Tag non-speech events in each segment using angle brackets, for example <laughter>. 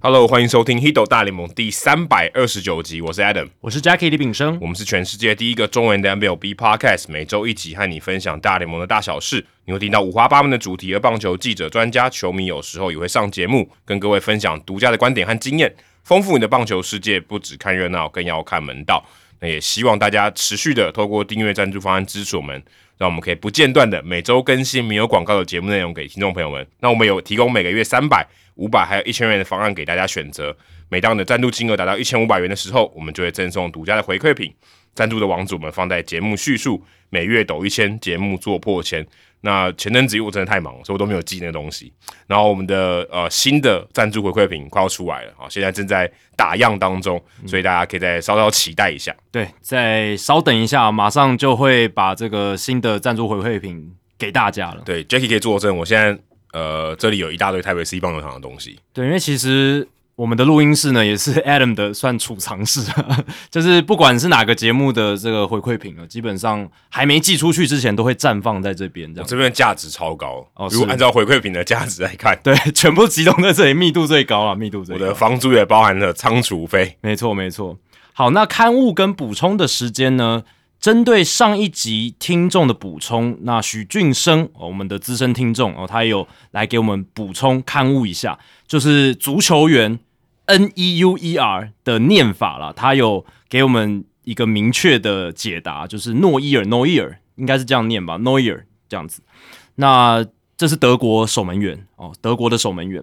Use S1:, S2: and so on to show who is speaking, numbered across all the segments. S1: Hello，欢迎收听《h i d o 大联盟》第三百二十九集，我是 Adam，
S2: 我是 Jackie 李炳生
S1: 我。们是全世界第一个中文的 MLB Podcast，每周一集和你分享大联盟的大小事。你会听到五花八门的主题，而棒球记者、专家、球迷有时候也会上节目，跟各位分享独家的观点和经验，丰富你的棒球世界。不只看热闹，更要看门道。那也希望大家持续的透过订阅赞助方案支持我们，让我们可以不间断的每周更新没有广告的节目内容给听众朋友们。那我们有提供每个月三百、五百还有一千元的方案给大家选择。每当你的赞助金额达到一千五百元的时候，我们就会赠送独家的回馈品。赞助的网主们放在节目叙述，每月抖一千，节目做破千。那前阵子因为我真的太忙了，所以我都没有记那个东西。然后我们的呃新的赞助回馈品快要出来了啊，现在正在打样当中，所以大家可以再稍稍期待一下。
S2: 对，再稍等一下，马上就会把这个新的赞助回馈品给大家了。
S1: 对 j a c k i e 可以作证，我现在呃这里有一大堆台北 C 棒球场的东西，
S2: 对，因为其实我们的录音室呢，也是 <laughs> Adam 的算储藏室，啊 <laughs> 就是不管是哪个节目的这个回馈品啊，基本上还没寄出去之前，都会绽放在这边这
S1: 我
S2: 样。
S1: 这边的价值超高。
S2: 哦
S1: 如果
S2: 是
S1: 按照回馈品的价值来
S2: <laughs>
S1: 看，
S2: 对，全部集中在这里，密度最高了，啊密度最
S1: 我
S2: 高。
S1: 的房租也包含了仓储费。
S2: 没错，没错。好，那刊物跟补充的时间呢？针对上一集听众的补充，那许俊生，哦我们的资深听众哦，他也有来给我们补充刊物一下，就是足球员 N E U E R 的念法啦，他有给我们一个明确的解答，就是诺伊尔 Neuer 应该是这样念吧，Neuer 这样子。那这是德国守门员哦，德国的守门员。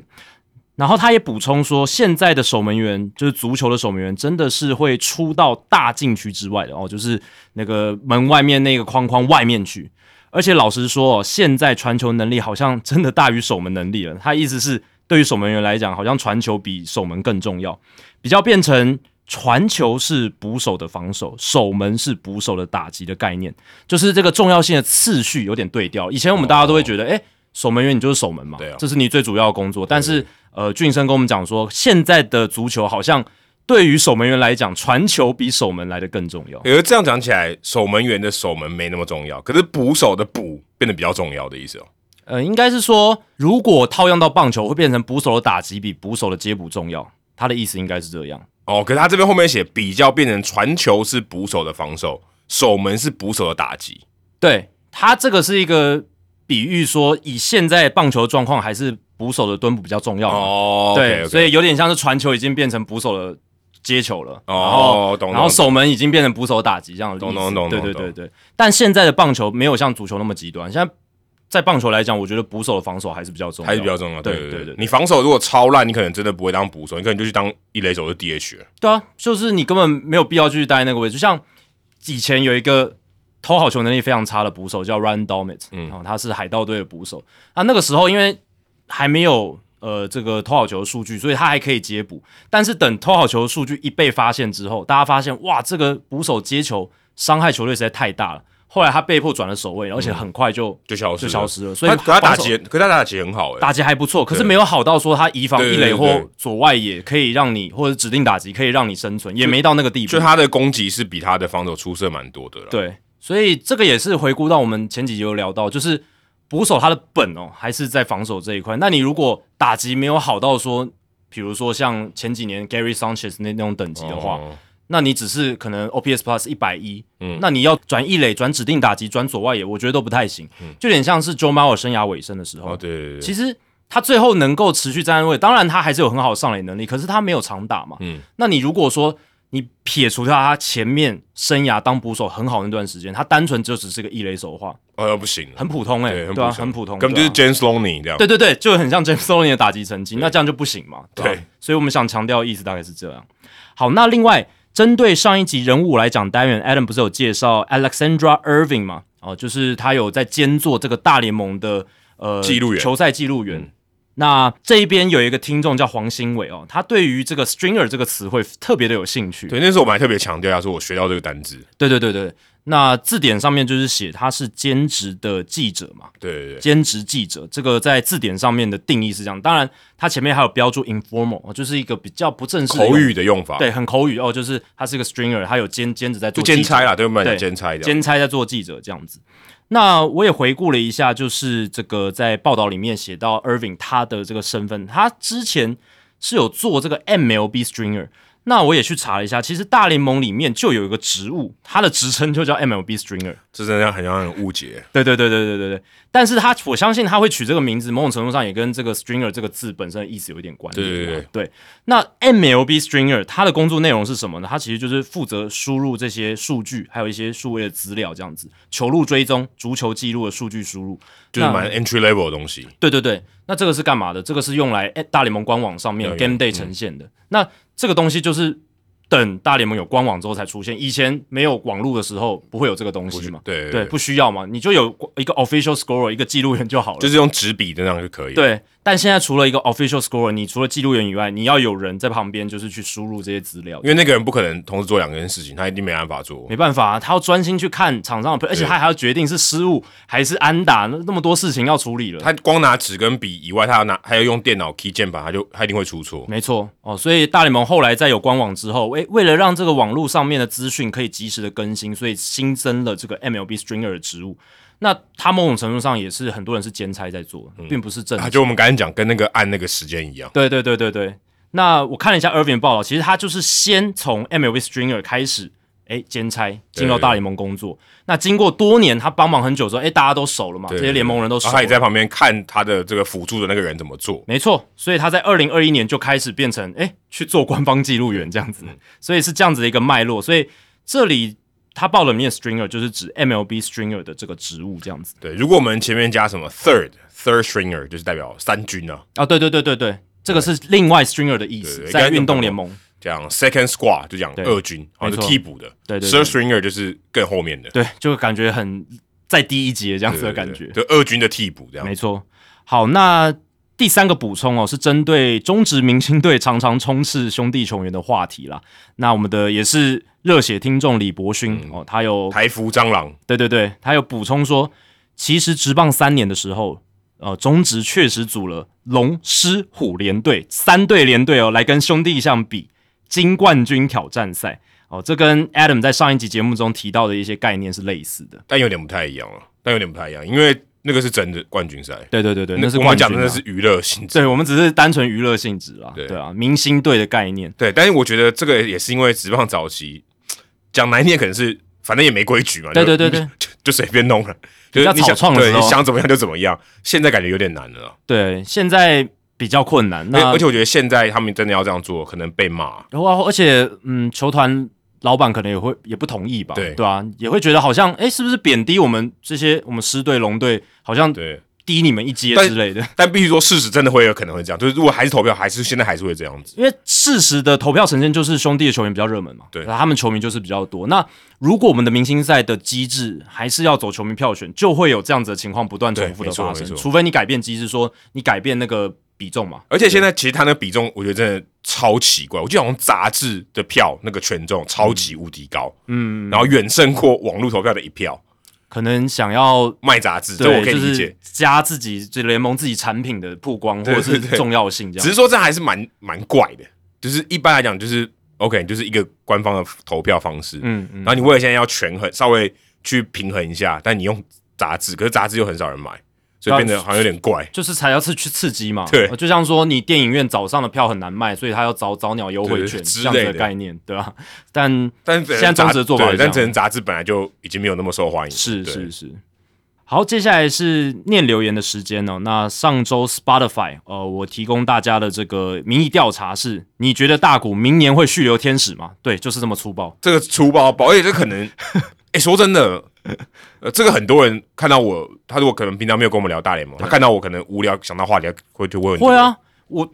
S2: 然后他也补充说，现在的守门员就是足球的守门员，真的是会出到大禁区之外的哦，就是那个门外面那个框框外面去。而且老实说、哦，现在传球能力好像真的大于守门能力了。他意思是，对于守门员来讲，好像传球比守门更重要，比较变成传球是捕手的防守，守门是捕手的打击的概念，就是这个重要性的次序有点对调。以前我们大家都会觉得，诶，守门员你就是守门嘛，
S1: 啊对啊
S2: 这是你最主要的工作。但是呃，俊生跟我们讲说，现在的足球好像对于守门员来讲，传球比守门来的更重要。
S1: 有这样讲起来，守门员的守门没那么重要，可是捕手的捕变得比较重要的意思哦。
S2: 呃，应该是说，如果套用到棒球，会变成捕手的打击比捕手的接捕重要。他的意思应该是这样。
S1: 哦，可是他这边后面写比较变成传球是捕手的防守，守门是捕手的打击。
S2: 对他这个是一个比喻说以现在棒球状况，还是捕手的蹲捕比较重要嘛。
S1: 哦，
S2: 对
S1: OK，OK
S2: 所以有点像是传球已经变成捕手的接球了，然
S1: 哦
S2: 后
S1: 懂
S2: 然后
S1: 懂
S2: 手门已经变成捕手打击这样的意
S1: 懂
S2: 思
S1: 懂懂
S2: 对
S1: 懂
S2: 对
S1: 懂
S2: 对对。但现在的棒球没有像足球那么极端，现在在棒球来讲，我觉得捕手的防守还是比较重要，
S1: 还是比较重要。
S2: 对
S1: 对
S2: 对
S1: 对
S2: 对，
S1: 你防守如果超烂，你可能真的不会当捕手，你可能就去当一垒手就 DH 了。
S2: 对啊，就是你根本没有必要继续待那个位置。就像以前有一个投好球能力非常差的捕手叫 Ryan Domit，嗯、哦，他是海盗队的捕手。啊，那个时候因为还没有呃这个投好球的数据，所以他还可以接捕。但是等投好球的数据一被发现之后，大家发现哇，这个捕手接球伤害球队实在太大了。后来他被迫转了守卫，而
S1: 嗯
S2: 且很快就、
S1: 就消失了
S2: 就消失了。所以
S1: 他可他打
S2: 防守
S1: 击，可他打击很好哎、
S2: 打击还不错，可是没有好到说他移防
S1: 对对
S2: 一
S1: 对
S2: 垒
S1: 对
S2: 或左外野可以让你，或者指定打击可以让你生存，也没到那个地步
S1: 就。他的攻击是比他的防守出色蛮多的了。
S2: 对，所以这个也是回顾到我们前几集有聊到，就是捕手他的本哦，还是在防守这一块。那你如果打击没有好到说，比如说像前几年 Gary Sanchez 那那种等级的话，
S1: 哦
S2: 那你只是可能 OPS Plus 一百一，嗯，那你要转一垒、转指定打击、转左外野，我觉得都不太行，就有点像是 Joe Mauer 生涯尾声的时候，
S1: 哦，对对对对，
S2: 其实他最后能够持续站在位，当然他还是有很好的上垒能力，可是他没有长打嘛。
S1: 嗯，
S2: 那你如果说你撇除掉他前面生涯当捕手很好那段时间，他单纯就只是个一垒手的话，
S1: 呃不行了，
S2: 很普通哎、
S1: 对，很
S2: 对啊，
S1: 通
S2: 很普通，
S1: 根本就是
S2: 对啊
S1: James Loney 这样。
S2: 对对对，就很像 James s o n y 的打击成绩，那这样就不行嘛。对啊
S1: 对
S2: 所以我们想强调的意思大概是这样。好，那另外针对上一集人物来讲，单元 Adam 不是有介绍 Alexandra Irving 嘛？哦，就是他有在兼做这个大联盟的呃
S1: 记录员
S2: 球赛记录员。
S1: 嗯
S2: 那这一边有一个听众叫黄兴伟哦，他对于这个 stringer 这个词汇特别的有兴趣。
S1: 对，那时候我们还特别强调一下，说我学到这个单字。
S2: 对对对对，那字典上面就是写他是兼职的记者嘛，
S1: 对对对，
S2: 兼职记者，这个在字典上面的定义是这样。当然，它前面还有标注 informal，哦就是一个比较不正式的
S1: 口语，的用法，
S2: 对，很口语哦，就是他是一个 stringer，他有兼兼职在
S1: 就
S2: 做
S1: 兼
S2: 记者
S1: 差啦，对我们来讲
S2: 对
S1: 兼差这样。
S2: 兼差在做记者这样子。那我也回顾了一下，就是这个在报道里面写到 Irving 他的这个身份，他之前是有做这个 MLB Stringer。那我也去查了一下，其实大联盟里面就有一个职务，它的职称就叫 MLB Stringer。
S1: 这真的很让人误解。
S2: 对对对对对对对。但是他，我相信他会取这个名字，某种程度上也跟这个 Stringer 这个字本身的意思有一点关联
S1: 对
S2: 嘛。
S1: 对对
S2: 那 MLB Stringer 他的工作内容是什么呢？他其实就是负责输入这些数据，还有一些数位的资料，这样子，球路追踪、足球记录的数据输入。
S1: 就是
S2: 那
S1: 蛮 entry level 的东西，
S2: 对对对，那这个是干嘛的？这个是用来诶大联盟官网上面
S1: 有有
S2: Game Day 呈现的。那这个东西就是等大联盟有官网之后才出现，以前没有网络的时候不会有这个东西嘛？
S1: 对
S2: 对，不需要嘛，你就有一个 official scorer 一个记录员就好了。
S1: 就是用纸笔的那样就可以了。
S2: 对，但现在除了一个 official scorer，你除了记录员以外，你要有人在旁边，就是去输入这些资料
S1: 因。为那个人不可能同时做两件事情，他一定没办法做。
S2: 没办法、啊，他要专心去看场上的play，而且他还要决定是失误还是安打，那那么多事情要处理了。
S1: 他光拿纸跟笔以外，他要拿还要用电脑 key 键盘，他就他一定会出错。
S2: 没错哦，所以大联盟后来在有官网之后，为为了让这个网络上面的资讯可以及时的更新，所以新增了这个 MLB Stringer 的职务。那他某种程度上也是很多人是兼差在做，并不是正
S1: 啊，就我们刚才讲，跟那个按那个时间一样，
S2: 对对对对对。那我看了一下 Irving 报道，其实他就是先从 MLB Stringer 开始，哎，兼差进到大联盟工作。那经过多年，他帮忙很久之后，哎，大家都熟了嘛，
S1: 对
S2: 这些联盟人都熟
S1: 然
S2: 了。
S1: 后他也在旁边看他的这个辅助的那个人怎么做。
S2: 没错，所以他在二零二一年就开始变成哎、诶去做官方记录员这样子，所以是这样子的一个脉络。所以这里他报了里面 Stringer 就是指 MLB Stringer 的这个职务这样子
S1: 对，如果我们前面加什么 third third stringer，就是代表三军啊，
S2: 啊，对对对对对，这个是另外 Stringer 的意思，
S1: 对
S2: 在运动联盟。
S1: 这样 second squad 就讲
S2: 对
S1: 二军，然后
S2: 没
S1: 就
S2: 错
S1: 替补的。
S2: 对对对
S1: third stringer 就是更后面的，
S2: 对，就感觉很在第一节这样子的感觉。
S1: 就二军的替补这样
S2: 没。错。好，那第三个补充哦，是针对中职明星队常常充斥兄弟球员的话题啦。那我们的也是热血听众李博勋、哦，他有
S1: 台服蟑螂，
S2: 对对对，他有补充说，其实职棒三年的时候，呃，中职确实组了龙狮虎联队三队联队哦，来跟兄弟象比金冠军挑战赛哦，这跟 Adam 在上一集节目中提到的一些概念是类似的。
S1: 但有点不太一样了，但有点不太一样，因为那个是真的冠军赛，
S2: 对对对对，那是
S1: 我
S2: 冠
S1: 们
S2: 军、啊。
S1: 讲的那是娱乐性质。
S2: 对，我们只是单纯娱乐性质啦。
S1: 对
S2: 对啊，明星队的概念。
S1: 对，但是我觉得这个也是因为职棒早期讲难听，可能是反正也没规矩嘛，
S2: 对
S1: 就
S2: 对对对，
S1: <laughs> 就就随便弄了，就
S2: 比较
S1: 是你想
S2: 草创的
S1: 对
S2: 时候
S1: 你想怎么样就怎么样。现在感觉有点难了，
S2: 对，现在比较困难。那
S1: 哎而而且我觉得现在他们真的要这样做，可能被骂。
S2: 然后而且嗯，球团老板可能也会也不同意吧？
S1: 对
S2: 对啊，也会觉得好像哎，诶是不是贬低我们这些我们狮队、龙队，好像
S1: 对，
S2: 低你们一阶
S1: 但
S2: 之类的？
S1: 但必须说事实真的会有可能会这样，就是如果还是投票，还是现在还是会这样子。
S2: 因为事实的投票呈现就是兄弟的球员比较热门嘛，
S1: 对
S2: 然后他们球迷就是比较多。那如果我们的明星赛的机制还是要走球迷票选，就会有这样子的情况不断重复
S1: 对没
S2: 的
S1: 错
S2: 发
S1: 没
S2: 生，
S1: 错
S2: 除非你改变机制，说你改变那个比重嘛。
S1: 而且现在其实他那个比重，我觉得真的超奇怪。我记得好像杂志的票那个权重超级无敌高，嗯，然后远胜过网络投票的一票。
S2: 可能想要
S1: 卖杂志，这
S2: 对，
S1: 我可以理解。
S2: 就是、加自己这联盟自己产品的曝光或
S1: 对
S2: 者
S1: 对
S2: 是
S1: 对
S2: 重要性这样。
S1: 只是说这还是蛮蛮怪的，就是一般来讲就是 OK，就是一个官方的投票方式，
S2: 嗯嗯，
S1: 然后你为了现在要权衡，稍微去平衡一下，但你用杂志，可是杂志又很少人买，所以变得好像有点怪。
S2: 就是才要刺去刺激嘛。
S1: 对
S2: 呃就像说你电影院早上的票很难卖，所以他要早早鸟优惠
S1: 对
S2: 券
S1: 之
S2: 这样子
S1: 类
S2: 的
S1: 的
S2: 概念，对吧、但
S1: 但
S2: 现在中
S1: 杂
S2: 职的做法
S1: 对
S2: 是这
S1: 但
S2: 样
S1: 只能杂志本来就已经没有那么受欢迎，
S2: 是
S1: 对
S2: 是是。好，接下来是念留言的时间哦。那上周 Spotify，呃，我提供大家的这个民意调查是：你觉得大股明年会续留天使吗？对，就是这么粗暴。
S1: 这个粗包包，而且这可
S2: <laughs>
S1: 能，哎、说真的，呃，这个很多人看到我，他如果可能平常没有跟我们聊大联盟，他看到我可能无聊想到话题，他会就会问你
S2: 会，啊，我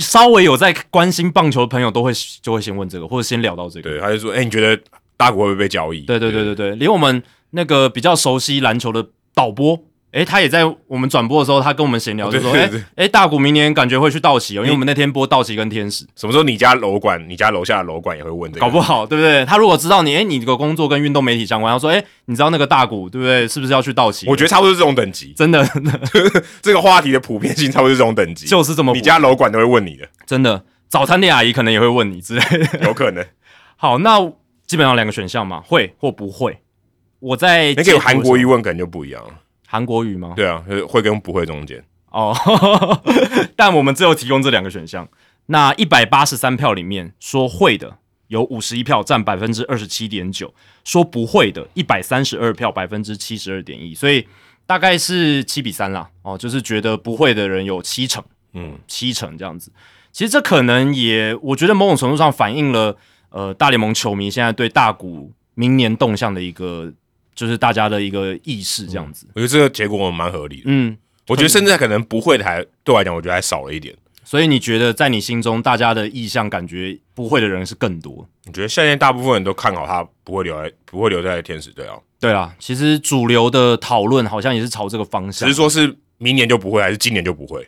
S2: 稍微有在关心棒球的朋友都会就会先问这个，或者先聊到这个。
S1: 对，他就说，哎、你觉得大股会不会被交易？
S2: 对对对对对，连我们那个比较熟悉篮球的导播，诶，他也在我们转播的时候，他跟我们闲聊，
S1: 哦
S2: 就
S1: 对
S2: 说，
S1: 对
S2: 诶
S1: 对
S2: 诶，大谷明年感觉会去道奇哦，因为我们那天播道奇跟天使，
S1: 什么时候你家楼管、你家楼下的楼管也会问这个？
S2: 搞不好对不对？他如果知道你，诶，你的工作跟运动媒体相关，他说，诶，你知道那个大谷对不对？是不是要去道奇？
S1: 我觉得差不多是这种等级，
S2: 真的 <laughs>
S1: 这个话题的普遍性差不多是这种等级。
S2: 就是这么
S1: 你家楼管都会问你
S2: <laughs>
S1: 的，
S2: 真的，早餐店阿姨可能也会问你之类的。
S1: 有可能。
S2: 好，那基本上两个选项嘛，会或不会。我在
S1: 那个有韩国
S2: 语，
S1: 语问可能就不一样了。
S2: 韩国语吗？ <laughs>
S1: 对啊，就是会跟不会中间。
S2: 哦，但我们只有提供这两个选项。那一百八十三票里面说会的有五十一票，占百分之二十七点九；说不会的，一百三十二票，百分之七十二点一。所以大概是七比三啦。哦，就是觉得不会的人有七成，
S1: 嗯，
S2: 七成这样子。其实这可能也，我觉得某种程度上反映了呃大联盟球迷现在对大股明年动向的一个，就是大家的一个意识这样子。
S1: 我觉得这个结果我们蛮合理的。
S2: 嗯，
S1: 我觉得甚至可能不会的还对我来讲，我觉得还少了一点。
S2: 所以你觉得在你心中，大家的意向感觉不会的人是更多？
S1: 我觉得现在大部分人都看好他不会留在不会留在天使队啊，
S2: 对啦，其实主流的讨论好像也是朝这个方
S1: 只
S2: 向，
S1: 是说是明年就不会，还是今年就不会，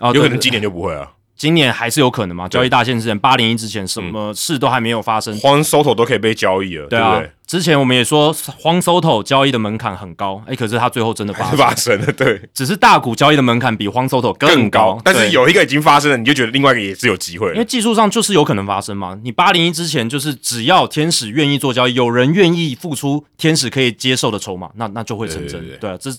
S2: 啊，
S1: 有可
S2: 对
S1: 能今年就不会啊。
S2: 今年还是有可能嘛？交易大限之前，八零一之前，什么事都还没有发生。
S1: 黄 Soto 都可以被交易了，对嗯
S2: 啊
S1: 不对？，
S2: 之前我们也说黄 Soto 交易的门槛很高，哎，可是他最后真的发
S1: 还是
S2: 生，
S1: 发生了，对，
S2: 只是大股交易的门槛比黄 Soto
S1: 更
S2: 高
S1: 高。，但是
S2: 对
S1: 有一个已经发生了，你就觉得另外一个也是有机会
S2: 因为
S1: 了。
S2: 技术上就是有可能发生嘛。你八零一之前就是只要天使愿意做交易，有人愿意付出天使可以接受的筹码，那那就会成真。
S1: 对对对
S2: 啊，这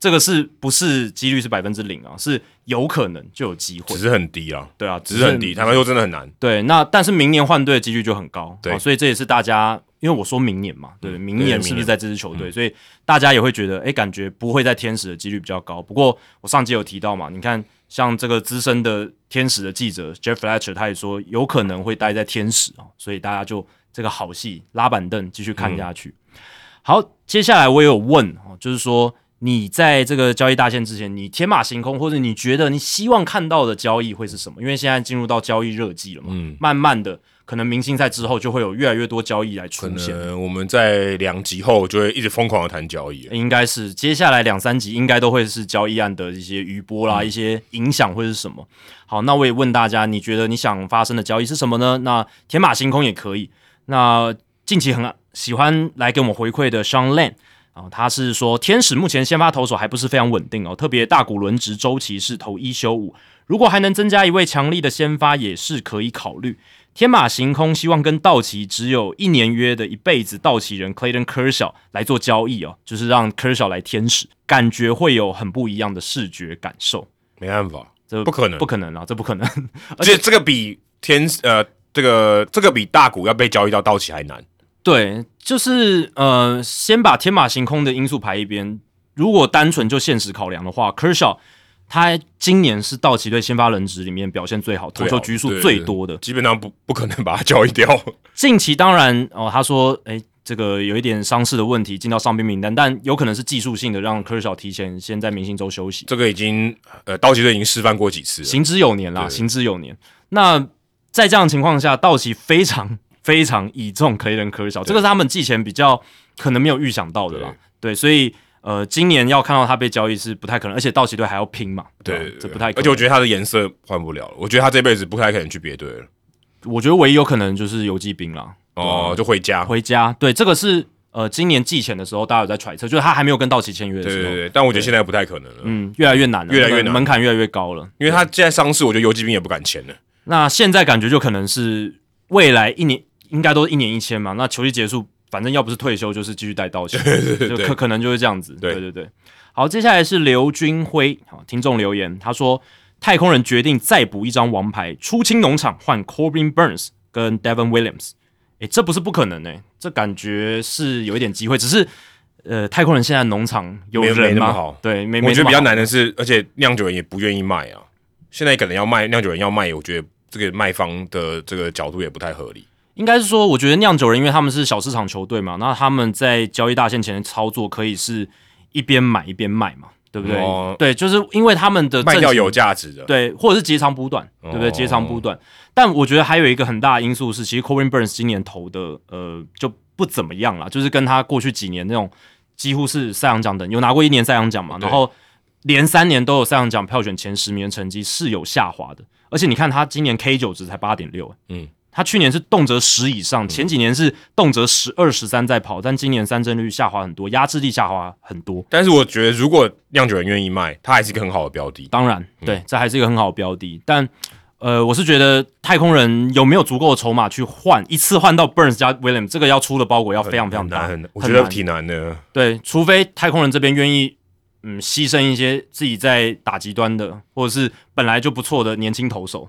S2: 这个是不是几率是百分之零啊？是有可能就有机会
S1: 只。是很低啊，
S2: 对啊，
S1: 只是很低。坦白说，真的很难。
S2: 对，那但是明年换队的几率就很高，
S1: 对
S2: 啊所以这也是大家，因为我说明年嘛，嗯对，明年嗯是不是在这支球队，所以大家也会觉得，哎、感觉不会在天使的几率比较高。不过我上集有提到嘛，你看像这个资深的天使的记者 Jeff Fletcher，他也说有可能会待在天使啊，所以大家就这个好戏拉板凳继续看下去。好，接下来我也有问哦，就是说你在这个交易大限之前，你天马行空或者你觉得你希望看到的交易会是什么？因为现在进入到交易热季了嘛，
S1: 嗯
S2: 慢慢的可能明星赛之后就会有越来越多交易来
S1: 可
S2: 出现。
S1: 能我们在两集后就会一直疯狂的谈交易了，
S2: 应该是接下来两三集应该都会是交易案的一些余波啦，一些影响会是什么？好，那我也问大家，你觉得你想发生的交易是什么呢？那天马行空也可以。那近期很喜欢来给我们回馈的 Sean Lan 啊、他是说天使目前先发投手还不是非常稳定哦，特别大股轮值周期是投一休五，如果还能增加一位强力的先发，也是可以考虑。天马行空希望跟道奇只有一年约的一辈子道奇人 Clayton Kershaw 来做交易哦，就是让 Kershaw 来天使，感觉会有很不一样的视觉感受。
S1: 没办法，
S2: 这
S1: 不可能
S2: 不。可能啊，这不可能。 <laughs>
S1: 而且这个比天呃，这个这个比大股要被交易到道奇还难。
S2: 对，就是呃，先把天马行空的因素排一边。如果单纯就现实考量的话，Kershaw 他今年是道奇队先发人值里面表现最好、投球局数
S1: 对
S2: 最多的。
S1: 基本上不不可能把它交易掉。 <laughs>
S2: 近期当然哦，他说诶，这个有一点伤势的问题进到伤兵名单，但有可能是技术性的，让科尔小提前先在明星周休息，
S1: 这个已经呃，道奇队已经示范过几次了。
S2: 行之有年啦，
S1: 对
S2: 行之有年。那在这样的情况下，道奇非常非常倚重可以人科尔小，这个是他们季前比较可能没有预想到的啦。对，所以呃，今年要看到他被交易是不太可能，而且道奇队还要拼嘛，
S1: 对
S2: 吧
S1: 对，对
S2: 这不太可能。
S1: 而且我觉得他的颜色换不了了，我觉得他这辈子不太可能去别队了。
S2: 我觉得唯一有可能就是游击兵啦，
S1: 哦，就回家。
S2: 回家。对，这个是呃，今年季前的时候大家有在揣测，就是他还没有跟道奇签约的
S1: 对
S2: 时候。
S1: 对对，但我觉得现在不太可能了，
S2: 嗯，越来越难了，
S1: 越来越
S2: 那个
S1: 难
S2: 门槛越来越高了。
S1: 因为他现在伤势，我觉得游击兵也不敢签了。
S2: 那现在感觉就可能是未来一年应该都是一年一签嘛，那球季结束，反正要不是退休就是继续带
S1: <laughs>
S2: 道歉，就可可能就是这样子。
S1: 对
S2: 对对对，好，接下来是刘军辉，好，听众留言，他说太空人决定再补一张王牌，出清农场换 Corbin Burns 跟 Devon Williams，诶，这不是不可能诶，这感觉是有一点机会，只是。呃，太空人现在农场有
S1: 没
S2: 人
S1: 有
S2: 吗？
S1: 没那么好
S2: 对，没
S1: 我
S2: 没
S1: 觉
S2: 那
S1: 得
S2: 么
S1: 比较
S2: 好
S1: 难的是，而且酿酒人也不愿意卖啊。现在可能要卖酿酒人要卖，我觉得这个卖方的这个角度也不太合理。
S2: 应该是说，我觉得酿酒人因为他们是小市场球队嘛，那他们在交易大限前的操作可以是一边买一边卖嘛，对不对？
S1: 哦
S2: 对，就是因为他们的
S1: 卖掉
S2: 阵型
S1: 有价值的，
S2: 呃对，或者是截长补短，对不对？
S1: 哦
S2: 截长补短。但我觉得还有一个很大的因素是，其实 Corbin Burns 今年投的呃就不怎么样啦，就是跟他过去几年那种几乎是赛扬奖等，有拿过一年赛扬奖嘛，
S1: 哦对
S2: 然后连三年都有赛扬奖票选前十名的成绩是有下滑的。而且你看他今年 K 九值才八点六，哎
S1: 嗯，
S2: 他去年是动辄十以上，前几年是动辄十二十三在跑，但今年三振率下滑很多，压制力下滑很多。
S1: 但是我觉得如果酿酒人愿意卖，它还是一个很好的标的。
S2: 当然，
S1: 嗯
S2: 对，这还是一个很好的标的，但呃，我是觉得太空人有没有足够的筹码去换一次换到 Burns 加 William 这个要出的包裹要非常非常
S1: 很
S2: 大，
S1: 难，很难我
S2: 很
S1: 觉得
S2: 难
S1: 挺难的。
S2: 对，除非太空人这边愿意嗯牺牲一些自己在打极端的或者是本来就不错的年轻投手，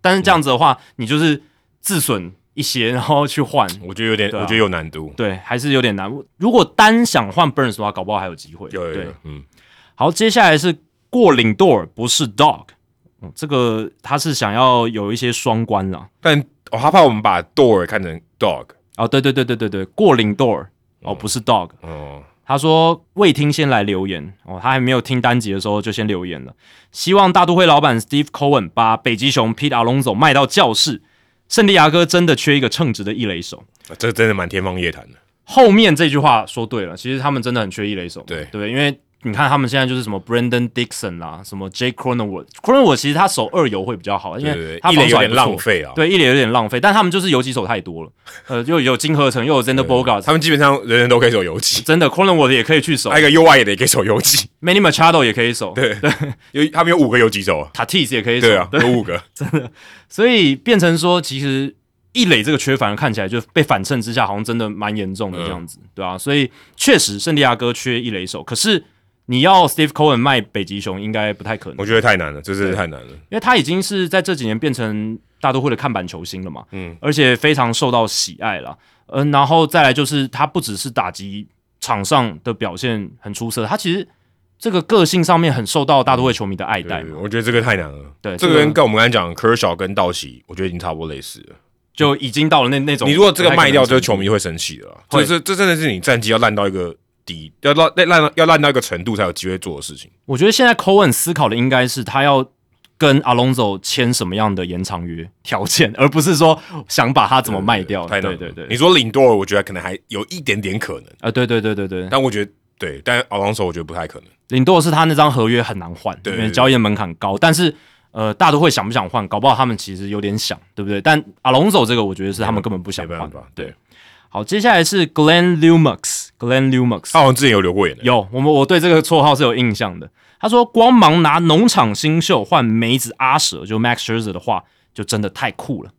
S2: 但是这样子的话，你就是自损一些，然后去换。
S1: 我觉得有点，
S2: 对啊
S1: 我觉得有难度。
S2: 对，还是有点难。如果单想换 Burns 的话，搞不好还有机会。
S1: 有有
S2: 对
S1: 有，，嗯，
S2: 好，接下来是过领 door 不是 dog，、嗯、这个他是想要有一些双关啦。
S1: 但我、哦、他怕我们把 door 看成 dog，
S2: 哦，对对对对对对，过领 door 哦不是 dog，
S1: 哦，
S2: 他说未听先来留言哦，他还没有听单集的时候就先留言了。希望大都会老板 Steve Cohen 把北极熊 Pete Alonso 卖到教室，圣地亚哥真的缺一个称职的一垒手。
S1: 这真的蛮天方夜谭的。
S2: 后面这句话说对了，其实他们真的很缺一垒手，
S1: 对
S2: 对，因为你看他们现在就是什么 Brandon Dixon 啦，什么 Jake Cronenworth，Cronenworth 其实他守二游会比较好，因
S1: 对
S2: 为
S1: 对
S2: 他
S1: 对，一
S2: 防
S1: 垒
S2: 守
S1: 有
S2: 还
S1: 点
S2: 不错
S1: 浪，费啊。
S2: 对，一垒有点浪费，但他们就是游击手太多了，
S1: <laughs>
S2: 呃，又有金合成，又有 Zander Bogart，
S1: 他们基本上人人都可以守游击，
S2: 真的 Cronenworth 也可以去守
S1: 还有一个右外野的也可以守游击，
S2: ，Manny Machado 也可以守，
S1: 对有他们有五个游击手啊。
S2: ，Tatis 也可以守，
S1: 对啊，有五个。
S2: 所以变成说，其实一垒这个缺反而看起来就被反衬之下，好像真的蛮严重的这样子，
S1: 嗯
S2: 对啊，所以确实圣地亚哥缺一垒手，可是你要 Steve Cohen 卖北极熊应该不太可能，
S1: 我觉得太难了，这是太难了。
S2: 因为他已经是在这几年变成大都会的看板球星了嘛，
S1: 嗯，
S2: 而且非常受到喜爱啦。嗯、然后再来就是他不只是打击场上的表现很出色，他其实这个个性上面很受到大都会球迷的爱戴
S1: 对，
S2: 嘛，
S1: 我觉得这个太难了。
S2: 对
S1: 这
S2: 这
S1: 个
S2: 个
S1: 跟跟我们刚才讲科小跟道奇，我觉得已经差不多类似了。
S2: 就已经到了那那种
S1: 你如果这个卖掉，
S2: 不太可能
S1: 这个球迷会生气的啦。
S2: 会
S1: 这这这真的是你战绩要烂到一个底，要烂烂烂要烂到一个程度才有机会做的事情。
S2: 我觉得现在 Cohen 思考的应该是他要跟 Alonso 签什么样的延长约条件，而不是说想把他怎么卖掉。
S1: 太
S2: 对
S1: 难了。
S2: 对对
S1: 你说领多尔，我觉得可能还有一点点可能，
S2: 啊，对对对对对，
S1: 但我觉得对，但奥朗手我觉得不太可能。
S2: 领舵是他那张合约很难换，
S1: 对
S2: 因为交易的门槛高，但是。呃，大都会想不想换？搞不好他们其实有点想，对不对？但 Alonso 这个，我觉得是他们根本不想
S1: 没办
S2: 换。
S1: 法，对，
S2: 好，接下来是 Glenn Lumax，Glenn Lumax，
S1: 他好像之前有留过言的，
S2: 有，我们我对这个绰号是有印象的。他说，光芒拿农场新秀换梅子阿舍，就 Max Scherzer 的话，就真的太酷了。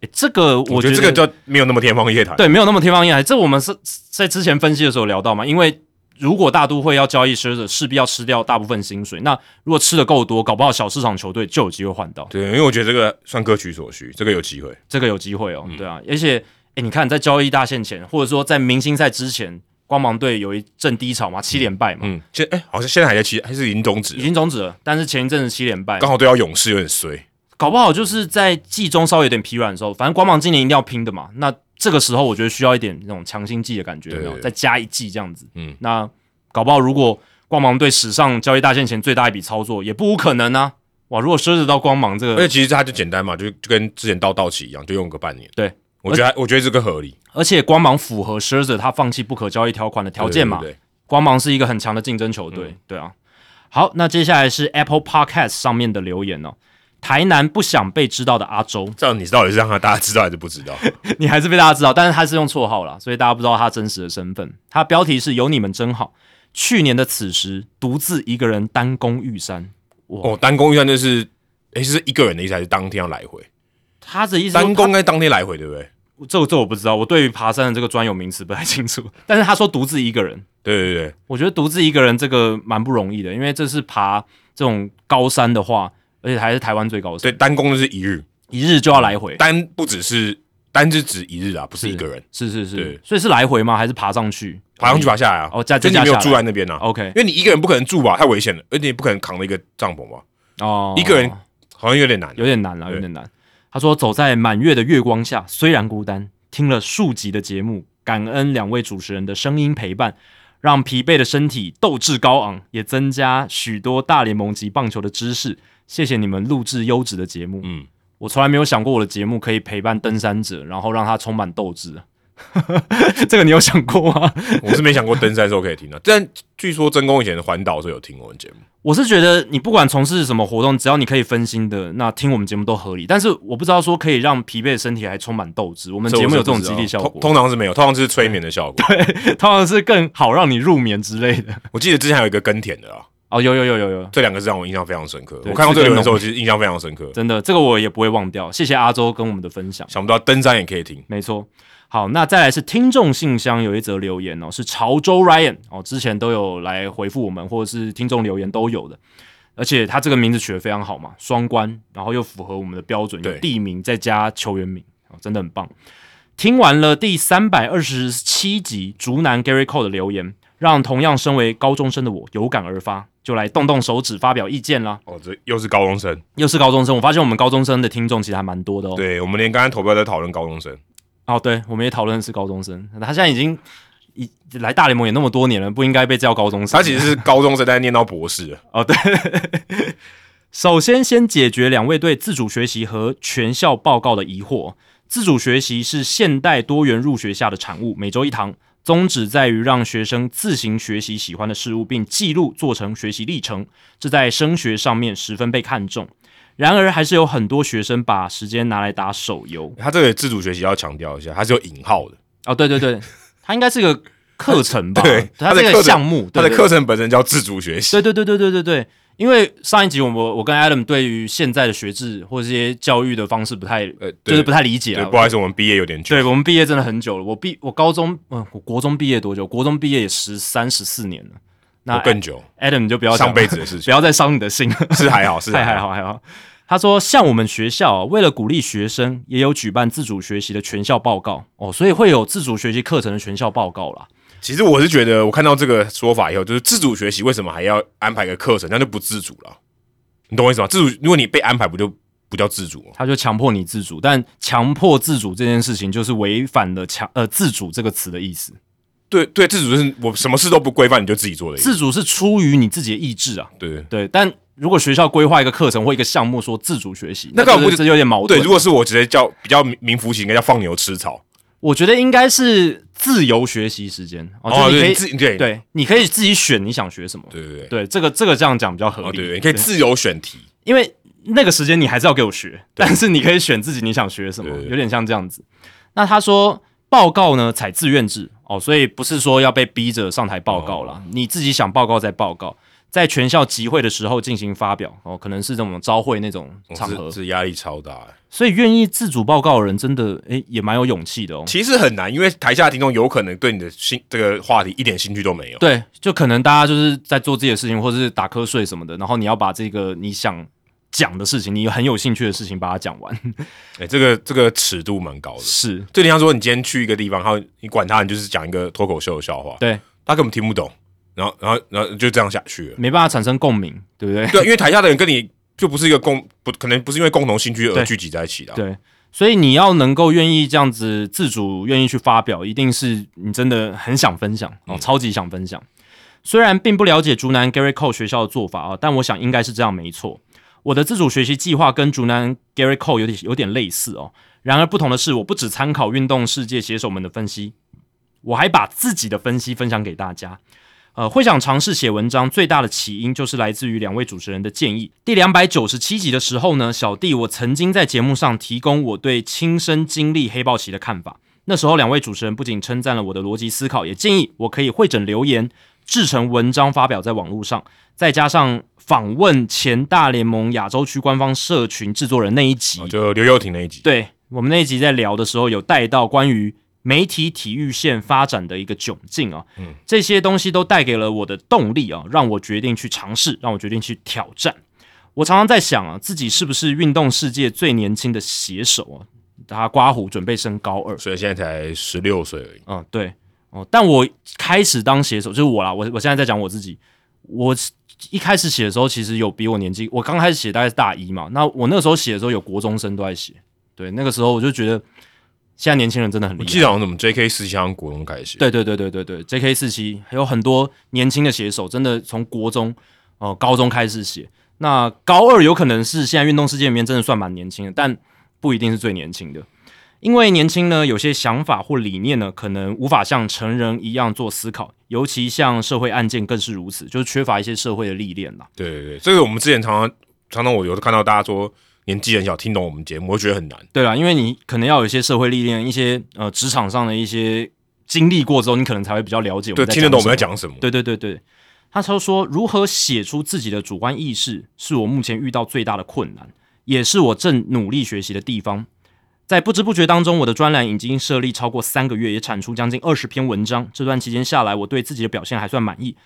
S2: 诶这个我
S1: 我觉
S2: 觉
S1: 得这个就没有那么天方夜谭。
S2: 对，没有那么天方夜谭。这我们是在之前分析的时候聊到嘛，因为如果大都会要交易 Scherzer，势必要吃掉大部分薪水。那如果吃的够多，搞不好小市场球队就有机会换到。
S1: 对，因为我觉得这个算各取所需，这个有机会。
S2: 这个有机会
S1: 嗯
S2: 哦，对啊，而且诶，你看在交易大限前，或者说在明星赛之前，光芒队有一阵低潮嘛，七连败嘛，
S1: 嗯，现哎、好像现在还在期，还是已经终止
S2: 已
S1: 了，
S2: 经终止了。但是前一阵子七连败，
S1: 刚好对到勇士有点衰。
S2: 搞不好就是在季中稍微有点疲软的时候，反正光芒今年一定要拼的嘛。那这个时候我觉得需要一点那种强心剂的感觉，有
S1: 对
S2: 没有？再加一剂这样子。
S1: 嗯，
S2: 那搞不好如果光芒队史上交易大限前最大一笔操作，也不无可能啊。哇，如果奢侈到光芒这
S1: 而且
S2: 个，
S1: 其实他就简单嘛，就就跟之前到道奇一样，就用个半年。
S2: 对，
S1: 我觉得我觉得这个合理
S2: 而且光芒符合奢侈他放弃不可交易条款的条件嘛。
S1: 对对对嗯
S2: 光芒是一个很强的竞争球队，对啊。好，那接下来是 Apple Podcast 上面的留言哦。台南不想被知道的阿周，
S1: 这样你到底是让他大家知道还是不知
S2: <laughs>
S1: 道？
S2: 你还是被大家知道，但是他是用绰号啦，所以大家不知道他真实的身份。他标题是“有你们真好”。去年的此时，独自一个人单攻玉山。
S1: 哦，单攻一站就是，哎、是一个人的意思还是当天要来回？
S2: 他的意思说
S1: 单攻应该当天来回，对不对？
S2: 他，这这我不知道，我对于爬山的这个专有名词不太清楚。但是他说独自一个人，
S1: 对对对，
S2: 我觉得独自一个人这个蛮不容易的，因为这是爬这种高山的话，而且还是台湾最高
S1: 所
S2: 山
S1: 以，单攻就是一日，
S2: 一日就要来回。
S1: 单不只是单是指一日啊，不是一个人，
S2: 是是是
S1: 对，
S2: 所以是来回吗？还是爬上去？
S1: 爬上去爬下来啊。
S2: 哦加
S1: 就你
S2: 加
S1: 没有
S2: 下来哦
S1: 住在那边啊，
S2: ？OK，
S1: 因为你一个人不可能住吧，太危险了，而且你不可能扛了一个帐篷吧，
S2: 哦，
S1: 一个人好像有点难。啊
S2: 有点难了，
S1: 对
S2: 有点难。他说：“走在满月的月光下，虽然孤单，听了数集的节目，感恩两位主持人的声音陪伴，让疲惫的身体斗志高昂，也增加许多大联盟及棒球的知识。谢谢你们录制优质的节目。
S1: 嗯，
S2: 我从来没有想过我的节目可以陪伴登山者，然后让他充满斗志。 <laughs> 这个你有想过吗？
S1: 我是没想过登山的时候可以听到，但据说真宫以前环岛的时候有听我们节目，
S2: 我是觉得你不管从事什么活动，只要你可以分心的，那听我们节目都合理。但是我不知道说可以让疲惫的身体还充满斗志，我们
S1: 这
S2: 节
S1: 我
S2: 目
S1: 是
S2: 有这
S1: 不
S2: 种
S1: 知
S2: 激
S1: 道
S2: 励效
S1: 通
S2: 果，
S1: 通常是没有，通常是催眠的效果。
S2: <laughs> 通常是更好让你入眠之类的。
S1: 我记得之前还有一个耕田的啊，
S2: 哦，有有有有有，
S1: 这两个是让我印象非常深刻。
S2: 对
S1: 我看到这个留言的时
S2: 是耕
S1: 候，其实印象非常深刻，
S2: 真的，这个我也不会忘掉。谢谢阿周跟我们的分享。
S1: 想不到登山也可以听。
S2: 没错。好，那再来是听众信箱有一则留言哦，是潮州 Ryan 哦，之前都有来回复我们，或者是听众留言都有的。而且他这个名字取得非常好嘛，双关，然后又符合我们的标准，有
S1: 对
S2: 地名再加球员名，哦真的很棒。听完了第三百二十七集竹南 Gary Cole 的留言，让同样身为高中生的我有感而发，就来动动手指发表意见啦。
S1: 哦，这又是高中生，
S2: 又是高中生，我发现我们高中生的听众其实还蛮多的哦。
S1: 对我们连刚才投票都在讨论高中生，
S2: 哦，对，我们也讨论的是高中生，他现在已经已来大联盟也那么多年了，不应该被叫高中生。
S1: 他其实是高中生，但是念到博士了。
S2: 哦，对。首先，先解决两位对自主学习和全校报告的疑惑。自主学习是现代多元入学下的产物，每周一堂，宗旨在于让学生自行学习喜欢的事物，并记录做成学习历程，这在升学上面十分被看重。然而，还是有很多学生把时间拿来打手游。
S1: 他这个自主学习要强调一下，他是有引号的，
S2: 哦，对对对，它应该是个课程
S1: <laughs>
S2: 吧？
S1: 对
S2: 它
S1: 它的
S2: 是
S1: 课程
S2: 个项目，
S1: 他
S2: 对
S1: 的
S2: 对
S1: 课程本身叫自主学习。
S2: 对对对对对对对，因为上一集我我我跟 Adam 对于现在的学制或者这些教育的方式不太，
S1: 呃，
S2: 就
S1: 对
S2: 是不太理解
S1: 对，
S2: 啊。
S1: 不好意思，我们毕业有点久。
S2: 对我们毕业真的很久了，我毕我高中嗯，我国中毕业多久？国中毕业也十三十四年了。那
S1: 我更久，
S2: Adam 你就不要讲
S1: 上
S2: 了
S1: 辈子的事
S2: 不
S1: 情
S2: 要再伤你的心。
S1: 是还好，是啊
S2: <laughs> 还还
S1: 好。
S2: 好还好。他说，像我们学校、为了鼓励学生，也有举办自主学习的全校报告哦，所以会有自主学习课程的全校报告啦。
S1: 其实我是觉得，我看到这个说法以后，就是自主学习为什么还要安排个课程，那就不自主了。你懂我意思吗？自主，如果你被安排，不就不叫自主吗？
S2: 他就强迫你自主，但强迫自主这件事情就是违反了强呃自主这个词的意思。
S1: 对对，自主就是我什么事都不规范，你就自己做的意思。
S2: 自主是出于你自己的意志啊，
S1: 对对
S2: 对。但如果学校规划一个课程或一个项目说自主学习，
S1: 那
S2: 那
S1: 干
S2: 这
S1: 嘛不
S2: 这有点矛
S1: 哦对，
S2: 盾。
S1: 如果是我直接叫比较名副其实，应该叫放牛吃草。
S2: 我觉得应该是自由学习时间哦，就是你可
S1: 对，
S2: 以
S1: 自对
S2: 对，你可以自己选你想学什么。
S1: 对对对，
S2: 对，这个这个这样讲比较合
S1: 哦
S2: 理。
S1: 对对，你可以自由选题。
S2: 因为那个时间你还是要给我学，但是你可以选自己你想学什么
S1: 对，对
S2: 有点像这样子。那他说报告呢采自愿制哦，所以不是说要被逼着上台报告
S1: 哦
S2: 啦，你自己想报告再报告，在全校集会的时候进行发表哦，可能是这种招会那种
S1: 哦
S2: 场
S1: 这
S2: 合，
S1: 这压力超大欸，
S2: 所以愿意自主报告的人真的诶也蛮有勇气的哦。
S1: 其实很难，因为台下的听众有可能对你的兴这个话题一点兴趣都没有。
S2: 对，就可能大家就是在做自己的事情，或者是打瞌睡什么的，然后你要把这个你想讲的事情，你很有兴趣的事情，把它讲完。
S1: 哎，这个这个尺度蛮高的。
S2: 是，
S1: 就你像说，你今天去一个地方，然后你管他，你就是讲一个脱口秀的笑话，
S2: 对，
S1: 他根本听不懂，然后然后然后就这样下去了。
S2: 没办法产生共鸣，对不对？
S1: 对，因为台下的人跟你就不是一个共不可能不是因为共同兴趣而
S2: 对
S1: 聚集在一起的啊、
S2: 对，所以你要能够愿意这样子自主，愿意去发表，一定是你真的很想分享哦，超级想分享。虽然并不了解竹南 Gary Cole 学校的做法啊，但我想应该是这样没错。我的自主学习计划跟竹南 Gary Cole 有点有点类似哦，然而不同的是，我不只参考运动世界写手们的分析，我还把自己的分析分享给大家。呃，会想尝试写文章，最大的起因就是来自于两位主持人的建议。第两百九十七集的时候呢，小弟我曾经在节目上提供我对亲身经历黑豹旗的看法。那时候两位主持人不仅称赞了我的逻辑思考，也建议我可以会诊留言，制成文章发表在网络上，再加上访问前大联盟亚洲区官方社群制作人那一集
S1: 哦，就刘又廷那一集，
S2: 对我们那一集在聊的时候，有带到关于媒体体育线发展的一个窘境啊、嗯，这些东西都带给了我的动力啊、让我决定去尝试，让我决定去挑战。我常常在想啊，自己是不是运动世界最年轻的写手啊？他刮胡准备升高二，
S1: 所以现在才十六岁而已。
S2: 嗯，对，哦，但我开始当写手就是我啦，我我现在在讲我自己，我一开始写的时候，其实有比我年纪，我刚开始写大概是大一嘛，那我那个时候写的时候有国中生都在写，对，那个时候我就觉得现在年轻人真的很
S1: 我
S2: 厉
S1: 记
S2: 害。
S1: 得好像怎么 J.K. 四像国中开始，
S2: 对对对对对对，J.K. 四七还有很多年轻的写手，真的从国中、呃高中开始写。那高二有可能是现在运动世界里面真的算蛮年轻的，但不一定是最年轻的。因为年轻呢，有些想法或理念呢，可能无法像成人一样做思考，尤其像社会案件更是如此，就是缺乏一些社会的历练啦。
S1: 对对对，这个我们之前常常常常我有看到大家说年纪很小听懂我们节目，我觉得很难。
S2: 对啦，因为你可能要有一些社会历练，一些呃职场上的一些经历过之后，你可能才会比较了解我
S1: 对，
S2: 们在
S1: 听得懂我
S2: 什么
S1: 们在讲什么。
S2: 对对对对，他超说如何写出自己的主观意识，是我目前遇到最大的困难，也是我正努力学习的地方。在不知不觉当中，我的专栏已经设立超过三个月，也产出将近二十篇文章。这段期间下来，我对自己的表现还算满意，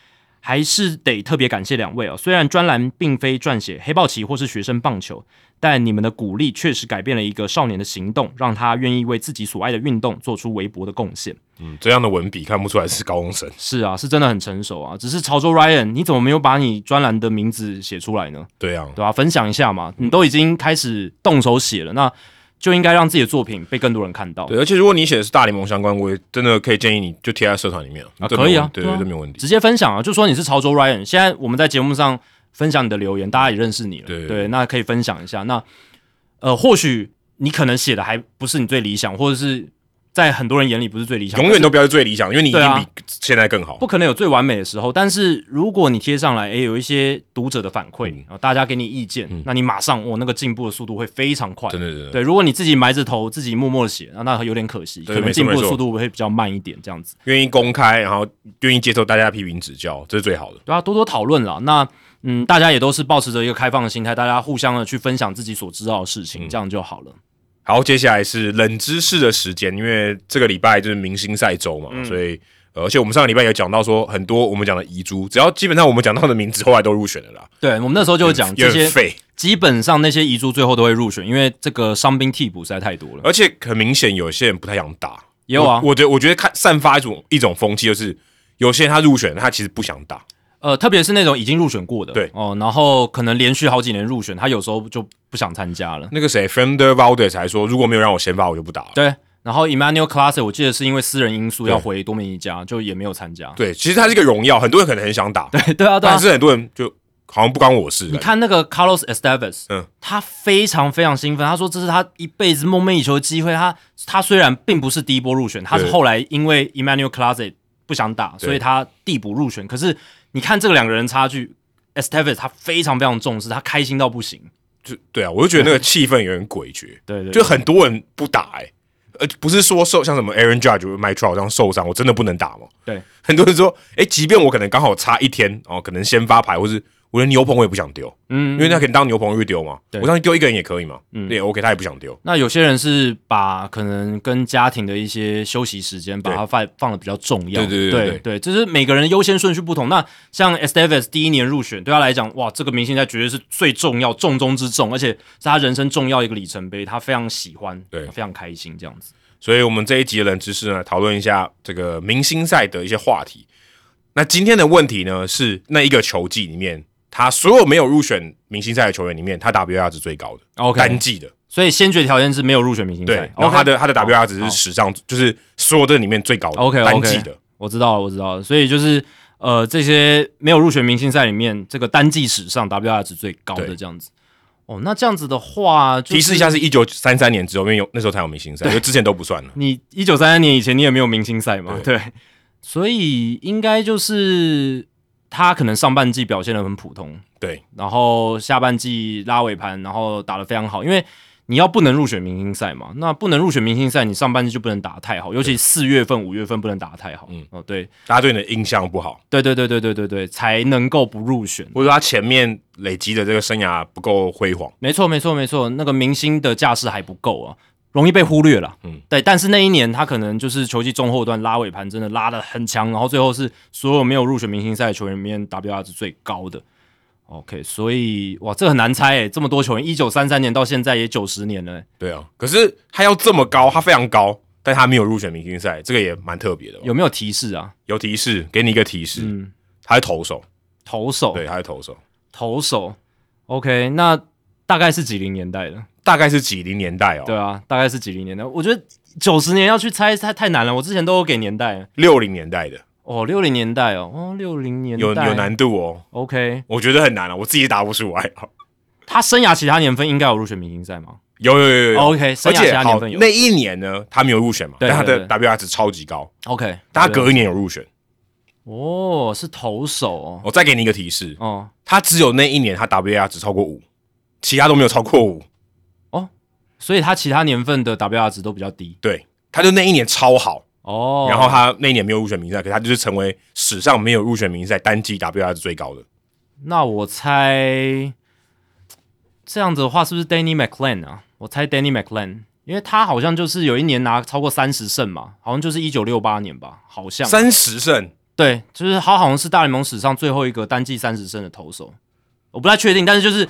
S2: 还是得特别感谢两位哦。虽然专栏并非撰写黑豹旗或是学生棒球，但你们的鼓励确实改变了一个少年的行动，让他愿意为自己所爱的运动做出微薄的贡献。
S1: 嗯，这样的文笔看不出来是高中生。
S2: 是啊，是真的很成熟啊。只是潮州 Ryan，你怎么没有把你专栏的名字写出来呢？
S1: 对啊，
S2: 对吧、分享一下嘛，你都已经开始动手写了，那就应该让自己的作品被更多人看到。
S1: 对，而且如果你写的是大联盟相关，我也真的可以建议你就贴在社团里面
S2: 啊
S1: 这没有
S2: 可以啊
S1: 对
S2: 对
S1: 对，
S2: 啊
S1: 这没有问题。
S2: 直接分享啊，就说你是潮州 Ryan。现在我们在节目上分享你的留言，大家也认识你了，
S1: 对
S2: 那可以分享一下。那呃，或许你可能写的还不是你最理想，或者是在很多人眼里不是最理想，
S1: 永远都不要是最理想，因为你已
S2: 对
S1: 经
S2: 啊
S1: 比现在更好
S2: 不。可能有最完美的时候。但是如果你贴上来，诶，有一些读者的反馈，
S1: 嗯
S2: 然后大家给你意见，那你马上，我、哦那个进步的速度会非常快。
S1: 真的真的，
S2: 对，如果你自己埋着头，自己默默的写，那那有点可惜，
S1: 对
S2: 可能
S1: 没错
S2: 进步
S1: 没
S2: 的
S1: 错
S2: 速度会比较慢一点，这样子。
S1: 愿意公开，然后愿意接受大家的批评指教，这是最好的。
S2: 对啊，多多讨论啦。那嗯，大家也都是保持着一个开放的心态，大家互相的去分享自己所知道的事情，
S1: 嗯
S2: 这样就好了。
S1: 好，接下来是冷知识的时间，因为这个礼拜就是明星赛周
S2: 嗯
S1: 嘛，所以、呃而且我们上个礼拜也讲到说，很多我们讲的遗珠，只要基本上我们讲到的名字，后来都入选了啦，
S2: 对，我们那时候就有讲
S1: 嗯也
S2: 嗯这些
S1: 很，废。
S2: 基本上那些遗珠最后都会入选，因为这个伤兵替补实在太多了。
S1: 而且很明显，有些人不太想打。
S2: 也嗯有啊
S1: 我，我觉得我觉得看散发一种一种风气，就是有些人他入选，他其实不想打。
S2: 呃，特别是那种已经入选过的，
S1: 对
S2: 哦，然后可能连续好几年入选，他有时候就不想参加了。
S1: 那个谁 f e n d e r Valdez 还说，如果没有让我先发，我就不打了。
S2: 对，然后 Emmanuel Class，我记得是因为私人因素
S1: 对
S2: 要回多米尼加，就也没有参加。
S1: 对，其实他是一个荣耀，很多人可能很想打，
S2: <laughs> 对啊，对啊
S1: 但。是很多人就好像不关我事。
S2: 你看那个 Carlos Estevez，
S1: 嗯
S2: 他非常非常兴奋，他说这是他一辈子梦寐以求的机会。他他虽然并不是第一波入选，他是后来因为 Emmanuel Clase 不想打，所以他递补入选。可是你看这两个人差距，Estevez 他非常非常重视，他开心到不行。
S1: 就对啊，我就觉得那个气氛有点诡谲，
S2: 对 <laughs> 对
S1: 就很多人不打哎、呃，不是说受像什么 Aaron Judge、Mike Trout 这样受伤，我真的不能打吗？
S2: 对，
S1: 很多人说，哎、即便我可能刚好差一天哦，可能先发牌，或是我连牛棚我也不想丢，因
S2: 嗯，
S1: 为他可以当牛棚去丢嘛，
S2: 对
S1: 我上去丢一个人也可以嘛，
S2: 嗯
S1: 也 OK，他也不想丢，
S2: 那有些人是把可能跟家庭的一些休息时间，把它放放的比较重要。
S1: 对对对
S2: 对
S1: 对
S2: 对，就是每个人的优先顺序不同。那像 Estevez 第一年入选，对他来讲，哇，这个明星赛绝对是最重要、重中之重，而且是他人生重要一个里程碑，他非常喜欢，
S1: 对
S2: 非常开心这样子。
S1: 所以我们这一集的冷知识呢，讨论一下这个明星赛的一些话题。那今天的问题呢，是那一个球季里面，他所有没有入选明星赛的球员里面，他 WR 值最高的
S2: OK
S1: 单季的。
S2: 所以先决条件是没有入选明星赛
S1: 对，，然后
S2: OK
S1: 他的他的 WR 值
S2: 好
S1: 是史上就是所有的里面最高的
S2: OK，OK
S1: 单季的，
S2: 我知道了，我知道了。所以就是呃，这些没有入选明星赛里面，这个单季史上 WR 值最高的
S1: 对
S2: 这样子。哦，那这样子的话，就是
S1: 提示一下是一九三三年之后，因为有那时候才有明星赛，就之前都不算了。
S2: 你一九三三年以前你也没有明星赛嘛，对
S1: 对
S2: 所以应该就是他可能上半季表现的很普通，
S1: 对，
S2: 然后下半季拉尾盘，然后打得非常好，因为你要不能入选明星赛嘛，那不能入选明星赛，你上半季就不能打得太好，尤其四月份、五月份不能打得太好，嗯
S1: 嗯，
S2: 哦，对，
S1: 大家对你的印象不好，
S2: 对对对对对对对，才能够不入选。
S1: 或者说他前面累积的这个生涯不够辉煌。
S2: 没错，没错，没错，那个明星的架势还不够啊，容易被忽略了。嗯
S1: 嗯，
S2: 对，但是那一年他可能就是球季中后段拉尾盘，真的拉的很强，然后最后是所有没有入选明星赛的球员里面 WR 值最高的。OK，所以哇，这很难猜诶，这么多球员，一九三三年到现在也九十年了欸，
S1: 对啊，可是他要这么高，他非常高，但他没有入选明星赛，这个也蛮特别的吧。
S2: 有没有提示啊？
S1: 有提示，给你一个提示，
S2: 嗯，哦
S1: 他是投手，
S2: 投手，
S1: 对，他是投手，
S2: 投手。OK，那大概是几零年代的？
S1: 大概是几零年代
S2: 对
S1: 哦，
S2: 啊，大概是几零年代？我觉得九十年要去猜太太难了，我之前都有给年代了。
S1: 六零年代的，
S2: 哦，六零年代哦，哦，六零年代
S1: 有有难度哦，
S2: OK，
S1: 我觉得很难啊，我自己答不出来。哦
S2: 他生涯其他年份应该有入选明星赛吗
S1: <laughs> 有有有有有
S2: 哦 OK，生
S1: 而
S2: 涯其
S1: 且
S2: 他
S1: 好
S2: 年份有
S1: 那一年呢，他没有入选嘛，
S2: 对
S1: 但他
S2: 对
S1: 的 WR 值超级高，
S2: ？OK，
S1: 但他
S2: 对
S1: 隔一年有入选。
S2: 哦是投手哦，
S1: 我再给你一个提示，
S2: 哦
S1: 他只有那一年他 WR 值超过五，其他都没有超过五。
S2: 所以他其他年份的 WR 值都比较低
S1: 对，他就那一年超好，
S2: 哦。
S1: 然后他那一年没有入选明星赛，可他就是成为史上没有入选明星赛单季 WR 值最高的。
S2: 那我猜这样子的话，是不是 Danny McLean 啊？我猜 Danny McLean，因为他好像就是有一年拿超过三十胜嘛，好像就是一九六八年吧，好像
S1: 三十胜，
S2: 对，就是他好像是大联盟史上最后一个单季三十胜的投手，我不太确定，但是就是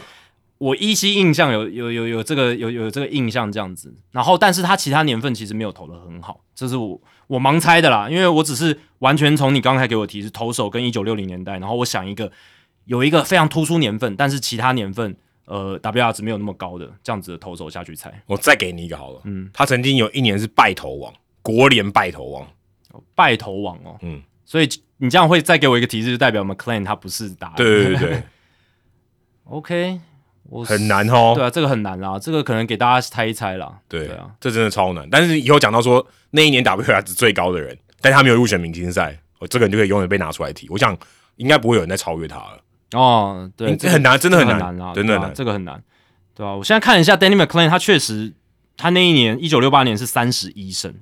S2: 我依稀印象有有有有这个有有这个印象这样子。然后，但是他其他年份其实没有投的很好，这是我我盲猜的啦，因为我只是完全从你刚才给我提示投手跟一九六零年代，然后我想一个有一个非常突出年份，但是其他年份呃 WR 值没有那么高的这样子的投手下去猜。
S1: 我再给你一个好了，嗯，他曾经有一年是败头王，国联败头王，
S2: 拜头王哦，
S1: 嗯
S2: 嗯，所以你这样会再给我一个提示，就代表 McLean 他不是打
S1: 对对
S2: <laughs>
S1: 对
S2: OK，我
S1: 对，
S2: 是
S1: 很难哦
S2: 对，啊，这个很难啦，这个可能给大家猜一猜啦，
S1: 对
S2: 啊，，
S1: 这真的超难。但是以后讲到说那一年 WR 值最高的人，但他没有入选明星赛，我这个人就可以永远被拿出来提。我想应该不会有人再超越他了，
S2: 哦，对，
S1: 嗯
S2: 这个
S1: 很难，真的
S2: 这
S1: 很
S2: 个
S1: 难，
S2: 很难啦，
S1: 真的
S2: 对
S1: 很
S2: 啊
S1: 难。
S2: 这个很难，对啊，我现在看一下 Danny McLean，他确实他那一年一九六八年是三十一胜，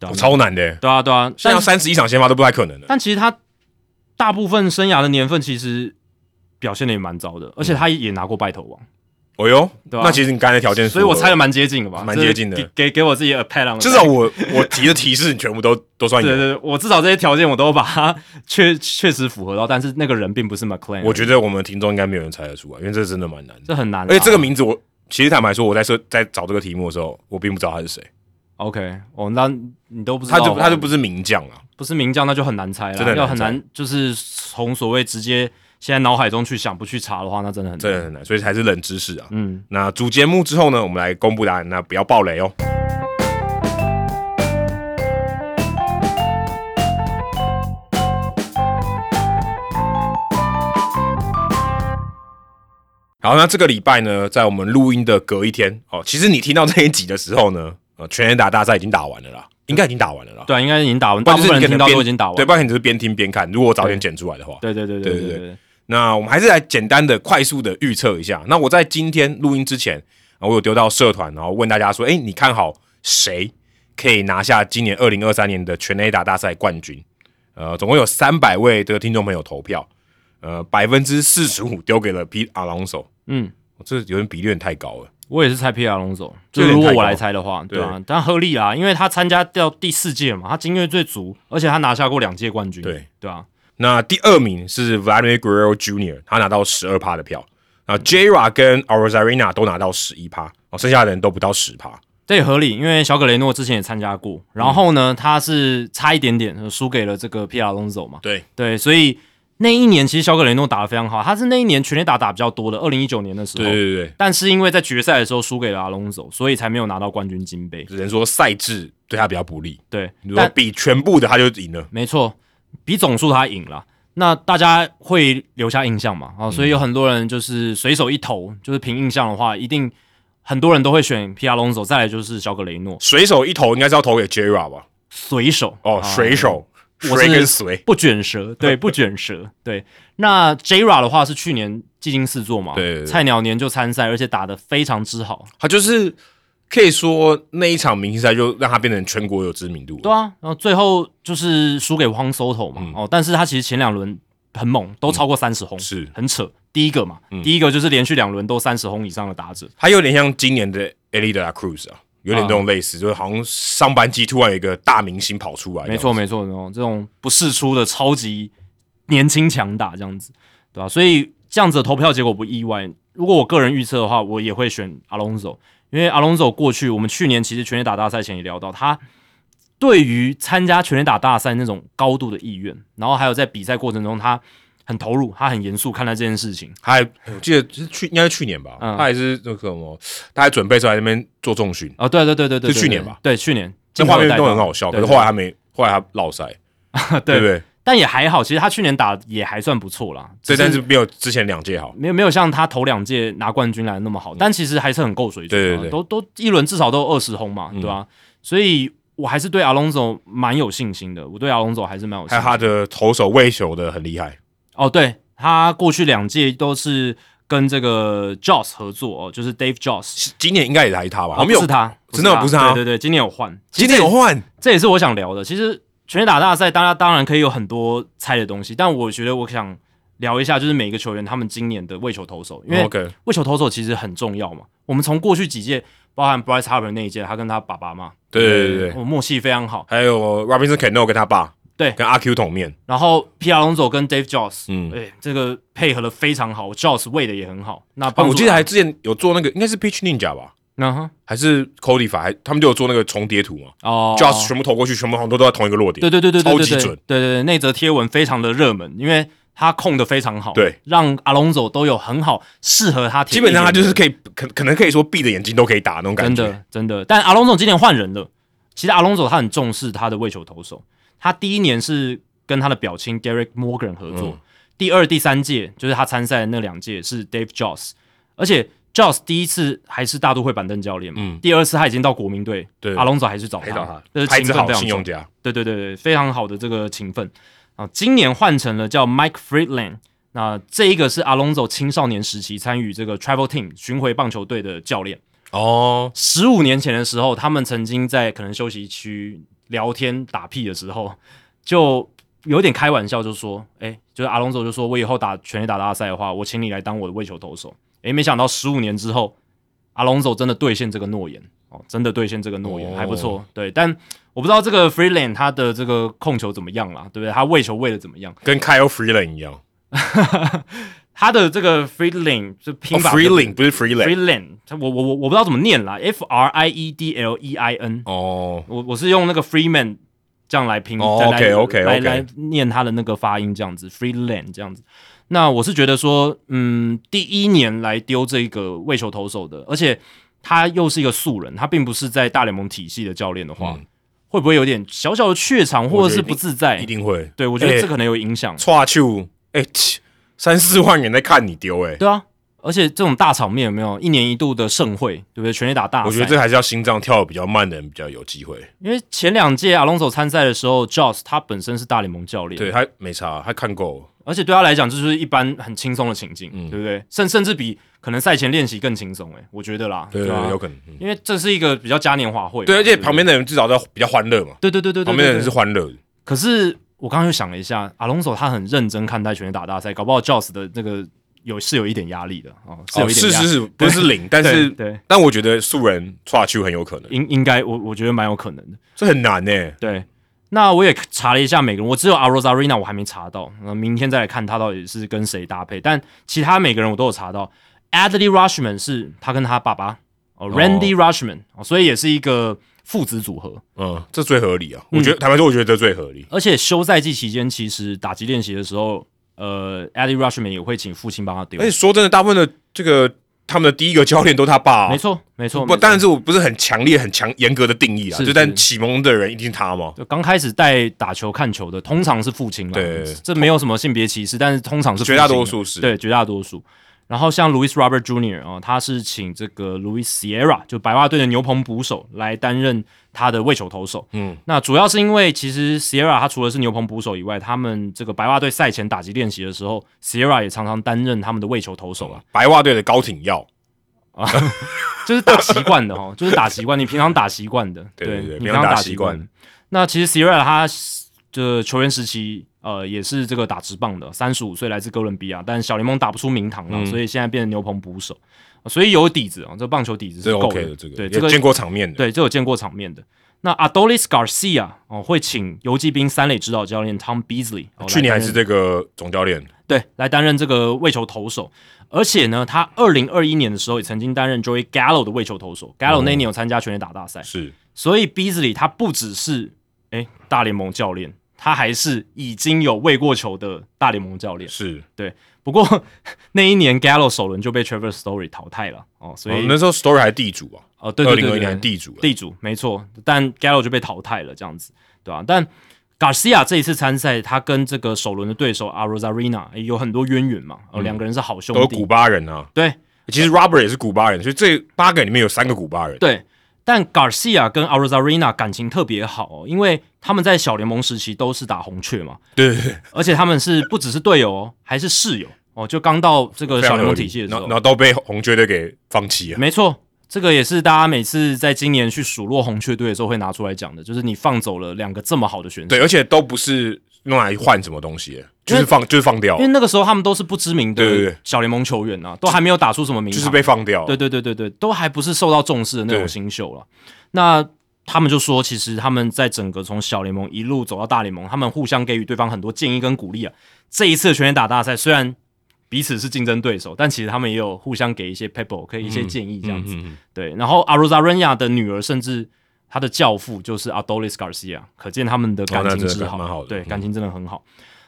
S2: 对啊
S1: 我，超难的，
S2: 对啊对啊，
S1: 像
S2: 但
S1: 三十一场先发都不太可能了。
S2: 但其实他大部分生涯的年份其实表现的也蛮糟的，而且他也拿过拜头王。
S1: 哦哟，
S2: 对啊
S1: 那其实你刚才的嗯条件，
S2: 所以我猜的。蛮接近的吧，
S1: 蛮接近的
S2: 这是给给给我自己 a pat on，
S1: 至少我我提的提示，你全部都都算
S2: 对对
S1: 有。
S2: 对，我至少这些条件我都把它 <laughs> 确确实符合到，但是那个人并不是啊 McLean，
S1: 我觉得我们听众应该没有人猜得出来，因为这真的蛮难的。
S2: 这很难啊，
S1: 而且这个名字我，其实坦白说，我在设在找这个题目的时候，我并不知道他是谁，
S2: OK，哦，那你都不知道嗯
S1: 他
S2: 的
S1: 就
S2: 话，
S1: 他就不是名将啊。
S2: 不是名将，那就很难猜
S1: 真的
S2: 了，
S1: 很
S2: 要
S1: 难
S2: 很难，就是从所谓直接现在脑海中去想不去查的话，那真的很
S1: 这
S2: 难。
S1: 个很难，所以才是冷知识啊。
S2: 嗯，
S1: 那主节目之后呢，我们来公布答案，那不要爆雷哦。好，那这个礼拜呢，在我们录音的隔一天哦，其实你听到这一集的时候呢，呃，全垒打大赛已经打完了啦，应该已经打完了啦。
S2: 对啊，应该已经打完，
S1: 不
S2: 大
S1: 然就
S2: 部
S1: 是
S2: 分
S1: 你
S2: 人
S1: 可能
S2: 听到
S1: 边
S2: 都已经打完。
S1: 对，不然你只是边听边看。如果我早点剪出来的话，
S2: 对对对对
S1: 对
S2: 对
S1: 对
S2: 对，
S1: 那我们还是来简单的、快速的预测一下。那我在今天录音之前，啊我有丢到社团，然后问大家说：“哎、你看好谁可以拿下今年二零二三年的全垒打大赛冠军？”呃，总共有三百位的听众朋友投票，呃，百分之四十五丢给了 Pete Alonso，
S2: 嗯，
S1: 这有点比例有点太高了。
S2: 我也是猜皮亚龙走，
S1: 这
S2: 就
S1: 有点
S2: 如果
S1: 太高
S2: 我来猜的话，
S1: 对
S2: 对啊，但合理啦，因为他参加掉第四届嘛，他经验最足，而且他拿下过两届冠军，
S1: 对
S2: 对啊，
S1: 那第二名是 Vladimir Guerrero Jr.，他拿到十二趴的票。啊 j r a 跟 a r o z a r e n a 都拿到十一趴，哦，剩下的人都不到十趴。
S2: 这也合理，因为小葛雷诺之前也参加过，然后呢，他是差一点点呃输给了这个皮亚龙走嘛，
S1: 对，
S2: 对，所以那一年其实小葛雷诺打得非常好，他是那一年全垒打打比较多的，二零一九年的时候。
S1: 对对对，
S2: 但是因为在决赛的时候输给了阿隆索，所以才没有拿到冠军金杯。
S1: 只能说赛制对他比较不利。
S2: 对
S1: 如，果
S2: 但
S1: 比全部的他就赢了，
S2: 没错，比总数他赢了。那大家会留下印象嘛？啊、所以有很多人就是随手一投，就是凭印象的话，一定很多人都会选皮亚隆索，再来就是小葛雷诺
S1: 水手一投应该是要投给 Jera 吧？
S2: 随手
S1: 哦，
S2: 啊
S1: 水手，
S2: 我
S1: 水
S2: 是
S1: 跟随，
S2: 不
S1: <laughs>
S2: 卷舌，对，不卷舌，对。那 Jira 的话是去年技惊四座嘛，
S1: 对对对
S2: 菜鸟年就参赛，而且打得非常之好，
S1: 他就是可以说那一场明星赛就让他变成全国有知名度。
S2: 对啊。然后最后就是输给荒 Soto 嘛，
S1: 嗯
S2: 哦，但是他其实前两轮很猛，都超过三十轰，
S1: 是嗯
S2: 很扯。第一个嘛，第一个就是连续两轮都三十轰以上的打者，
S1: 他有点像今年的 Elida Cruz 啊，有点这种类似，就是好像上班机突然有一个大明星跑出来。
S2: 没错，没错，没错，这种不世出的超级年轻强打这样子，对吧、所以这样子的投票结果不意外。如果我个人预测的话，我也会选阿隆索，因为阿隆索过去我们去年其实全垒打大赛前也聊到，他对于参加全垒打大赛那种高度的意愿，然后还有在比赛过程中他很投入，他很严肃看待这件事情。
S1: 他还我记得是去应该是去年吧，
S2: 嗯
S1: 他还是那个什么，他还准备出来那边做重训，
S2: 哦，对对对对对，
S1: 是去年吧？
S2: 对，去年
S1: 啊这画面都很好笑。可
S2: 对
S1: 是后来他没，后来他落赛，对
S2: 啊对
S1: 不对？
S2: 但也还好，其实他去年打得也还算不错啦，
S1: 这
S2: 只
S1: 但是没有之前两届好。
S2: 没有没有像他头两届拿冠军来的那么好，但其实还是很够水准、啊，
S1: 嗯对嗯对对
S2: 都都一轮至少都有二十轰嘛，对吧、所以我还是对阿隆索蛮有信心的，我对阿隆索还是蛮有
S1: 还
S2: 信
S1: 有
S2: 心
S1: 他的投手喂球的很厉害，
S2: 哦，对他过去两届都是跟这个 Joss 合作哦，就是 Dave Joss，
S1: 今年应该也还是他吧？
S2: 哦
S1: 没有
S2: 不是，他，
S1: 真的不是他
S2: 对对对，今年有换，
S1: 今年有换，
S2: 这也是我想聊的。其实全垒打大赛，大家当然可以有很多猜的东西，但我觉得我想聊一下，就是每一个球员他们今年的为球投手，因为
S1: 哦 OK
S2: 为球投手其实很重要嘛。我们从过去几届，包含 Bryce Harper 那一届，他跟他爸爸嘛，
S1: 对对对对
S2: 哦默契非常好。
S1: 还有 Robinson Cano 跟他爸，
S2: 对
S1: 跟阿 Q 桶面，
S2: 然后皮亚龙佐跟 Dave Joss，
S1: 嗯
S2: 嗯，对，这个配合的非常好，Joss 喂的也很好。那
S1: 哦，
S2: 帮助
S1: 我记得还之前有做那个，应该是 Pitch Ninja 吧，
S2: 嗯哼
S1: 还是 Codify，还他们就有做那个重叠图嘛、
S2: 哦
S1: j u s t 全部投过去，全部好像都在同一个落点，
S2: 对对对对对
S1: 超
S2: 对
S1: 级
S2: 对
S1: 准，
S2: 对对对，那则贴文非常的热门，因为他控的非常好，
S1: 对，
S2: 让阿隆佐都有很好适合他贴
S1: 基
S2: 一点的。
S1: 本上他就是可以可可能可以说闭着眼睛都可以打那种感
S2: 真
S1: 觉，
S2: 的真的，但阿隆佐今年换人了。其实阿隆佐他很重视他的为球投手，他第一年是跟他的表亲 Derek Morgan 合作，
S1: 嗯
S2: 第二、第三届就是他参赛的那两届是 Dave Joss，而且 Joss 第一次还是大都会板凳教练嘛，
S1: 嗯
S2: 第二次他已经到国民队，
S1: 对
S2: 阿隆佐还是找
S1: 可以打他，
S2: 这是
S1: 啊拍
S2: 情
S1: 子
S2: 分
S1: 好，
S2: 非常
S1: 信用
S2: 重，
S1: 家，
S2: 对对对对，非常好的这个情分啊。今年换成了叫 Mike Friedland，那这一个是阿隆佐青少年时期参与这个 Travel Team 巡回棒球队的教练。
S1: 哦，
S2: 十五年前的时候，他们曾经在可能休息区聊天打屁的时候，就有点开玩笑，就说：“哎、就是阿隆佐就说，我以后打全垒打大赛的话，我请你来当我的为球投手。哎，没想到十五年之后，阿隆佐真的兑现这个诺言哦，真的兑现这个诺言，
S1: 哦
S2: 还不错。对，但我不知道这个 Freeland 他的这个控球怎么样啦，对不对？他喂球喂的怎么样？ <laughs>
S1: 跟 Kyle Freeland 一样，
S2: 他的这个 Freeland 就拼
S1: 哦
S2: 法、
S1: Freeland 不是 Freeland，
S2: Freeland，他我我我我不知道怎么念啦，F R I E D L E I N。
S1: 哦，
S2: 我我是用那个 Freeman 这样来拼，
S1: 哦
S2: 再来
S1: OK，OK，OK
S2: 来来念他的那个发音这样子，Freeland 这样子。那我是觉得说，嗯，第一年来丢这个为球投手的，而且他又是一个素人，他并不是在大联盟体系的教练的话，
S1: 嗯
S2: 会不会有点小小的怯场或者是不自在
S1: 一？定会，
S2: 对，我觉得
S1: 哎
S2: 这可能有影响。
S1: 跨球，哎、切三四万人在看你丢，哎，
S2: 对啊，而且这种大场面有没有一年一度的盛会，对不对？全力打大赛，
S1: 我觉得这还是要心脏跳的比较慢的人比较有机会，
S2: 因为前两届阿隆索参赛的时候，Joss 他本身是大联盟教练，
S1: 对他没差，他看够了，
S2: 而且对他来讲，就是一般很轻松的情境，
S1: 嗯
S2: 对不对？甚甚至比可能赛前练习更轻松，哎，我觉得啦，
S1: 对
S2: 啊
S1: 有可能，嗯
S2: 因为这是一个比较嘉年华会嘛，
S1: 对，而且
S2: 不
S1: 旁边的人至少在比较欢乐嘛，
S2: 对对啊对对对，
S1: 旁边的
S2: 对
S1: 人是，欢乐的，
S2: 可是我刚刚又想了一下，阿隆索他很认真看待全垒打大赛，搞不好 Joss 的那个有是有一点压力的哦，是有
S1: 哦，
S2: 一点
S1: 是
S2: 压力，
S1: 是是，不是零，但
S2: <laughs> 对
S1: 是
S2: 对，
S1: 但我觉得素人跨球很有可能，
S2: 应应该我我觉得蛮有可能的。
S1: 这很难哎呢、
S2: 对，那我也查了一下每个人，我只有 a r o z a r e n a 我还没查到，那明天再来看他到底是跟谁搭配。但其他每个人我都有查到，Adley Rushman 是他跟他爸爸哦，Randy Rushman，、哦、所以也是一个父子组合。
S1: 嗯，这最合理啊，我觉得、坦白说，我觉得这最合理，
S2: 而且休赛季期间，其实打击练习的时候，呃，Adley Rushman 也会请父亲帮他丢
S1: 而且。哎说真的，大部分的这个他们的第一个教练都他爸、啊，
S2: 没错，没错，
S1: 不，
S2: 没错
S1: 当然是我不是很强烈、很强严格的定义啊，
S2: 是
S1: 就但
S2: 是
S1: 启蒙的人一定是他嘛，
S2: 就刚开始带打球看球的，通常是父亲啦。
S1: 对
S2: 这没有什么性别歧视，但是通常是父亲啊
S1: 绝大多数是
S2: 对绝大多数。然后像 Louis Robert Jr. 哦，他是请这个 Louis Sierra 就白袜队的牛棚捕手来担任他的为球投手。
S1: 嗯，
S2: 那主要是因为其实 Sierra 他除了是牛棚捕手以外，他们这个白袜队赛前打击练习的时候，Sierra 也常常担任他们的为球投手啊，
S1: 白袜队的高挺耀，
S2: 就是打习惯的哦，就是打习惯，你平常打习惯的，
S1: <laughs> 对对对平
S2: 你平
S1: 常
S2: 常
S1: 打
S2: 打
S1: 习惯
S2: 的。那其实 Sierra 他就是球员时期，呃，也是这个打直棒的，三十五岁来自哥伦比亚，但小联盟打不出名堂了，
S1: 嗯
S2: 所以现在变成牛棚捕手，所以有底子啊、哦，这棒球底子
S1: 这
S2: 是够
S1: OK 的，这个
S2: 对
S1: 也
S2: 这个
S1: 见过场面的，
S2: 对，这有见过场面的。那 Adolis Garcia 哦，会请游击兵三垒指导教练 Tom Beasley，、哦、
S1: 去年还是这
S2: 这
S1: 个总教练，
S2: 对来担任这个为球投手，而且呢，他二零二一年的时候也曾经担任 Joey Gallo 的为球投手，Gallo
S1: 哦
S2: 那一年有参加全垒打大赛，
S1: 是
S2: 所以 Beasley 他不只是诶大联盟教练，他还是已经有喂过球的大联盟教练。
S1: 是，
S2: 不过 <laughs> 那一年 Gallo 首轮就被 Trevor Story 淘汰了哦，所
S1: 哦
S2: 以、
S1: 那时候 Story 还地主啊，
S2: 哦对
S1: 二
S2: 对
S1: 零
S2: 对
S1: 二
S2: 对
S1: 一年还
S2: 对，
S1: 地主，啊
S2: 地主没错，但 Gallo 就被淘汰了这样子，对吧、但 Garcia 这一次参赛，他跟这个首轮的对手 a r o z a r e n a 有很多渊源嘛，哦、两个人是好兄
S1: 嗯都是
S2: 弟
S1: 古，巴人啊，
S2: 对
S1: 其实 Robert 也是古巴人，所以这八个里面有三个古巴人，
S2: 对。但 Garcia 跟 a r o z a r e n a 感情特别好、哦，因为他们在小联盟时期都是打红雀嘛，
S1: 对对对，
S2: 而且他们是不只是队友哦，还是室友哦，就刚到这个
S1: 非
S2: 小
S1: 常
S2: 联
S1: 合
S2: 盟体
S1: 理
S2: 系，的时
S1: 然后
S2: 候
S1: 然，后都被红雀队给放弃了，
S2: 没错，这个也是大家每次在今年去数落红雀队的时候会拿出来讲的，就是你放走了两个这么好的选手，
S1: 对，而且都不是用来换什么东西的，就
S2: 因
S1: 是
S2: 为
S1: 放就是放掉
S2: 因为，那个时候他们都是不知名
S1: 对对对
S2: 的小联盟球员啊，都还没有打出什么名
S1: 就
S2: 堂，
S1: 是被放掉，
S2: 对对对对对，都还不是受到重视的那
S1: 对
S2: 种新秀了。那他们就说，其实他们在整个从小联盟一路走到大联盟，他们互相给予对方很多建议跟鼓励啊。这一次的全垒打大赛虽然彼此是竞争对手，但其实他们也有互相给一些 pebble，可以一些建议这样子。
S1: 嗯嗯嗯
S2: 对，然后阿罗扎瑞亚的女儿，甚至她的教父就是阿多 o l i s Garcia，可见他们的感情
S1: 哦
S2: 之好，
S1: 那真的蛮好的
S2: 对，
S1: 嗯
S2: 感情真的很好。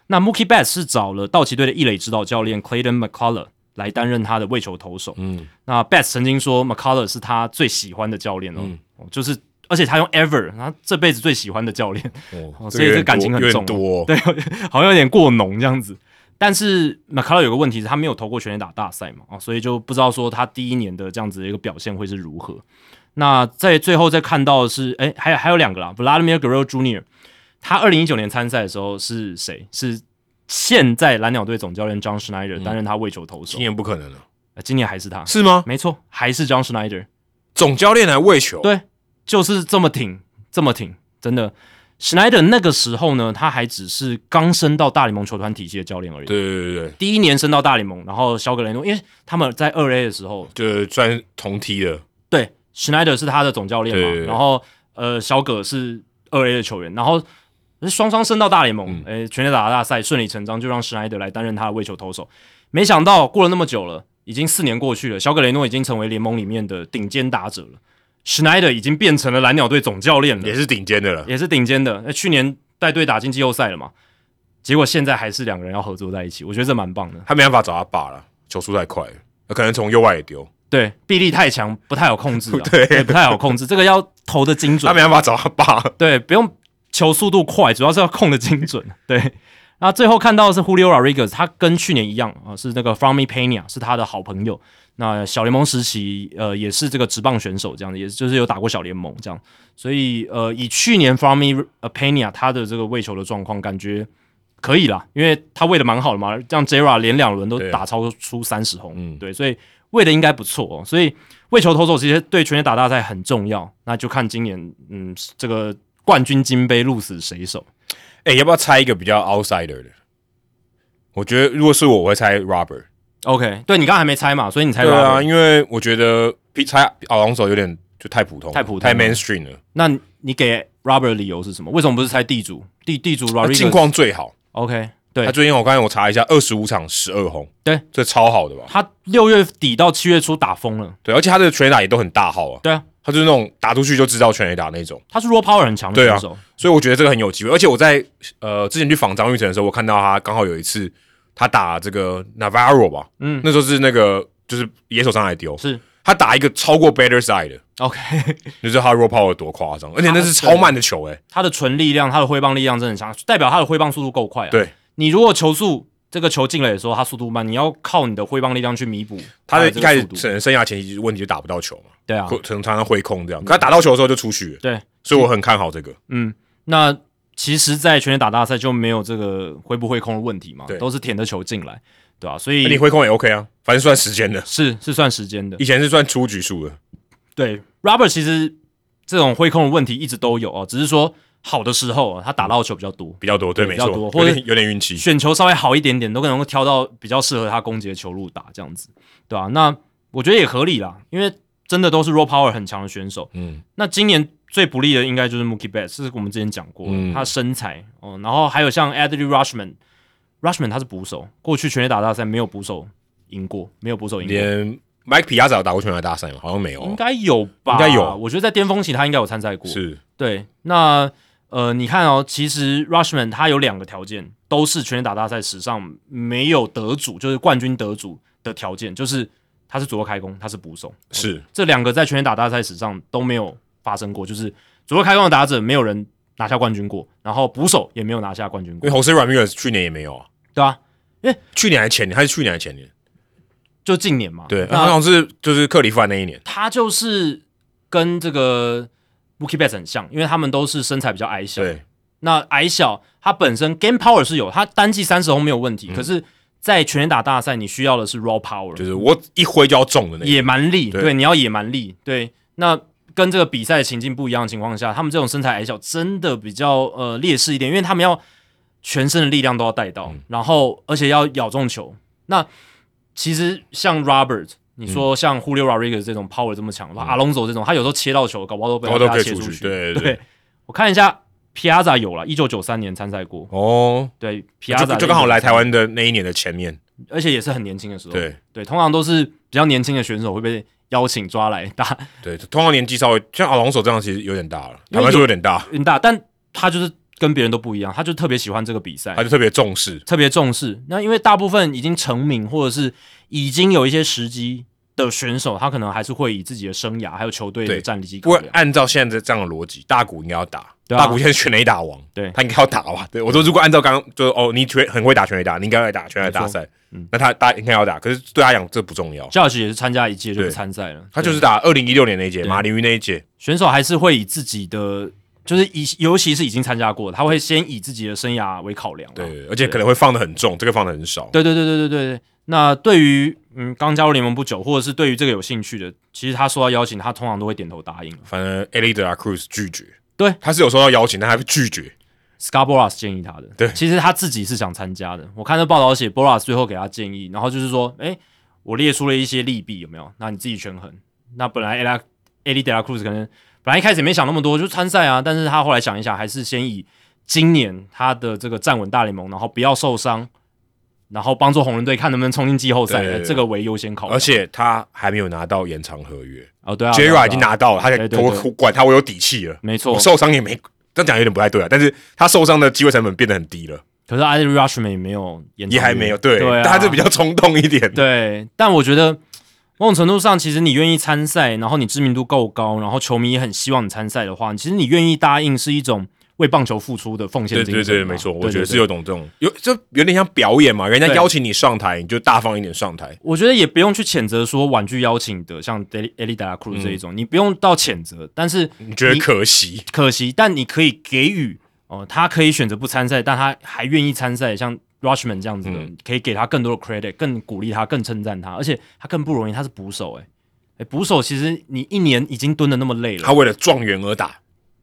S2: 那 Mookie Betts 是找了道奇队的一垒指导教练 Clayton McCullough 来担任他的为球投手。
S1: 嗯
S2: 那 Betts 曾经说 McCullough 是他最喜欢的教练哦，
S1: 嗯
S2: 哦就是而且他用 ever，他这辈子最喜欢的教练，
S1: 哦
S2: 哦所以这感情很重
S1: 多，
S2: <laughs> 对，好像有点过浓这样子。但是 McCullough 有个问题是，他没有投过全垒打大赛嘛，啊，所以就不知道说他第一年的这样子的一个表现会是如何。那在最后再看到的是，哎、还有还有两个啦，Vladimir Guerrero Jr. 他二零一九年参赛的时候是谁？是现在蓝鸟队总教练 John Schneider 担任他为球投手
S1: 今，年不可能了，
S2: 呃今年还是他，
S1: 是吗？
S2: 没错，还是 John Schneider。
S1: 总教练来喂球，
S2: 对，就是这么挺，这么挺，真的。Schneider 那个时候呢，他还只是刚升到大联盟球团体系的教练而已。
S1: 对对对对，
S2: 第一年升到大联盟，然后肖格雷诺，因为他们在二 A 的时候，
S1: 就是算是同梯的，
S2: 对，Schneider 是他的总教练嘛
S1: 对对，对
S2: 然后呃，小葛是二 A 的球员，然后双双升到大联
S1: 嗯
S2: 盟，呃、全垒打大赛顺理成章就让 Schneider 来担任他的为球投手。没想到过了那么久了，已经四年过去了，小葛雷诺已经成为联盟里面的顶尖打者了，Schneider 已经变成了蓝鸟队总教练了，
S1: 也是顶尖的了。
S2: 也是顶尖的。那去年带队打进季后赛了嘛，结果现在还是两个人要合作在一起，我觉得这蛮棒的。
S1: 他没办法找他爸了，球速太快了，可能从右外野丢，
S2: 对，臂力太强，不太好控制、啊，对不太好控制，这个要投的精准
S1: 他。没办法找他爸。 <laughs>
S2: 对，不用球速度快，主要是要控的精准。对，那最后看到的是 Julio Rodriguez，他跟去年一样啊、呃是那个 f r o m i Pena 是他的好朋友。那小联盟时期，呃，也是这个职棒选手这样的，也就是有打过小联盟这样。所以，呃，以去年 f r o m i Pena 他的这个喂球的状况，感觉可以啦，因为他喂的蛮好的嘛，让 Jera 连两轮都
S1: 对啊
S2: 打超出三十红，
S1: 嗯
S2: 对，所以喂的应该不错哦。所以为球投手其实对全垒打大赛很重要，那就看今年嗯这个冠军金杯鹿死谁手。
S1: 哎、要不要猜一个比较 outsider 的？我觉得如果是我，我会猜 Robert。
S2: OK，对你刚刚还没猜嘛，所以你猜
S1: 对啊，
S2: Robert
S1: 因为我觉得比猜奥朗手有点就太普通了，
S2: 太普通
S1: 太
S2: 了
S1: mainstream 了。
S2: 那你你给 Robert 的理由是什么？为什么不是猜地主地地主
S1: 他
S2: Rodriguez？
S1: 近况最好，
S2: OK，
S1: 他
S2: 哦对
S1: 最近我刚才我查一下，二十五场十二轰，
S2: 对，
S1: 这超好的吧？
S2: 他六月底到七月初打疯了，
S1: 对，而且他的全垒打也都很大号啊，
S2: 对啊，
S1: 他就是那种打出去就知道全垒打那种，
S2: 他是 raw power 很强的
S1: 对啊
S2: 选手，
S1: 所以我觉得这个很有机会。而且我在呃之前去访张玉成的时候，我看到他刚好有一次他打这个 Navarro 吧，
S2: 嗯
S1: 那时候是那个就是野手上来丢，
S2: 是
S1: 他打一个超过 Better Side 的，
S2: OK， <laughs>
S1: 就是他 raw power 多夸张，而且那是
S2: 啊
S1: 超慢的球、欸，哎，
S2: 他的纯力量，他的挥棒力量真的很强，代表他的挥棒速度够快啊。
S1: 对，
S2: 你如果球速这个球进来的时候，他速度慢，你要靠你的挥棒力量去弥补
S1: 他的
S2: 这
S1: 一
S2: 个
S1: 开
S2: 速
S1: 始
S2: 度
S1: 生生涯前期问题就打不到球嘛，
S2: 对啊嗯
S1: 会，常常挥空这样，可他打到球的时候就出去了，
S2: 对，
S1: 所以我很看好这个，
S2: 嗯，那其实，在全垒打大赛就没有这个挥不挥空的问题嘛
S1: 对，
S2: 都是舔着球进来，对啊吧、所
S1: 你
S2: 以
S1: 挥空也 OK 啊，反正算时间的，
S2: 是是算时间的。
S1: 以前是算出局数的，
S2: 对，Robert 其实这种挥空的问题一直都有哦，只是说好的时候、啊、他打到球比较多，
S1: 比较多，对，
S2: 对
S1: 没
S2: 比较
S1: 错，
S2: 多
S1: 有
S2: 或者
S1: 点有点运气，
S2: 选球稍微好一点点，都能够挑到比较适合他攻击的球路打这样子，对吧、那我觉得也合理啦，因为真的都是 raw power 很强的选手。
S1: 嗯，
S2: 那今年最不利的应该就是 Mookie Betts，这是我们之前讲过的，
S1: 嗯
S2: 他身材哦，然后还有像 Adley Rushman，Rushman 他是捕手，过去全垒打大赛没有捕手赢过，没有捕手赢过，
S1: 连 Mike p i a z a 打过全垒打大赛吗？好像没有
S2: 应
S1: 哦，
S2: 该哦有吧？
S1: 应该有
S2: 我觉得在巅峰期他应该有参赛过。
S1: 是
S2: 对，那呃，你看哦，其实 Rushman 他有两个条件，都是全垒打大赛史上没有得主，就是冠军得主的条件，就是他是左右开弓，他是捕手，
S1: 是，
S2: 这两个在全垒打大赛史上都没有发生过，就是左右开弓的打者没有人拿下冠军过，然后捕手也没有拿下冠军
S1: 因为
S2: 过，
S1: Jose Ramirez 去年也没有啊，
S2: 对啊，
S1: 去年还前年，还是去年还前年，
S2: 就近年嘛，
S1: 对，好
S2: 那
S1: 像是就是克里夫兰那一年，
S2: 他就是跟这个 Mookie Betts 很像，因为他们都是啊身材比较矮小，
S1: 对，
S2: 那矮小，他本身 game power 是有，他单季三十轰没有问题，可是，在全垒打大赛，你需要的是 raw power，
S1: 嗯就是我一挥就要中的那一
S2: 野蛮力，
S1: 对
S2: 对，你要野蛮力，对。那跟这个比赛情境不一样的情况下，他们这种身材矮小真的比较呃劣势一点，因为他们要全身的力
S1: 嗯
S2: 量都要带到，然后而且要咬中球。那其实像 Robert
S1: 嗯
S2: 你说像 Julio Rodriguez 这种 power 这么强，阿隆佐这种，他有时候切到球，搞不好都被
S1: 都
S2: 他
S1: 都
S2: 被他
S1: 可以
S2: 切
S1: 出去
S2: 去。
S1: 对对
S2: 对 <laughs>
S1: 对
S2: 我看一下 Piazza 有了，一九九三年参赛过，
S1: 哦，
S2: 对
S1: 就
S2: Piazza
S1: 就刚好来台，湾的那一年的前面，
S2: 而且也是很年轻的时候。
S1: 对
S2: 对，通常都是比较年轻的选手会被邀请抓来打
S1: 对，通常年纪稍微像阿隆索这样，其实有点大了，
S2: 因
S1: 坦
S2: 为
S1: 白说
S2: 有
S1: 有点大，
S2: 运大，但他就是跟别人都不一样，他就特别喜欢这个比赛
S1: 他，就特别重视，
S2: 特别重视。那因为大部分已经成名或者是已经有一些时机的选手，他可能还是会以自己的生涯还有球队
S1: 对
S2: 的战绩
S1: 不
S2: 考
S1: 过
S2: 量。
S1: 按照现在这样的逻辑，大谷应该要打，
S2: 对啊
S1: 大谷现在是全垒打王，
S2: 对
S1: 他应该要打吧？对我说，如果按照刚刚就是哦，你全很会打全垒打，你应该要来打全垒打赛，
S2: 嗯
S1: 那他大应该要打，可是对他讲这不重要，
S2: Judge 也是参加一届就
S1: 对
S2: 不参赛了，
S1: 他就是
S2: 对
S1: 打二零一六年那一届
S2: 对
S1: 马林鱼那一届，
S2: 选手还是会以自己的，就是以尤其是已经参加过的，他会先以自己的生涯为考量啊。
S1: 对，而且可能会放的很重，这个放的很少，
S2: 对对对对对对对。那对于嗯刚加入联盟不久，或者是对于这个有兴趣的，其实他收到邀请，他通常都会点头答应。
S1: 反正 e l i d a Cruz 拒绝，
S2: 对
S1: 他是有收到邀请，但他拒绝，
S2: Scarboroughs 建议他的，
S1: 对
S2: 其实他自己是想参加的。我看这报道写 b o r a s 最后给他建议，然后就是说，哎，我列出了一些利弊，有没有？那你自己权衡。那本来 Ela Eli De La Cruz 可能本来一开始也没想那么多，就参赛啊，但是他后来想一想，还是先以今年他的这个站稳大联盟，然后不要受伤，然后帮助红人队看能不能冲进季后赛
S1: 对对对
S2: 这个为优先考虑。
S1: 而且他还没有拿到延长合约
S2: 哦，对啊
S1: j
S2: 对
S1: e r a
S2: 啊对啊
S1: 已经拿到了，他
S2: 对对
S1: 我
S2: 对
S1: 管他，我有底气了，
S2: 没错
S1: 我，受伤也没。这样讲有点不太对啊，但是他受伤的机会成本变得很低了。
S2: 可是 i r i Rushman 也没有延长
S1: 也还没有，对，
S2: 对啊
S1: 但他就比较冲动一点，
S2: 对，但我觉得某种程度上，其实你愿意参赛，然后你知名度够高，然后球迷也很希望你参赛的话，其实你愿意答应是一种为棒球付出的奉献
S1: 对
S2: 精
S1: 对
S2: 神
S1: 对，
S2: 嘛。
S1: 没错，
S2: 对
S1: 我觉得
S2: 对
S1: 是有种这种有，就有点像表演嘛，人家
S2: 对
S1: 邀请你上台，你就大方一点上台，
S2: 我觉得也不用去谴责说婉拒邀请的，像 Eli d a Cruz 这一种，你不用到谴责，但是
S1: 嗯你觉得可惜？
S2: 可惜，但你可以给予哦、呃他可以选择不参赛，但他还愿意参赛，像 Rushman 这样子的，
S1: 嗯
S2: 可以给他更多的 credit，更鼓励他，更称赞他，而且他更不容易，他是捕手、欸，诶、捕手其实你一年已经蹲的那么累了
S1: 他，为了状元而打，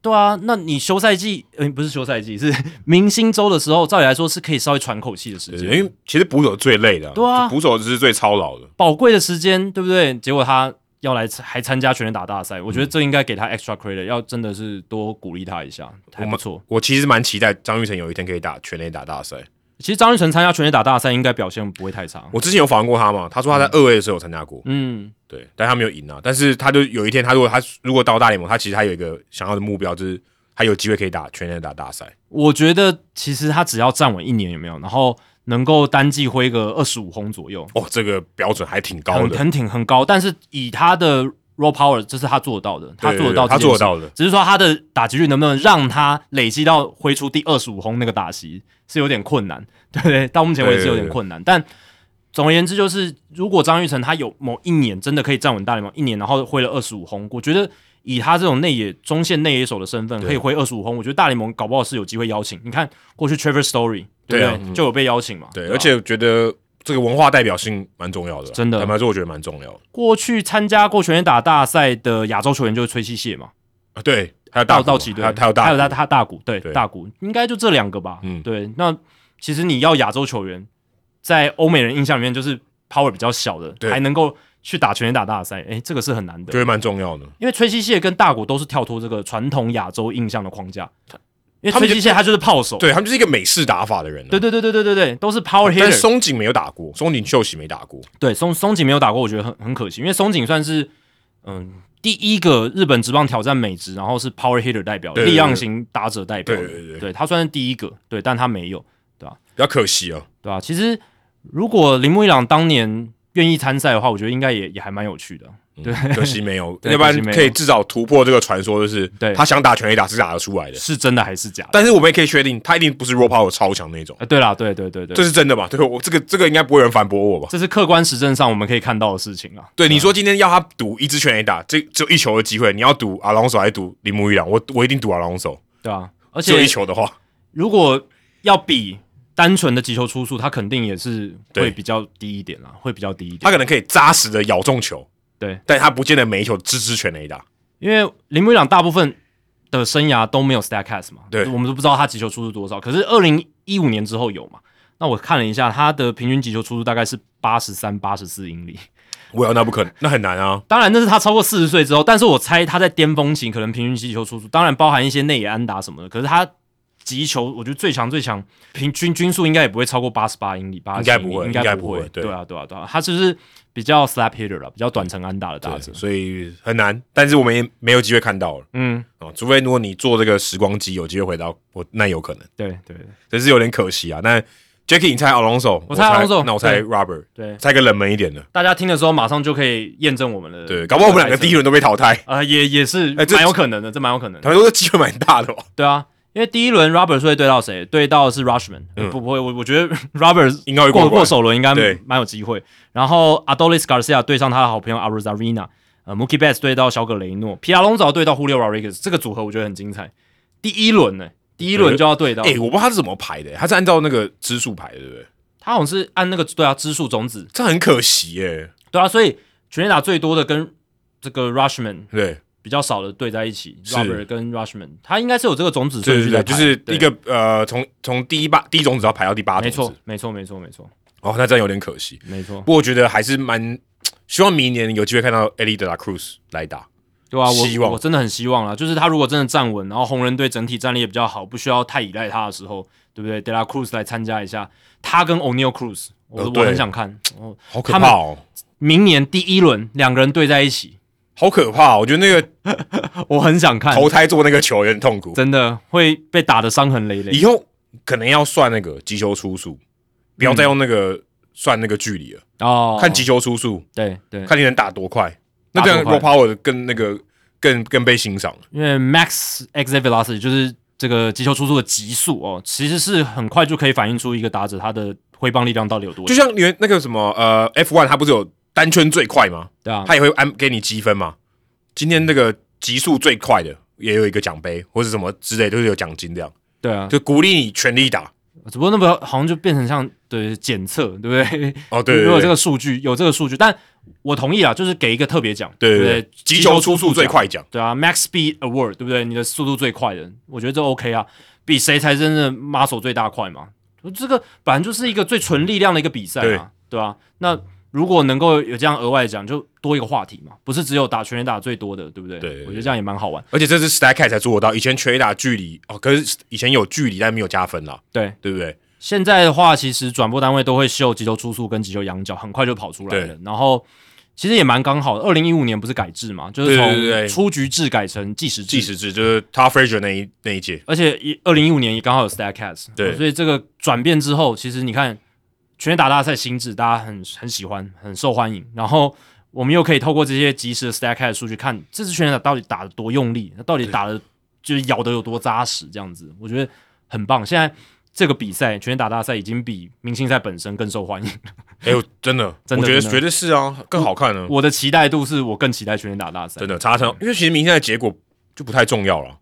S2: 对啊，那你休赛季，嗯、不是休赛季，是 <laughs> 明星周的时候，照理来说是可以稍微喘口气的时
S1: 对
S2: 间，
S1: 因为其实捕手最累的，
S2: 对啊
S1: 就捕手是最操劳的，
S2: 宝贵的时间，对不对？结果他要来参还参加全垒打大赛，我觉得这应该给他 extra credit，要真的是多鼓励他一下，还不错。
S1: 我其实蛮期待张玉成有一天可以打全垒打大赛。
S2: 其实张玉成参加全垒打大赛应该表现不会太差，
S1: 我之前有访问过他嘛，他说他在二 A 的时候有参加过，
S2: 嗯，
S1: 对，但他没有赢啊。但是他就有一天，他如果他如果到大联盟，他其实他有一个想要的目标，就是他有机会可以打全垒打大赛。
S2: 我觉得其实他只要站稳一年有没有，然后能够单季挥个二十五轰左右，
S1: 哦，这个标准还挺高
S2: 很
S1: 的，
S2: 很挺很高，但是以他的 raw power，这是他做得到的，他
S1: 对
S2: 做得
S1: 对
S2: 到，
S1: 他做得到的。
S2: 只是说他的打击率能不能让他累积到挥出第二十五轰那个打击是有点困难，对不对？ <laughs> 到目前为止有点困难，但总而言之就是，如果张玉成他有某一年真的可以站稳大联盟一年，然后挥了二十五轰，我觉得以他这种内野中线内野手的身份，
S1: 对
S2: 可以挥二十五轰，我觉得大联盟搞不好是有机会邀请。你看过去 Trevor Story 对
S1: 对
S2: 不对
S1: 啊嗯
S2: 就有被邀请嘛？
S1: 对，
S2: 吧
S1: 而且我觉得这个文化代表性蛮重要的，
S2: 啊
S1: 啊
S2: 真的
S1: 坦白说，我觉得蛮重要的
S2: 过去参加过全垒打大赛的亚洲球员就是崔西蟹嘛，
S1: 啊。对，还有大
S2: 道
S1: 谷
S2: 道奇队，
S1: 还有还有大，
S2: 还有他他大股，对
S1: 对
S2: 大股，应该就这两个吧。
S1: 嗯
S2: 对。那其实你要亚洲球员，在欧美人印象里面就是 power 比较小的，
S1: 对
S2: 还能够去打全垒打大赛，诶，这个是很难
S1: 觉
S2: 得。
S1: 得蛮重要的。
S2: 因为崔西蟹跟大谷都是跳脱这个传统亚洲印象的框架，因为
S1: 他们
S2: 崔
S1: 就
S2: 西蟹他就是炮手，
S1: 对他们就是一个美式打法的人啊、
S2: 对对对对对对对，都是 power
S1: 但是
S2: hitter，
S1: 松井没有打过，松井秀喜没打过，
S2: 对，松松井没有打过，我觉得很很可惜，因为松井算是嗯第一个日本职棒挑战美职，然后是 power hitter 代表，
S1: 对对对
S2: 力量型打者代表的，
S1: 对对对
S2: 他算是第一个，对，但他没有，
S1: 比较可惜哦。
S2: 对吧、其实如果铃木一朗当年愿意参赛的话，我觉得应该也也还蛮有趣的。
S1: 对，嗯可惜没有，
S2: 对
S1: 要不
S2: 可惜
S1: 然
S2: 没有
S1: 可以至少突破这个传说，就是
S2: 对
S1: 他想打全垒打是打得出来的。
S2: 是真的还是假的？
S1: 但是我们也可以确定，他一定不是 raw power 超强那种，
S2: 呃，对啦，对对对对，
S1: 这
S2: 这
S1: 是真的吧？对我这个这个应该不会有人反驳我吧？
S2: 是客观实证上我们可以看到的事情啊。
S1: 对，你说今天要他赌一支全垒打，这
S2: 啊
S1: 只有一球的机会，你要赌阿隆索还是赌铃木一朗？我我一定赌阿隆索，
S2: 对啊，而
S1: 只有
S2: 且
S1: 一球的话，
S2: 如果要比单纯的击球出速，他肯定也是
S1: 对
S2: 会比较低一点啦，会比较低一点。
S1: 他可能可以扎实的咬中球，
S2: 对，
S1: 但他不见得每一球支支全垒打。
S2: 因为铃木一朗大部分的生涯都没有 Statcast 嘛，
S1: 对
S2: 我们都不知道他击球出速多少。可是二零一五年之后有嘛？那我看了一下，他的平均击球出速大概是八十三、八十四英里，
S1: 我要那不可
S2: <laughs>
S1: 能，那很难啊。
S2: 当然，那是他超过四十岁之后，但是我猜他在巅峰期可能平均击球输出，当然包含一些内野安打什么的。可是他击球，我觉得最强最强，平均均速应该也不会超过八十八英里，八
S1: 应该不会
S2: 应
S1: 应该
S2: 不
S1: 不会对
S2: 对啊，对啊，对啊，他就是比较 slap hitter 了，比较短程安打的打者
S1: 对，。所以很难，但是我们也没有机会看到了
S2: 嗯，
S1: 哦，除非如果你坐这个时光机有机会回到我，那有可能，
S2: 对对对
S1: 只是有点可惜啊。那 Jackie，你猜 Alonso，
S2: 我猜 Alonso，
S1: 那我猜
S2: 对
S1: Robert，
S2: 对，
S1: 猜个冷门一点的，
S2: 大家听的时候马上就可以验证我们的。
S1: 对，搞不好我们两个第一轮都被淘汰，
S2: 啊、也也是
S1: 哎这
S2: 蛮有可能的，这蛮有可能的
S1: 他。们说这机会蛮大的哦，
S2: 对啊，因为第一轮 Robert 是会对到谁？对到的是 Rushman，、呃
S1: 嗯
S2: 不不会，我我觉得 <laughs> Robert
S1: 应该会过
S2: 过
S1: 关
S2: 过首轮应该
S1: 对
S2: 蛮有机会。然后 Adolis Garcia 对上他的好朋友 Arozarena，呃，Mookie Betts 对到小葛雷诺，皮亚龙早对到 Julio Rodriguez，这个组合我觉得很精彩。第一轮呢、第一轮就要
S1: <laughs>
S2: 对到，啊
S1: 哎、我不知道他是怎么排的，他是按照那个支数排的，对不对？
S2: 他好像是按那个对啊支数种子，
S1: 这很可惜耶、
S2: 对啊，所以全垒打最多的跟这个 Rushman
S1: 对
S2: 比较少的对在一起
S1: 是
S2: ，Robert 跟 Rushman，他应该是有这个种子顺
S1: 对
S2: 序
S1: 对
S2: 在
S1: 对，
S2: 排
S1: 就是
S2: 对
S1: 一个呃，从从第一八第一种子要排到第八种子，
S2: 没错，没错，没错，没错，
S1: 哦，那这样有点可惜。
S2: 没错
S1: 不。过我觉得还是蛮希望明年有机会看到 Ellie de la Cruz 来打，
S2: 对啊，我
S1: 希望
S2: 我真的很希望啦，就是他如果真的站稳，然后红人队整体战力也比较好，不需要太依赖他的时候，对不对？De La Cruz 来参加一下，他跟 O'Neal Cruz，我、
S1: 呃
S2: 我
S1: 对
S2: 很想看。哦，
S1: 好可怕哦，
S2: 明年第一轮两个人对在一起，
S1: 好可怕哦、我觉得那个
S2: 我很想看，
S1: 投胎做那个球有点痛苦，
S2: 真的会被打得伤痕累累。
S1: 以后可能要算那个击球出速，不要再用那个、算那个距离了，
S2: 哦，
S1: 看击球出速，
S2: 对对，
S1: 看你能打多快。那
S2: 打
S1: 这样 r
S2: 多
S1: o
S2: 快
S1: Power 更那个更更被欣赏了。
S2: 因为 Max Exit Velocity 就是这个击球出速的极速哦，其实是很快就可以反映出一个打者他的挥棒力量到底有多
S1: 就
S2: 强。
S1: 像你们那个什么呃 F one，它不是有单圈最快吗？
S2: 对啊，
S1: 它也会按给你积分嘛。今天那个极速最快的也有一个奖杯或是什么之类，都、是有奖金这样，
S2: 对啊，
S1: 就鼓励你全力打。
S2: 只不过那个好像就变成像对检测，对不对？
S1: 哦，对对对，
S2: 如果这个数据有这个数据，但我同意啦，就是给一个特别奖，
S1: 对
S2: 不
S1: 对对，击
S2: 击
S1: 球
S2: 球
S1: 出
S2: 速
S1: 速最
S2: 奖，
S1: 快奖，
S2: 对啊，Max Speed Award，对不对？你的速度最快的，我觉得这 OK 啊，比谁才真的 muscle 最大块嘛。这个本来就是一个最纯力量的一个比赛
S1: 对
S2: 嘛，对吧、那如果能够有这样额外的奖，就多一个话题嘛，不是只有打全垒打最多的，对不对？
S1: 对对对
S2: 我觉得这样也蛮好玩。
S1: 而且这是 Stack 才做得到。以前全垒打距离哦，可是以前有距离，但没有加分啦，
S2: 对，
S1: 对不对？
S2: 现在的话，其实转播单位都会秀急球出速跟急球仰角，很快就跑出来了
S1: 对。
S2: 然后其实也蛮刚好的，二零一五年不是改制嘛，就是
S1: 对对对
S2: 从出局制改成计时制，
S1: 计时制就是 t o f f r a g e r 那一那一届，
S2: 而且一二零一五年也刚好有 Statcast，哦
S1: 对
S2: 所以这个转变之后，其实你看全垒打大赛新制，大家很很喜欢，很受欢迎。然后我们又可以透过这些及时的 Statcast 数据，看这支全垒打到底打得多用力，那到底打的就是咬得有多扎实，这样子，我觉得很棒。现在这个比赛全垒打大赛已经比明星赛本身更受
S1: <laughs>
S2: 欢迎，
S1: 哎呦，真的，
S2: 真的
S1: 我觉得
S2: 真的
S1: 绝对是啊，更好看呢、
S2: 我的期待度是我更期待全垒打大赛
S1: 真。的差成，因为其实明天的结果就不太重要了，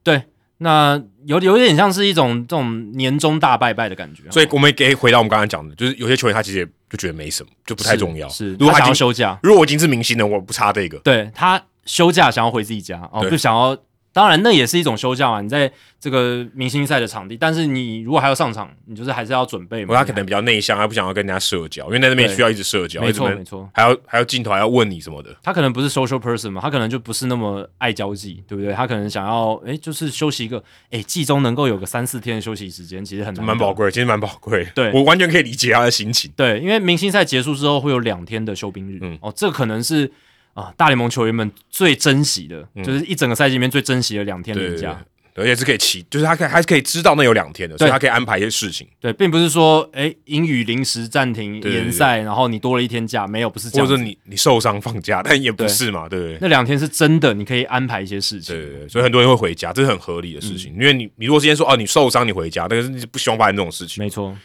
S2: 那有有点像是一种这种年终大拜拜的感觉，啊
S1: 所以我们也可以回到我们刚才讲的，就是有些球员他其实也就觉得没什么，就不
S2: 不
S1: 太重要。
S2: 是，
S1: 如果
S2: 他
S1: 他
S2: 想
S1: 已
S2: 要
S1: 经，
S2: 休假，
S1: 如果我已经是明星了，我不差这个。
S2: 对他休假想要回自己家哦，
S1: 对
S2: 不想要。当然，那也是一种休假嘛。你在这个明星赛的场地，但是你如果还要上场，你就是还是要准备
S1: 我
S2: 嘛。
S1: 他可能比较内向，他不想要跟人家社交，因为在那边
S2: 对
S1: 需要一直社交，
S2: 没
S1: 一直
S2: 错
S1: 跟
S2: 没错，
S1: 还要还要镜头还要问你什么的。
S2: 他可能不是 social person 嘛，他可能就不是那么爱交际，对不对？他可能想要诶，就是休息一个诶，季中能够有个三四天的休息时间，其实很难
S1: 蛮
S2: 得
S1: 宝。贵的，其实蛮宝贵的。
S2: 对
S1: 我完全可以理解他的心情。
S2: 对，因为明星赛结束之后会有两天的休兵日，
S1: 嗯
S2: 哦，这可能是啊、大联盟球员们最珍惜的，就是一整个赛季里面最珍惜的两天
S1: 嗯对
S2: 年
S1: 对
S2: 假。
S1: 对，而且是可以期，就是他可以还是可以知道那有两天的，所以
S2: 对
S1: 他可以安排一些事情，
S2: 对，并不是说诶英语临时暂停
S1: 对对
S2: 联赛，然后你多了一天假，没有，不是这
S1: 或
S2: 样
S1: 者
S2: 子。
S1: 是你你受伤放假，但也不
S2: 对
S1: 是嘛，对不对？
S2: 那两天是真的，你可以安排一些事情。
S1: 对对对，所以很多人会回家，这是很合理的事情，因为你你如果今天说哦你受伤你回家，但是你不希望发生这种事情。
S2: 没错，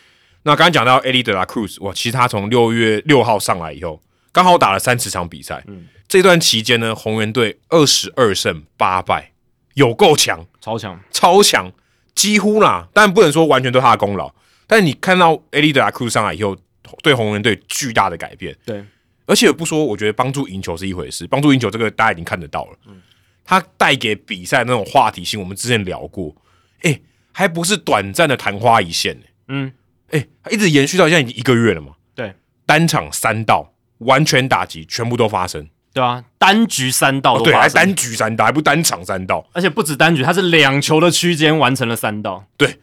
S1: 那刚刚讲到 Eddie De La Cruz，哇，其实他从六月六号上来以后，刚好打了三十场比赛，这段期间呢，红人队二十二胜八败，有够强。
S2: 超强。
S1: 超强，几乎啦，但不能说完全对他的功劳。但你看到 e d i 德拉库上来以后，对红人队巨大的改变，
S2: 对，
S1: 而且不说，我觉得帮助赢球是一回事，帮助赢球这个大家已经看得到了。
S2: 嗯
S1: 他带给比赛那种话题性，我们之前聊过，诶、还不是短暂的昙花一现、欸，
S2: 嗯，
S1: 诶、他一直延续到现在已经一个月了嘛。
S2: 对，
S1: 单场三道，完全打击全部都发生，
S2: 对啊，单局三道
S1: 哦
S2: 都
S1: 对，
S2: 发
S1: 还
S2: 生，
S1: 单局三道，还不单场三
S2: <laughs>
S1: 道，
S2: 而且不止单局，他是两球的区间完成了三道，
S1: 对，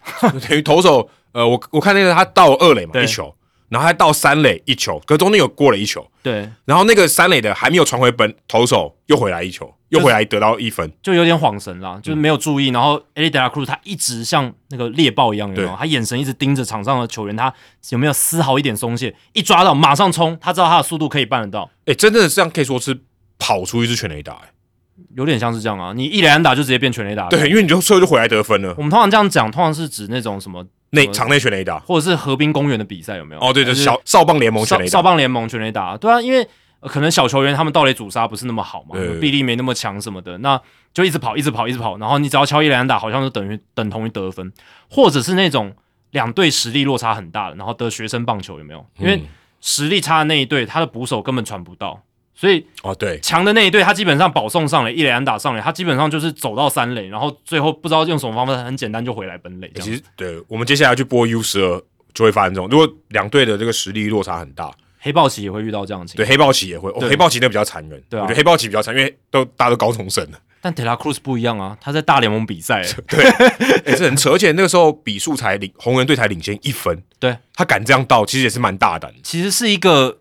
S1: 等于投手，呃，我我看那个他到二垒嘛
S2: 对
S1: 一球，然后他到三垒一球，可中间有过了一球，
S2: 对，
S1: 然后那个三垒的还没有传回本投手，又回来一球，又回来得到一分，
S2: 就有点晃神啦，就是
S1: 嗯
S2: 没有注意。然后 e l i d a Cruz 他一直像那个猎豹一样，有没有
S1: 对
S2: 他眼神一直盯着场上的球员，他有没有丝毫一点松懈？一抓到马上冲，他知道他的速度可以办得到，
S1: 哎、真的这样可以说是跑出一支全垒打、欸，
S2: 有点像是这样啊。你一连打就直接变全垒打，。
S1: 对，因为你就最后就回来得分了，
S2: 我们通常这样讲，通常是指那种什么，
S1: 内
S2: 嗯
S1: 场内全垒打，
S2: 或者是河滨公园的比赛有没有？
S1: 哦，对对，
S2: 就是
S1: 小少棒联盟全
S2: 少
S1: 垒
S2: 少
S1: 打，
S2: 棒联盟全垒打，对啊，因为、呃可能小球员他们盗垒主杀不是那么好嘛，
S1: 对
S2: 臂力没那么强什么的，那就一直跑，一直跑，一直跑，然后你只要敲一两打，好像就等于等同于得分，或者是那种两队实力落差很大的，然后得学生棒球有没有？因为
S1: 嗯
S2: 实力差的那一队，他的捕手根本传不到，所以
S1: 哦，对，
S2: 强的那一队，他基本上保送上垒，一垒安打上垒，他基本上就是走到三垒，然后最后不知道用什么方法，很简单就回来本垒。这
S1: 欸
S2: 样
S1: 其实对我们接下来去播 U 十二就会发生这种，如果两队的这个实力落差很大，
S2: 黑豹旗也会遇到这样的情
S1: 对
S2: 况，
S1: 黑豹旗也会，哦、
S2: 对
S1: 黑豹旗那比较残忍，
S2: 对啊
S1: 我觉得黑豹旗比较残忍，因为都大家都高中生了，
S2: 但 Tela Cruz 不一样啊，他在大联盟
S1: <laughs>
S2: 比赛、欸
S1: 哎、这很扯，而且那个时候比数才领红人队才领先一分，
S2: 对
S1: 他敢这样倒，其实也是蛮大胆的，
S2: 其实是一个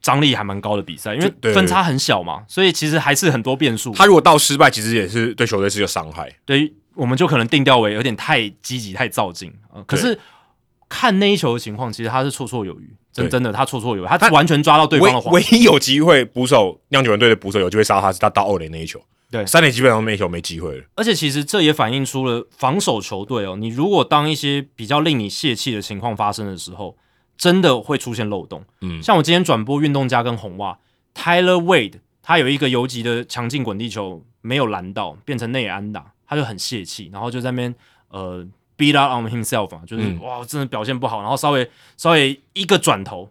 S2: 张力还蛮高的比赛，因
S1: 就对
S2: 为分差很小嘛，所以其实还是很多变数。
S1: 他如果倒失败，其实也是对球队是一个伤害，
S2: 对，我们就可能定调为有点太积极、太躁进、呃可是看那一球的情况，其实他是绰绰有余，真
S1: 对
S2: 真的他绰绰有余，他完全抓到对方的
S1: 唯
S2: 黄
S1: 唯一有机会捕手酿酒人队的捕手有机会杀他是他到二垒那一球，
S2: 对
S1: 三垒基本上那一球没机会了，
S2: 而且其实这也反映出了防守球队哦，你如果当一些比较令你泄气的情况发生的时候，真的会出现漏洞。
S1: 嗯
S2: 像我今天转播运动家跟红袜，Tyler Wade 他有一个游击的强劲滚地球没有拦到，变成内安打，他就很泄气，然后就在那边呃 beat up on himself 嘛，就是、
S1: 嗯
S2: 哇真的表现不好，然后稍微稍微一个转头，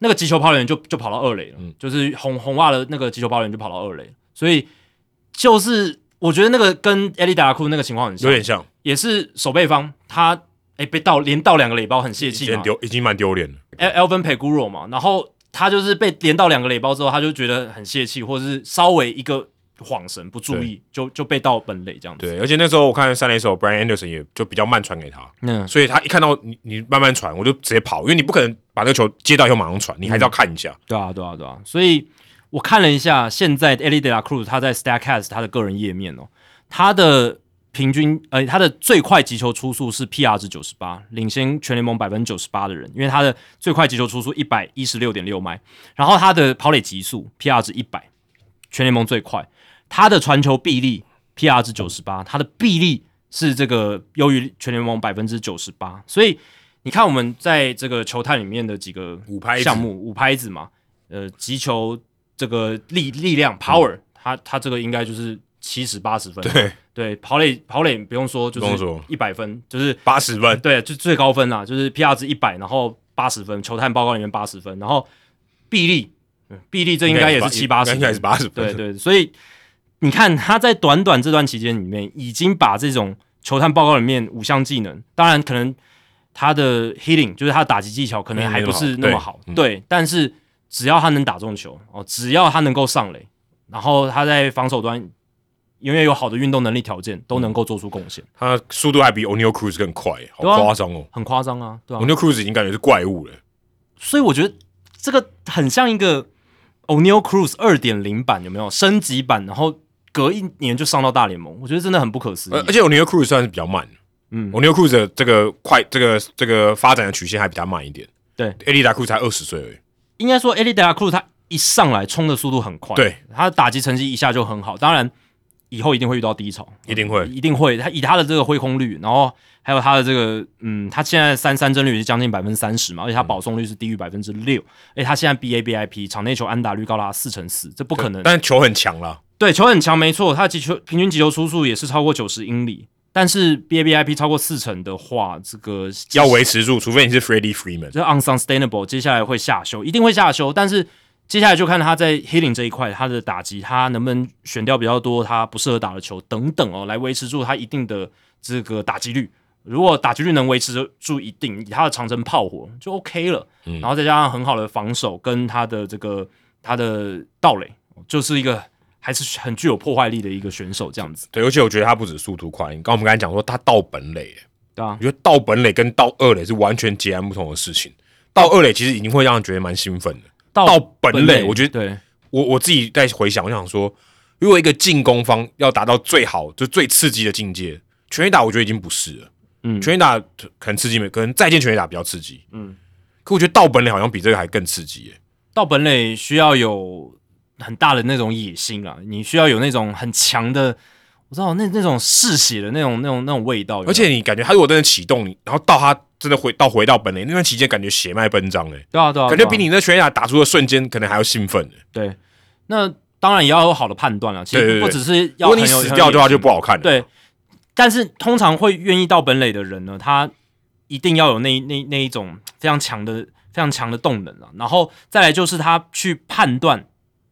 S2: 那个击球抛垒员就就跑到二垒了，
S1: 嗯
S2: 就是红红袜的那个击球抛垒员就跑到二垒了，所以就是我觉得那个跟艾利达库那个情况很像，
S1: 有点像，
S2: 也是守备方他诶、被盗连盗两个垒包很泄
S1: 已
S2: 气
S1: 经
S2: 嘛，
S1: 丢已经蛮丢脸了，
S2: L Elvin p e g u r o 嘛，然后他就是被连到两个垒包之后，他就觉得很泄气，或者是稍微一个晃神不注意就就被盗本垒这样子。，
S1: 对，而且那时候我看三垒手 Brian Anderson 也就比较慢传给他。
S2: 嗯，
S1: 所以他一看到你，你慢慢传，我就直接跑，因为你不可能把那个球接到以后马上传，你还是要看一下。
S2: 对啊，对啊，对啊。所以我看了一下，现在 Ellie De La Cruz 他在 Statcast 他的个人页面哦，他的平均呃他的最快击球出速是 PR 值九十八，领先全联盟百分之九十八的人，因为他的最快击球出速一百一十六点六迈，然后他的跑垒极速 PR 值一百，全联盟最快。他的传球臂力 PR 值九十八，他的臂力是这个优于全联盟百分之九十八，所以你看我们在这个球探里面的几个
S1: 五拍子啊
S2: 项目，五拍子嘛，呃，击球这个力力量 power，他他这个应该就是七十八十分，
S1: 嗯对，
S2: 对，跑垒跑垒不用说，就
S1: 不用
S2: 是
S1: 说
S2: 一百分，就是
S1: 八十分，
S2: 对，就最高分啦，就是 PR 值一百，然后八十分，球探报告里面八十分，然后臂力，嗯臂力这应该也是七八十，
S1: 应该也是八十分。
S2: 对对，所以你看他在短短这段期间里面，已经把这种球探报告里面五项技能，当然可能他的 hitting 就是他的打击技巧可能还不是那么好，
S1: 没那么好对嗯
S2: 对，但是只要他能打中球哦，只要他能够上垒，然后他在防守端。因为有好的运动能力条件，都能够做出贡献，
S1: 他速度还比 O'Neal Cruz 更快，好
S2: 对啊
S1: 夸张哦。
S2: 很夸张啊，对吧、
S1: O'Neal Cruz 已经感觉是怪物了，
S2: 所以我觉得这个很像一个 O'Neal Cruz 二点零版，有没有升级版？然后隔一年就上到大联盟，我觉得真的很不可思议。
S1: 呃而而且 O'Neal Cruz 算是比较慢，
S2: 嗯
S1: ，O'Neal Cruz 的这个快，这个这个发展的曲线还比他慢一点。
S2: 对
S1: 艾利达库才二十岁而已，
S2: 应该说 e l i d a Cruz 他一上来冲的速度很快，
S1: 对，
S2: 他的打击成绩一下就很好。当然，以后一定会遇到低潮，
S1: 一定会
S2: 一定会。他以他的这个挥空率，然后还有他的这个，嗯，他现在三三帧率是将近百分之三十嘛，而且
S1: 嗯
S2: 他保送率是低于百分之六，而且他现在 BABIP 场内球安打率高达四成四，这不可能。
S1: 但球很强啦，
S2: 对，球很强，没错，他的击球平均击球出速也是超过九十英里，但是 BABIP 超过四成的话，这个
S1: 要维持住，除非你是 Freddie Freeman。
S2: 就是 unsustainable，接下来会下修，一定会下修，但是接下来就看他在 hitting 这一块，他的打击，他能不能选掉比较多他不适合打的球等等哦，来维持住他一定的这个打击率。如果打击率能维持住一
S1: 嗯
S2: 定，以他的长城炮火就 OK 了，然后再加上很好的防守跟他的这个他的盗垒就是一个还是很具有破坏力的一个选手，这样子，
S1: 对，而且我觉得他不止速度快，你刚我们刚才讲说他到本垒，
S2: 对啊
S1: 我，觉得到本垒跟到二垒是完全截然不同的事情。到二垒其实已经会让人觉得蛮兴奋的。
S2: 到
S1: 到本垒我觉得
S2: 对
S1: 我我自己在回想，我想说，如果一个进攻方要达到最好、就最刺激的境界，全垒打我觉得已经不是了。
S2: 嗯
S1: 全垒打可能刺激没，可能再见全垒打比较刺激。
S2: 嗯，
S1: 可我觉得到本垒好像比这个还更刺激耶、
S2: 到本垒需要有很大的那种野心啊，你需要有那种很强的，我知道那那种嗜血的那种那种那种味道，有没有
S1: 而且你感觉他如果真的启动你，然后到他真的回到回到本垒那段期间，感觉血脉奔张嘞、
S2: 对啊对啊，
S1: 感
S2: 对
S1: 觉
S2: 啊
S1: 比你那全垒打打出的瞬间可能还要兴奋、欸。
S2: 对，那当然也要有好的判断了。啊其
S1: 对对对
S2: 实不只是
S1: 如
S2: 要
S1: 果
S2: 很有
S1: 你死掉的话就不好看了。
S2: 对，但是通常会愿意到本垒的人呢，他一定要有那那那一种非常强的非常强的动能啊。然后再来就是他去判断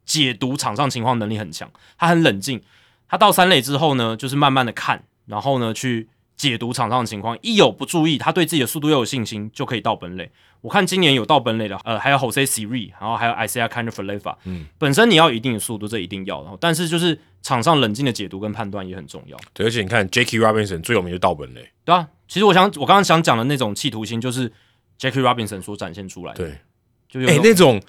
S2: 解读场上情况能力很强，他很冷静。他到三垒之后呢，就是慢慢的看，然后呢去解读场上的情况。一有不注意，他对自己的速度又有信心，就可以到本垒。我看今年有到本垒的，呃，还有 Jose Siri，然后还有 Isaiah k i n d f l e v a
S1: 嗯
S2: 嗯，本身你要有一定的速度，这一定要的。然后但是就是场上冷静的解读跟判断也很重要。
S1: 对，而且你看 Jackie Robinson 最有名就盗本垒，
S2: 对啊，其实我想，我刚刚想讲的那种企图心，就是 Jackie Robinson 所展现出来的。
S1: 对，
S2: 就有
S1: 哎、
S2: 种
S1: 那种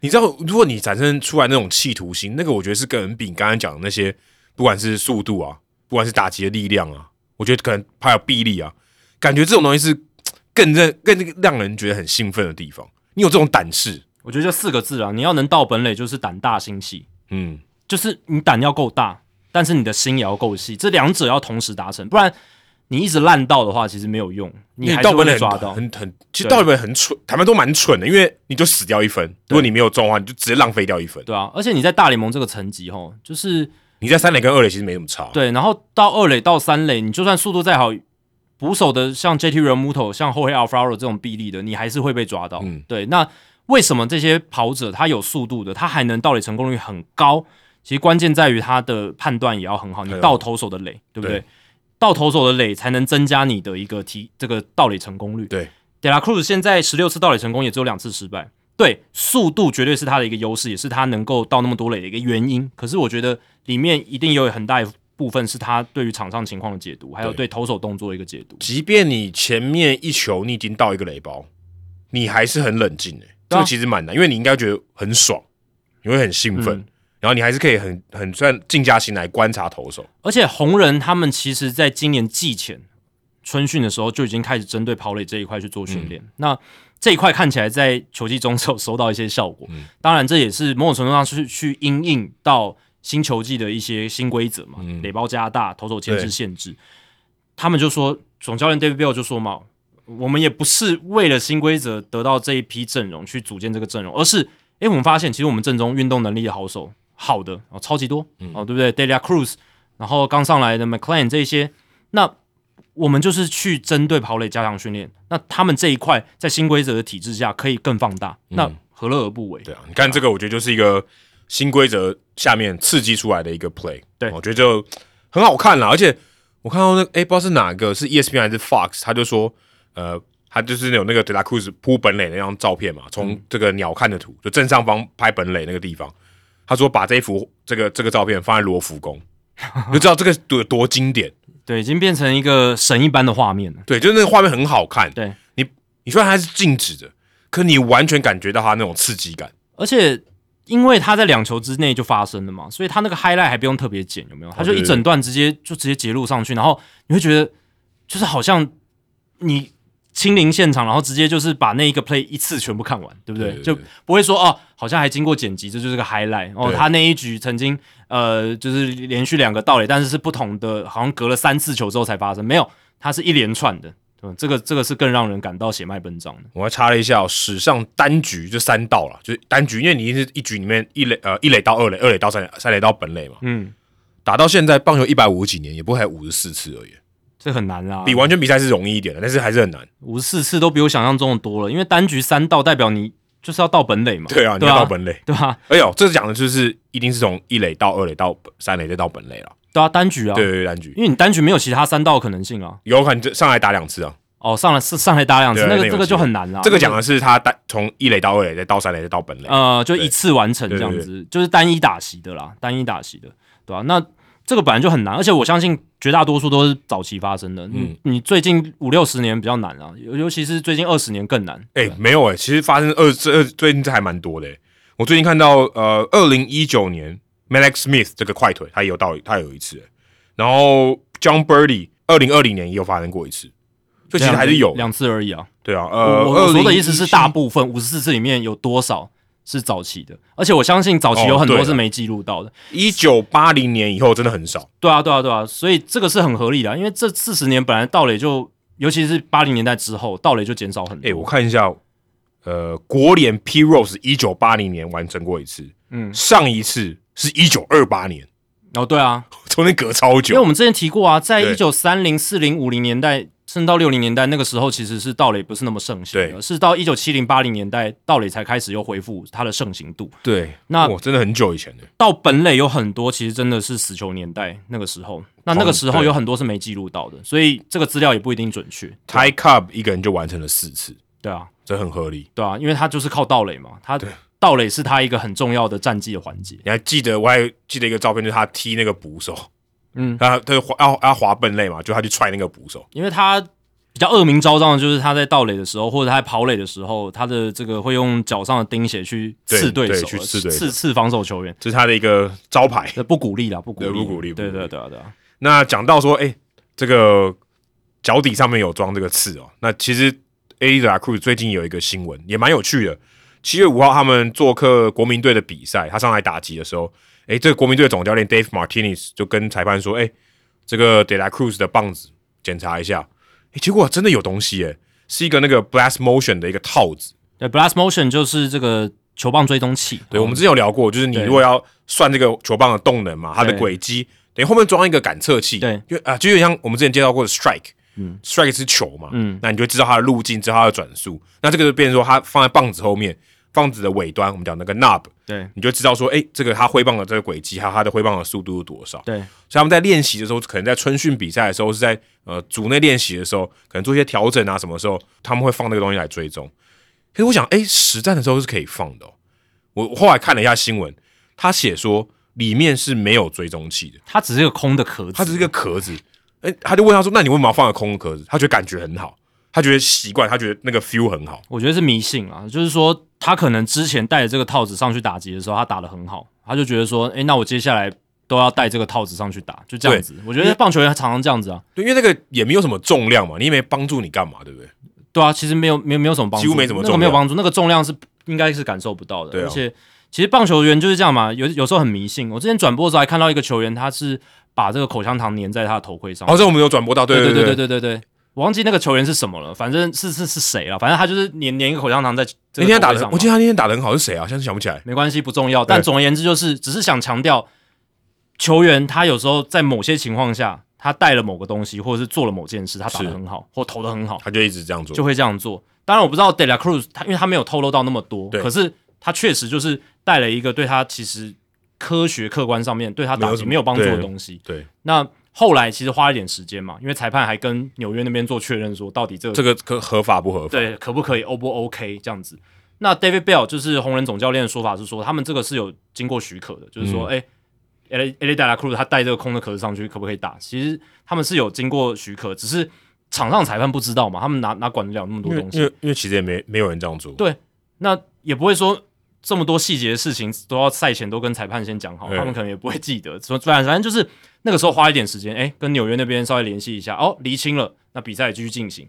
S1: 你知道，如果你产生出来那种企图心，那个我觉得是个人比你刚才讲的那些，不管是速度啊，不管是打击的力量啊，我觉得可能还有臂力啊，感觉这种东西是更让更让人觉得很兴奋的地方。你有这种胆识，
S2: 我觉得就四个字啊，你要能到本垒，就是胆大心细，
S1: 嗯，
S2: 就是你胆要够大，但是你的心也要够细，这两者要同时达成，不然你一直烂到的话，其实没有用，你
S1: 因
S2: 还
S1: 为
S2: 是
S1: 盗本垒很
S2: 会抓到。
S1: 很很，其实
S2: 对
S1: 盗本垒很蠢，他们都蛮蠢的，因为你就死掉一分，如果你没有中的话，你就直接浪费掉一分。
S2: 对啊，而且你在大联盟这个层级吼，就是
S1: 你在三垒跟二垒其实没什么差，
S2: 对，然后到二垒到三垒，你就算速度再好，捕手的像 JT Realmuto、像后黑 Alfaro 这种臂力的，你还是会被抓到。
S1: 嗯
S2: 对，那为什么这些跑者他有速度的，他还能盗垒成功率很高？其实关键在于他的判断也要很好，
S1: 对
S2: 你
S1: 啊
S2: 到投手的垒，对不对？
S1: 对
S2: 到投手的垒才能增加你的一个提这个盗垒成功率。
S1: 对
S2: ，De La Cruz 现在十六次盗垒成功，也只有两次失败。对，速度绝对是他的一个优势，也是他能够到那么多垒的一个原因。可是我觉得里面一定有很大一部分是他对于场上情况的解读，还有
S1: 对
S2: 对投手动作的一个解读。
S1: 即便你前面一球你已经到一个雷包，你还是很冷静诶、这
S2: 对啊
S1: 个其实蛮难，因为你应该觉得很爽，你会很兴奋，
S2: 嗯
S1: 然后你还是可以很很算静下心来观察投手。
S2: 而且红人他们其实在今年季前春训的时候就已经开始针对跑垒这一块去做训
S1: 嗯
S2: 练。那这一块看起来在球季中是有收到一些效果，
S1: 嗯
S2: 当然这也是某种程度上是去因应到新球季的一些新规则嘛，
S1: 嗯
S2: 垒包加大、投手牵
S1: 对
S2: 制限制。他们就说，总教练 David Bell 就说嘛，我们也不是为了新规则得到这一批阵容去组建这个阵容，而是，诶，我们发现其实我们阵中运动能力的好手好的哦超级多、哦，对不对？Delia Cruz，然后刚上来的 McLean 这些，那我们就是去针对跑垒加强训练，那他们这一块在新规则的体制下可以更放大，那何乐而不为？
S1: 对啊，你看这个，我觉得就是一个新规则下面刺激出来的一个 play。
S2: 对
S1: 我觉得就很好看啦。而且我看到那哎、不知道是哪个是 ESPN 还是 Fox，他就说呃，他就是有那个德拉库斯扑本垒那张照片嘛，
S2: 嗯
S1: 从这个鸟看的图，就正上方拍本垒那个地方，他说把这一幅这个这个照片放在罗浮宫，你就知道这个多多经典。
S2: 对，已经变成一个神一般的画面了。
S1: 对，就是那个画面很好看。
S2: 对
S1: 你，你虽然它是静止的，可你完全感觉到它那种刺激感。
S2: 而且因为他在两球之内就发生了嘛，所以他那个 highlight 还不用特别剪，有没有？他就一整段直接就直接截录上去，然后你会觉得就是好像你亲临现场，然后直接就是把那一个 play 一次全部看完，对不对？
S1: 对对
S2: 就
S1: 对
S2: 不会说哦，好像还经过剪辑，这就是个 highlight 哦。
S1: 对
S2: 他那一局曾经呃就是连续两个盗垒，但是是不同的，好像隔了三次球之后才发生，没有，它是一连串的。嗯，这个这个是更让人感到血脉奔张的。
S1: 我还查了一下、哦，史上单局就三道了，就是单局，因为你是一局里面一垒呃一垒到二垒，二垒到三垒，三垒到本垒嘛。
S2: 嗯，
S1: 打到现在，棒球一百五十几年，也不过才五十四次而已，
S2: 这很难啊，
S1: 比完全比赛是容易一点的，但是还是很难。
S2: 五十四次都比我想象中的多了，因为单局三道代表你就是要到本垒嘛。
S1: 对啊，你
S2: 对
S1: 要
S2: 啊，
S1: 到本垒。
S2: 对啊，
S1: 哎呦，这讲的就是一定是从一垒到二垒到三垒再到本垒了。
S2: 对啊，单局啊，
S1: 对对对，单局，
S2: 因为你单局没有其他三道的可能性啊。
S1: 有可能这上来打两次啊，
S2: 哦，上来上上来打两次，
S1: 对啊
S2: 那个
S1: 那
S2: 这
S1: 游
S2: 个
S1: 戏
S2: 就很难了。
S1: 这个
S2: 那
S1: 讲的是他单从一垒到二垒，再到三垒，再到本垒。
S2: 呃，就
S1: 对
S2: 一次完成这样
S1: 对对
S2: 子，就是单一打席的啦，单一打席的，对吧、那这个本来就很难，而且我相信绝大多数都是早期发生的。嗯，你最近五六十年比较难啊，尤尤其是最近二十年更难。
S1: 哎、没有哎、其实发生二这二最近这还蛮多的、欸。我最近看到呃，二零一九年 Malik Smith 这个快腿，他也有到他也有一次欸、然后 John Birdie 二零二零年也有发生过一次，所以其实还是有
S2: 两次而已啊。
S1: 对啊。呃，
S2: 我我说的
S1: 2017
S2: 意思是，大部分五十四次里面有多少是早期的，而且我相信早期有
S1: 哦
S2: 很多
S1: 对
S2: 是
S1: 了
S2: 没记录到的。
S1: 一九八零年以后真的很少。
S2: 对啊，对啊，对啊，所以这个是很合理的啊、因为这四十年本来盗垒就，尤其是八零年代之后，盗垒就减少很
S1: 哎、
S2: 多。
S1: 我看一下，呃，国联 P Rose 一九八零年完成过一次，
S2: 嗯，
S1: 上一次是一九二八年，
S2: 哦，对啊，
S1: 中间隔超
S2: 因为
S1: 久
S2: 我。们之前提过啊，在一
S1: 对
S2: 九三零、四零、五零年代，甚至到六零年代，那个时候其实是盗垒不是那么盛行的，
S1: 对
S2: 是到一九七零、八零年代，盗垒才开始又恢复它的盛行度。
S1: 对，
S2: 那
S1: 我真的很久以前的。
S2: 到本垒有很多，其实真的是死球年代那个时候，那
S1: 哦
S2: 那个时候有很多是没记录到的，所以这个资料也不一定准确。
S1: Ty Cobb 一个人就完成了四次，
S2: 对啊，
S1: 这很合理。
S2: 对啊，因为他就是靠盗垒嘛，他盗垒是他一个很重要的战绩的环节。
S1: 你还记得？我还记得一个照片，就是他踢那个捕手，
S2: 嗯
S1: 他他就滑要要滑笨类嘛，就他去踹那个捕手，
S2: 因为他比较恶名昭彰的就是他在盗垒的时候，或者他在跑垒的时候，他的这个会用脚上的钉鞋去刺
S1: 对
S2: 手，
S1: 对去刺对手
S2: 刺刺防守球员，呃
S1: 这是他的一个招牌。
S2: 这不鼓励啦，不鼓励，
S1: 对不鼓励
S2: 对
S1: 不
S2: 对
S1: 鼓励
S2: 对啊对啊，
S1: 那讲到说，哎、这个脚底上面有装这个刺哦。那其实 A 的 Cruz 最近有一个新闻也蛮有趣的。七月五号，他们做客国民队的比赛，他上来打击的时候，哎、这个国民队总教练 Dave Martinez 就跟裁判说，哎、这个 De La Cruz 的棒子检查一下，哎、结果真的有东西、哎，是一个那个 Blast Motion 的一个套子。
S2: 对 blast motion 就是这个球棒追踪器，
S1: 对，
S2: 哦
S1: 我们之前有聊过，就是你
S2: 对
S1: 如果要算这个球棒的动能嘛，它的
S2: 对
S1: 轨迹，等于后面装一个感测器，
S2: 对，
S1: 就啊，就有点像我们之前介绍过的 strike，嗯，strike 是球嘛，
S2: 嗯
S1: 嗯，那你就知道它的路径，知道它的转速，那这个就变成说它放在棒子后面，棒子的尾端，我们讲那个 knob，
S2: 对
S1: 你就知道说，哎，这个它挥棒的这个轨迹，还有它的挥棒的速度是多少。
S2: 对
S1: 所以他们在练习的时候，可能在春训比赛的时候，是在呃组内练习的时候，可能做一些调整啊，什么时候他们会放那个东西来追踪。可是我想，哎、实战的时候是可以放的、哦。我我后来看了一下新闻，他写说里面是没有追踪器的，
S2: 它只是一个空的壳子，
S1: 它只是一个壳子。哎、他就问他说：“那你为什么要放个空的壳子？”他觉得感觉很好，他觉得习惯，他觉得那个 feel 很好。
S2: 我觉得是迷信啊，就是说他可能之前带着这个套子上去打击的时候，他打的很好，他就觉得说，诶，那我接下来都要带这个套子上去打，就这样
S1: 对
S2: 子。我觉得棒球员常常这样子啊，
S1: 对，因为那个也没有什么重量嘛，你也没帮助你干嘛，对不对？
S2: 对啊，其实没有没有没有什么帮助，
S1: 几乎没什么
S2: 那个没有
S1: 重量
S2: 帮助，那个重量是应该是感受不到的。
S1: 对啊
S2: 而且其实棒球员就是这样嘛，有有时候很迷信。我之前转播的时候还看到一个球员，他是把这个口香糖粘在他的头盔上。
S1: 哦，这我们有转播到，对
S2: 对
S1: 对
S2: 对对对对，我忘记那个球员是什么了，反正是是是谁了，反正他就是粘粘一个口香糖在这
S1: 那
S2: 个
S1: 天打
S2: 头盔
S1: 的
S2: 上，嘛
S1: 我记得他那天打的很好，是谁啊？现在想不起来。
S2: 没关系，不重要。但
S1: 对
S2: 总而言之，就是只是想强调，球员他有时候在某些情况下，他带了某个东西，或者是做了某件事，他打得
S1: 是
S2: 很好，或投得很好，
S1: 他就一直这样做，
S2: 就会这样做。当然，我不知道 De La Cruz 他，因为他没有透露到那么多，
S1: 对
S2: 可是他确实就是带了一个对他其实科学客观上面对他
S1: 没
S2: 打
S1: 有
S2: 击
S1: 什么
S2: 没有帮助的
S1: 对
S2: 东西。
S1: 对
S2: 那后来其实花了一点时间嘛，因为裁判还跟纽约那边做确认，说到底这个
S1: 这个可合法不合法？
S2: 对，可不可以？O 不 OK 这样子？那 David Bell 就是红人总教练的说法是说，他们这个是有经过许可的，就
S1: 嗯
S2: 是说，哎、l a l a 戴拉库他带这个空的壳子上去，可不可以打？其实他们是有经过许可，只是场上裁判不知道嘛，他们哪哪管得了那么
S1: 因
S2: 多
S1: 为
S2: 东
S1: 因
S2: 西？
S1: 为因为其实也没没有人这样做，
S2: 对那也不会说这么多细节的事情都要赛前都跟裁判先讲好，
S1: 对
S2: 他们可能也不会记得。所以反反正就是那个时候花一点时间，哎、跟纽约那边稍微联系一下，哦，厘清了，那比赛也继续进行。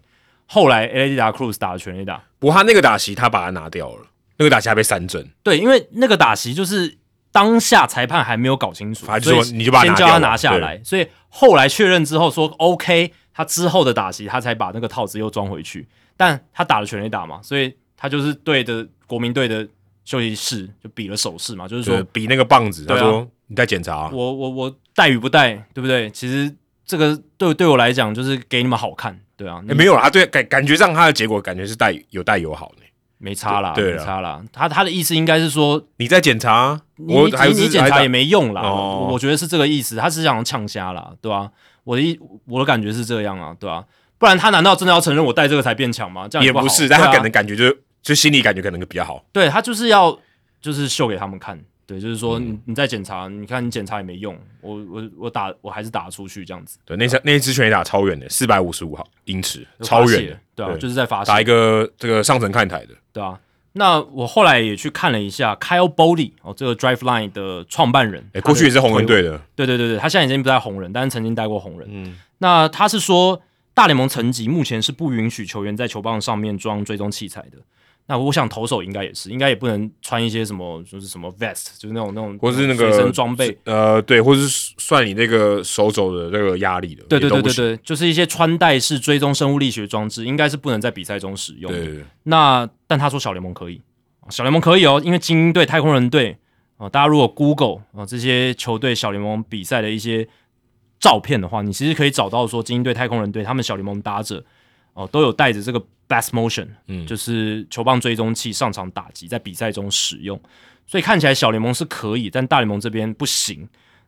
S2: 后来 LA 达 Cruz 打了全垒打，
S1: 不过他那个打席他把它拿掉了，那个打席还被三振，
S2: 对，因为那个打席就是当下裁判还没有搞清楚，
S1: 反正就
S2: 所
S1: 说
S2: 以
S1: 你就把它
S2: 先
S1: 拿
S2: 叫
S1: 掉
S2: 他
S1: 了
S2: 拿下来，所以后来确认之后说 OK，他之后的打席他才把那个套子又装回去，但他打了全垒打嘛，所以他就是对着国民队的休息室就比了手势嘛，就是
S1: 就是
S2: 说
S1: 比那个棒子，他
S2: 对啊
S1: 说你在检查啊，
S2: 我我我带与不带，对不对？其实这个对对我来讲就是给你们好看，对啊，
S1: 哎诶没有啦，他对感感觉上他的结果感觉是带有带有好呢，
S2: 没差啦，
S1: 对对啊
S2: 没
S1: 啦
S2: 差啦，他他的意思应该是说
S1: 你在检查啊，
S2: 你
S1: 我
S2: 你
S1: 还有
S2: 你
S1: 是
S2: 检
S1: 还
S2: 查
S1: 打
S2: 也没用啦，
S1: 哦
S2: 我我觉得是这个意思，他只是想呛瞎啦，对吧、我的意我的感觉是这样啊，对吧、不然他难道真的要承认我带这个才变强吗？这样
S1: 也
S2: 不
S1: 不
S2: 好
S1: 是，但他
S2: 对啊
S1: 可能感觉就就心里感觉可能比较好。
S2: 对他就是要就是秀给他们看，对，就是说
S1: 嗯
S2: 你你在检查，你看你检查也没用，我我我打我还是打出去这样子，
S1: 对，那场那一支全垒打超远的，四百五十五毫英尺，
S2: 就
S1: 超
S2: 发
S1: 远
S2: 泄
S1: 的，
S2: 对啊，
S1: 对
S2: 就是在发泄
S1: 打一，个这个上层看台的，
S2: 对啊。那我后来也去看了一下 Kyle Bowley 哦，这个 Drive Line 的创办人，
S1: 哎，过去也是红人
S2: 队。
S1: 队的，
S2: 对对对对，他现在已经不在红人，但是曾经带过红人。
S1: 嗯
S2: 那他是说，大联盟层级目前是不允许球员在球棒上面装追踪器材的。那我想投手应该也是，应该也不能穿一些什么，就是什么 vest，就是那种那种
S1: 或是那个
S2: 随身装备。
S1: 呃，对，或是算你那个手肘的那个压力的，
S2: 对对
S1: 也都
S2: 对
S1: 不
S2: 对
S1: 行
S2: 对，就是一些穿戴式追踪生物力学装置，应该是不能在比赛中使用的。
S1: 对对对，
S2: 那但他说小联盟可以，小联盟可以哦，因为精英队、太空人队哦、大家如果 Google 啊、哦这些球队小联盟比赛的一些照片的话，你其实可以找到说精英队、太空人队他们小联盟打者哦、都有带着这个 Blast Motion，
S1: 嗯
S2: 就是球棒追踪器上场打击，在比赛中使用，所以看起来小联盟是可以，但大联盟这边不行。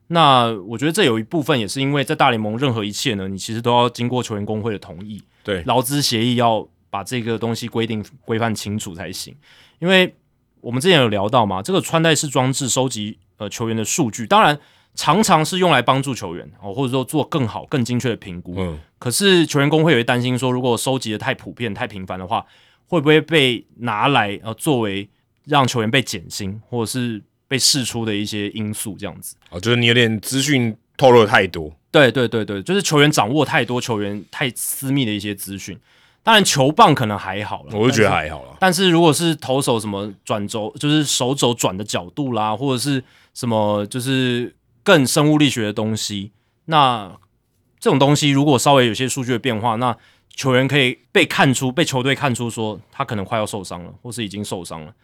S2: 那我觉得这有一部分也是因为在大联盟任何一切呢，你其实都要经过球员工会的同意，
S1: 对
S2: 劳资协议要把这个东西规定规范清楚才行。因为我们之前有聊到嘛，这个穿戴式装置收集呃球员的数据，当然常常是用来帮助球员哦，或者说做更好、更精确的评估。
S1: 嗯，
S2: 可是球员工会也会担心说，如果收集的太普遍、太频繁的话，会不会被拿来呃作为让球员被减薪或者是被释出的一些因素这样子？
S1: 哦，就是你有点资讯透露的太多，
S2: 对对对对，就是球员掌握太多球员太私密的一些资讯。当然，球棒可能还好了，
S1: 我就觉得
S2: 但是。
S1: 还好啦。
S2: 但是如果是投手什么转轴，就是手肘转的角度啦，或者是什么就是更生物力学的东西，那这种东西如果稍微有些数据的变化，那球员可以被看出，被球队看出说他可能快要受伤了，或是已经受伤了。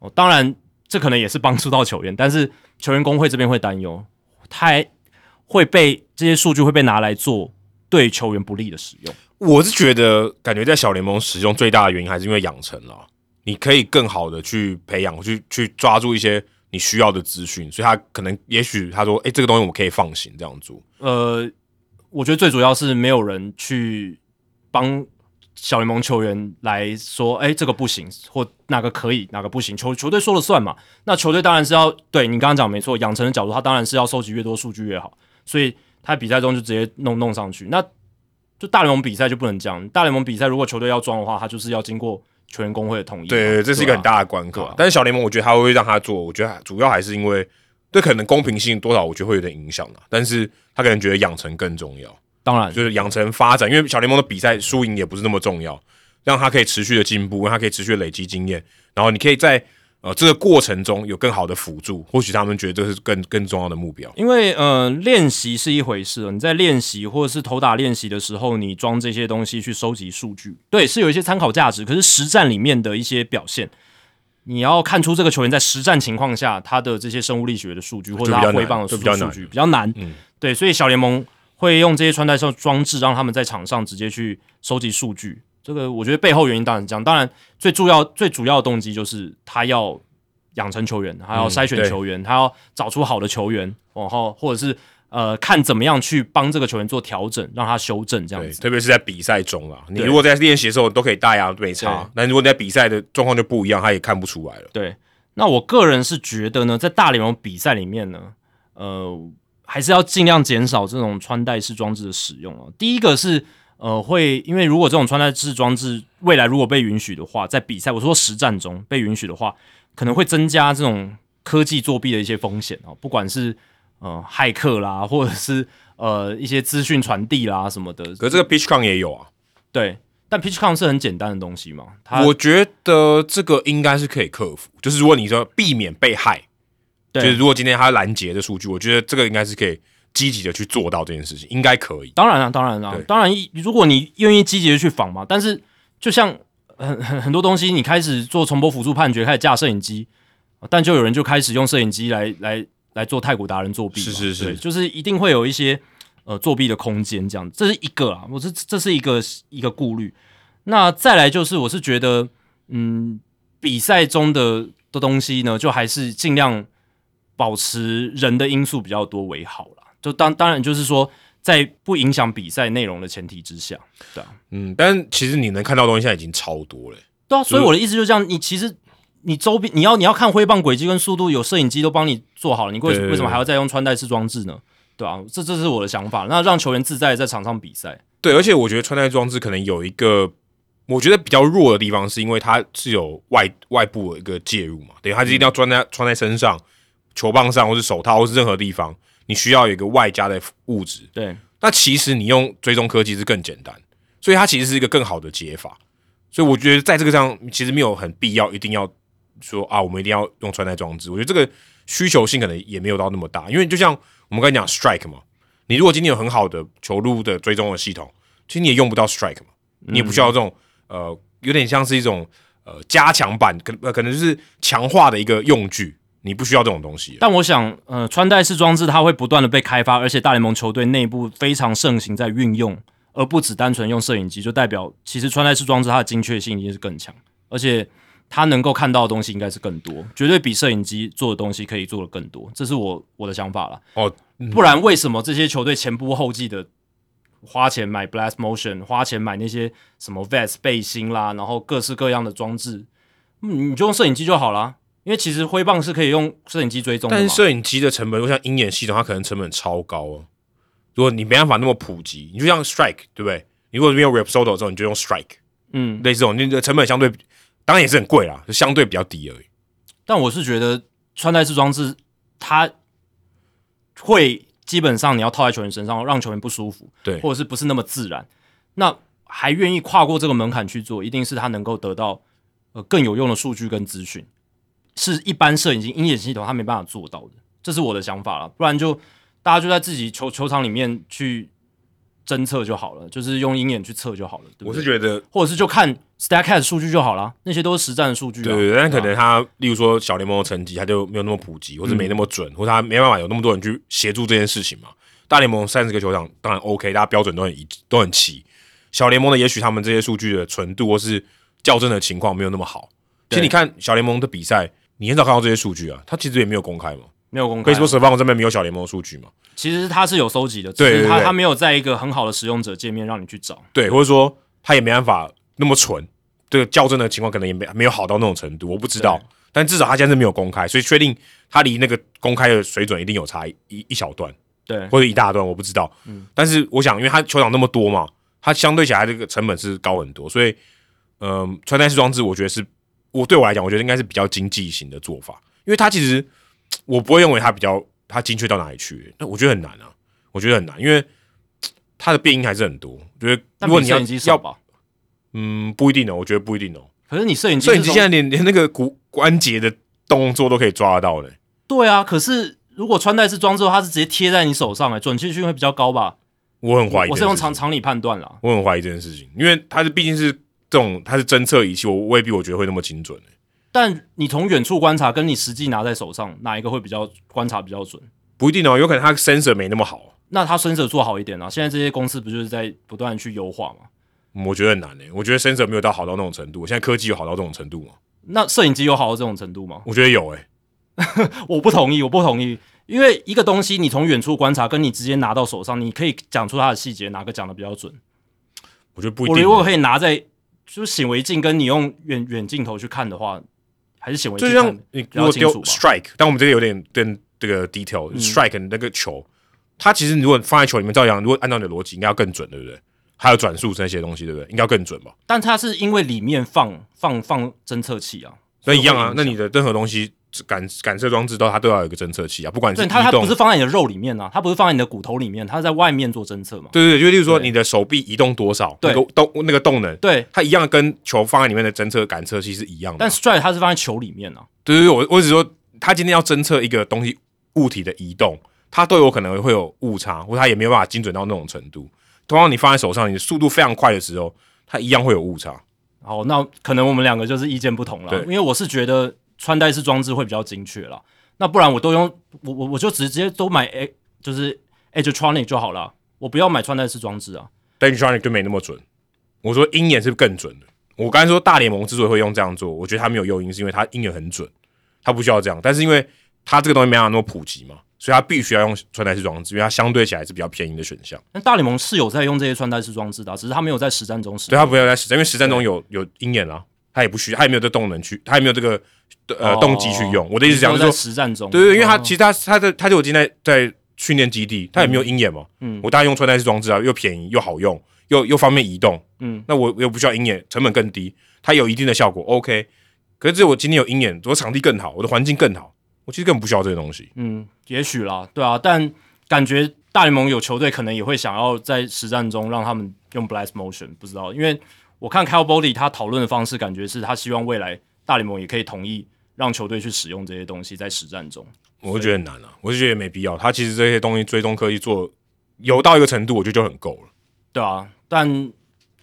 S2: 哦，当然这可能也是帮助到球员，但是球员工会这边会担忧，太会被这些数据会被拿来做对球员不利的使用。
S1: 我是觉得，感觉在小联盟使用最大的原因还是因为养成了，你可以更好的去培养，去去抓住一些你需要的资讯，所以他可能也许他说，哎、这个东西我们可以放行这样做，
S2: 呃，我觉得最主要是没有人去帮小联盟球员来说，哎、这个不行，或哪个可以，哪个不行，球球队说了算嘛。那球队当然是要对你刚刚讲没错，养成的角度，他当然是要收集越多数据越好，所以他比赛中就直接弄弄上去。那就大联盟比赛就不能这样，大联盟比赛如果球队要装的话，他就是要经过球员工会的同意嘛。
S1: 对，这是一个
S2: 吧
S1: 很大的关
S2: 对
S1: 卡。
S2: 啊
S1: 但是小联盟，我觉得他会让他做，我觉得主要还是因为对可能公平性多少，我觉得会有点影响啦。但是他可能觉得养成更重要，
S2: 当然
S1: 就是养成发展，因为小联盟的比赛输赢也不是那么重要，让他可以持续的进步，让他可以持续地累积经验，然后你可以在呃这个过程中有更好的辅助，或许他们觉得这是更更重要的目标。
S2: 因为呃，练习是一回事哦，你在练习或者是投打练习的时候，你装这些东西去收集数据，对，是有一些参考价值。可是实战里面的一些表现，你要看出这个球员在实战情况下他的这些生物力学的数据，或者
S1: 比较
S2: 他
S1: 难
S2: 挥棒的
S1: 就
S2: 数
S1: 比较
S2: 数
S1: 难嗯
S2: 据比较难。对，所以小联盟会用这些穿戴上装置，让他们在场上直接去收集数据。这个我觉得背后原因当然是这样，当然最重要最主要的动机就是他要养成球员，他要
S1: 嗯
S2: 筛选
S1: 对
S2: 球员，他要找出好的球员，然后或者是呃看怎么样去帮这个球员做调整，让他修正这样
S1: 对，
S2: 子。
S1: 特别是在比赛中啦，你
S2: 对
S1: 如果在练习的时候都可以带啊，没差。但如果你在比赛的状况就不一样，他也看不出来了。
S2: 对，那我个人是觉得呢，在大联盟比赛里面呢，呃，还是要尽量减少这种穿戴式装置的使用哦。第一个是呃，会因为如果这种穿戴式装置未来如果被允许的话，在比赛我说实战中被允许的话，可能会增加这种科技作弊的一些风险哦，不管是呃骇客啦，或者是呃一些资讯传递啦什么的。
S1: 可是这个 PitchCon 也有啊，
S2: 对，但 PitchCon 是很简单的东西嘛，它
S1: 我觉得这个应该是可以克服。就是如果你说避免被害，就
S2: 对
S1: 是如果今天他拦截的数据，我觉得这个应该是可以积极的去做到这件事情，应该可以。
S2: 当然了、啊当然了、
S1: 对
S2: 当然，如果你愿意积极的去仿嘛，但是就像很很很多东西，你开始做重播辅助判决，开始架摄影机，但就有人就开始用摄影机来来来做太古达人作弊嘛，
S1: 是是是
S2: 对就是一定会有一些呃作弊的空间，这样，这是一个啊，我是这是一个一个顾虑。那再来就是，我是觉得，嗯，比赛中的的东西呢，就还是尽量保持人的因素比较多为好啦。就当当然就是说，在不影响比赛内容的前提之下，对啊，
S1: 嗯，但其实你能看到的东西现在已经超多了、
S2: 对啊，所以我的意思就是这样，你其实你周边你要你要看挥棒轨迹跟速度，有摄影机都帮你做好了，你为
S1: 对对对
S2: 为什么还要再用穿戴式装置呢？对啊，这这是我的想法，那让球员自在地在场上比赛。
S1: 对，而且我觉得穿戴装置可能有一个，我觉得比较弱的地方，是因为它是有外外部的一个介入嘛，等于它是一定要穿在、穿在身上、球棒上，或是手套，或是任何地方，你需要有一个外加的物质。
S2: 对，
S1: 那其实你用追踪科技是更简单，所以它其实是一个更好的解法。所以我觉得在这个上，其实没有很必要一定要说啊，我们一定要用穿戴装置。我觉得这个需求性可能也没有到那么大，因为就像我们刚才讲 strike 嘛，你如果今天有很好的球路的追踪的系统，其实你也用不到 strike 嘛，你也不需要这种、呃，有点像是一种呃加强版，可呃可能就是强化的一个用具，你不需要这种东西了。
S2: 但我想，呃，穿戴式装置它会不断的被开发，而且大联盟球队内部非常盛行在运用，而不只单纯用摄影机，就代表其实穿戴式装置它的精确性一定是更强，而且它能够看到的东西应该是更多，绝对比摄影机做的东西可以做的更多，这是我我的想法啦。
S1: 哦，
S2: 不然为什么这些球队前仆后继的花钱买 Blast Motion，花钱买那些什么 vest 背心啦，然后各式各样的装置，嗯你就用摄影机就好啦。因为其实挥棒是可以用摄影机追踪的嘛，
S1: 但是摄影机的成本，就像鹰眼系统，它可能成本超高哦。如果你没办法那么普及，你就像 Strike，对不对？你如果没有 Repsodo 之后，你就用 Strike，
S2: 嗯，
S1: 类似这种，你的成本相对当然也是很贵啦，就相对比较低而已。
S2: 但我是觉得穿戴式装置它会基本上你要套在球员身上，让球员不舒服，
S1: 对
S2: 或者是不是那么自然。那还愿意跨过这个门槛去做，一定是他能够得到呃更有用的数据跟资讯，是一般摄影机、鹰眼系统他没办法做到的。这是我的想法了，不然就大家就在自己球球场里面去侦测就好了，就是用鹰眼去测就好了，对不
S1: 我
S2: 对？
S1: 是觉得，
S2: 或者是就看 Statcast 数据就好了，那些都是实战的数据、啊。
S1: 对对对，但可
S2: 啊嗯
S1: 能它，例如说小联盟的成绩，它就没有那么普及，或者没那么准，或者它没办法有那么多人去协助这件事情嘛。大联盟三十个球场当然 OK，大家标准都很一致都很齐。小联盟的也许他们这些数据的纯度或是校正的情况没有那么好。其实
S2: 对
S1: 你看小联盟的比赛，你很少看到这些数据啊，它其实也没有公开嘛。
S2: 没有公开啊。
S1: Facebook 放这边没有小联盟的数据嘛？
S2: 其实它是有收集的，只
S1: 对
S2: 是它
S1: 对对
S2: 它没有在一个很好的使用者界面让你去找。
S1: 对，或者说它也没办法那么纯，这个校正的情况可能也没没有好到那种程度，我不知道
S2: 对。
S1: 但至少它现在是没有公开，所以确定它离那个公开的水准一定有差一一一小段。
S2: 对，
S1: 或者一大段，我不知道。
S2: 嗯
S1: 但是我想，因为它球场那么多嘛，它相对起来这个成本是高很多，所以，嗯、穿戴式装置，我觉得是我对我来讲，我觉得应该是比较经济型的做法，因为它其实我不会认为它比较它精确到哪里去，那我觉得很难啊，我觉得很难，因为它的变音还是很多。我觉得
S2: 但
S1: 如果
S2: 比
S1: 你要
S2: 摄影机少
S1: 要，
S2: 吧？
S1: 嗯，不一定哦，我觉得不一定哦。
S2: 可是你摄影机
S1: 摄影机
S2: 是
S1: 现在连连那个骨关节的动作都可以抓得到嘞、
S2: 对啊，可是如果穿戴式装置的话，它是直接贴在你手上、哎，准确性会比较高吧？
S1: 我很怀疑这件事情。
S2: 我是用常常理判断啦。
S1: 我很怀疑这件事情，因为它是毕竟是这种它是侦测仪器，我未必我觉得会那么精准、欸
S2: 但你从远处观察，跟你实际拿在手上，哪一个会比较观察比较准？
S1: 不一定哦，有可能它 sensor 没那么好，
S2: 那它伸手做好一点啊！现在这些公司不就是在不断地去优化吗？
S1: 嗯我觉得很难诶、我觉得 sensor 没有到好到那种程度，现在科技有好到这种程度吗？
S2: 那摄影机有好到这种程度吗？
S1: 我觉得有诶、欸
S2: 我不同意，我不同意，因为一个东西你从远处观察，跟你直接拿到手上，你可以讲出它的细节，哪个讲的比较准。
S1: 我觉得不一
S2: 我
S1: 定、
S2: 如果
S1: 欸。
S2: 可以拿在就是显微镜，跟你用远远镜头去看的话，还是显微
S1: 就
S2: 镜
S1: 像
S2: 看
S1: 你
S2: 比
S1: 如
S2: 较
S1: 果
S2: 清
S1: 丢
S2: 楚吧。嗯
S1: strike，但我们这个有点跟这个 detail、strike 那个球，它其实如果放在球里面照样，如果按照你的逻辑，应该要更准，对不对？还有转速那些东西，对不对？应该要更准吧？
S2: 但它是因为里面放放放侦测器啊，
S1: 那
S2: 所以
S1: 一样啊
S2: 会，影响
S1: 那你的任何东西感感测装置都它都要有一个侦测器啊，不管是
S2: 对
S1: 移
S2: 它它
S1: 动
S2: 不是放在你的肉里面啊，它不是放在你的骨头里面，它是在外面做侦测嘛。
S1: 对对对，就例如说
S2: 对
S1: 你的手臂移动多少，
S2: 对
S1: 那个动那个动能，
S2: 对，
S1: 它一样跟球放在里面的侦测感测器是一样的。
S2: 但 strike 它是放在球里面啊，
S1: 对对对，我我只说它今天要侦测一个东西物体的移动，它都有可能会有误差，或它也没有办法精准到那种程度。同样，你放在手上，你的速度非常快的时候，它一样会有误差。
S2: 好，那可能我们两个就是意见不同了
S1: 对，
S2: 因为我是觉得穿戴式装置会比较精确啦。那不然我都用我我我就直接都买诶，就是 Edgetronic 就好了，我不要买穿戴式装置啊。
S1: 但 t r o n i c 就没那么准。我说鹰眼是更准的。我刚才说大联盟之所以会用这样做，我觉得它没有诱因，是因为它鹰眼很准，它不需要这样。但是因为它这个东西没办法那么普及嘛，所以他必须要用穿戴式装置，因为它相对起来是比较便宜的选项。
S2: 那大联盟是有在用这些穿戴式装置的啊、只是他没有在实战中使
S1: 对啊
S2: 用。
S1: 他不要在实战，因为实战中有有鹰眼啊，他也不需，他也没有这动能去，他也没有这个呃
S2: 哦
S1: 动机去用。我的意
S2: 你
S1: 思讲
S2: 说
S1: 就是
S2: 在
S1: 说，
S2: 实战中，
S1: 对对，因为他
S2: 哦
S1: 其实他他的他就有今天在训练基地，他也没有鹰眼嘛，
S2: 嗯
S1: 我当然用穿戴式装置啊，又便宜又好用，又又方便移动，
S2: 嗯，
S1: 那我又不需要鹰眼，成本更低，它有一定的效果，OK。可是我今天有鹰眼，我场地更好，我的环境更好，我其实根本不需要这些东西。
S2: 嗯，也许啦，对啊，但感觉大联盟有球队可能也会想要在实战中让他们用 blast motion，不知道，因为我看 Cal Body 他讨论的方式，感觉是他希望未来大联盟也可以同意让球队去使用这些东西在实战中。
S1: 我就觉得很难了、我就觉得没必要。它其实这些东西追踪科技做有到一个程度，我觉得就很够了。
S2: 对啊，但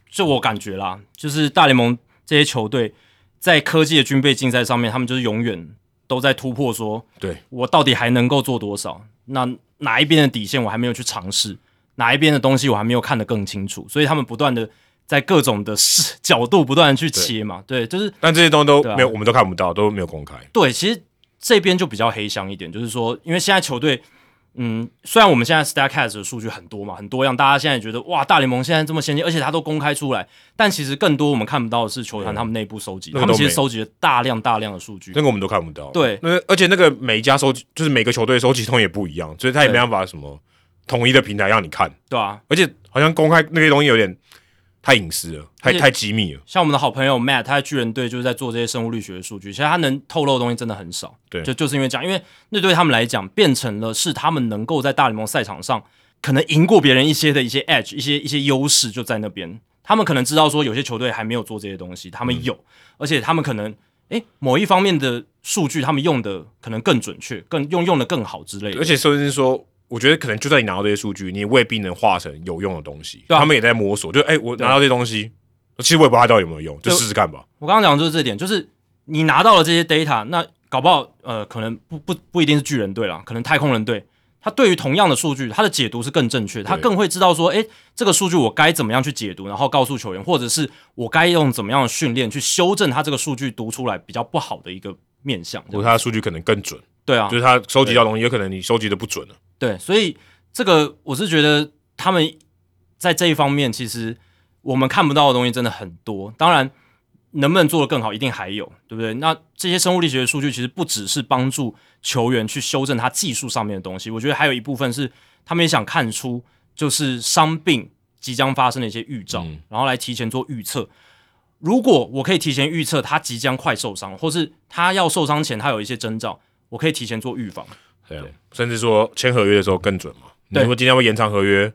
S2: 就我感觉啦，就是大联盟这些球队在科技的军备竞赛上面，他们就是永远都在突破说，
S1: 对
S2: 我到底还能够做多少？那哪一边的底线我还没有去尝试，哪一边的东西我还没有看得更清楚，所以他们不断的在各种的视角度不断的去切嘛，对，就是
S1: 但这些东西都
S2: 对啊
S1: 没有，我们都看不到，都没有公开。
S2: 对，其实这边就比较黑箱一点，就是说，因为现在球队，嗯，虽然我们现在 Statcast 的数据很多嘛，很多样，大家现在也觉得哇，大联盟现在这么先进，而且它都公开出来，但其实更多我们看不到的是球团他们内部收集，
S1: 那个
S2: 他们
S1: 都
S2: 其实
S1: 没有
S2: 收集了大量大量的数据
S1: 那。个我们都看不到。
S2: 对
S1: 那而且那个每一家收集，就是每个球队收集通也不一样，所以他也没办法什么统一的平台让你看。
S2: 对啊，
S1: 而且好像公开那些东西有点太隐私了，太
S2: 而且
S1: 太机密了。
S2: 像我们的好朋友 Matt，他在巨人队就是在做这些生物力学的数据，其实他能透露的东西真的很少。
S1: 对
S2: 就就是因为这样，因为那对他们来讲，变成了是他们能够在大联盟赛场上可能赢过别人一些的一些 edge，一些一些优势就在那边。他们可能知道说有些球队还没有做这些东西，他们有，而且他们可能诶某一方面的数据，他们用的可能更准确，更用用的更好之类的。
S1: 而且甚至说，我觉得可能就算你拿到这些数据，你也未必能化成有用的东西。
S2: 对啊啊
S1: 他们也在摸索，就哎、我拿到这些东西，其实我也不知道它到底有没有用，就
S2: 对
S1: 试试看吧。
S2: 我刚刚讲的就是这点，就是你拿到了这些 data，那搞不好呃，可能不不不一定是巨人队啦，可能太空人队，他对于同样的数据，他的解读是更正确的，他
S1: 对
S2: 更会知道说，诶，这个数据我该怎么样去解读，然后告诉球员，或者是我该用怎么样的训练去修正他这个数据读出来比较不好的一个面啊向。
S1: 或者它的数据可能更准，
S2: 对啊
S1: 就，是它收集到的东西，有可能你收集的不准了。
S2: 对，所以这个我是觉得他们在这一方面，其实我们看不到的东西真的很多。当然，能不能做得更好，一定还有，对不对？那这些生物力学的数据其实不只是帮助球员去修正他技术上面的东西，我觉得还有一部分是他们也想看出就是伤病即将发生的一些预兆，
S1: 嗯
S2: 然后来提前做预测。如果我可以提前预测他即将快受伤，或是他要受伤前他有一些征兆，我可以提前做预防。
S1: 这样，甚至说签合约的时候更准嘛。你
S2: 啊对
S1: 如果今天会延长合约，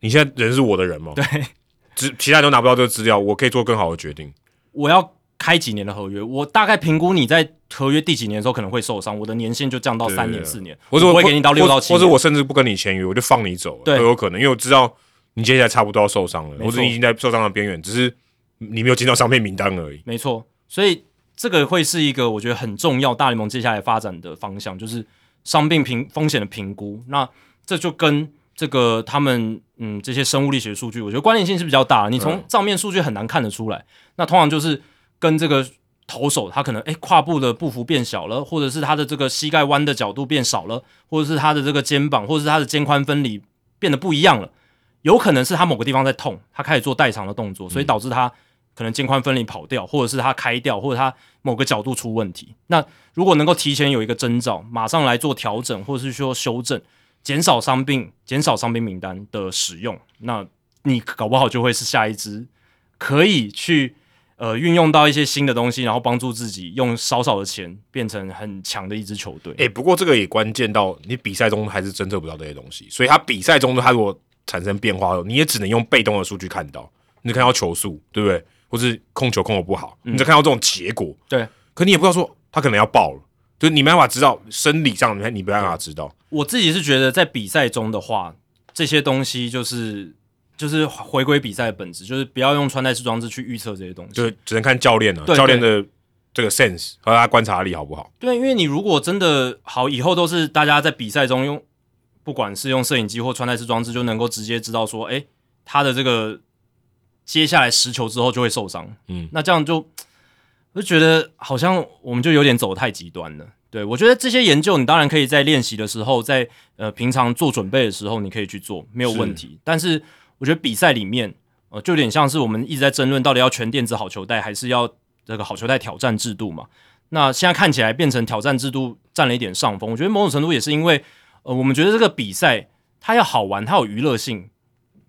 S1: 你现在人是我的人嘛？对，只其他人都拿不到这个资料，我可以做更好的决定。
S2: 我要开几年的合约，我大概评估你在合约第几年的时候可能会受伤，我的年限就降到
S1: 对
S2: 三年、
S1: 对
S2: 四年，
S1: 或者
S2: 我不会给你到六到七
S1: 或
S2: 年，
S1: 者我甚至不跟你签约，我就放你走了，
S2: 对
S1: 都有可能，因为我知道你接下来差不多要受伤了，
S2: 没错
S1: 或者你已经在受伤的边缘，只是你没有进到伤病名单而已。
S2: 没错。所以这个会是一个我觉得很重要，大联盟接下来发展的方向就是伤病评风险的评估。那这就跟这个他们嗯这些生物力学数据，我觉得关联性是比较大的。你从
S1: 嗯
S2: 账面数据很难看得出来。那通常就是跟这个投手他可能诶胯部的步幅变小了，或者是他的这个膝盖弯的角度变少了，或者是他的这个肩膀，或者是他的肩宽分离变得不一样了。有可能是他某个地方在痛，他开始做代偿的动作，所以导致他可能肩宽分离跑掉，或者是他开掉，或者他某个角度出问题。那如果能够提前有一个征兆，马上来做调整，或者是说修正，减少伤病，减少伤病名单的使用，那你搞不好就会是下一支可以去呃运用到一些新的东西，然后帮助自己用少少的钱变成很强的一支球队。
S1: 哎、不过这个也关键到你比赛中还是侦测不到这些东西，所以他比赛中他如果产生变化，你也只能用被动的数据看到，你只看到球速，对不对？或是控球控的不好，你只看到这种结果，
S2: 嗯对
S1: 可你也不知道说他可能要爆了，就是你没办法知道生理上，你没办法知道。
S2: 我自己是觉得在比赛中的话，这些东西就是就是回归比赛的本质，就是不要用穿戴式装置去预测这些东西。
S1: 就只能看教练了、
S2: 对
S1: 教练的这个 sense 和他观察力好不好。
S2: 对，因为你如果真的好，以后都是大家在比赛中用，不管是用摄影机或穿戴式装置，就能够直接知道说，哎，他的这个接下来十球之后就会受伤。
S1: 嗯
S2: 那这样就我就觉得好像我们就有点走太极端了。对，我觉得这些研究你当然可以在练习的时候，在呃平常做准备的时候，你可以去做，没有问题。但是我觉得比赛里面，呃，就有点像是我们一直在争论到底要全电子好球带，还是要这个好球带挑战制度嘛？那现在看起来变成挑战制度占了一点上风，我觉得某种程度也是因为，呃，我们觉得这个比赛它要好玩，它有娱乐性，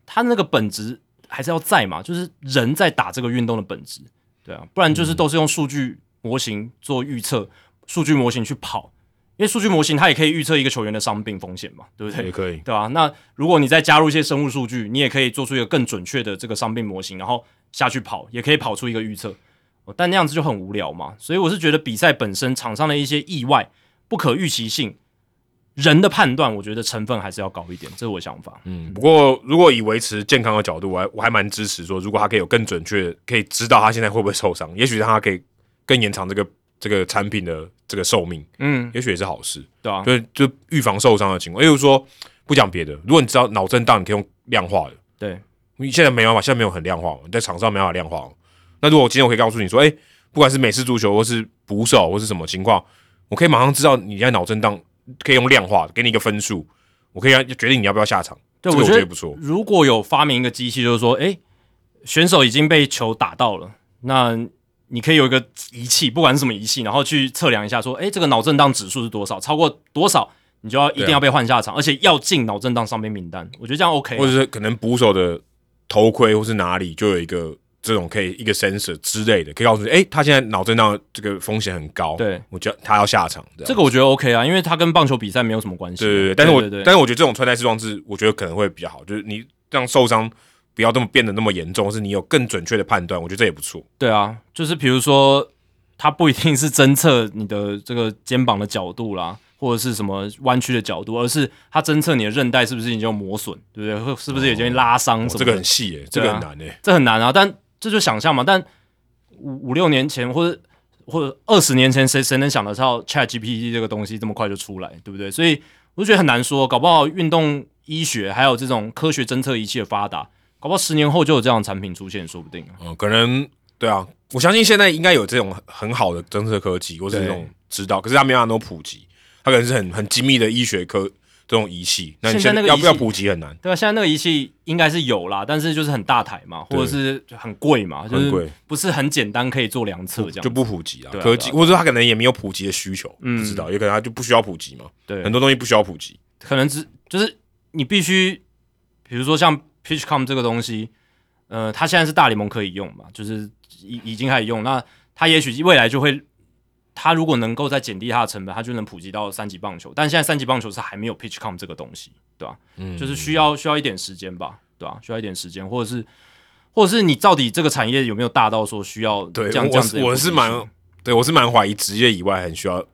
S2: 它那个本质还是要在嘛，就是人在打这个运动的本质，对啊，不然就是都是用数据模型做预测，数据模型去跑，因为数据模型它也可以预测一个球员的伤病风险嘛，对不对？
S1: 也可以。
S2: 对吧、那如果你再加入一些生物数据，你也可以做出一个更准确的这个伤病模型，然后下去跑，也可以跑出一个预测。哦但那样子就很无聊嘛，所以我是觉得比赛本身场上的一些意外、不可预期性，人的判断，我觉得成分还是要高一点，这是我的想法。
S1: 嗯，不过如果以维持健康的角度，我还我还蛮支持说，如果他可以有更准确，可以知道他现在会不会受伤，也许让他可以更延长这个这个产品的这个寿命，
S2: 嗯，
S1: 也许也是好事。
S2: 对啊，
S1: 对，就预防受伤的情况。例如说，不讲别的，如果你知道脑震荡，你可以用量化的。
S2: 对，
S1: 你现在没办法，现在没有很量化嘛，你在场上没办法量化嘛。那如果我今天我可以告诉你说，哎、不管是美式足球，或是捕手，或是什么情况，我可以马上知道你现在脑震荡，可以用量化给你一个分数，我可以让决定你要不要下场。
S2: 对，
S1: 这个我
S2: 觉
S1: 觉
S2: 得
S1: 得不错。
S2: 如果有发明一个机器，就是说，诶，选手已经被球打到了，那你可以有一个仪器，不管是什么仪器，然后去测量一下，说，诶，哎这个脑震荡指数是多少？超过多少，你就要一定
S1: 啊
S2: 要被换下场，而且要进脑震荡伤病名单。我觉得这样 OK 啊、
S1: 或者是可能捕手的头盔或是哪里就有一个这种可以一个 sensor 之类的，可以告诉你，哎、他现在脑震荡这个风险很高，
S2: 对，
S1: 我觉得他要下场。这样
S2: 这个我觉得 OK 啊，因为它跟棒球比赛没有什么关系。啊
S1: 对对对，但是我
S2: 对对
S1: 但是我觉得这种穿戴式装置，我觉得可能会比较好，就是你让受伤不要这么变得那么严重，是你有更准确的判断，我觉得这也不错。
S2: 对啊，就是比如说，它不一定是侦测你的这个肩膀的角度啦，或者是什么弯曲的角度，而是它侦测你的韧带是不是已经有磨损，对不对？或是不是已经拉伤
S1: 哦
S2: 什么的、
S1: 这个很细耶、这
S2: 对
S1: 个
S2: 啊
S1: 很难诶、
S2: 这很难啊，但这就想象嘛。但五五六年前或者或者二十年前，谁谁能想得到 Chat GPT 这个东西这么快就出来，对不对？所以我就觉得很难说，搞不好运动医学还有这种科学侦测仪器的发达，搞不好十年后就有这样的产品出现，说不定啊。
S1: 嗯，可能对啊，我相信现在应该有这种很好的侦测科技，或是
S2: 对
S1: 这种指导，可是它没有那么普及，它可能是很很精密的医学科这种仪器，那你
S2: 现
S1: 现
S2: 在那个
S1: 要
S2: 仪
S1: 不要
S2: 器
S1: 普及很难，
S2: 对啊，现在那个仪器应该是有啦，但是就是很大台嘛，
S1: 对
S2: 或者是很贵嘛，就
S1: 很贵
S2: 是不是很简单可以做量测这样。
S1: 就不普及啊。
S2: 对啊
S1: 科技
S2: 对啊
S1: 或者说它可能也没有普及的需求，
S2: 嗯
S1: 不知道，也可能它就不需要普及嘛，
S2: 对
S1: 很，多东西不需要普及。
S2: 可能只就是你必须，比如说像 PitchCom 这个东西，呃，它现在是大联盟可以用嘛，就是已已经开始用，那它也许未来就会，它如果能够再减低它的成本，它就能普及到三级棒球。但现在三级棒球是还没有 PitchCom 这个东西，对吧、
S1: 嗯
S2: 就是需要需要一点时间吧，对啊吧、需要一点时间，或者是或者是你到底这个产业有没有大到说需要
S1: 对，
S2: 这样这
S1: 我
S2: 样子
S1: 是
S2: 的
S1: 我
S2: 普
S1: 是
S2: 及
S1: 蛮
S2: 性
S1: 对我是蛮怀疑职业以外很需要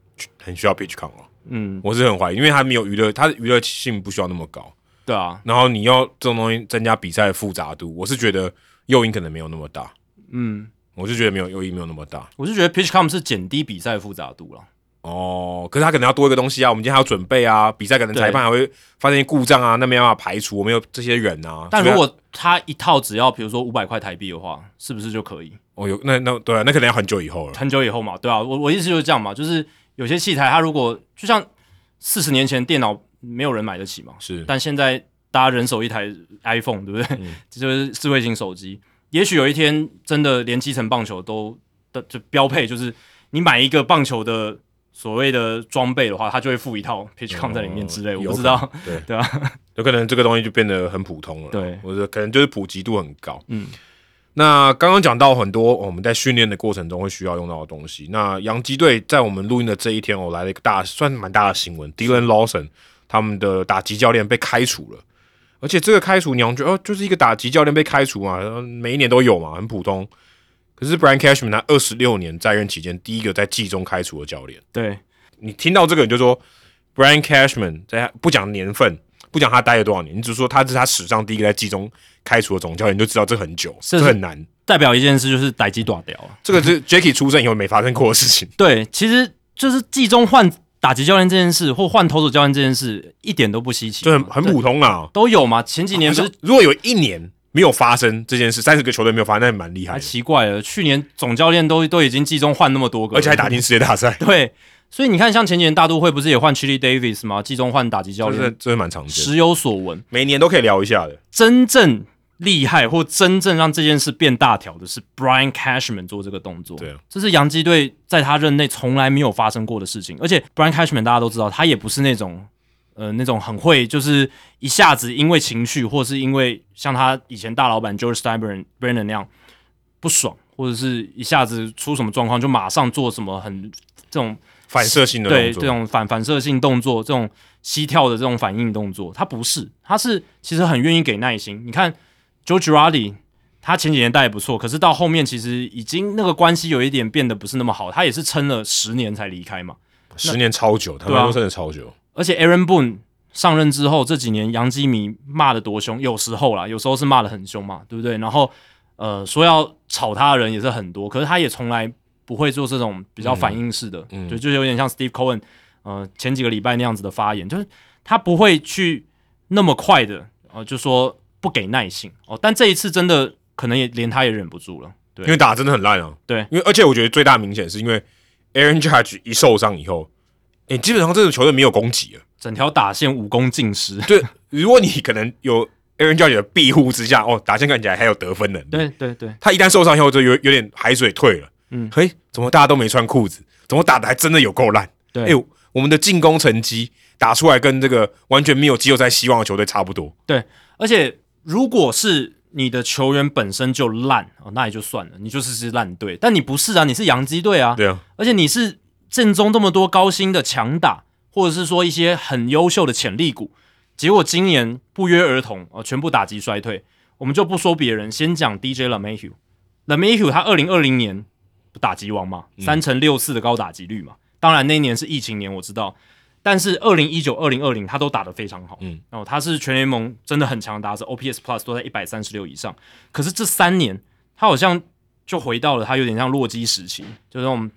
S1: 很需要 pitch con 哦，
S2: 嗯，
S1: 我是很怀疑，因为它没有娱乐，它的娱乐性不需要那么高，
S2: 对啊，
S1: 然后你要这种东西增加比赛的复杂度，我是觉得诱因可能没有那么大，
S2: 嗯，
S1: 我是觉得没有诱因没有那么大
S2: 我是觉得 PitchCom 是减低比赛复杂度了。
S1: 哦，可是他可能要多一个东西啊，我们今天还要准备啊，比赛可能
S2: 对
S1: 裁判还会发现故障啊，那没办法排除，我们有这些人啊，
S2: 但
S1: 所以
S2: 如
S1: 他
S2: 果他一套只要比如说五百块台币的话，是不是就可以？
S1: 哦有那那对啊，那可能要很久以后了，
S2: 很久以后嘛，对啊，我我意思就是这样嘛，就是有些器材它如果就像四十年前电脑没有人买得起嘛，
S1: 是
S2: 但现在大家人手一台 iPhone，对不对？
S1: 嗯
S2: 这 <laughs> 就是智慧型手机。也许有一天真的连基层棒球都的就标配，就是你买一个棒球的所谓的装备的话，它就会附一套 PitchCom 在里面之类，
S1: 哦
S2: 我不知道。，
S1: 有可能对
S2: 对啊，
S1: 有可能这个东西就变得很普通了，
S2: 对
S1: 我觉得可能就是普及度很高。
S2: 嗯，
S1: 那刚刚讲到很多哦我们在训练的过程中会需要用到的东西。那洋基队在我们录音的这一天哦，来了一个大，算是蛮大的新闻，Dylan Lawson 他们的打击教练被开除了。而且这个开除，你好像觉得哦，就是一个打击教练被开除嘛，呃每一年都有嘛，很普通。可是 Brian Cashman 他二十六年在任期间，第一个在季中开除的教练。
S2: 对，
S1: 你听到这个你就说，Brian Cashman 在他不讲年份，不讲他待了多少年，你只说他是他史上第一个在季中开除的总教练，你就知道这很久，
S2: 是
S1: 这很难。
S2: 代表一件事就是逮鸡短掉啊。
S1: 这个是 Jacky 出生以后没发生过的事
S2: <laughs>
S1: 情。
S2: 对，其实就是季中换打击教练这件事，或换投手教练这件事，一点都不稀奇
S1: 就
S2: 嘛，啊
S1: 很很普通啦。
S2: 都有嘛。前几年不是
S1: 如果有一年没有发生这件事，三十个球队没有发生，那也蛮厉害
S2: 还
S1: 的，
S2: 奇怪了，去年总教练都都已经季中换那么多个，
S1: 而且还打进世界大赛，
S2: 对，所以你看，像前几年大都会不是也换 Chili Davis 吗？季中换打击 <laughs> 教
S1: 真的
S2: 练，
S1: 真的蛮常见，
S2: 时有所闻。
S1: 每年都可以聊一下的。
S2: 真正厉害或真正让这件事变大条的是 Brian Cashman 做这个动作。
S1: 对啊
S2: 这是洋基队在他任内从来没有发生过的事情。而且 Brian Cashman 大家都知道，他也不是那种呃那种很会就是一下子因为情绪或是因为像他以前大老板 George Steinbrenner 那样不爽，或者是一下子出什么状况就马上做什么很这种
S1: 反射性的
S2: 对
S1: 动
S2: 这
S1: 作，
S2: 种反反射性动作、这种膝跳的这种反应动作，他不是，他是其实很愿意给耐心。你看 Joe Girardi，他前几年带也不错，可是到后面其实已经那个关系有一点变得不是那么好，他也是撑了十年才离开嘛。
S1: 十年超久，他
S2: 对啊
S1: 们说真的超久。
S2: 而且 Aaron Boone 上任之后这几年，杨基迷骂的多凶，有时候啦，有时候是骂的很凶嘛，对不对？然后呃，说要炒他的人也是很多，可是他也从来不会做这种比较反应式的，
S1: 嗯嗯
S2: 对，就是有点像 Steve Cohen 呃前几个礼拜那样子的发言，就是他不会去那么快的呃就说不给耐性哦，但这一次真的可能也连他也忍不住了，对
S1: 因为打得真的很烂啊。
S2: 对
S1: 因为而且我觉得最大明显是因为 Aaron Judge 一受伤以后，诶、基本上这个球队没有攻击了。
S2: 整条打线武功尽失，
S1: 对，如果你可能有 Aaron Judge 的庇护之下，哦，打线看起来还有得分能力。
S2: 对对对，
S1: 他一旦受伤以后，就有有点海水退了。
S2: 嗯
S1: 嗯，嘿，怎么大家都没穿裤子？怎么打的还真的有够烂？
S2: 对
S1: 哎、我们的进攻成绩打出来跟这个完全没有季后赛希望的球队差不多。
S2: 而且如果是你的球员本身就烂哦，那也就算了，你就是支烂队。但你不是啊，你是洋基队啊，
S1: 对啊，
S2: 而且你是正中这么多高薪的强打，或者是说一些很优秀的潜力股，结果今年不约而同哦、呃全部打击衰退。我们就不说别人，先讲 DJ LeMahieu。LeMahieu 他二零二零年打击王嘛，三乘六四的高打击率嘛。当然那一年是疫情年，我知道，但是二零一九、二零二零他都打得非常好。
S1: 嗯，
S2: 哦，他是全联盟真的很强的打者，OPS Plus 都在一百三十六以上。可是这三年他好像就回到了他有点像洛基时期，就那种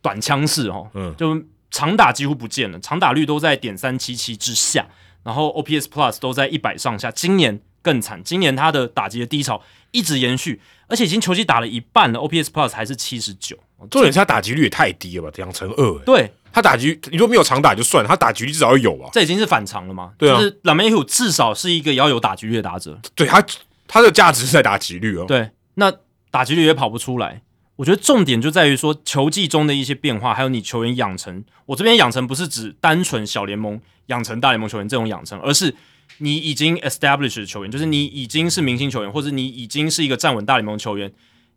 S2: 短枪式哦，
S1: 嗯
S2: 就长打几乎不见了，长打率都在点三七七之下，然后 OPS Plus 都在一百上下。今年更惨，今年他的打击的低潮一直延续，而且已经球季打了一半了，OPS Plus 还是七十九。
S1: 重点是他打击率也太低了吧，两成二、欸。
S2: 对，
S1: 他打击，你说没有长打就算了，他打击率至少要有啊。
S2: 这已经是反常了嘛？
S1: 对啊
S2: 就是 l a m e h u 至少是一个要有打击率的打者，
S1: 对他，他的价值是在打击率哦。
S2: 对，那打击率也跑不出来。我觉得重点就在于说球技中的一些变化，还有你球员养成。我这边养成不是指单纯小联盟养成大联盟球员这种养成，而是你已经 established 的球员，就是你已经是明星球员，或者你已经是一个站稳大联盟球员，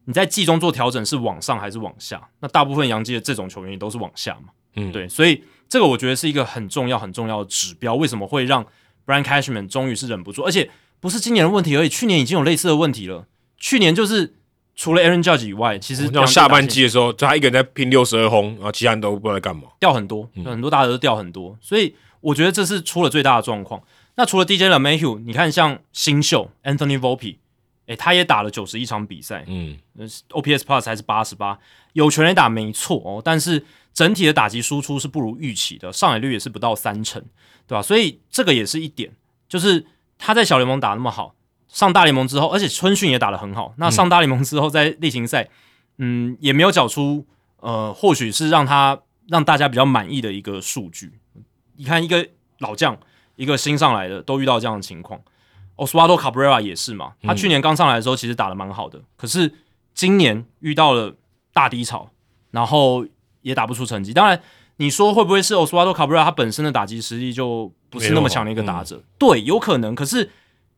S2: 你在季中做调整是往上还是往下？那大部分洋基的这种球员也都是往下嘛。
S1: 嗯
S2: 对，所以这个我觉得是一个很重要很重要的指标。为什么会让 Brian Cashman 终于是忍不住？而且不是今年的问题而已，去年已经有类似的问题了。去年就是除了 Aaron Judge 以外，其实
S1: 像哦下半季的时候，就他一个人在拼六十二轰，然后其他人都不知道在干嘛。
S2: 掉很多，
S1: 嗯
S2: 很多大家都掉很多，所以我觉得这是出了最大的状况。那除了 DJ l e m a h u 你看像新秀 Anthony Volpe，诶、他也打了九十一场比赛，
S1: 嗯，
S2: 呃 OPS Plus 还是八十八，有全垒打没错哦，但是整体的打击输出是不如预期的，上垒率也是不到三成，对吧、所以这个也是一点，就是他在小联盟打那么好，上大联盟之后，而且春训也打得很好，那上大联盟之后在例行赛，嗯，也没有缴出呃，或许是让他让大家比较满意的一个数据。你看一个老将，一个新上来的都遇到这样的情况。Oswaldo Cabrera 也是嘛，他去年刚上来的时候其实打得蛮好的，可是今年遇到了大低潮，然后也打不出成绩。当然，你说会不会是 Oswaldo Cabrera 他本身的打击实力就不是那么强的一个打者？对，有可能。可是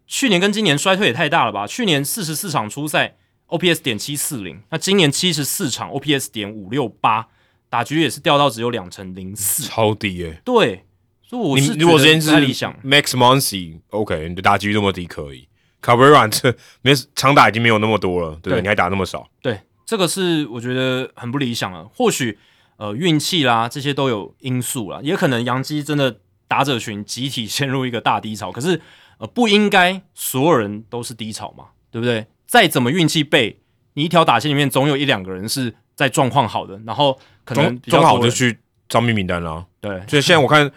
S2: 去年跟今年衰退也太大了吧？去年四十四场初赛，OPS 点七四零，那今年七十四场，OPS 点五六八，打局也是掉到只有两成零四。
S1: 超低耶、
S2: 对，所以我
S1: 你
S2: 是
S1: 如果
S2: 觉
S1: 今
S2: 得
S1: 天
S2: 不
S1: 是
S2: 太理想，
S1: Max Muncy，OK，、你的打击率这么低可以。Cabrera <laughs> 这没长打已经没有那么多了，对不
S2: 对
S1: 对？你还打那么少，
S2: 对，这个是我觉得很不理想了。或许呃运气啦，这些都有因素啦，也可能杨基真的打者群集体 <laughs> 陷入一个大低潮。可是呃不应该所有人都是低潮嘛，对不对？再怎么运气背，你一条打线里面总有一两个人是在状况好的，然后可能
S1: 中
S2: 比较
S1: 中好就
S2: 多人
S1: 去伤病名单啦。
S2: 对
S1: 所以现在我看，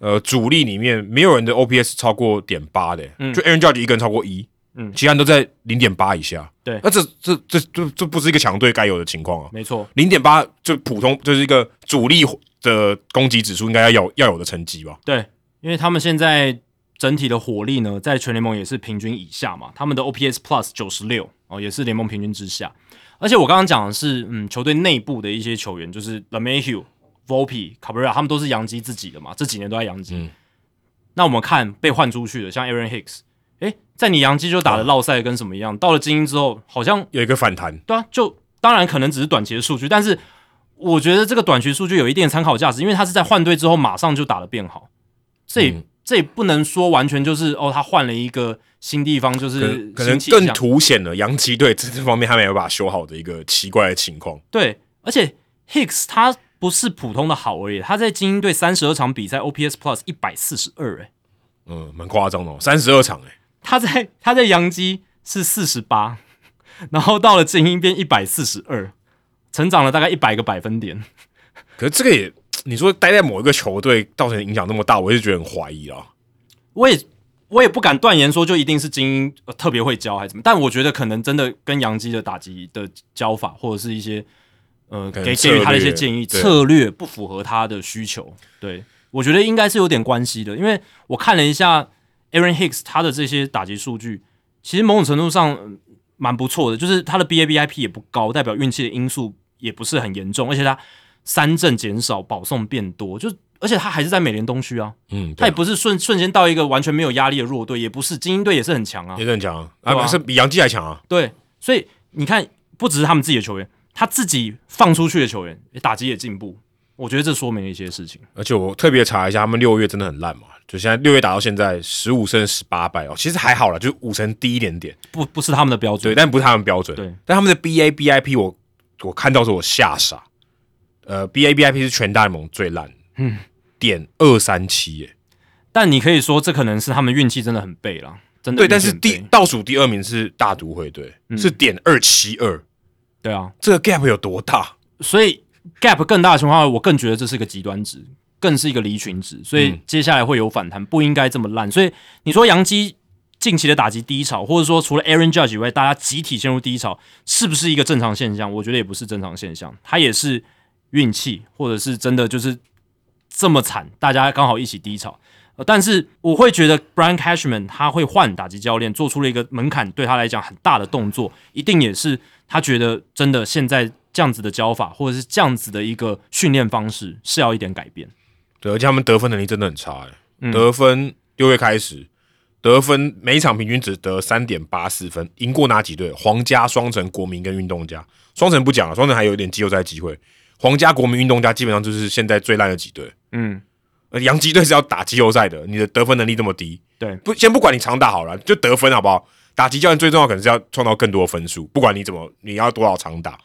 S1: 呃，主力里面没有人的 OPS 超过点八的、
S2: 嗯
S1: 就 Aaron Judge 一个人超过一，
S2: 嗯
S1: 其他人都在零点八以下。
S2: 对
S1: 那这这这这这不是一个强队该有的情况啊！
S2: 没错，
S1: 零点八就普通，就是一个主力的攻击指数应该要有要有的成绩吧？
S2: 对，因为他们现在整体的火力呢，在全联盟也是平均以下嘛，他们的 OPS Plus 九十六哦，也是联盟平均之下。而且我刚刚讲的是，嗯，球队内部的一些球员，就是 LeMahieu、Volpe、Cabrera，他们都是洋基自己的嘛，这几年都在洋基。
S1: 嗯
S2: 那我们看被换出去的，像 Aaron Hicks，诶，在你洋基就打的落赛跟什么一样，到了精英之后，好像
S1: 有一个反弹，
S2: 对啊，就当然可能只是短期的数据，但是我觉得这个短期数据有一定的参考价值，因为他是在换队之后马上就打得变好，这也、
S1: 嗯
S2: 这也不能说完全就是哦，他换了一个新地方就是
S1: 可能可
S2: 新
S1: 能
S2: 气
S1: 更
S2: 象
S1: 凸显了洋基队这这方面他没有把它修好的一个奇怪的情况。
S2: 对，而且 Hicks 他不是普通的好而已，他在精英队三十二场比赛 OPS Plus 一百四十二，哎，
S1: 嗯，蛮夸张的、哦，三十二场哎、
S2: 他在 <laughs> 他在洋基是四十八，然后到了精英变一百四十二，成长了大概一百个百分点。
S1: 可是这个也，你说待在某一个球队造成影响那么大，我就觉得很怀疑啊。
S2: 我也我也不敢断言说就一定是精英、呃特别会教还是怎么，但我觉得可能真的跟杨基的打击的教法或者是一些呃
S1: 可能
S2: 给
S1: 策
S2: 给
S1: 略
S2: 予他的一些建议
S1: 对
S2: 策略不符合他的需求，对我觉得应该是有点关系的，因为我看了一下 Aaron Hicks 他的这些打击数据，其实某种程度上嗯蛮不错的，就是他的 BABIP 也不高，代表运气的因素也不是很严重，而且他三振减少，保送变多，就而且他还是在美联东区啊，
S1: 嗯，
S2: 他
S1: 对
S2: 也不是瞬瞬间到一个完全没有压力的弱队，也不是精英队也是很强啊
S1: 也。是很强啊，
S2: 对啊
S1: 啊是比杨基还强啊。
S2: 对，所以你看，不只是他们自己的球员，他自己放出去的球员打击也进步，我觉得这说明了一些事情。
S1: 而且我特别查一下，他们六月真的很烂嘛，就现在六月打到现在十五胜十八败哦，其实还好啦，就五成低一点点，
S2: 不不是他们的标
S1: 对，
S2: 准，
S1: 但不是他们标准。
S2: 对，
S1: 但他们的 BA BIP 我我看到时候我吓傻，呃，BA BIP 是全大联盟最烂，嗯，点二三七耶，
S2: 但你可以说这可能是他们运气真的很背了，真的
S1: 嗯对，嗯
S2: 运气
S1: 但是
S2: 很
S1: 第
S2: 背
S1: 倒数第二名是大都会队，是点二七二，
S2: 对啊，
S1: 这个 gap 有多大？
S2: 所以 gap 更大的情况下，我更觉得这是一个极端值，更是一个离群值，所以接下来会有反弹，不应该这么烂。所以你说杨基近期的打击低潮，或者说除了 Aaron Judge 以外，大家集体陷入低潮，是不是一个正常现象？我觉得也不是正常现象，它也是运气，或者是真的就是这么惨，大家刚好一起低潮。呃但是我会觉得 Brian Cashman 他会换打击教练，做出了一个门槛对他来讲很大的动作，一定也是他觉得真的现在这样子的教法或者是这样子的一个训练方式是要一点改变。
S1: 对，而且他们得分能力真的很差、欸，得分六月开始得分每一场平均只得三点八四分，赢过哪几队？皇家、双城、国民跟运动家。双城不讲了，双城还有一点季后赛机会。皇家、国民、运动家基本上就是现在最烂的几队。
S2: 嗯，
S1: 呃，洋基队是要打季后赛的，你的得分能力这么低，
S2: 对
S1: 不先不管你长打好了，就得分好不好？打击教练最重要可能是要创造更多分数，不管你怎么你要多少长打，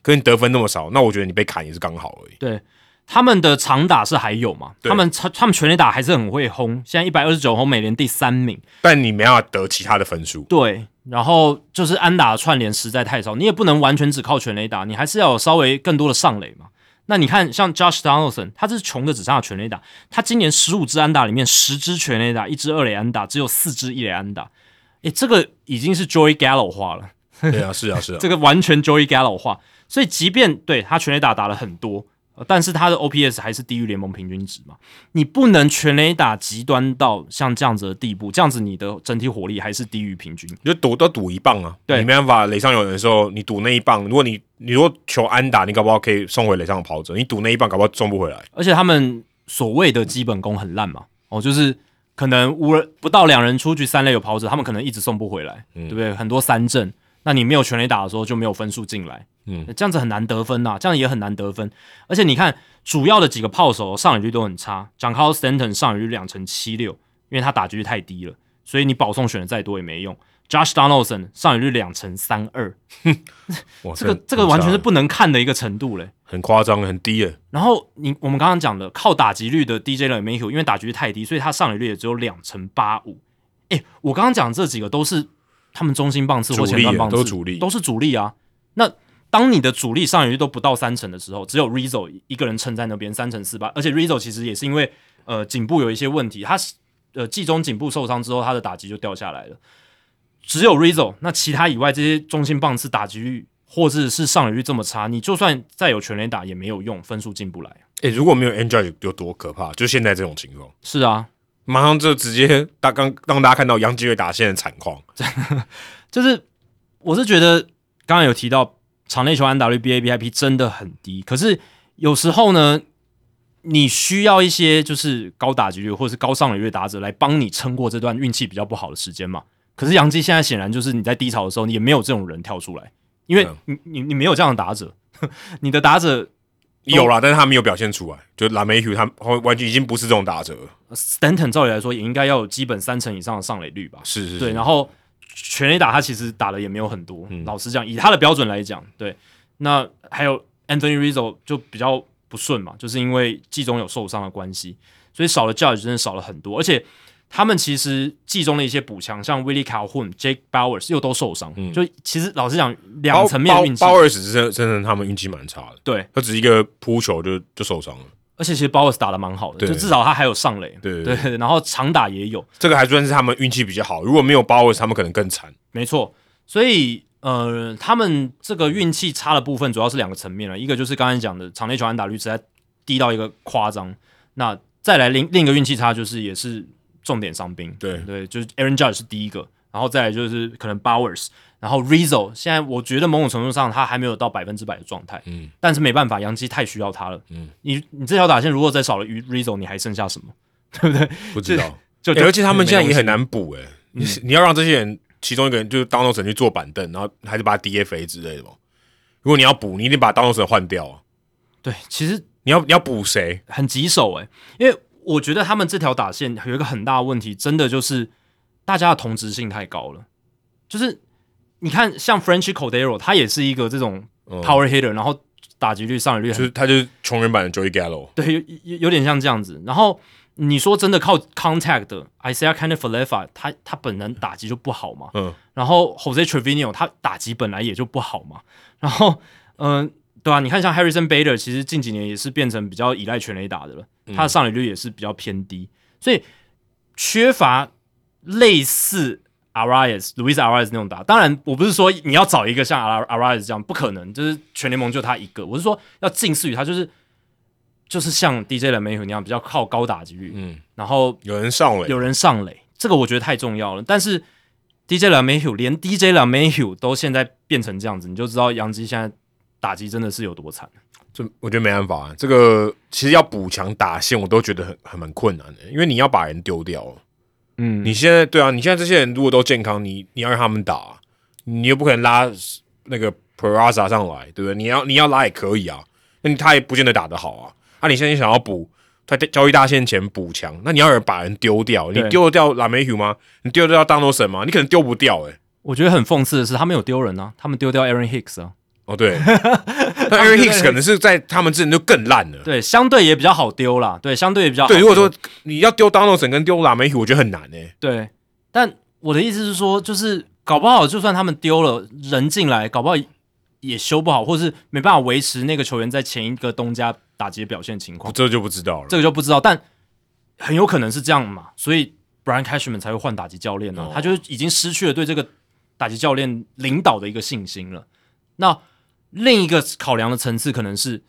S1: 可是你得分那么少，那我觉得你被砍也是刚好而已。
S2: 对，他们的长打是还有嘛？
S1: 对
S2: 他们他他们全垒打还是很会轰，现在一百二十九轰，美联第三名。
S1: 但你没办法得其他的分数。
S2: 对，然后就是安打的串联实在太少，你也不能完全只靠全垒打，你还是要有稍微更多的上垒嘛。那你看，像 Josh Donaldson，他是穷的只剩下全垒打，他今年十五支安打里面十支全垒打，一支二垒安打，只有四支一垒安打。诶，这个已经是 Joey Gallo 化了。
S1: 对啊，是啊， <laughs> 是啊。
S2: 这个完全 Joey Gallo 化。所以即便对他全垒打打了很多，呃但是他的 OPS 还是低于联盟平均值嘛。你不能全垒打极端到像这样子的地步，这样子你的整体火力还是低于平均。
S1: 你就赌都赌一棒啊，
S2: 对
S1: 你没办法垒上有人的时候，你赌那一棒，如果你你如果球安打，你搞不好可以送回垒上的跑者，你赌那一棒搞不好送不回来，
S2: 而且他们所谓的基本功很烂嘛，哦，就是可能无人不到两人出局，三垒有跑者，他们可能一直送不回来，
S1: 嗯
S2: 对不对？很多三振，那你没有全垒打的时候就没有分数进来，
S1: 嗯，
S2: 这样子很难得分呐、啊这样也很难得分。而且你看主要的几个炮手上垒率都很差 j a n c a r l Stanton 上垒率两成七六，因为他打击率太低了，所以你保送选的再多也没用。Josh Donaldson 上垒率两成三二，
S1: 哇，
S2: 这个
S1: 很
S2: 这个完全是
S1: 很
S2: 不能看的一个程度嘞。
S1: 很夸张，很低耶。
S2: 然后你我们刚刚讲的靠打击率的 DJ l e m a h e 因为打击率太低，所以他上垒率也只有两成八五。诶，我刚刚讲这几个都是他们中心棒次或前段棒
S1: 主
S2: 次
S1: 力都是主力
S2: 都是主力啊。那当你的主力上垒率都不到三成的时候，只有 Rizzo 一个人撑在那边三成四八，而且 Rizzo 其实也是因为呃颈部有一些问题，他是呃季中颈部受伤之后，他的打击就掉下来了。只有 Rizzo，那其他以外这些中心棒次打击率或者是上垒率这么差，你就算再有全垒打也没有用，分数进不来。
S1: 诶、如果没有 Angel 有多可怕？就现在这种情况，
S2: 是啊，
S1: 马上就直接大刚让大家看到杨基队打线的惨况。
S2: 就是我是觉得刚刚有提到场内球安打率 BA BIP 真的很低，可是有时候呢，你需要一些就是高打击率或者是高上垒率的打者来帮你撑过这段运气比较不好的时间嘛。可是杨基现在显然就是你在低潮的时候，你也没有这种人跳出来，因为
S1: 嗯
S2: 你你你没有这样的打者， <laughs> 你的打者
S1: 有啦，但是他没有表现出来，就蓝莓 Q 他他完全已经不是这种打者了。
S2: Stanton 照理来说也应该要有基本三成以上的上垒率吧？
S1: 是是嗯
S2: 对，然后全垒打他其实打的也没有很多，老实讲，以他的标准来讲，对。那还有 Anthony Rizzo 就比较不顺嘛，就是因为季中有受伤的关系，所以少了 Judge 真的少了很多，而且他们其实季中的一些补强，像 Willie Calhoun、Jake Bowers 又都受伤，就其实老实讲，两层面的运
S1: 嗯
S2: 气
S1: 包，包包尔史是真真的他们运气蛮差的，
S2: 对，
S1: 他只是一个扑球就就受伤了，
S2: 而且其实 Bowers 打的蛮好的，
S1: 对
S2: 就至少他还有上垒，
S1: 对对
S2: 对，然后长打也有，
S1: 这个还算是他们运气比较好。如果没有包尔，他们可能更惨。
S2: 没错，所以呃，他们这个运气差的部分主要是两个层面了，一个就是刚才讲的场内球安打率实在低到一个夸张，那再来另另一个运气差就是也是重点伤兵，
S1: 对
S2: 对，就是 Aaron Judge 是第一个，然后再来就是可能 Bowers，然后 Rizzo，现在我觉得某种程度上他还没有到百分之百的状态，
S1: 嗯，
S2: 但是没办法，杨基太需要他了，
S1: 嗯，
S2: 你你这条打线如果再少了 Rizzo，你还剩下什么？
S1: 不知道，
S2: 就、
S1: 欸而且他们现在
S2: 没东
S1: 也
S2: 西
S1: 很难补哎、你、你要让这些人其中一个人就是当 o 神去坐板凳，然后还是把他 DFA 之类的嘛。如果你要补，你一定把当 o 神换掉啊！
S2: 对，其实
S1: 你要你要补谁？
S2: 很棘手诶、因为我觉得他们这条打线有一个很大的问题，真的就是大家的同质性太高了。就是你看，像 French Cordero，他也是一个这种
S1: 嗯
S2: power hitter，、然后打击率、上垒率
S1: 就
S2: 很
S1: 是他就是穷人版的 Joey Gallo，
S2: 对，有有有点像这样子。然后你说真的靠 contact 的 Isaiah k a n e f a l e f a 他他本人打击就不好嘛，
S1: 嗯，
S2: 然后 Jose Trevino 他打击本来也就不好嘛，然后嗯、对啊，你看像 Harrison Bader 其实近几年也是变成比较依赖全垒打的了，他的上垒率也是比较偏低，所以缺乏类似 Arias、Luis Arias 那种打。当然，我不是说你要找一个像 Ar- Arias 这样，不可能，就是全联盟就他一个。我是说要近似于他，就是就是像 DJ 蓝莓虎那样比较靠高打击率，
S1: 嗯，
S2: 然后
S1: 有人上了，
S2: 有人上垒，这个我觉得太重要了。但是 DJ l a m a h u 连 DJ l a m a h u 都现在变成这样子，你就知道杨基现在打击真的是有多惨。
S1: 这我觉得没办法、啊。这个其实要补强打线，我都觉得很很蛮困难的，因为你要把人丢掉了。
S2: 嗯，
S1: 你现在对啊，你现在这些人如果都健康，你你要让他们打啊，你又不可能拉那个 Peraza 上来，对不对？你要你要拉也可以啊，那你他也不见得打得好啊。啊，你现在想要补在交易大限前补强，那你要有人把人丢掉，你
S2: 对
S1: 丢得掉拉梅 u 吗？你丢得掉当罗神吗？你可能丢不掉哎、
S2: 我觉得很讽刺的是，他们有丢人啊，他们丢掉 Aaron Hicks 啊，
S1: 哦
S2: <laughs>
S1: 对，那 Aaron Hicks 可能是在他们之前就更烂了。
S2: 对，相对也比较好丢啦，对，相对也比啊较好
S1: 对，如果说
S2: 丢
S1: 你要丢 Donaldson 跟丢拉梅许，我觉得很难欸诶、
S2: 对，但我的意思是说，就是搞不好就算他们丢了人进来，搞不好也修不好，或是没办法维持那个球员在前一个东家打击的表现情况
S1: 我。这就不知道了。
S2: 哦这个就不知道，但很有可能是这样嘛，所以 Brian Cashman 才会换打击教练呢、
S1: 哦
S2: 他就已经失去了对这个打击教练领导的一个信心了。那另一个考量的层次可能是，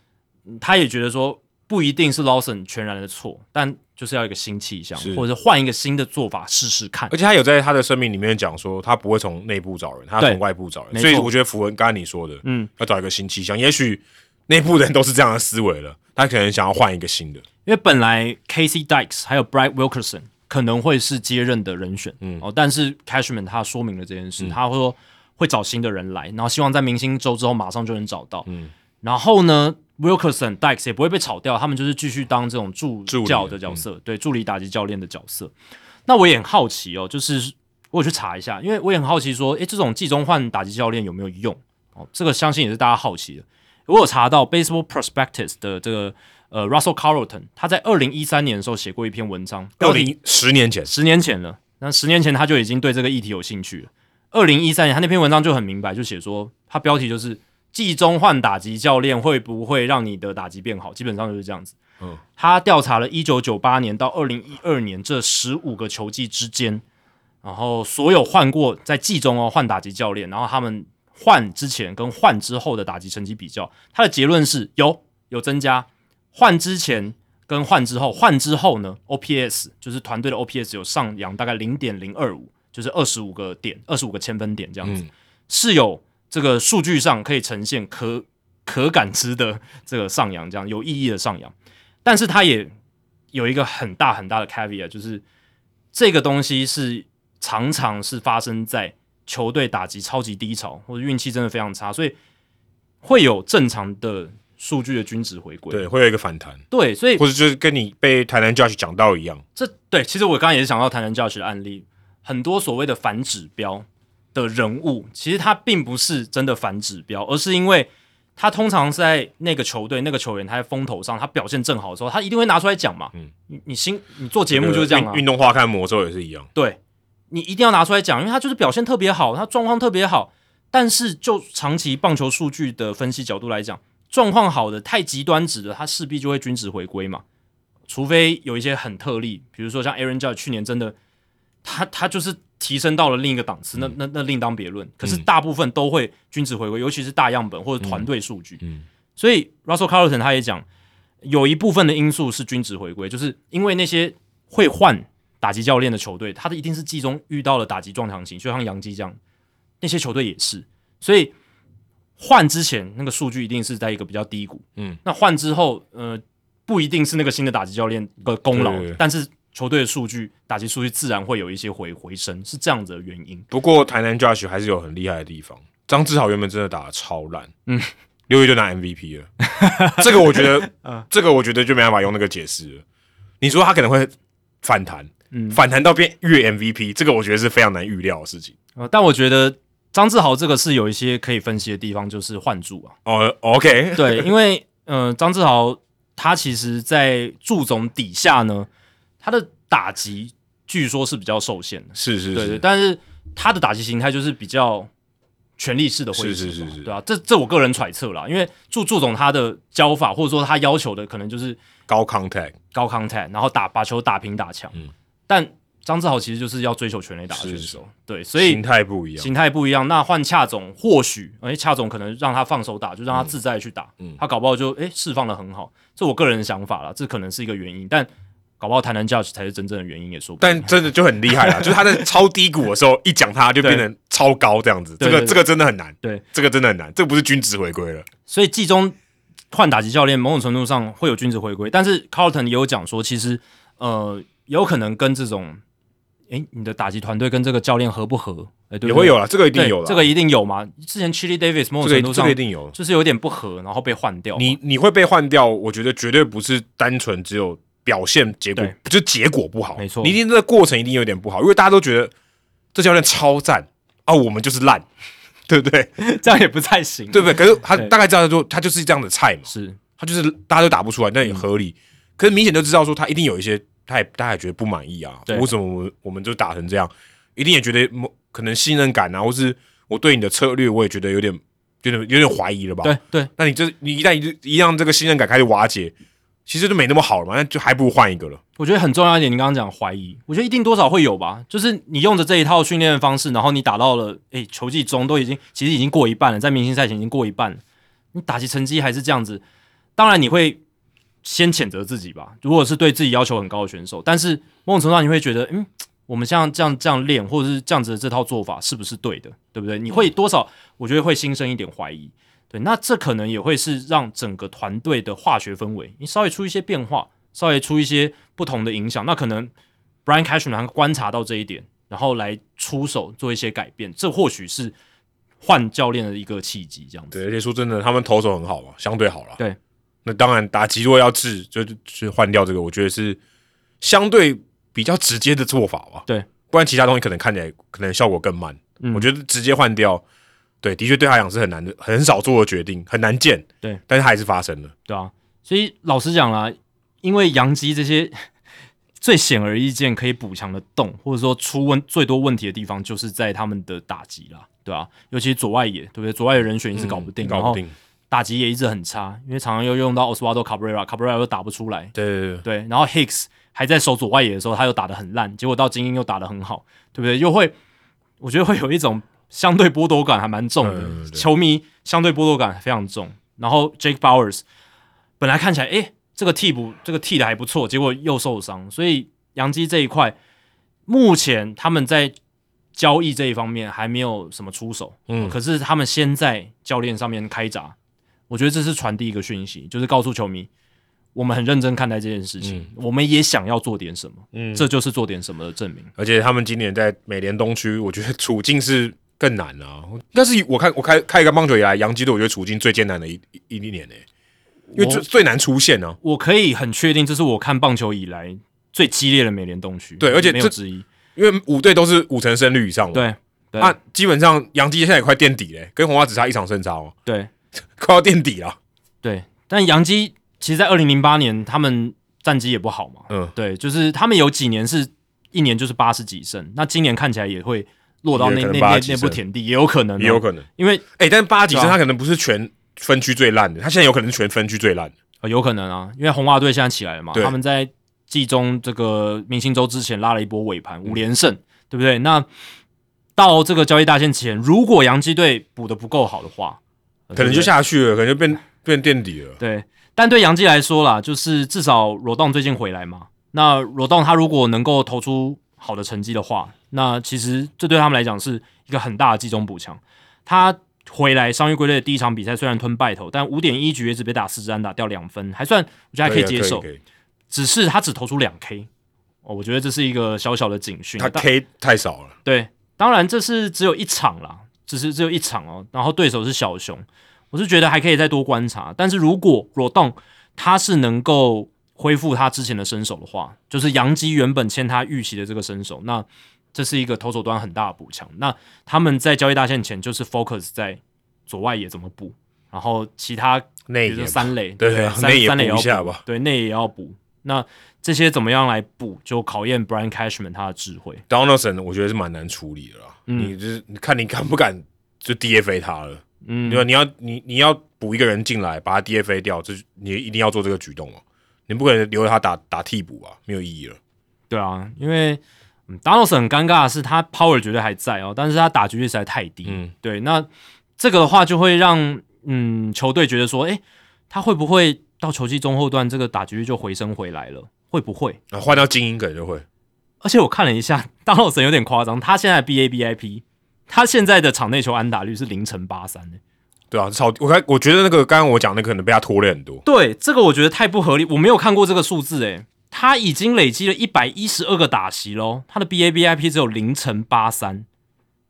S2: 嗯他也觉得说不一定是 Lawson 全然的错，但就是要一个新气象
S1: 是，
S2: 或者是换一个新的做法试试看
S1: 而。且他有在他的声明里面讲说，他不会从内部找人，他要
S2: 对
S1: 从外部找人。
S2: 没
S1: 所
S2: 错
S1: 以我觉得符合刚才你说的，
S2: 嗯，
S1: 要找一个新气象。也许内部的人都是这样的思维了，他可能想要换一个新的。
S2: 因为本来 Casey Dykes 还有 Bright Wilkerson 可能会是接任的人选，嗯，哦，但是 Cashman 他说明了这件事，他会说会找新的人来，然后希望在明星周之后马上就能找到，嗯，然后呢，Wilkerson Dykes 也不会被炒掉，他们就是继续当这种助
S1: 助理
S2: 教的角色，对，助理打击教练的角色。那我也很好奇哦，就是我有去查一下，因为我也很好奇说，诶，这种季中换打击教练有没有用？哦，这个相信也是大家好奇的。我有查到 Baseball Prospectus 的这个呃 Russell Carlton，他在二零一三年的时候写过一篇文章，
S1: 二零十年前，
S2: 十年前了。那十年前他就已经对这个议题有兴趣了。二零一三年，他那篇文章就很明白，就写说他标题就是“季中换打击教练会不会让你的打击变好”，基本上就是这样子。
S1: 嗯，
S2: 他调查了一九九八年到二零一二年这十五个球季之间，然后所有换过在季中哦换打击教练，然后他们换之前跟换之后的打击成绩比较，他的结论是有有增加，换之前跟换之后，换之后呢 OPS 就是团队的 OPS 有上扬大概零点零二五，就是二十五个点，二十五个千分点这样子，
S1: 嗯
S2: 是有这个数据上可以呈现可可感知的这个上扬，这样有意义的上扬，但是它也有一个很大很大的 caveat，就是这个东西是常常是发生在球队打击超级低潮或者运气真的非常差，所以会有正常的数据的均值回归。
S1: 对，会有一个反弹，
S2: 对，所以
S1: 或者就是跟你被台南 Judge 讲到一样，
S2: 这对，其实我刚刚也是想到谈谈教学的案例，很多所谓的反指标的人物，其实他并不是真的反指标，而是因为他通常是在那个球队、那个球员他在风头上，他表现正好的时候，他一定会拿出来讲嘛。
S1: 嗯
S2: 你你新你做节目就是这样啊
S1: 运，运动化看魔咒也是一样，
S2: 对你一定要拿出来讲，因为他就是表现特别好，他状况特别好。但是就长期棒球数据的分析角度来讲，状况好的太极端值的，他势必就会均值回归嘛。除非有一些很特例，比如说像 Aaron Judge 去年真的，他他就是提升到了另一个档次，那那那另当别论。可是大部分都会均值回归，尤其是大样本或者团队数据。
S1: 嗯
S2: 所以 Russell Carlton 他也讲，有一部分的因素是均值回归，就是因为那些会换打击教练的球队，他的一定是季中遇到了打击撞墙型，就像杨基这样，那些球队也是，所以换之前那个数据一定是在一个比较低谷，
S1: 嗯，
S2: 那换之后，呃，不一定是那个新的打击教练的功劳，
S1: 对对对
S2: 但是球队的数据打击数据自然会有一些回回升，是这样子的原因。
S1: 不过台南 Judge 还是有很厉害的地方。张志豪原本真的打的超烂，嗯，六月就拿 MVP
S2: <laughs>
S1: 了。这个我觉
S2: 嗯
S1: 得，这个我觉得就没办法用那个解释了。你说他可能会反弹，
S2: 嗯
S1: 反弹到变月 MVP，这个我觉得是非常难预料的事情。
S2: 呃，但我觉得张志豪这个是有一些可以分析的地方，就是换柱啊。
S1: 哦，OK，
S2: 对，因为呃，张志豪他其实，在祝总底下呢，他的打击据说是比较受限
S1: <laughs>
S2: 的，
S1: 是是
S2: 对对，
S1: 是，
S2: 但是他的打击形态就是比较权力式的挥击，
S1: 是是是是
S2: 对啊，这这我个人揣测啦，因为祝祝总他的教法或者说他要求的可能就是
S1: 高 contact，
S2: 高 contact，然后打把球打平打强，
S1: 嗯
S2: 但张志豪其实就是要追求全垒打的
S1: 是
S2: 选
S1: 是
S2: 手，对，所以
S1: 心态不一样。
S2: 形态不一样。那换恰总或许，哎、恰总可能让他放手打，就让他自在去打，
S1: 嗯嗯
S2: 他搞不好就哎释、放的很好。这我个人的想法啦，这可能是一个原因，但搞不好台南 Judge 才是真正的原因也说不定。
S1: 但真的就很厉害
S2: <laughs>
S1: 啦，就是他在超低谷的时候，一讲他就变成超高这样子，
S2: 对
S1: 这
S2: 对
S1: 个
S2: 对
S1: 这个真的很难，
S2: 对，
S1: 这个真的很难，这个不是均值回归了，
S2: 所以季中换打击教练，某种程度上会有均值回归。但是 Carlton 也有讲说，其实呃，有可能跟这种，哎、你的打击团队跟这个教练合不合，哎、对不对
S1: 也会有啦，这个一
S2: 一
S1: 定有啦，
S2: 这个一定有嘛。之前 Chili Davis 某种
S1: 这
S2: 程
S1: 个这
S2: 度上
S1: 个一定有，
S2: 就是有点不合，然后被换掉嘛。
S1: 你你会被换掉，我觉得绝对不是单纯只有表现结果，就结果不好，
S2: 没错
S1: 你一定这个过程一定有点不好，因为大家都觉得这教练超赞啊，我们就是烂， <laughs> 对不对？
S2: <laughs> 这样也不太行，
S1: 对不
S2: <laughs>
S1: 对？可是他
S2: 对
S1: 大概知道说他就是这样的菜嘛，
S2: 是
S1: 他就是大家都打不出来，那也合
S2: 嗯
S1: 理。可是明显就知道说他一定有一些，他也他也觉得不满意啊，
S2: 对
S1: 为什么我们我们就打成这样？一定也觉得某可能信任感啊，或是我对你的策略，我也觉得有点有点有点怀疑了吧？
S2: 对对，
S1: 那你这你一旦一一让这个信任感开始瓦解，其实就没那么好了嘛，那就还不如换一个了。
S2: 我觉得很重要一点，你刚刚讲怀疑，我觉得一定多少会有吧。就是你用着这一套训练的方式，然后你打到了，诶，球季中都已经其实已经过一半了，在明星赛前已经过一半了，你打击成绩还是这样子，当然你会先谴责自己吧。如果是对自己要求很高的选手，但是某种程度上你会觉得，嗯，我们像这样这样练，或者是这样子的这套做法是不是对的，对不对？你会多少，我觉得会心生一点怀疑。对，那这可能也会是让整个团队的化学氛围，你稍微出一些变化，稍微出一些不同的影响，那可能 Brian Cashman 观察到这一点，然后来出手做一些改变，这或许是换教练的一个契机，这样子。
S1: 对，而且说真的，他们投手很好嘛，相对好了。
S2: 对，
S1: 那当然打击若要治，就就是换掉这个，我觉得是相对比较直接的做法吧。
S2: 对，
S1: 不然其他东西可能看起来可能效果更慢。
S2: 嗯
S1: 我觉得直接换掉，对，的确对他来讲是很难的，很少做的决定，很难见。
S2: 对，
S1: 但是它还是发生了。
S2: 对啊，所以老实讲啦，因为杨基这些 <laughs> 最显而易见可以补强的洞，或者说出问最多问题的地方，就是在他们的打击啦，对啊，尤其是左外野，对不对？左外野人选一直搞不定，
S1: 嗯搞
S2: 然后
S1: 不定。
S2: 打击也一直很差，因为常常又用到 Oswaldo Cabrera，Cabrera 又打不出来。
S1: 对对对，
S2: 对，然后 Hicks 还在守左外野的时候，他又打得很烂，结果到精英又打得很好，对不对？又会，我觉得会有一种相对剥夺感还蛮重的，
S1: 嗯对对对
S2: 球迷相对剥夺感非常重。然后 Jake Bowers 本来看起来，诶，这个替补这个替的还不错，结果又受伤，所以杨基这一块目前他们在交易这一方面还没有什么出手，
S1: 嗯
S2: 可是他们先在教练上面开闸，我觉得这是传递一个讯息，就是告诉球迷，我们很认真看待这件事情，我们也想要做点什么，
S1: 嗯
S2: 这就是做点什么的证明。
S1: 而且他们今年在美联东区， <laughs> 我觉得处境是更难啊。但是我看我开开一个棒球以来，洋基队我觉得处境最艰难的一一一年呢、因为最
S2: 我
S1: 最难出现呢、啊。
S2: 我可以很确定，这是我看棒球以来最激烈的美联东区，
S1: 对而且
S2: 没有
S1: 这哦
S2: 之一，
S1: 因为五队都是五成胜率以上嘛。，
S2: 对对、
S1: 那、基本上洋基现在也快垫底嘞、跟红袜只差一场胜差哦， <laughs>
S2: 对
S1: 快要垫底了。
S2: 对。但杨基其实，在二零零八年他们战绩也不好嘛，
S1: 嗯，
S2: 对，就是他们有几年是一年就是八十几胜，那今年看起来也会落到那
S1: 也可
S2: 那
S1: 能
S2: 那
S1: 80
S2: 那步
S1: 胜
S2: 田地，也有可能、
S1: 嗯也有可能。
S2: 能，因为
S1: 哎、但八几胜
S2: 对啊
S1: 他可能不是全分区最烂的，他现在有可能是全分区最烂的。
S2: 呃，有可能啊，因为红袜队现在起来了嘛，
S1: 对
S2: 他们在季中这个明星周之前拉了一波尾盘，
S1: 嗯
S2: 五连胜，对不对？那到这个交易大限前，如果洋基队补的不够好的话，呃
S1: 可能就。
S2: 对不对
S1: 下去了，可能就变变垫底了。
S2: 对，但对洋基来说啦，就是至少罗栋最近回来嘛，那罗栋他如果能够投出好的成绩的话，那其实这对他们来讲是一个很大的季中补强。他回来伤愈归队的第一场比赛虽然吞败投，但五点一局也只被打四支安打掉两分，还算我觉得还可以接受。
S1: 啊可以可以可以
S2: 只是他只投出两 K，哦，我觉得这是一个小小的警讯。
S1: 他
S2: 当
S1: K 太少了，
S2: 对，当然这是只有一场啦，只是只有一场哦。然后对手是小熊，我是觉得还可以再多观察。但是如果罗栋他是能够恢复他之前的身手的话，就是杨基原本签他预期的这个身手，那这是一个投手端很大的补强。那他们在交易大限前就是 focus 在左外野怎么补，然后其他
S1: 内
S2: 比如
S1: 野
S2: 说三垒，
S1: 对啊，
S2: 三
S1: 内野
S2: 三垒也
S1: 补
S2: 要
S1: 一下吧。
S2: 对，内也要补。那这些怎么样来补，就考验 Brian Cashman 他的智慧。
S1: Donaldson 我觉得是蛮难处理的啦。
S2: 嗯
S1: 你就是你看你敢不敢就 DFA 他了，
S2: 嗯
S1: 对吧？你要你你要补一个人进来，把他 DFA 掉，这你一定要做这个举动哦。你不可能留着他打打替补吧，没有意义了。
S2: 对啊，因为嗯 Donaldson 很尴尬的是，他 power 绝对还在哦，但是他打局率实在太低。
S1: 嗯，
S2: 对，那这个的话就会让嗯球队觉得说，诶，他会不会到球季中后段这个打局率就回升回来了？会不会？
S1: 啊，换到精英可能就会
S2: 而且我看了一下，Donaldson 有点夸张，他现在 BABIP，他现在的场内球安打率是零乘八三呢。
S1: 对啊，超我看我觉得那个刚刚我讲那个可能被他拖累很多。
S2: 对，这个我觉得太不合理，我没有看过这个数字诶，他已经累积了一百一十二个打席喽，他的 BABIP 只有零乘八三，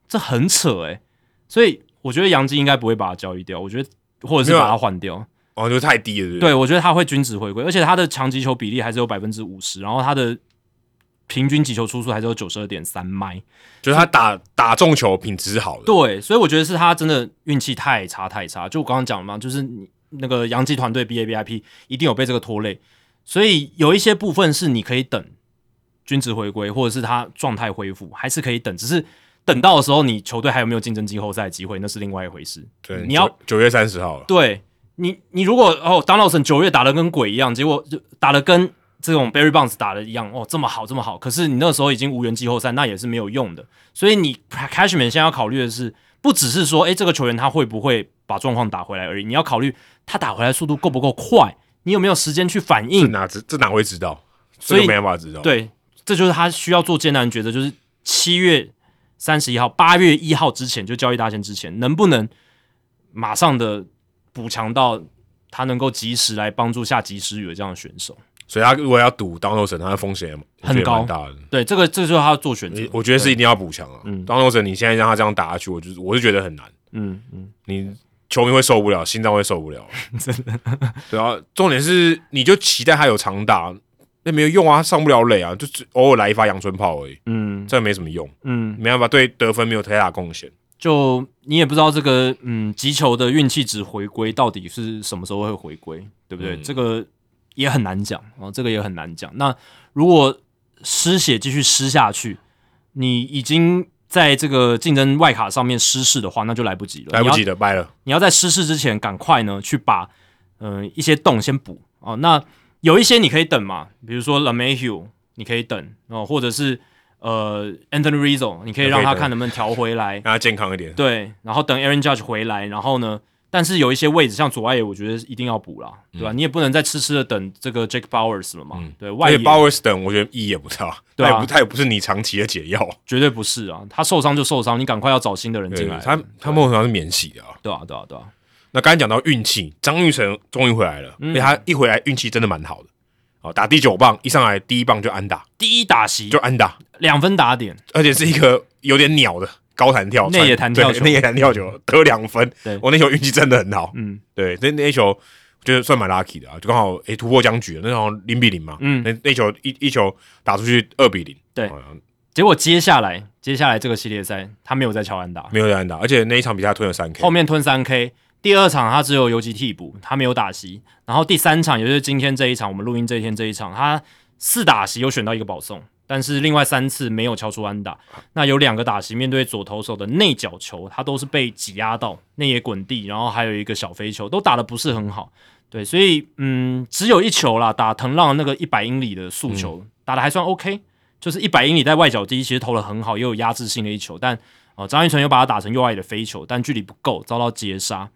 S2: 这很扯诶。所以我觉得杨基应该不会把他交易掉，我觉得或者是
S1: 没有
S2: 把
S1: 啊
S2: 他换掉。
S1: 哦，就太低了，对不对
S2: 对，我觉得他会均值回归，而且他的强击球比例还是有百分之五十，然后他的平均击球出速还是有九十二点三迈。
S1: 就是他打打中球品质是好的，
S2: 对，所以我觉得是他真的运气太差太差。就我刚刚讲了嘛，就是你那个洋基团队 B A B I P 一定有被这个拖累，所以有一些部分是你可以等均值回归，或者是他状态恢复，还是可以等，只是。等到的时候，你球队还有没有竞争季后赛的机会，那是另外一回事。
S1: 对，
S2: 你要
S1: 九九月三十号了，
S2: 对你，你如果哦，Donaldson 九月打的跟鬼一样，结果就打的跟这种 Barry Bonds 打的一样，哦，这么好，这么好，可是你那时候已经无缘季后赛，那也是没有用的。所以你 Cashman 现在要考虑的是，不只是说，诶，这个球员他会不会把状况打回来而已，你要考虑他打回来速度够不够快，你有没有时间去反
S1: 这
S2: 应，
S1: 哪知这哪会知道？
S2: 所以
S1: 这个没办法知道。，
S2: 对，这就是他需要做艰难抉择，就是七月三十一号、八月一号之前，就交易大限之前，能不能马上的补强到他能够及时来帮助下及时雨的这样的选手？
S1: 所以他如果要赌 Donaldson，他的风险也蛮我觉得
S2: 很高
S1: 蛮大的。
S2: 对，这个这就是他要做选择
S1: 你。我觉得是一定要补强啊。当 o n 你现在让他这样打下去，我就是我是觉得很难，
S2: 嗯嗯，
S1: 你球迷会受不了，心脏会受不
S2: <laughs>
S1: 了，真的。对啊，重点是你就期待他有长打，那没有用啊，他上不了垒啊，就只偶尔来一发阳春炮而已，
S2: 嗯
S1: 这没什么用，
S2: 嗯，
S1: 没办法，对得分没有太大贡献。
S2: 就你也不知道这个嗯击球的运气值回归到底是什么时候会回归，对不对？
S1: 嗯
S2: 这个也很难讲哦，这个也很难讲。那如果失血继续失下去，你已经在这个竞争外卡上面失势的话，那就来不及了。
S1: 来不及
S2: 你要，
S1: 的，掰了。
S2: 你要在失势之前赶快呢去把呃一些洞先补哦。那有一些你可以等嘛，比如说 Lemayu，你可以等哦，或者是呃 Anthony Rizzo，你可以让他看能不能调回来。
S1: 让他健康一点。
S2: 对，然后等 Aaron Judge 回来，然后呢，但是有一些位置像左外野，我觉得一定要补啦，
S1: 嗯
S2: 对吧、你也不能再痴痴的等这个 Jake Bowers 了嘛，对外
S1: 而且
S2: 野
S1: 嗯 Bowers 等，我觉得意义也不大，
S2: 对
S1: <laughs> 他也
S2: 啊
S1: 不他也不是你长期的解药。
S2: 绝对不是啊，他受伤就受伤，你赶快要找新的人进来，
S1: 他他梦想是免洗的啊。
S2: 对啊，对啊，对啊，
S1: 那刚才讲到运气，张玉成终于回来
S2: 嗯
S1: 了，而且他一回来运气真的蛮好的。哦，打第九棒一上来第一棒就安打，
S2: 第一打席
S1: 就安打，
S2: 两分打点，
S1: 而且是一个有点鸟的高弹跳，
S2: 内野弹跳球嗯
S1: 对内野弹跳球得两分。哦
S2: 对
S1: 我那球运气真的很好，
S2: 嗯
S1: 对，那那一球我觉得算蛮 lucky 的啊，就刚好诶、突破僵局了，那好像零比零嘛，
S2: 嗯，
S1: 那那球一一球打出去二比零，哦
S2: 对
S1: 好像
S2: 结果接下来接下来这个系列赛他没有再敲安打，
S1: 没有安打，而且那一场比赛他吞了三 K，
S2: 后面吞三 K。第二场他只有游击替补，他没有打席。然后第三场，也就是今天这一场，我们录音这一天这一场，他四打席有选到一个保送，但是另外三次没有敲出安打。那有两个打席面对左投手的内角球，他都是被挤压到内野滚地，然后还有一个小飞球，都打得不是很好。对，所以嗯，只有一球啦，打藤浪那个一百英里的速球、
S1: 嗯
S2: 打得还算 OK，就是一百英里在外角低，其实投得很好，也有压制性的一球，但哦，张玉成又把它打成右外野的飞球，但距离不够，遭到截杀。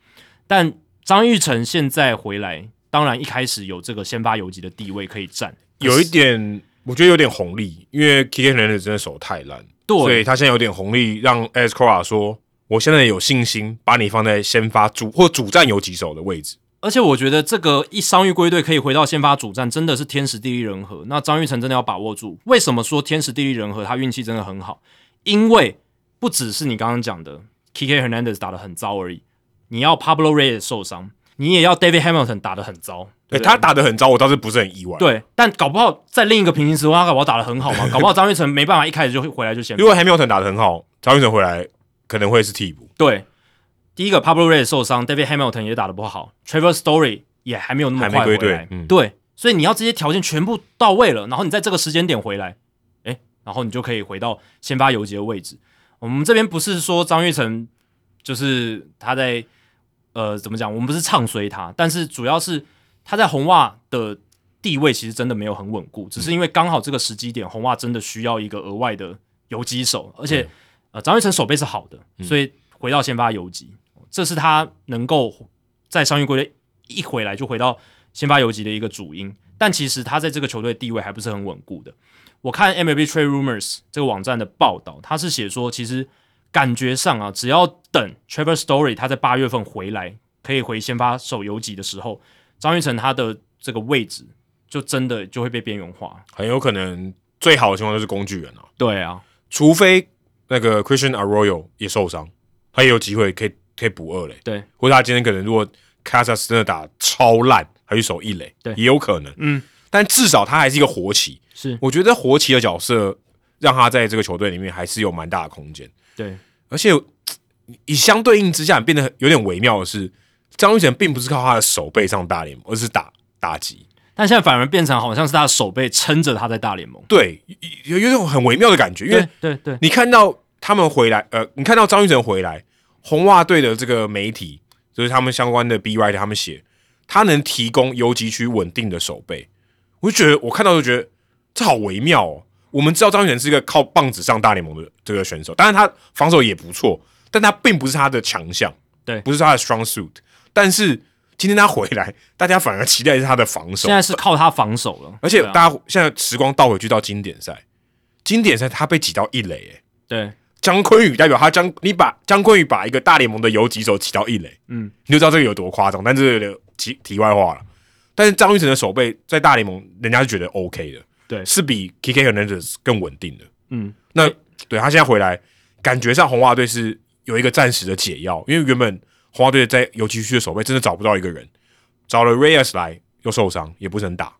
S2: 但张玉成现在回来，当然一开始有这个先发游击的地位可以占，
S1: 有一点，我觉得有点红利，因为 K K 人的真的手太烂，
S2: 对
S1: 所以他现在有点红利，让 S Cora 说，我现在有信心把你放在先发主或主战游击手的位置，
S2: 而且我觉得这个一伤愈归队可以回到先发主战，真的是天时地利人和。那张玉成真的要把握住。为什么说天时地利人和？他运气真的很好，因为不只是你刚刚讲的 K K Hernandez 打得很糟而已，你要 Pablo Reyes 受伤，你也要 David Hamilton 打得很糟。
S1: 对
S2: 对不对
S1: 他打得很糟，我倒是不是很意外。，
S2: 对，但搞不好在另一个平行时空，他搞不好打得很好嘛，搞不好张玉成没办法一开始就回来就先发
S1: 如果 Hamilton 打得很好，张玉成回来可能会是替补，
S2: 对。第一个 Pablo Reyes 受伤，David Hamilton 也打得不好，Trevor Story 也还没有那么
S1: 还没
S2: 快回
S1: 归队
S2: 来，
S1: 嗯
S2: 对，所以你要这些条件全部到位了，然后你在这个时间点回来，诶，然后你就可以回到先发游击的位置。我们这边不是说张玉成就是他在呃怎么讲，我们不是唱衰他，但是主要是他在红袜的地位其实真的没有很稳固，只是因为刚好这个时机点，红袜真的需要一个额外的游击手，而且、呃张玉成手背是好的，所以回到先发游击，这是他能够在伤愈归队一回来就回到先发游击的一个主因。但其实他在这个球队地位还不是很稳固的。我看 MLB Trade Rumors 这个网站的报道，他是写说，其实感觉上啊，只要等 Trevor Story 他在八月份回来，可以回先发手游击的时候，张玉成他的这个位置就真的就会被边缘化。
S1: 很有可能最好的情况就是工具人啊，
S2: 对啊，
S1: 除非那个 Christian Arroyo 也受伤，他也有机会可以可以补二垒。
S2: 对，
S1: 或者他今天可能如果 Casas 真的打超烂，他去守一垒，
S2: 对
S1: 也有可能。
S2: 嗯，
S1: 但至少他还是一个活棋。
S2: 是
S1: 我觉得活棋的角色让他在这个球队里面还是有蛮大的空间。
S2: 对，
S1: 而且以相对应之下，变得有点微妙的是，张玉成并不是靠他的手背上大联盟，而是打打击。
S2: 但现在反而变成好像是他的手背撑着他在大联盟。
S1: 对，有有有一种很微妙的感觉，因为
S2: 对 <laughs> 对，
S1: 你看到他们回来，呃，你看到张玉成回来，红袜队的这个媒体，就是他们相关的 B Y 他们写，他能提供游击区稳定的守备，我就觉得我看到就觉得这好微妙哦。我们知道张玉成是一个靠棒子上大联盟的这个选手，当然他防守也不错，但他并不是他的强项，
S2: 对
S1: 不是他的 strong suit。但是今天他回来，大家反而期待是他的防守
S2: 现，在是啊靠他防守了。
S1: 而且
S2: 对啊
S1: 大家现在时光倒回去到经典赛，经典赛他被挤到一垒、欸，
S2: 对
S1: 张坤宇代表他张，你把张坤宇把一个大联盟的游击手起到一垒，
S2: 嗯，
S1: 你就知道这个有多夸张。但这个有点题题外话了。但是张玉成的手背在大联盟，人家是觉得 OK 的，
S2: 对
S1: 是比 KK 和 n a 更稳定的。
S2: 嗯，
S1: 那对他现在回来，感觉上红袜队是有一个暂时的解药，因为原本红袜队在游击区的守备真的找不到一个人，找了 Reyes 来又受伤，也不是很打，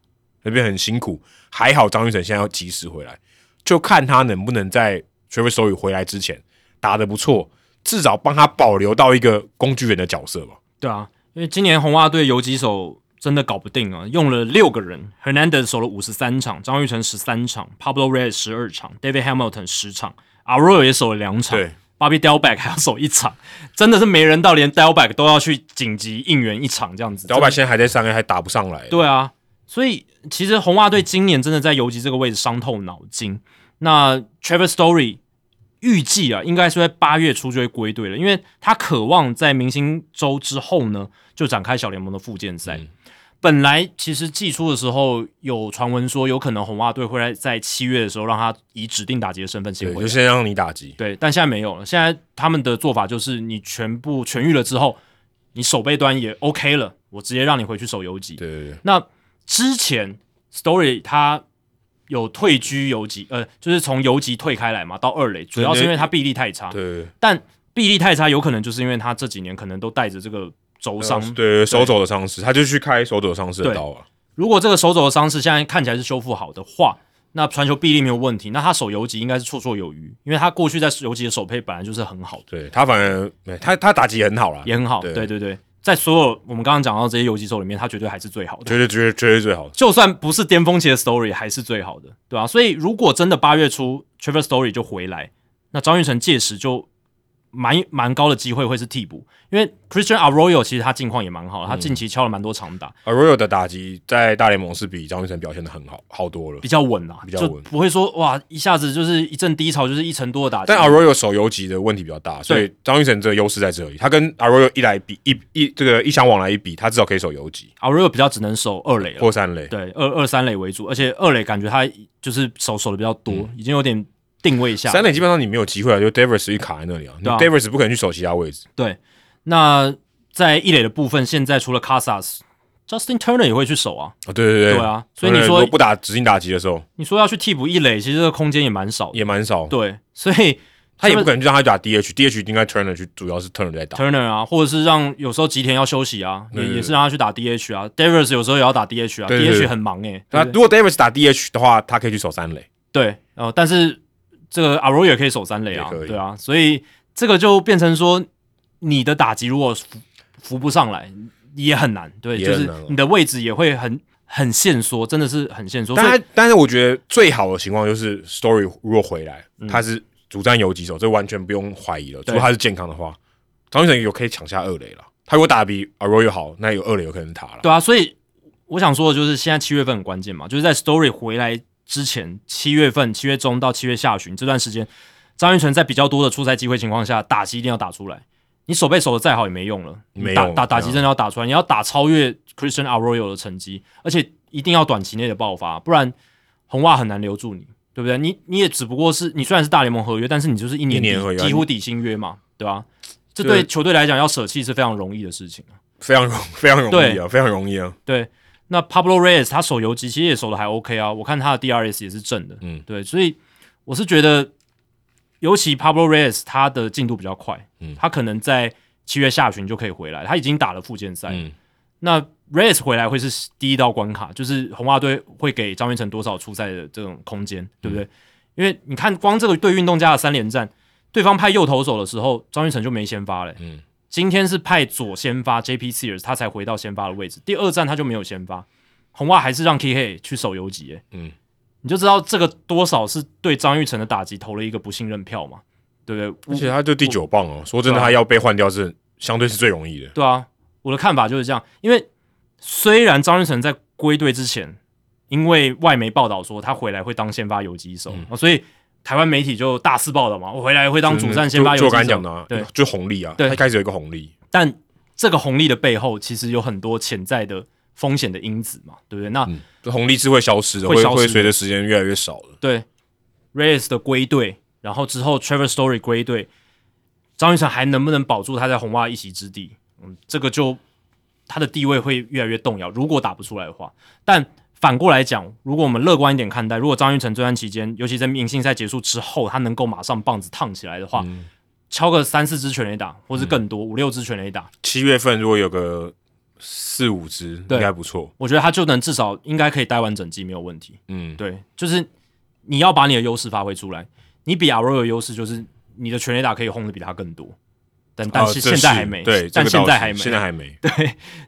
S1: 那边很辛苦。还好张玉成现在要及时回来，就看他能不能在 Trevor Story 回来之前打得不错，至少帮他保留到一个工具人的角色吧。
S2: 对啊，因为今年红袜队游击手真的搞不定啊，用了六个人，Hernandez 守了五十三场，张玉成十三场，Pablo Reyes 十二场，David Hamilton 十场 a r o y 也守了两场，
S1: 对，
S2: b 比 d e l b a c k 还要守一场，真的是没人到，连 d e l b a c k 都要去紧急应援一场这样子。
S1: 老板现在还在三 A，还打不上来。
S2: 对啊，所以其实红袜队今年真的在游击这个位置伤透脑筋。那 Trevor Story 预计啊，应该是在八月初就会归队了，因为他渴望在明星周之后呢，就展开小联盟的复健赛。
S1: 嗯
S2: 本来其实季初的时候有传闻说，有可能红袜队会在在七月的时候让他以指定打击的身份先
S1: 对，
S2: 回来
S1: 就先让你打击。
S2: 对，但现在没有了。现在他们的做法就是，你全部痊愈了之后，你守备端也 OK 了，我直接让你回去守游击。
S1: 对对对，
S2: 那之前 Story 他有退居游击，呃，就是从游击退开来嘛，到二垒，主要是因为他臂力太差。
S1: 对对对
S2: 但臂力太差，有可能就是因为他这几年可能都带着这个轴伤。
S1: 呃对对手肘的伤势，他就去开手肘伤势的
S2: 对
S1: 刀啊。
S2: 如果这个手肘的伤势现在看起来是修复好的话，那传球臂力没有问题，那他守游击应该是绰绰有余，因为他过去在游击的手配本来就是很好的。
S1: 对他反而没他他打击很好啦，
S2: 也很好。
S1: 对
S2: 对对对，在所有我们刚刚讲到这些游击手里面，他绝对还是最好的。
S1: 绝对绝对绝对最好的。
S2: 就算不是巅峰期的 Story，还是最好的，对吧、所以如果真的八月初 Trevor Story 就回来，那张玉成届时就蛮蛮高的机会会是替补，因为 Christian Arroyo 其实他近况也蛮
S1: 嗯
S2: 好的，他近期敲了蛮多长打，
S1: 而 r o y 的打击在大联盟是比张玉成表现的很好好多了
S2: 比。较稳啦，
S1: 比较
S2: 就
S1: 稳
S2: 不会说哇一下子就是一阵低潮，就是一成多的打击。
S1: 但 Arroyo 手游级的问题比较大，所以张玉成这个优势在这里。他跟 Arroyo 一来比一一这个一相往来一比，他至少可以手游级
S2: Arroyo 比较只能守二垒了，
S1: 或三垒。
S2: 对二二三垒为主，而且二垒感觉他就是手守的比较多，
S1: 嗯
S2: 已经有点定位下来了
S1: 三垒基本上你没有机会啊，就 Davis 一卡在那里啊，你
S2: 对啊
S1: Davis 不可能去守其他位置。
S2: 对，那在一垒的部分，现在除了 Casas，Justin Turner 也会去守啊。
S1: 啊，对对
S2: 对啊，所以你说
S1: 如果不打指定打击的时候
S2: 你说要去替补一垒，其实这个空间也蛮少的。
S1: 也蛮少，
S2: 对，所以
S1: 他也不可能就让他打 DH，DH 应该 Turner 去，主要是 Turner 在打。
S2: Turner 啊，或者是让有时候吉田要休息啊，也
S1: 对对
S2: 也是让他去打 DH 啊。Davis 有时候也要打 DH 啊
S1: 对对对
S2: ，DH 很忙诶、
S1: 那
S2: 欸。
S1: 如果 Davis 打 DH 的话，他可以去守三垒。
S2: 对，呃，但是这个 Arroyo 也可以守三垒啊
S1: 也可，以
S2: 对啊，所以这个就变成说，你的打击如果扶扶不上来，也很难，对，
S1: 也
S2: 就
S1: 很
S2: 是
S1: 难啊
S2: 你的位置也会很很限缩，真的是很限哦缩。所以
S1: 但他但是我觉得最好的情况就是 Story 如果回来，他是主战游击手，这完全不用怀疑了。如
S2: 嗯对
S1: 果他是健康的话，张玉成有可以抢下二垒了。他如果打得比 Arroyo 好，那有二垒有可能是他了。
S2: 对啊，所以我想说的就是，现在七月份很关键嘛，就是在 Story 回来之前，七月份、七月中到七月下旬这段时间，张玉成在比较多的出赛机会情况下，打击一定要打出来。你手背守的再好也没用了，
S1: 没
S2: 你打
S1: 用
S2: 打打
S1: 对
S2: 击
S1: 啊
S2: 真的要打出来，你要打超越 Christian Arroyo 的成绩，而且一定要短期内的爆发，不然红袜很难留住你，对不对？你你也只不过是你虽然是大联盟合约，但是你就是一年
S1: 一年
S2: 底
S1: 合约啊
S2: 几乎底薪约嘛，对吧、这
S1: 对
S2: 对球队来讲要舍弃是非常容易的事情。
S1: 非常容 <laughs> 非常容易啊，非常容易啊。
S2: 对，那 Pablo Reyes 他手游其实也守的还 OK 啊，我看他的 DRS 也是正的，
S1: 嗯
S2: 嗯，对，所以我是觉得，尤其 Pablo Reyes 他的进度比较快，
S1: 嗯
S2: 嗯，他可能在七月下旬就可以回来，他已经打了复健赛，
S1: 嗯，
S2: 那 Reyes 回来会是第一道关卡，就是红袜队会给张云成多少出赛的这种空间，对不
S1: 嗯
S2: 对？因为你看，光这个对运动家的三连战，对方派右投手的时候，张云成就没先发嘞、
S1: 嗯
S2: 今天是派左先发 J.P. Sears，他才回到先发的位置。第二站他就没有先发，红袜还是让 K.K. 去守游击、欸，
S1: 嗯，
S2: 你就知道这个多少是对张玉成的打击投了一个不信任票嘛，对不
S1: 而
S2: 对？
S1: 且他就第九棒哦，说真的，
S2: 对啊
S1: 他要被换掉是相对是最容易的。
S2: 对啊，我的看法就是这样。因为虽然张玉成在归队之前，因为外媒报道说他回来会当先发游击手、啊所以台湾媒体就大肆报道嘛，我回来会当主战先发
S1: 嗯就就
S2: 游击
S1: 我
S2: 手。
S1: 刚才讲的，啊，
S2: 对
S1: 就红利啊，
S2: 对
S1: 他一开始有一个红利，
S2: 但这个红利的背后，其实有很多潜在的风险的因子嘛，对不对？那、
S1: 这红利是会消失的，
S2: 会
S1: 会
S2: 消失
S1: 会
S2: 的
S1: 随着时间越来越少的。
S2: 对 Reyes 的归队，然后之后 Trevor Story 归队，张玉成还能不能保住他在红袜一席之地？嗯，这个就他的地位会越来越动摇。如果打不出来的话，但反过来讲，如果我们乐观一点看待，如果张玉成这段期间，尤其在明星赛结束之后，他能够马上棒子烫起来的话，敲个三四支全垒打，或是更多、五六支全垒打，
S1: 七月份如果有个四五支，应
S2: 对
S1: 该不错。
S2: 我觉得他就能至少应该可以待完整季没有问题。
S1: 嗯，
S2: 对，就是你要把你的优势发挥出来。你比 a r o 的优势就是你的全垒打可以轰的比他更多，但但
S1: 哦
S2: 是
S1: 这
S2: 现在还没，
S1: 对，
S2: 但
S1: 这个
S2: 现
S1: 倒
S2: 在
S1: 是
S2: 还没，
S1: 现在还没。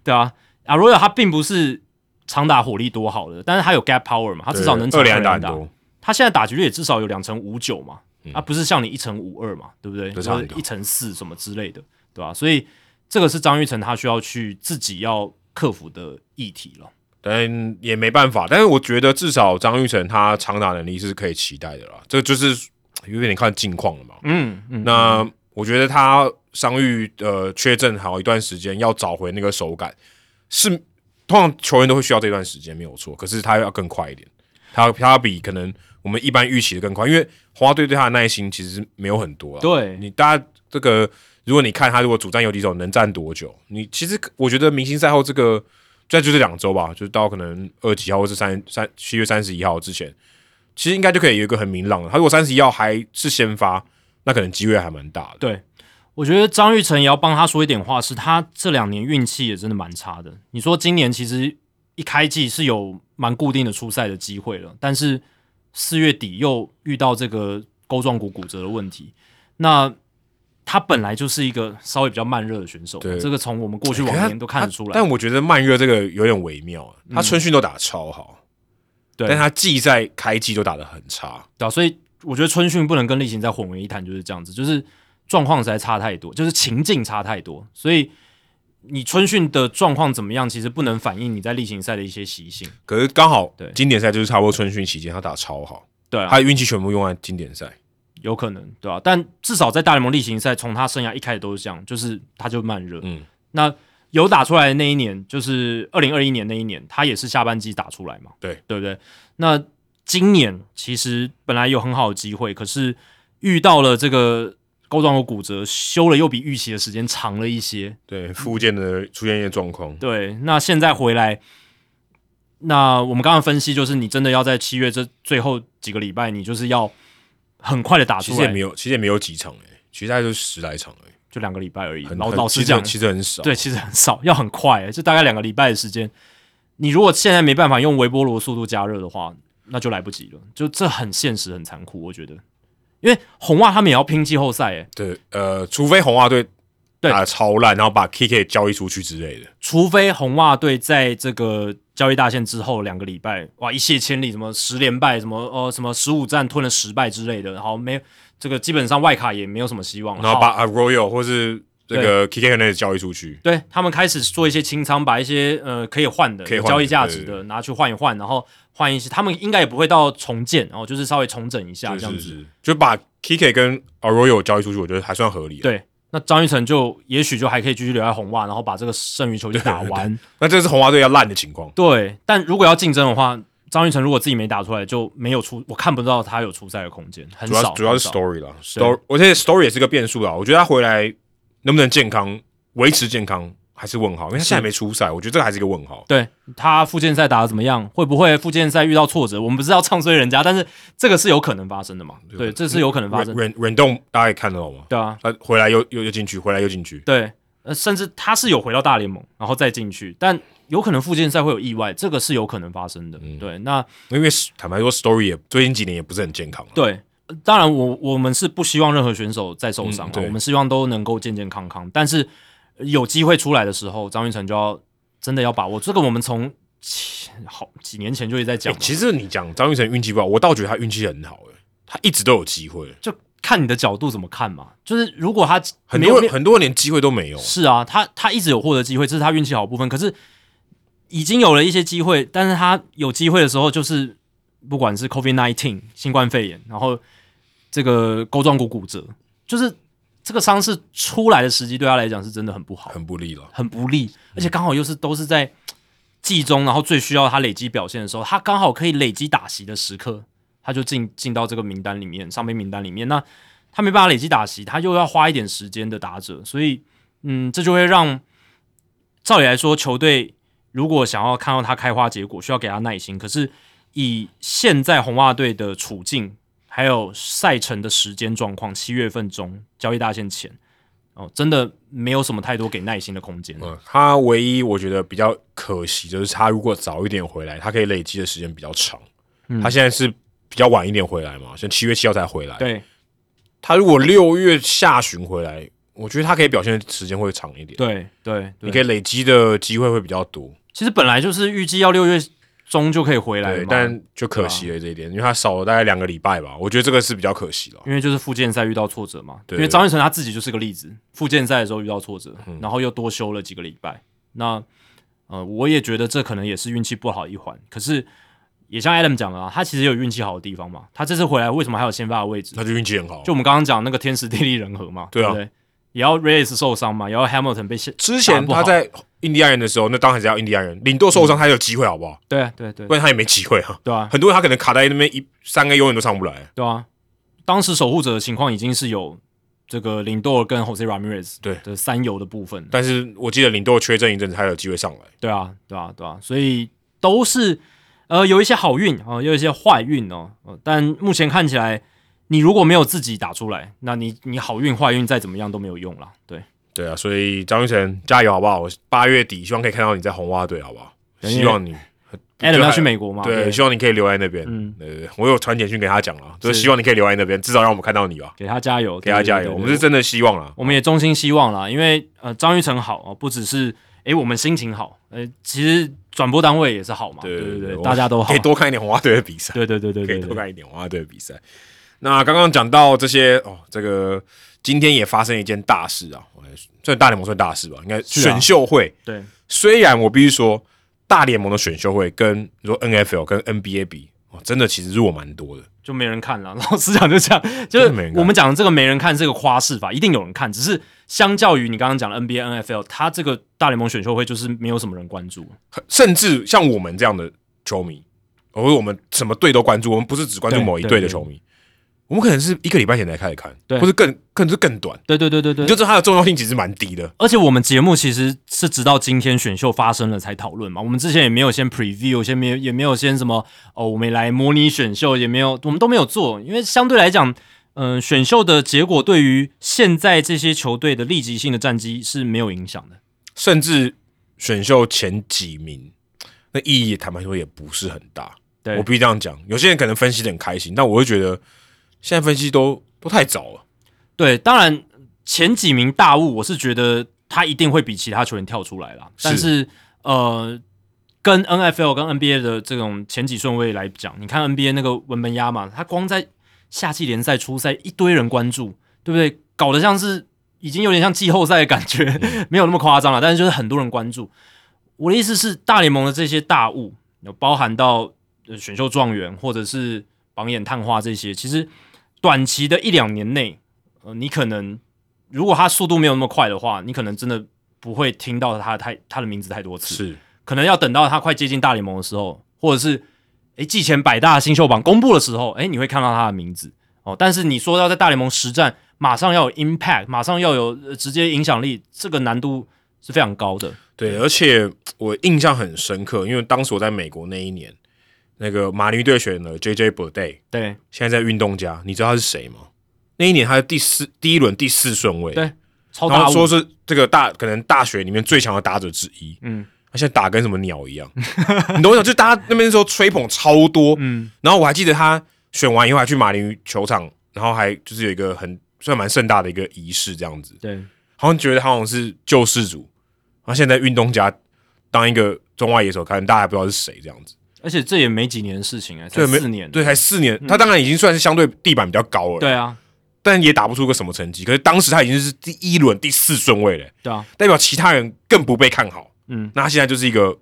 S2: 对啊 a r o 他并不是长打火力多好的，但是他有 gap power 嘛，他至少能
S1: 对
S2: 长
S1: 二连打
S2: 打
S1: 很多，嗯
S2: 他现在打击率也至少有两成五九嘛，啊，不是像你一乘五二嘛，对不对？
S1: 对差
S2: 或
S1: 很
S2: 者
S1: 多
S2: 一乘四什么之类的，对吧、所以这个是张玉成他需要去自己要克服的议题了。
S1: 但也没办法。但是我觉得至少张玉成他长打能力是可以期待的啦，这就是有点看近况了嘛。
S2: 嗯嗯，
S1: 那我觉得他伤愈呃缺阵好一段时间，要找回那个手感，是通常球员都会需要这段时间，没有错。可是他要更快一点，他他要比可能我们一般预期的更快，因为花队对他的耐心其实没有很多啊啦。
S2: 对
S1: 你大家这个，如果你看他如果主战有敌手能站多久，你其实我觉得明星赛后这个。再就是两周吧，就是到可能二几号或是三三七月三十一号之前，其实应该就可以有一个很明朗的。他如果三十一号还是先发，那可能机会还蛮大的。
S2: 对，我觉得张玉成也要帮他说一点话，是他这两年运气也真的蛮差的。你说今年其实一开季是有蛮固定的出赛的机会了，但是四月底又遇到这个钩状骨骨折的问题，那。他本来就是一个稍微比较慢热的选手，
S1: 对
S2: 这个从我们过去
S1: 哎
S2: 往
S1: 可是他
S2: 年都看得出来。
S1: 他
S2: 嗯
S1: 但我觉得慢热这个有点微妙啊，他春训都打得超好，
S2: 对
S1: 但他季赛开季都打得很差。
S2: 对啊，所以我觉得春训不能跟例行赛混为一谈，就是这样子，就是状况实在差太多，就是情境差太多，所以你春训的状况怎么样，其实不能反映你在例行赛的一些习性。
S1: 可是刚好
S2: 对
S1: 经典赛就是差不多春训期间他打超好，
S2: 对
S1: 他
S2: 啊，
S1: 的运气全部用在经典赛。
S2: 有可能，对啊，但至少在大联盟例行赛，从他生涯一开始都是这样，就是他就慢热。
S1: 嗯，
S2: 那有打出来的那一年，就是二零二一年那一年，他也是下半季打出来嘛，
S1: 对
S2: 对不对？那今年其实本来有很好的机会，可是遇到了这个钩状骨骨折，休了又比预期的时间长了一些。
S1: 对，附件的出现一些状况，
S2: 嗯对，那现在回来，那我们刚刚分析就是，你真的要在七月这最后几个礼拜，你就是要很快的打
S1: 其
S2: 出
S1: 实也
S2: 来
S1: 没，有，其实也没有几场诶、其实大概就十来场而已。
S2: 就两个礼拜而已。
S1: 很
S2: 老
S1: 很
S2: 老实
S1: 其实
S2: 讲，
S1: 其实很少。
S2: 对，其实很少， <laughs> 要很快、欸，就大概两个礼拜的时间。你如果现在没办法用微波炉速度加热的话，那就来不及了。就这很现实，很残酷，我觉得。因为红袜他们也要拼季后赛，诶，
S1: 对，呃，除非红袜队
S2: 对
S1: 打得超烂，然后把 KK 交易出去之类的。
S2: 除非红袜队在这个交易大限之后两个礼拜，哇，一泻千里，什么十连败，什么呃，什么十五战吞了十败之类的，好，没有这个基本上外卡也没有什么希望了。
S1: 然后
S2: 哦好
S1: 把啊 Royal 或是这个 KK 那交易出去，
S2: 对他们开始做一些清仓，把一些呃可以换的、
S1: 可以
S2: 有
S1: 换的
S2: 交易价值
S1: 对
S2: 的拿去换一换，然后换一些，他们应该也不会到重建，然、后就是稍微重整一下
S1: 就
S2: 这样
S1: 是
S2: 子。
S1: 是就把 KK 跟啊 Royal 交易出去，我觉得还算合理。，啊
S2: 对，那张玉成就也许就还可以继续留在红袜，然后把这个剩余球就打完。
S1: 那这是红花队要烂的情况。
S2: 对，但如果要竞争的话，张玉成如果自己没打出来，就没有出，我看不到他有出赛的空间，很
S1: 主
S2: 少。
S1: 要主要是
S2: 很少
S1: Story 啦，Story，而且 Story 也是个变数啦。我觉得他回来能不能健康，维持健康还是问号，因为他现在没出赛，我觉得这个还是一个问号。
S2: 对他复健赛打得怎么样，会不会复健赛遇到挫折？我们不是要唱衰人家，但是这个是有可能发生的嘛？对，这是有可能发生。
S1: 忍忍动大家也看得到吗？
S2: 对啊，
S1: 他回来又又又进去，回来又进去，
S2: 对，呃，甚至他是有回到大联盟，然后再进去，但有可能附件赛会有意外，这个是有可能发生
S1: 嗯
S2: 的。对，那
S1: 因为坦白说，Story 也最近几年也不是很健康啊了。
S2: 对，呃当然我我们是不希望任何选手再受伤、
S1: 嗯
S2: 啊，
S1: 对
S2: 我们希望都能够健健康康。但是呃有机会出来的时候，张玉成就要真的要把握这个。我们从其好几年前就一直在讲
S1: 欸
S2: 嘛、
S1: 其实你讲张玉成运气不好，我倒觉得他运气很好、欸，他一直都有机会，
S2: 就看你的角度怎么看嘛。就是如果他
S1: 很
S2: 没有
S1: 多人很多人连机会都没有。
S2: 是啊，他他一直有获得机会，这是他运气好的部分。可是已经有了一些机会，但是他有机会的时候，就是不管是 COVID nineteen 新冠肺炎，然后这个钩状骨骨折，就是这个伤势出来的时机对他来讲是真的很不好，
S1: 很不利了，
S2: 很不利，而且刚好又是都是在季中，然后最需要他累积表现的时候，他刚好可以累积打席的时刻，他就进进到这个名单里面，上面名单里面。那他没办法累积打席，他又要花一点时间的打者，所以嗯，这就会让照理来说，球队如果想要看到他开花结果，需要给他耐心。可是以现在红袜队的处境，还有赛程的时间状况，七月份中交易大限前。哦，真的没有什么太多给耐心的空间。
S1: 嗯，他唯一我觉得比较可惜就是他如果早一点回来，他可以累积的时间比较长。
S2: 嗯
S1: 他现在是比较晚一点回来嘛，像七月七号才回来。，
S2: 对
S1: 他如果六月下旬回来，我觉得他可以表现的时间会长一点，
S2: 对对，
S1: 你
S2: 你
S1: 可
S2: 可以
S1: 以累积的机会会比较多。
S2: 其实本来就是预计要六月中就可以回来了
S1: 对
S2: 嘛，，
S1: 但就可
S2: 啊
S1: 惜了这一点，因为他少了大概两个礼拜吧，我觉得这个是比较可惜了。
S2: 因为就是复健赛遇到挫折嘛，
S1: 对
S2: 因为张玉成他自己就是个例子，复健赛的时候遇到挫折，
S1: 嗯
S2: 然后又多休了几个礼拜。那呃，我也觉得这可能也是运气不好一环。可是也像 Adam 讲的啊，他其实也有运气好的地方嘛。他这次回来为什么还有先发的位置？
S1: 他就运气很好，
S2: 就我们刚刚讲那个天时地利人和嘛，
S1: 对
S2: 对
S1: 啊
S2: 不对？也要 Reyes 受伤嘛，也要 Hamilton 被先
S1: 之前
S2: 打不
S1: 他
S2: 好嗯
S1: 在印第安人的时候，那当然是要印第安人领舵受伤，他有机会好不好？
S2: 对啊对啊对啊
S1: 不然他也没机会啊。
S2: 对啊
S1: 很多人他可能卡在那边一三个永远都上不来，
S2: 对啊，当时守护者的情况已经是有这个林多尔跟 Jose Ramirez
S1: 对
S2: 的三游的部分，
S1: 但是我记得领舵缺阵一阵子，他有机会上来。
S2: 对啊，对啊，对啊，所以都是呃有一些好运啊、呃，有一些坏运哦、呃但目前看起来，你如果没有自己打出来，那你你好运坏运再怎么样都没有用啦。对，
S1: 对啊，所以张玉成加油好不好？我八月底希望可以看到你在红袜队好不好？
S2: 因为
S1: 希望你
S2: Adam
S1: 就
S2: 要
S1: 还
S2: 去美国嘛？
S1: 对，希望你可以留在那边。
S2: 嗯
S1: 对对对，我有传简讯给他讲了，就是
S2: 是
S1: 希望你可以留在那边，至少让我们看到你吧，
S2: 给他加油，
S1: 给他
S2: 对对
S1: 加
S2: 对
S1: 油。
S2: 对
S1: 我们是真的希望啊啦。
S2: 我们也衷心希望啦，因为呃，张玉成好哦，不只是诶我们心情好，呃，其实转播单位也是好嘛，
S1: 对
S2: 对
S1: 对对我
S2: 大家都好
S1: 可以，多看一点红袜队的比赛。
S2: 对对对
S1: <laughs>
S2: 对
S1: 可以
S2: 对
S1: 多
S2: 对，
S1: 看一点红袜队的比赛。那刚刚讲到这些哦，这个今天也发生一件大事啊，我来算大联盟算大事吧，应该
S2: 是啊
S1: 选秀会。
S2: 对
S1: 虽然我必须说，大联盟的选秀会跟你说 NFL 跟 NBA 比哦，真的其实弱蛮多的。
S2: 就没人看了。 <laughs> 老实讲，就这样，就
S1: 没人
S2: 是
S1: 看
S2: 我们讲的这个没人看这个夸饰法，一定有人看。只是相较于你刚刚讲的 NBA、NFL，它这个大联盟选秀会就是没有什么人关注。
S1: 甚至像我们这样的球迷，或者我们什么队都关注，我们不是只关注
S2: 对
S1: 某一
S2: 对
S1: 队的
S2: 对
S1: 球迷，我们可能是一个礼拜前才开始看，
S2: 对
S1: 或是更更是更短，
S2: 对对对对对
S1: 你就，知道它的重要性其实蛮低的。
S2: 而且我们节目其实是直到今天选秀发生了才讨论嘛，我们之前也没有先 preview，先没有也没有先什么哦，我们来模拟选秀也没有，我们都没有做，因为相对来讲，嗯、选秀的结果对于现在这些球队的立即性的战绩是没有影响的。
S1: 甚至选秀前几名，那意义坦白说也不是很大。
S2: 对
S1: 我必须这样讲，有些人可能分析的很开心，但我会觉得现在分析都都太早了。
S2: 对，当然前几名大物，我是觉得他一定会比其他球员跳出来啦。
S1: 是
S2: 但是呃，跟 N F L 跟 N B A 的这种前几顺位来讲，你看 N B A 那个文本压嘛，他光在夏季联赛、初赛一堆人关注，对不对？搞得像是已经有点像季后赛的感觉， <laughs> 没有那么夸张了，但是就是很多人关注。我的意思是，大联盟的这些大物，有包含到呃选秀状元或者是榜眼探花这些，其实短期的一两年内，呃，你可能如果他速度没有那么快的话，你可能真的不会听到他太他的名字太多次，
S1: 是
S2: 可能要等到他快接近大联盟的时候，或者是诶季前百大新秀榜公布的时候，诶你会看到他的名字哦。但是你说要在大联盟实战，马上要有 impact，马上要有呃直接影响力，这个难度是非常高的。
S1: 对，而且我印象很深刻，因为当时我在美国那一年，那个马林鱼队选了 J J b u r d a y
S2: 对
S1: 现在在运动家，你知道他是谁吗？那一年他是第四第一轮第四顺位，
S2: 对，超
S1: 然
S2: 大
S1: 后
S2: 物
S1: 说是这个大可能大学里面最强的打者之一，
S2: 嗯，
S1: 他现在打跟什么鸟一样， <laughs> 你懂我想？就大家那边说吹捧超多，
S2: 嗯，
S1: 然后我还记得他选完以后还去马林鱼球场，然后还就是有一个很算蛮盛大的一个仪式这样子，
S2: 对
S1: 好像觉得他好像是救世主，然后现在在运动家当一个中外野手，可能大家还不知道是谁这样子，
S2: 而且这也没几年的事情哎、才
S1: 对，没
S2: 四年，
S1: 对，才四年，他当然已经算是相对地板比较高了，
S2: 嗯对啊，
S1: 但也打不出个什么成绩，可是当时他已经是第一轮第四顺位了、
S2: 对啊，
S1: 代表其他人更不被看好。
S2: 嗯，
S1: 那他现在就是一个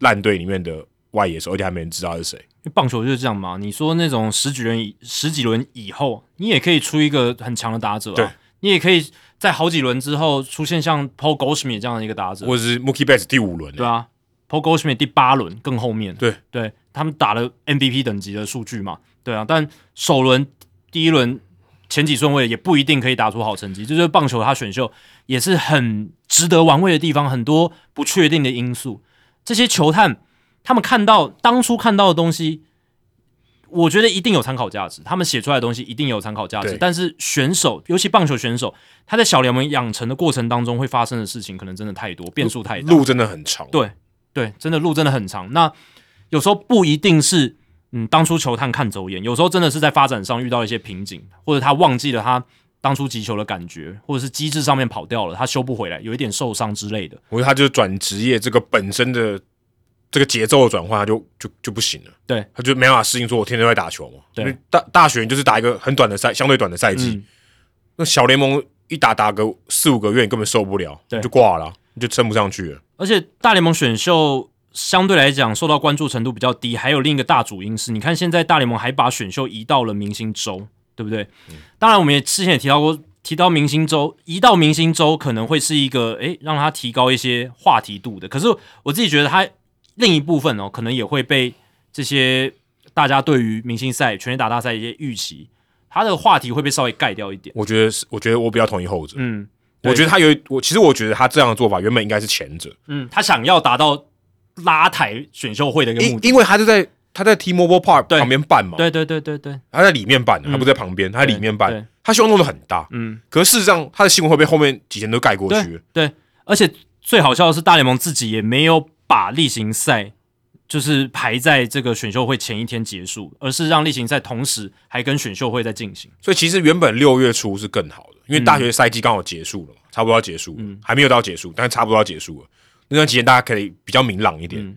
S1: 烂队里面的外野手，而且还没人知道他是谁。
S2: 因为棒球就是这样嘛。你说那种十几轮以十几轮以后，你也可以出一个很强的打者、啊，
S1: 对，
S2: 你也可以在好几轮之后出现像 Paul Goldschmidt 这样的一个打者，啊
S1: 或者是 Mookie Betts 第五轮、欸，
S2: 对啊，Paul Goldschmidt 第八轮更后面，
S1: 对
S2: 对，他们打了 MVP 等级的数据嘛，对啊，但首轮第一轮前几顺位也不一定可以打出好成绩，这就是棒球它选秀也是很值得玩味的地方，很多不确定的因素，这些球探他们看到当初看到的东西。我觉得一定有参考价值，他们写出来的东西一定有参考价值
S1: 对。
S2: 但是选手，尤其棒球选手，他在小联盟养成的过程当中会发生的事情，可能真的太多，变数太大。
S1: 路真的很长。
S2: 对对，真的路真的很长。那有时候不一定是嗯当初球探看走眼，有时候真的是在发展上遇到一些瓶颈，或者他忘记了他当初击球的感觉，或者是机制上面跑掉了，他修不回来，有一点受伤之类的。
S1: 我觉得他就是转职业这个本身的这个节奏的转换，他就就就不行了，
S2: 对，
S1: 他就没办法适应。说我天天都在打球嘛，
S2: 对
S1: 因为大大学你就是打一个很短的赛，相对短的赛季，
S2: 嗯
S1: 那小联盟一打打个四五个月，你根本受不了，
S2: 对
S1: 你就挂了啊，你就撑不上去了。
S2: 而且大联盟选秀相对来讲受到关注程度比较低，还有另一个大主因是，你看现在大联盟还把选秀移到了明星周，对不对？当然，我们也之前也提到过，提到明星周，移到明星周可能会是一个诶让它提高一些话题度的。可是我自己觉得它另一部分哦，可能也会被这些大家对于明星赛、全垒打大赛一些预期，它的话题会被稍微盖掉一点。
S1: 我觉得是，我觉得我比较同意后者。
S2: 嗯对
S1: 我觉得他有一我，其实我觉得他这样的做法原本应该是前者，
S2: 嗯，他想要达到拉抬选秀会的一个目
S1: 因
S2: 的。
S1: 因为他就在他在 T-Mobile Park
S2: 对
S1: 旁边办嘛，
S2: 对对对对对，
S1: 他在里面办的，他不在旁边，他在里面
S2: 对
S1: 办
S2: 对，
S1: 他希望弄得很大，
S2: 嗯，
S1: 可是事实上他的新闻会被后面几天都盖过去
S2: 对
S1: 了。
S2: 对，而且最好笑的是，大联盟自己也没有把例行赛就是排在这个选秀会前一天结束，而是让例行赛同时还跟选秀会在进行。
S1: 所以其实原本六月初是更好的，因为
S2: 嗯
S1: 大学赛季刚好结束了嘛，差不多要结束了，还没有到结束，但是差不多要结束了。那段期间大家可以比较明朗一点，
S2: 嗯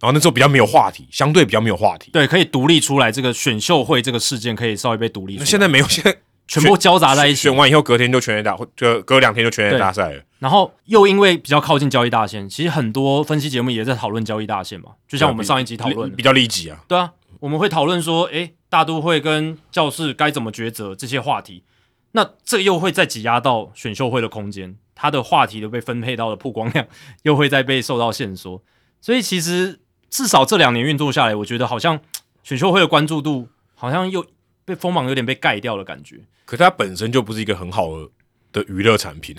S1: 然后那时候比较没有话题，相对比较没有话题。
S2: 对，可以独立出来这个选秀会这个事件，可以稍微被独立出
S1: 那
S2: 来，
S1: 现在没有，现在
S2: 全部交杂在一起
S1: 选。完以后隔天就全垒打，或
S2: 嗯
S1: 就隔两天就全垒打赛了。
S2: 然后又因为比较靠近交易大线，其实很多分析节目也在讨论交易大线嘛，就像我们上一集讨论的
S1: 比，较利己啊。
S2: 对啊，我们会讨论说，诶，大都会跟教室该怎么抉择这些话题。那这又会再挤压到选秀会的空间，它的话题都被分配到的曝光量又会再被受到限缩。所以其实至少这两年运作下来，我觉得好像选秀会的关注度好像又被锋芒有点被盖掉的感觉。
S1: 可是它本身就不是一个很好的的娱乐产品，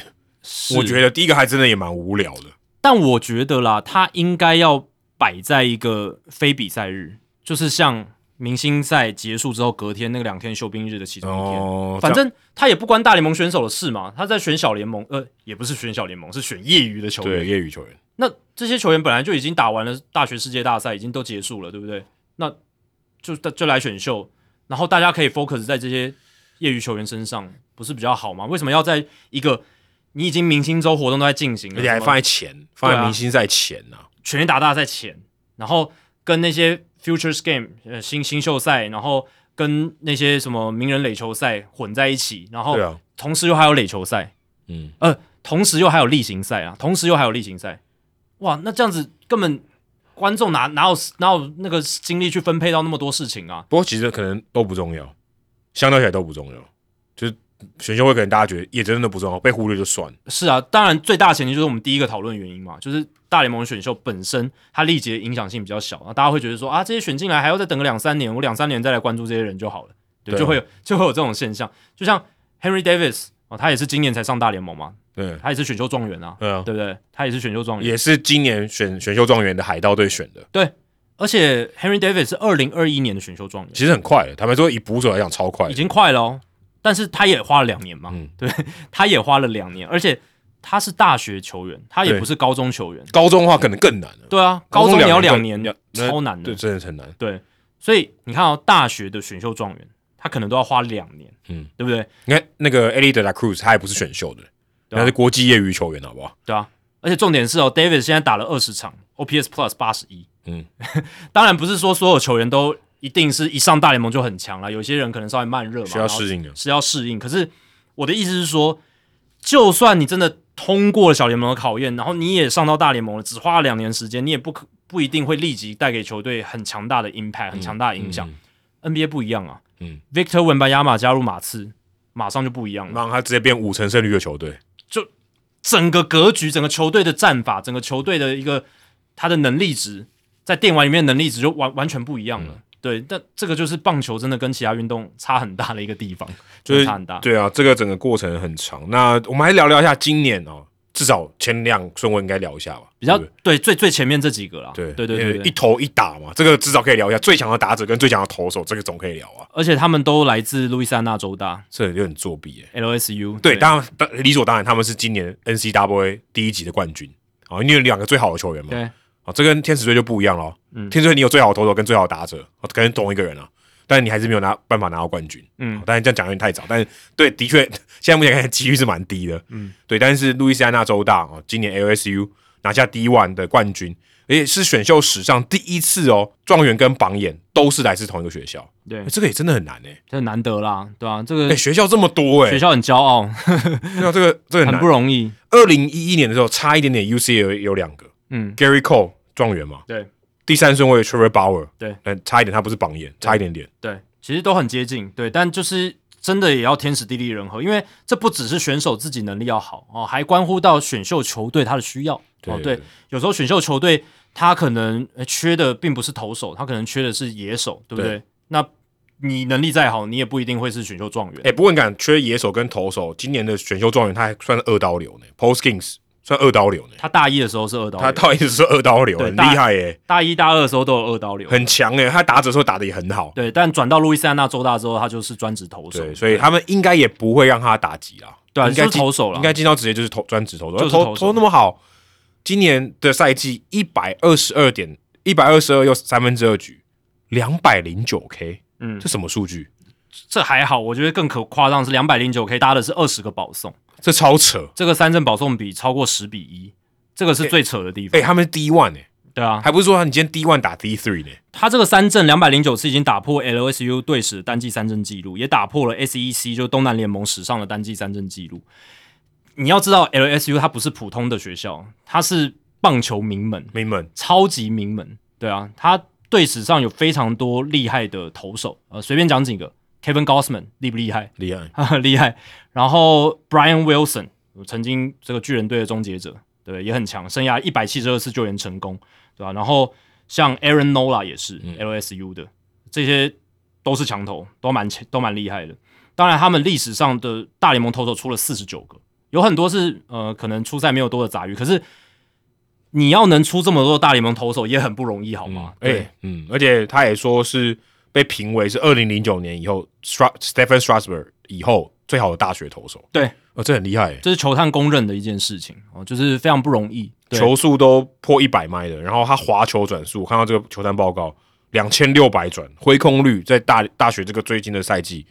S1: 我
S2: 得，
S1: 觉得第一个还真的也蛮无聊的。
S2: 但我觉得啦，它应该要摆在一个非比赛日，就是像明星赛结束之后隔天那个两天休兵日的其中一天。
S1: 哦，
S2: 反正他也不关大联盟选手的事嘛，他在选小联盟，呃，也不是选小联盟，是选业余的球
S1: 这样对
S2: 员。
S1: 业余球员，
S2: 那这些球员本来就已经打完了大学世界大赛，已经都结束了，对不对？那就就来选秀，然后大家可以 focus 在这些业余球员身上，不是比较好吗？为什么要在一个你已经明星周活动都在进行了，
S1: 而且还
S2: 什么
S1: 放在前，放在
S2: 嗯对啊
S1: 明星赛前呐、啊。
S2: 全垒打大赛前，然后跟那些 futures game 呃新新秀赛，然后跟那些什么名人垒球赛混在一起，然后
S1: 对啊
S2: 同时又还有垒球赛，
S1: 嗯，
S2: 呃，同时又还有例行赛啊，同时又还有例行赛，哇，那这样子根本观众哪哪有哪有那个精力去分配到那么多事情啊？
S1: 不过其实可能都不重要，相较起来都不重要。就是选秀会可能大家觉得也真的不重要，被忽略就算了。
S2: 是啊，当然最大前提就是我们第一个讨论原因嘛，就是大联盟选秀本身它历届影响性比较小，啊，大家会觉得说啊，这些选进来还要再等个两三年，我两三年再来关注这些人就好了，对，
S1: 对啊
S2: 就会有 <laughs> 就会有这种现象。就像 Henry Davis 啊，他也是今年才上大联盟嘛，
S1: 对，
S2: 他也是选秀状元啊，
S1: 对啊，
S2: 对不对？他也是选秀状元，
S1: 也是今年选选秀状元的海盗队选的，
S2: 对。而且 Henry Davis 是二零二一年的选秀状元，
S1: 其实很快的。坦白说，以捕手来讲超快的
S2: 已，经快了哦，但是他也花了两年嘛，
S1: 嗯
S2: 对，他也花了两年，而且他是大学球员，他也
S1: 对
S2: 不是高中球员，
S1: 高中的话可能更难了。
S2: 对啊，高中你要两
S1: 两
S2: 年
S1: 年，那
S2: 超难的
S1: 对，，真的很难。
S2: 对，所以你看哦，大学的选秀状元，他可能都要花两年，
S1: 嗯，
S2: 对不对？
S1: 你看那个 Ellie de la Cruz，他也不是选秀的，
S2: 对啊
S1: 他是国际业余球员，好不好？
S2: 对啊，而且重点是哦，David 现在打了二十场，OPS Plus 八十一，
S1: 嗯，
S2: <laughs> 当然不是说所有球员都一定是一上大联盟就很强了，有些人可能稍微慢热嘛，
S1: 需要适应的。
S2: 是要适应。可是我的意思是说，就算你真的通过了小联盟的考验，然后你也上到大联盟了，只花了两年时间，你也不可不一定会立即带给球队很强大的 impact、很强大的影响。NBA 不一样啊，
S1: 嗯
S2: ，Victor 文班亚马加入马刺，马上就不一样了。
S1: 让他直接变五成胜率的球队，
S2: 整个格局、整个球队的战法、整个球队的一个他的能力值，在电玩里面的能力值就完完全不一样了。对，但这个就是棒球真的跟其他运动差很大的一个地方，
S1: 就是
S2: 差很大。
S1: 对啊，这个整个过程很长。那我们还聊聊一下今年哦，至少前两顺位应该聊一下吧，
S2: 比较
S1: 对不
S2: 对最最前面这几个啦，
S1: 对
S2: 对对
S1: 因
S2: 对
S1: 为
S2: 对
S1: 一投一打嘛，这个至少可以聊一下最强的打者跟最强的投手，这个总可以聊啊，
S2: 而且他们都来自路易斯安那州大
S1: 这有点作弊哎、
S2: LSU，
S1: 对，当然当理所当然，他们是今年 NCAA 第一级的冠军啊、哦，因为有两个最好的球员嘛，
S2: 对
S1: 啊，这跟天使队就不一样了。天使队你有最好的投手跟最好的打者，啊可能同一个人啊，但你还是没有拿办法拿到冠军。
S2: 嗯
S1: 嗯，当然这样讲有点太早，但是对，的确 <laughs> 现在目前看起来几率是蛮哦低的。嗯，对，但是路易斯安那州大啊，今年 LSU 拿下 D1 的冠军，也是选秀史上第一次哦，状元跟榜眼都是来自同一个学校，
S2: 对
S1: 欸，这个也真的很难哎、
S2: 这难得啦，对啊，这
S1: 欸，
S2: 个
S1: 欸学校这么多哎、
S2: 学
S1: 欸，
S2: 校很骄傲，
S1: 对啊，这个这个很
S2: 很
S1: 难
S2: 不。容易。
S1: 二零一一年的时候，差一点点 UCLA 有两个
S2: 嗯，
S1: Gary Cole 状元嘛，
S2: 对
S1: 第三顺位 Trevor Bauer，
S2: 对，
S1: 嗯，差一点他不是榜眼，差一点点。
S2: 对，其实都很接近，对，但就是真的也要天时地利人和，因为这不只是选手自己能力要好哦，还关乎到选秀球队他的需要。
S1: 对
S2: 哦，
S1: 对
S2: 对，有时候选秀球队他可能呃缺的并不是投手，他可能缺的是野手，对不对？
S1: 对
S2: 那你能力再好，你也不一定会是选秀状元。
S1: 哎、不过你敢缺野手跟投手，今年的选秀状元他还算是二刀流呢，Postings 算二刀流呢，
S2: 他大一的时候是二刀流，
S1: 他到底是二刀流，
S2: 哦对
S1: 很厉
S2: 大
S1: 害耶、
S2: 大一大二的时候都有二刀流，
S1: 很强哎、他打者的时候打的也很好，
S2: 对，但转到路易斯安那州大之后，他就是专职投手，
S1: 对，所以他们应该也不会让他打击啦，
S2: 对啊，
S1: 应该
S2: 就是
S1: 进
S2: 投手了，
S1: 应该进到职业就是投专职投手，
S2: 就是投
S1: 投
S2: 手
S1: 投那么好，今年的赛季一百二十二点一百二十二又三分之二局，两百零九 K，
S2: 嗯
S1: 这，什么数据？
S2: 这还好，我觉得更可夸张是两百零九 K 搭的是二十个保送，
S1: 这超扯！
S2: 这个三振保送比超过十比一，这个是最扯的地方。
S1: 哎、他们是 D one 哎、
S2: 对啊，
S1: 还不是说他你今天 D one 打 D three 呢？
S2: 他这个三振两百零九次已经打破 LSU 队史的单季三振记录，也打破了 SEC 就东南联盟史上的单季三振记录。你要知道，LSU 它不是普通的学校，它是棒球名门，
S1: 名门
S2: 超级名门，对啊，他队史上有非常多厉害的投手，呃，随便讲几个，Kevin Gausman 厉不厉害？
S1: 厉害，
S2: 哈哈， <laughs> 厉害。然后 Brian Wilson 曾经这个巨人队的终结者，对，也很强，生涯一百七十二次救援成功，对吧、然后像 Aaron Nola 也是、LSU
S1: 嗯
S2: 的，这些都是强投，都蛮强都蛮厉害的。当然，他们历史上的大联盟投手出了四十九个，有很多是呃可能初赛没有多的杂鱼，可是你要能出这么多大联盟投手也很不容易，好吗？
S1: 哎、
S2: 对
S1: 嗯，而且他也说是被评为是二零零九年以后 Stra Stephen Strasburg 以后最好的大学投手，
S2: 对，
S1: 哦，这很厉害、欸，
S2: 这是球探公认的一件事情哦，就是非常不容易。对
S1: 球速都破一百迈的，然后他滑球转速，看到这个球探报告两千六百转，挥空率在大大学这个最近的赛季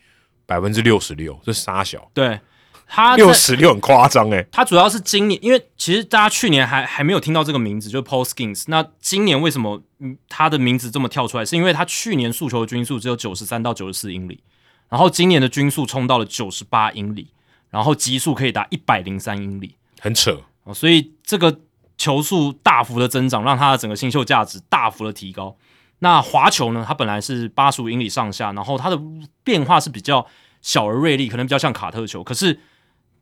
S1: 百分之六十六，这傻小
S2: 对他在
S1: 六十六很夸张哎，
S2: 他主要是今年，因为其实大家去年还还没有听到这个名字，就是 Paul Skins。那今年为什么嗯他的名字这么跳出来？是因为他去年速球的均速只有九十三到九十四英里，然后今年的均速冲到了九十八英里，然后极速可以达一百零三英里
S1: 很扯。
S2: 哦，所以这个球速大幅的增长，让他的整个新秀价值大幅的提高。那滑球呢，它本来是八十五英里上下，然后它的变化是比较小而锐利，可能比较像卡特球，可是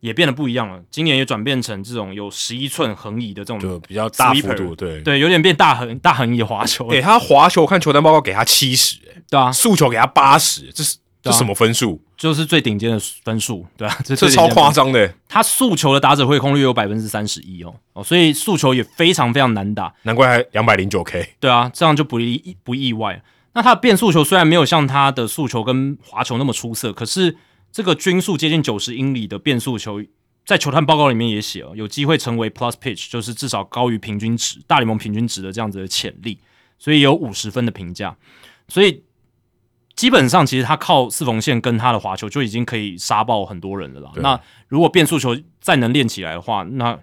S2: 也变得不一样了。今年也转变成这种有十一寸横移的这种，
S1: 就比较大幅
S2: Sweeper
S1: 度，对，
S2: 对，有点变大横大横移的滑球，
S1: 欸，他滑球看球探报告给他七十、欸，
S2: 对啊，
S1: 速球给他八十，这是这
S2: 对啊
S1: 什么分数？
S2: 就是最顶尖的分数，对啊，这
S1: 这
S2: 最顶
S1: 超
S2: 尖的
S1: 夸张的欸、
S2: 他速球的打者挥空率有百分之三十一哦，哦，所以速球也非常非常难打。
S1: 难怪还两百零九 K。
S2: 对啊，这样就不意不意外了。那他的变速球虽然没有像他的速球跟滑球那么出色，可是这个均速接近九十英里的变速球，在球探报告里面也写了，有机会成为 plus pitch，就是至少高于平均值、大联盟平均值的这样子的潜力，所以有五十分的评价。所以基本上，其实他靠四缝线跟他的滑球就已经可以杀爆很多人了啦。
S1: 对
S2: 那如果变速球再能练起来的话，那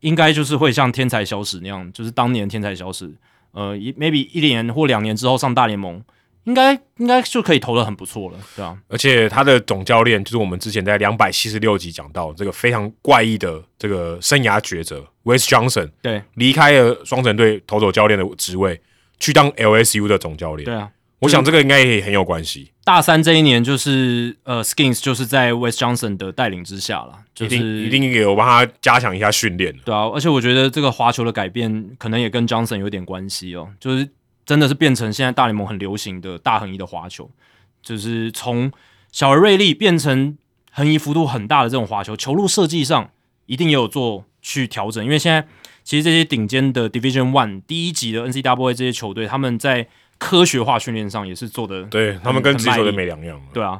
S2: 应该就是会像天才小史那样，就是当年的天才小史，呃一，maybe 一年或两年之后上大联盟，应该应该就可以投的很不错了，对啊，
S1: 而且他的总教练就是我们之前在两百七十六集讲到这个非常怪异的这个生涯抉择，Wes Johnson
S2: 对
S1: 离开了双城队投手教练的职位，去当 LSU 的总教
S2: 对
S1: 练。
S2: 啊。
S1: 我想这个应该也很有关系，
S2: 大三这一年就是呃，Skins 就是在 West Johnson 的带领之下了，就
S1: 一
S2: 是
S1: 定一定也有帮他加强一下训练的。
S2: 对啊，而且我觉得这个滑球的改变可能也跟 Johnson 有点关系哦，就是真的是变成现在大联盟很流行的大横移的滑球，就是从小而锐利变成横移幅度很大的这种滑球，球路设计上一定也有做去调整，因为现在其实这些顶尖的 Division One 第一级的 NCAA 这些球队，他们在科学化训练上也是做的
S1: 对他们跟
S2: 很
S1: 职业球队
S2: 卖力
S1: 没两样了。
S2: 对啊，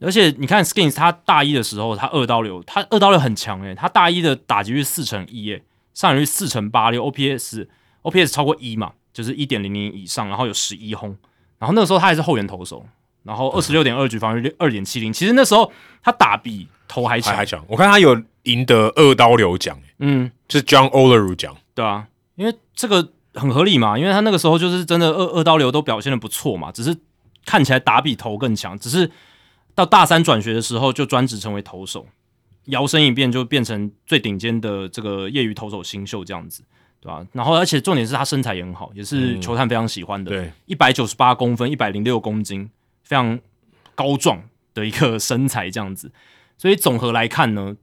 S2: 而且你看 Skins，他大一的时候，他二刀流，他二刀流很强欸诶、他大一的打击率四成一诶、欸上垒率四成八六，OPS OPS 超过一嘛，就是一点零零以上，然后有十一轰，然后那个时候他还是后援投手，然后二十六点二局防御率二点七零，其实那时候他打比投还
S1: 还
S2: 强
S1: 还，强，我看他有赢得二刀流奖，
S2: 嗯，
S1: 就是 John Oleru 奖。
S2: 对啊，因为这个很合理嘛，因为他那个时候就是真的二二刀流都表现的不错嘛，只是看起来打比头更强，只是到大三转学的时候就专职成为投手，摇身一变就变成最顶尖的这个业余投手新秀这样子，对吧、然后而且重点是他身材也很好，也是
S1: 嗯
S2: 球探非常喜欢的，
S1: 对，
S2: 一百九十八公分，一百零六公斤，非常高壮的一个身材这样子。所以总和来看呢，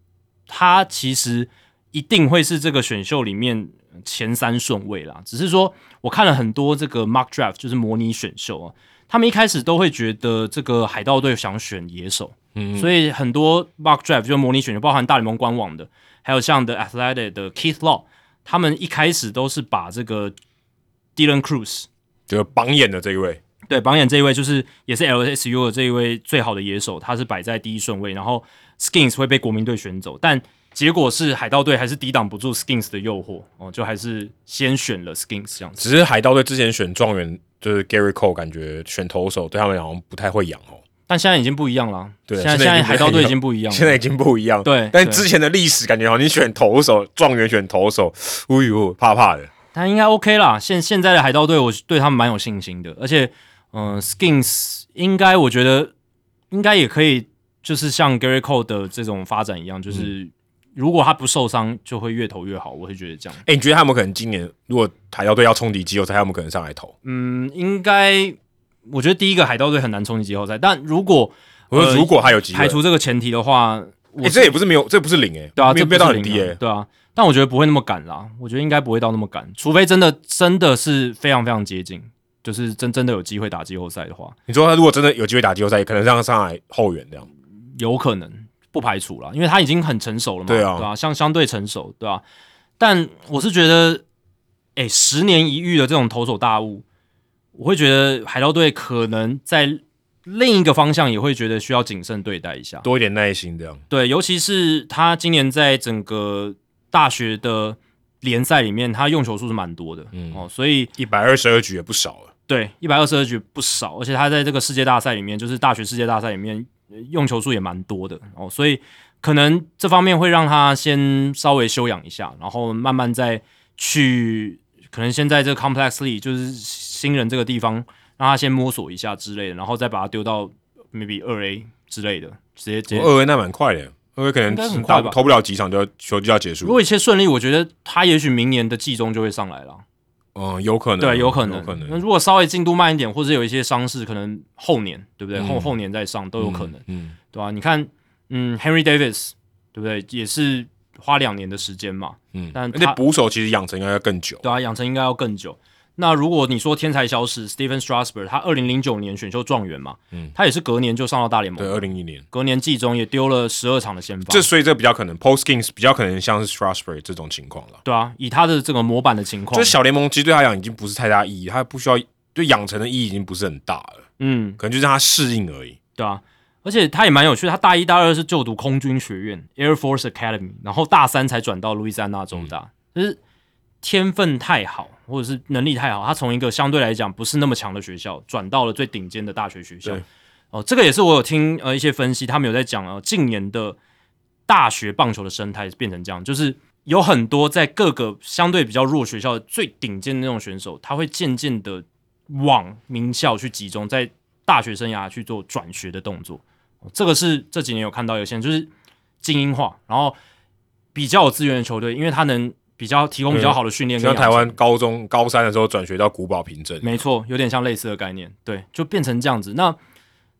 S2: 他其实一定会是这个选秀里面前三顺位啦。只是说我看了很多这个 mock draft，就是模拟选秀啊，他们一开始都会觉得这个海盗队想选野手，
S1: 嗯
S2: 所以很多 mock draft 就模拟选秀，包含大联盟官网的，还有像 The Athletic 的 Keith Law，他们一开始都是把这个 Dylan Cruz
S1: 就是榜眼的这一位，
S2: 对，榜眼这一位就是也是 LSU 的这一位最好的野手，他是摆在第一顺位，然后 Skins 会被国民队选走，但结果是海盗队还是抵挡不住 Skins 的诱惑哦，就还是先选了 Skins 这样子。
S1: 只是海盗队之前选状元就是 Gary Cole，感觉选投手对他们好像不太会养哦。
S2: 但现在已经不一样了，
S1: 对
S2: 现在
S1: 现在
S2: 现在
S1: 已经
S2: 海盗队已
S1: 不一样
S2: 经不一样了，
S1: 现在已经不一样，
S2: 对
S1: 但
S2: 对
S1: 之前的历史感觉好像你选投手，状元选投手，呜呦，怕怕的。
S2: 他应该 OK 啦。现现在的海盗队，我对他们蛮有信心的，而且，嗯、s k i n s 应该我觉得应该也可以，就是像 Gary Cole 的这种发展一样，就是、
S1: 嗯
S2: 如果他不受伤，就会越投越好。我会觉得这样，
S1: 哎、你觉得他们可能今年如果海盗队要冲击季后赛，他们可能上来投？
S2: 嗯，应该我觉得第一个海盗队很难冲击季后赛，但如果
S1: 我说
S2: 呃
S1: 如果还有机会，
S2: 排
S1: 哎、
S2: 除这个前提的话，我、
S1: 这也不是没有，这不是零哎、
S2: 对啊，
S1: 没有
S2: 这
S1: 没有到很
S2: 不是
S1: 低
S2: 零
S1: 哎、
S2: 啊对啊，但我觉得不会那么赶啦，我觉得应该不会到那么赶，除非真的真的是非常非常接近，就是真真的有机会打季后赛的话。
S1: 你说他如果真的有机会打季后赛，可能让他上来后援这样。
S2: 有可能不排除啦，因为他已经很成熟了嘛，
S1: 对啊
S2: 相相对成熟，对啊。但我是觉得，哎、十年一遇的这种投手大雾，我会觉得海盗队可能在另一个方向也会觉得需要谨慎对待一下。
S1: 多一点耐心这样。
S2: 对，尤其是他今年在整个大学的联赛里面，他用球数是蛮多的、
S1: 嗯
S2: 哦，所以
S1: 一百二十二局也不少了，
S2: 对，一百二十二局不少，而且他在这个世界大赛里面，就是大学世界大赛里面呃用球数也蛮多的哦，所以可能这方面会让他先稍微休养一下，然后慢慢再去，可能先在这个 complex 里，就是新人这个地方，让他先摸索一下之类的，然后再把他丢到 maybe 二 A 之类的，直接直接。
S1: 哦二 A 那蛮快的，二 A 可能
S2: 应该很快吧
S1: 投不了几场就要球就要结束
S2: 如。果一切顺利，我觉得他也许明年的季中就会上来了。
S1: 嗯，有可能，
S2: 对，有可能，
S1: 有可能
S2: 那，如果稍微进度慢一点，或者有一些伤势，可能后年，对不对？
S1: 嗯
S2: 后后年再上都有可能，
S1: 嗯，
S2: 对吧、你看，嗯，Henry Davis，对不对？也是花两年的时间嘛，
S1: 嗯嗯，
S2: 但
S1: 而且
S2: 他
S1: 捕手其实养成应该要更久。
S2: 对啊，养成应该要更久。那如果你说天才消失 Steven Strasburg，他二零零九年选秀状元嘛，
S1: 嗯
S2: 他也是隔年就上到大联
S1: 对，
S2: 盟，
S1: 二零一年，
S2: 隔年季中也丢了十二场的先发，
S1: 这所以这比较可能，Postskins 比较可能像是 Strasburg 这种情况了。
S2: 对啊，以他的这个模板的情况
S1: 就，是小联盟其实对他来讲已经不是太大意义，他不需要对养成的意义已经不是很大了，
S2: 嗯，
S1: 可能就让他适应而已。
S2: 对啊，而且他也蛮有趣，他大一、大二是就读空军学院 （Air Force Academy），然后大三才转到路易斯安那州大，就是天分太好，或者是能力太好，他从一个相对来讲不是那么强的学校，转到了最顶尖的大学学校
S1: 对。
S2: 哦，这个也是我有听呃一些分析，他们有在讲呃近年的大学棒球的生态变成这样，就是有很多在各个相对比较弱学校最顶尖的那种选手，他会渐渐的往名校去集中，在大学生涯去做转学的动作。哦这个是这几年有看到有些人就是精英化，然后比较有资源的球队，因为他能比较提供比较好的训练
S1: 就
S2: 跟
S1: 像嗯
S2: 养成。
S1: 台湾高中高三的时候转学到古堡凭证，
S2: 没错，有点像类似的概念，对，就变成这样子。那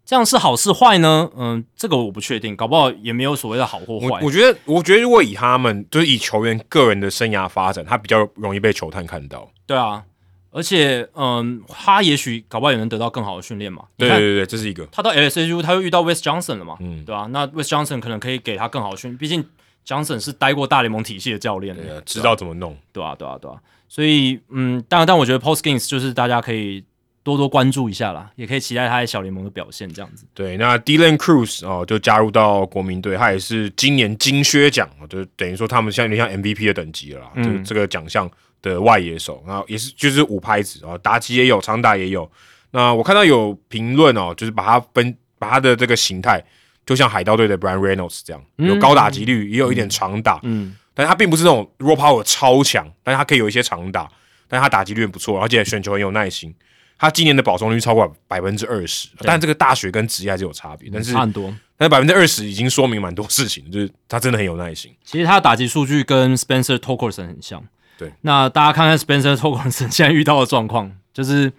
S2: 这样是好是坏呢？嗯，这个我不确定，搞不好也没有所谓的好或
S1: 我
S2: 坏
S1: 我。觉得，我觉得如果以他们就是以球员个人的生涯发展，他比较容易被球探看到。
S2: 对啊，而且嗯，他也许搞不好也能得到更好的训练嘛。你
S1: 对
S2: 看
S1: 对对，对这是一个，
S2: 他到 LSU，他又遇到 West Johnson 了嘛，
S1: 嗯
S2: 对啊，那 West Johnson 可能可以给他更好的训，毕竟 Johnson 是待过大联盟体系的教练，啊
S1: 呃，知道怎么弄。
S2: 对啊，对啊，对啊。所以，嗯，当然，但我觉得 Post Games 就是大家可以多多关注一下啦，也可以期待他在小联盟的表现，这样子。
S1: 对，那 Dylan Cruz 哦，就加入到国民队，他也是今年金靴奖，哦就等于说他们现在有点像 MVP 的等级了啦。
S2: 嗯
S1: 这这个奖项的外野手，然后也是就是五拍子哦，打击也有，长打也有。那我看到有评论哦，就是把它分把它的这个形态，就像海盗队的 Brian Reynolds 这样，有高打击率，也有一点长打，
S2: 嗯
S1: 但他并不是那种 raw power 超强，但是他可以有一些长打。但他打击率不错，而且选球很有耐心。他今年的保送率超过百分之二十，但这个大学跟职业还是有差别，但是
S2: 嗯差很多。
S1: 但百分之二十已经说明蛮多事情，就是他真的很有耐心。
S2: 其实他的打击数据跟 Spencer Torkelson 很像。
S1: 对，
S2: 那大家看看 Spencer Torkelson 现在遇到的状况，就是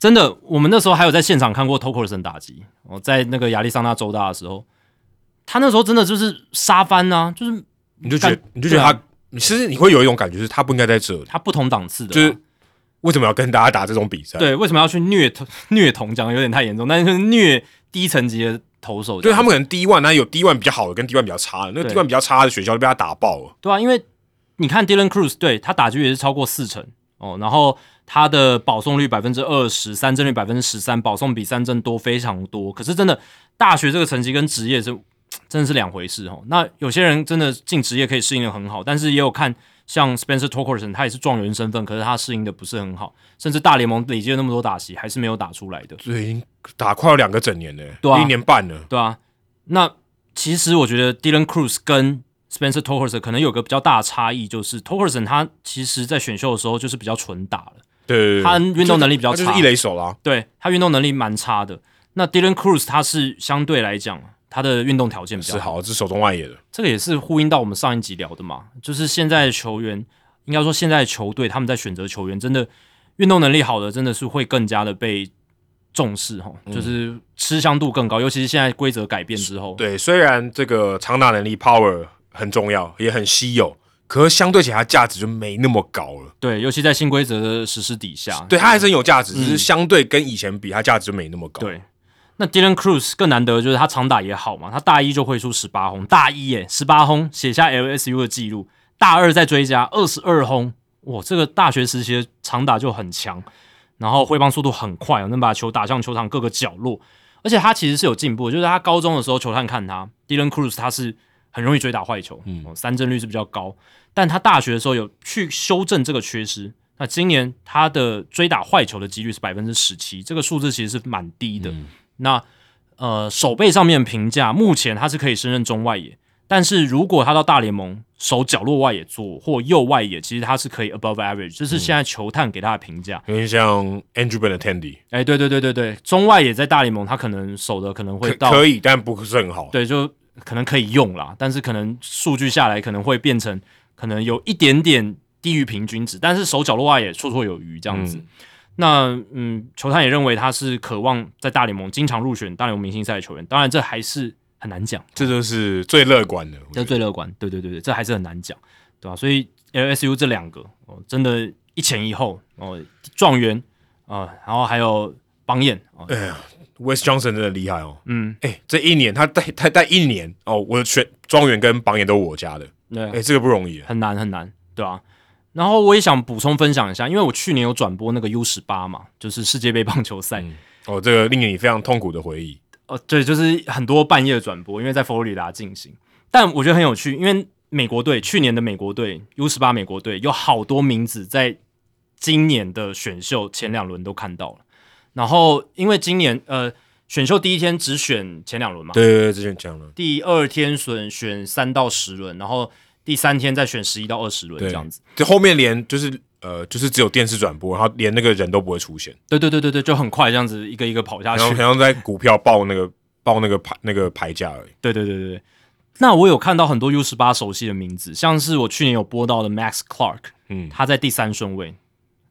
S2: 真的，我们那时候还有在现场看过 Torkelson 打击，哦，在那个亚利桑那州大的时候，他那时候真的就是杀翻啊，就是
S1: 你就觉得
S2: 但
S1: 你就觉得
S2: 对啊
S1: 他，你其实你会有一种感觉，是他不应该在这里，
S2: 他不同档次的啊、
S1: 就是为什么要跟大家打这种比赛？，
S2: 对，为什么要去虐同虐童？讲得有点太严重，但是就是虐低层级的投手这
S1: 就是
S2: 样，
S1: 他们可能 D one 那有 D one 比较好的，跟 D one 比较差的，那个
S2: 对
S1: D one 比较差的学校就被他打爆了。
S2: 对啊，因为你看 Dylan Cruz，对他打击率也是超过四成哦，然后他的保送率百分之二十，三振率百分之十三，保送比三振多非常多。可是真的，大学这个成绩跟职业是真的是两回事哦。那有些人真的进职业可以适应的很好，但是也有看像 Spencer Torkelson，他也是状元身份，可是他适应的不是很好，甚至大联盟累积了那么多打席，还是没有打出来的。
S1: 对，已经打快要两个整年了，
S2: 对啊
S1: 一年半了。
S2: 对啊，那其实我觉得 Dylan Cruz 跟 Spencer Torkelson 可能有个比较大的差异，就是 Torkelson 他其实在选秀的时候就是比较纯打了，
S1: 对对对，
S2: 他运动能力比较
S1: 他
S2: 差，
S1: 就是一垒手啦。
S2: 对他运动能力蛮差的。那 Dylan Cruz 他是相对来讲他的运动条件比较
S1: 是
S2: 好，
S1: 好，这是手中外野的，
S2: 这个也是呼应到我们上一集聊的嘛，就是现在的球员，应该说现在的球队他们在选择球员，真的运动能力好的真的是会更加的被重视哈，
S1: 嗯
S2: 就是吃香度更高，尤其是现在规则改变之后，
S1: 对，虽然这个长打能力 power 很重要，也很稀有，可是相对起来它价值就没那么高了。
S2: 对，尤其在新规则的实施底下，
S1: 对，它还是很有价值，只是相对跟以前比，它价值就没那么高。，
S2: 嗯对。那 Dylan Cruz 更难得的就是他长打也好嘛，他大一就挥出十八轰，大一耶十八轰写下 LSU 的记录，大二再追加二十二轰，哇，这个大学时期的长打就很强，然后挥棒速度很快哦，能把球打向球场各个角落，而且他其实是有进步的，就是他高中的时候球探看他 Dylan Cruz 他是很容易追打坏球，嗯、三振率是比较高，但他大学的时候有去修正这个缺失。那今年他的追打坏球的几率是百分之十七，这个数字其实是蛮低的。
S1: 嗯
S2: 那呃，手背上面评价，目前他是可以胜任中外野，但是如果他到大联盟守角落外野左或右外野，其实他是可以 above average，这是
S1: 嗯
S2: 现在球探给他的评价。
S1: 有点像 Andrew Benatendi，
S2: 哎、对对对对对，中外野在大联盟他可能守的可能会
S1: 可
S2: 到，
S1: 可以，但不是很好。
S2: 对，就可能可以用啦，但是可能数据下来可能会变成可能有一点点低于平均值，但是守角落外野绰绰有余这样子。那嗯，球探也认为他是渴望在大联盟经常入选大联盟明星赛的球员，当然这还是很难讲。
S1: 这就是最乐观的。我觉
S2: 这
S1: 得
S2: 最乐观，对对对对，这还是很难讲，对吧、所以 LSU 这两个哦，真的，一前一后哦，状元啊、呃然后还有邦彦哦，
S1: 哎呀，Wes Johnson 真的厉害哦。
S2: 嗯，
S1: 哎，这一年他带他带一年哦，我的全庄园跟榜眼都是我家的，
S2: 对，啊
S1: 哎，这个不容易。
S2: 很难很难，对吧、然后我也想补充分享一下，因为我去年有转播那个 U 十八嘛，就是世界杯棒球赛，
S1: 哦，这个令你非常痛苦的回忆。
S2: 哦，对，就是很多半夜的转播，因为在佛罗里达进行。但我觉得很有趣，因为美国队去年的美国队 U 十八美国队有好多名字在今年的选秀前两轮都看到了。然后因为今年呃选秀第一天只选前两轮嘛，
S1: 对对对，之前讲了，
S2: 第二天选选三到十轮，然后第三天再选十一到二十轮
S1: 对
S2: 这样子。
S1: 就后面连就是呃，就是只有电视转播，然后连那个人都不会出现，
S2: 对对对对对，就很快这样子一个一个跑下
S1: 然
S2: 去
S1: 后好。像在股票报那个报那个牌那个牌价而已。
S2: 对对对对对。那我有看到很多 U 十八熟悉的名字，像是我去年有播到的 Max Clark，
S1: 嗯
S2: 他在第三顺位，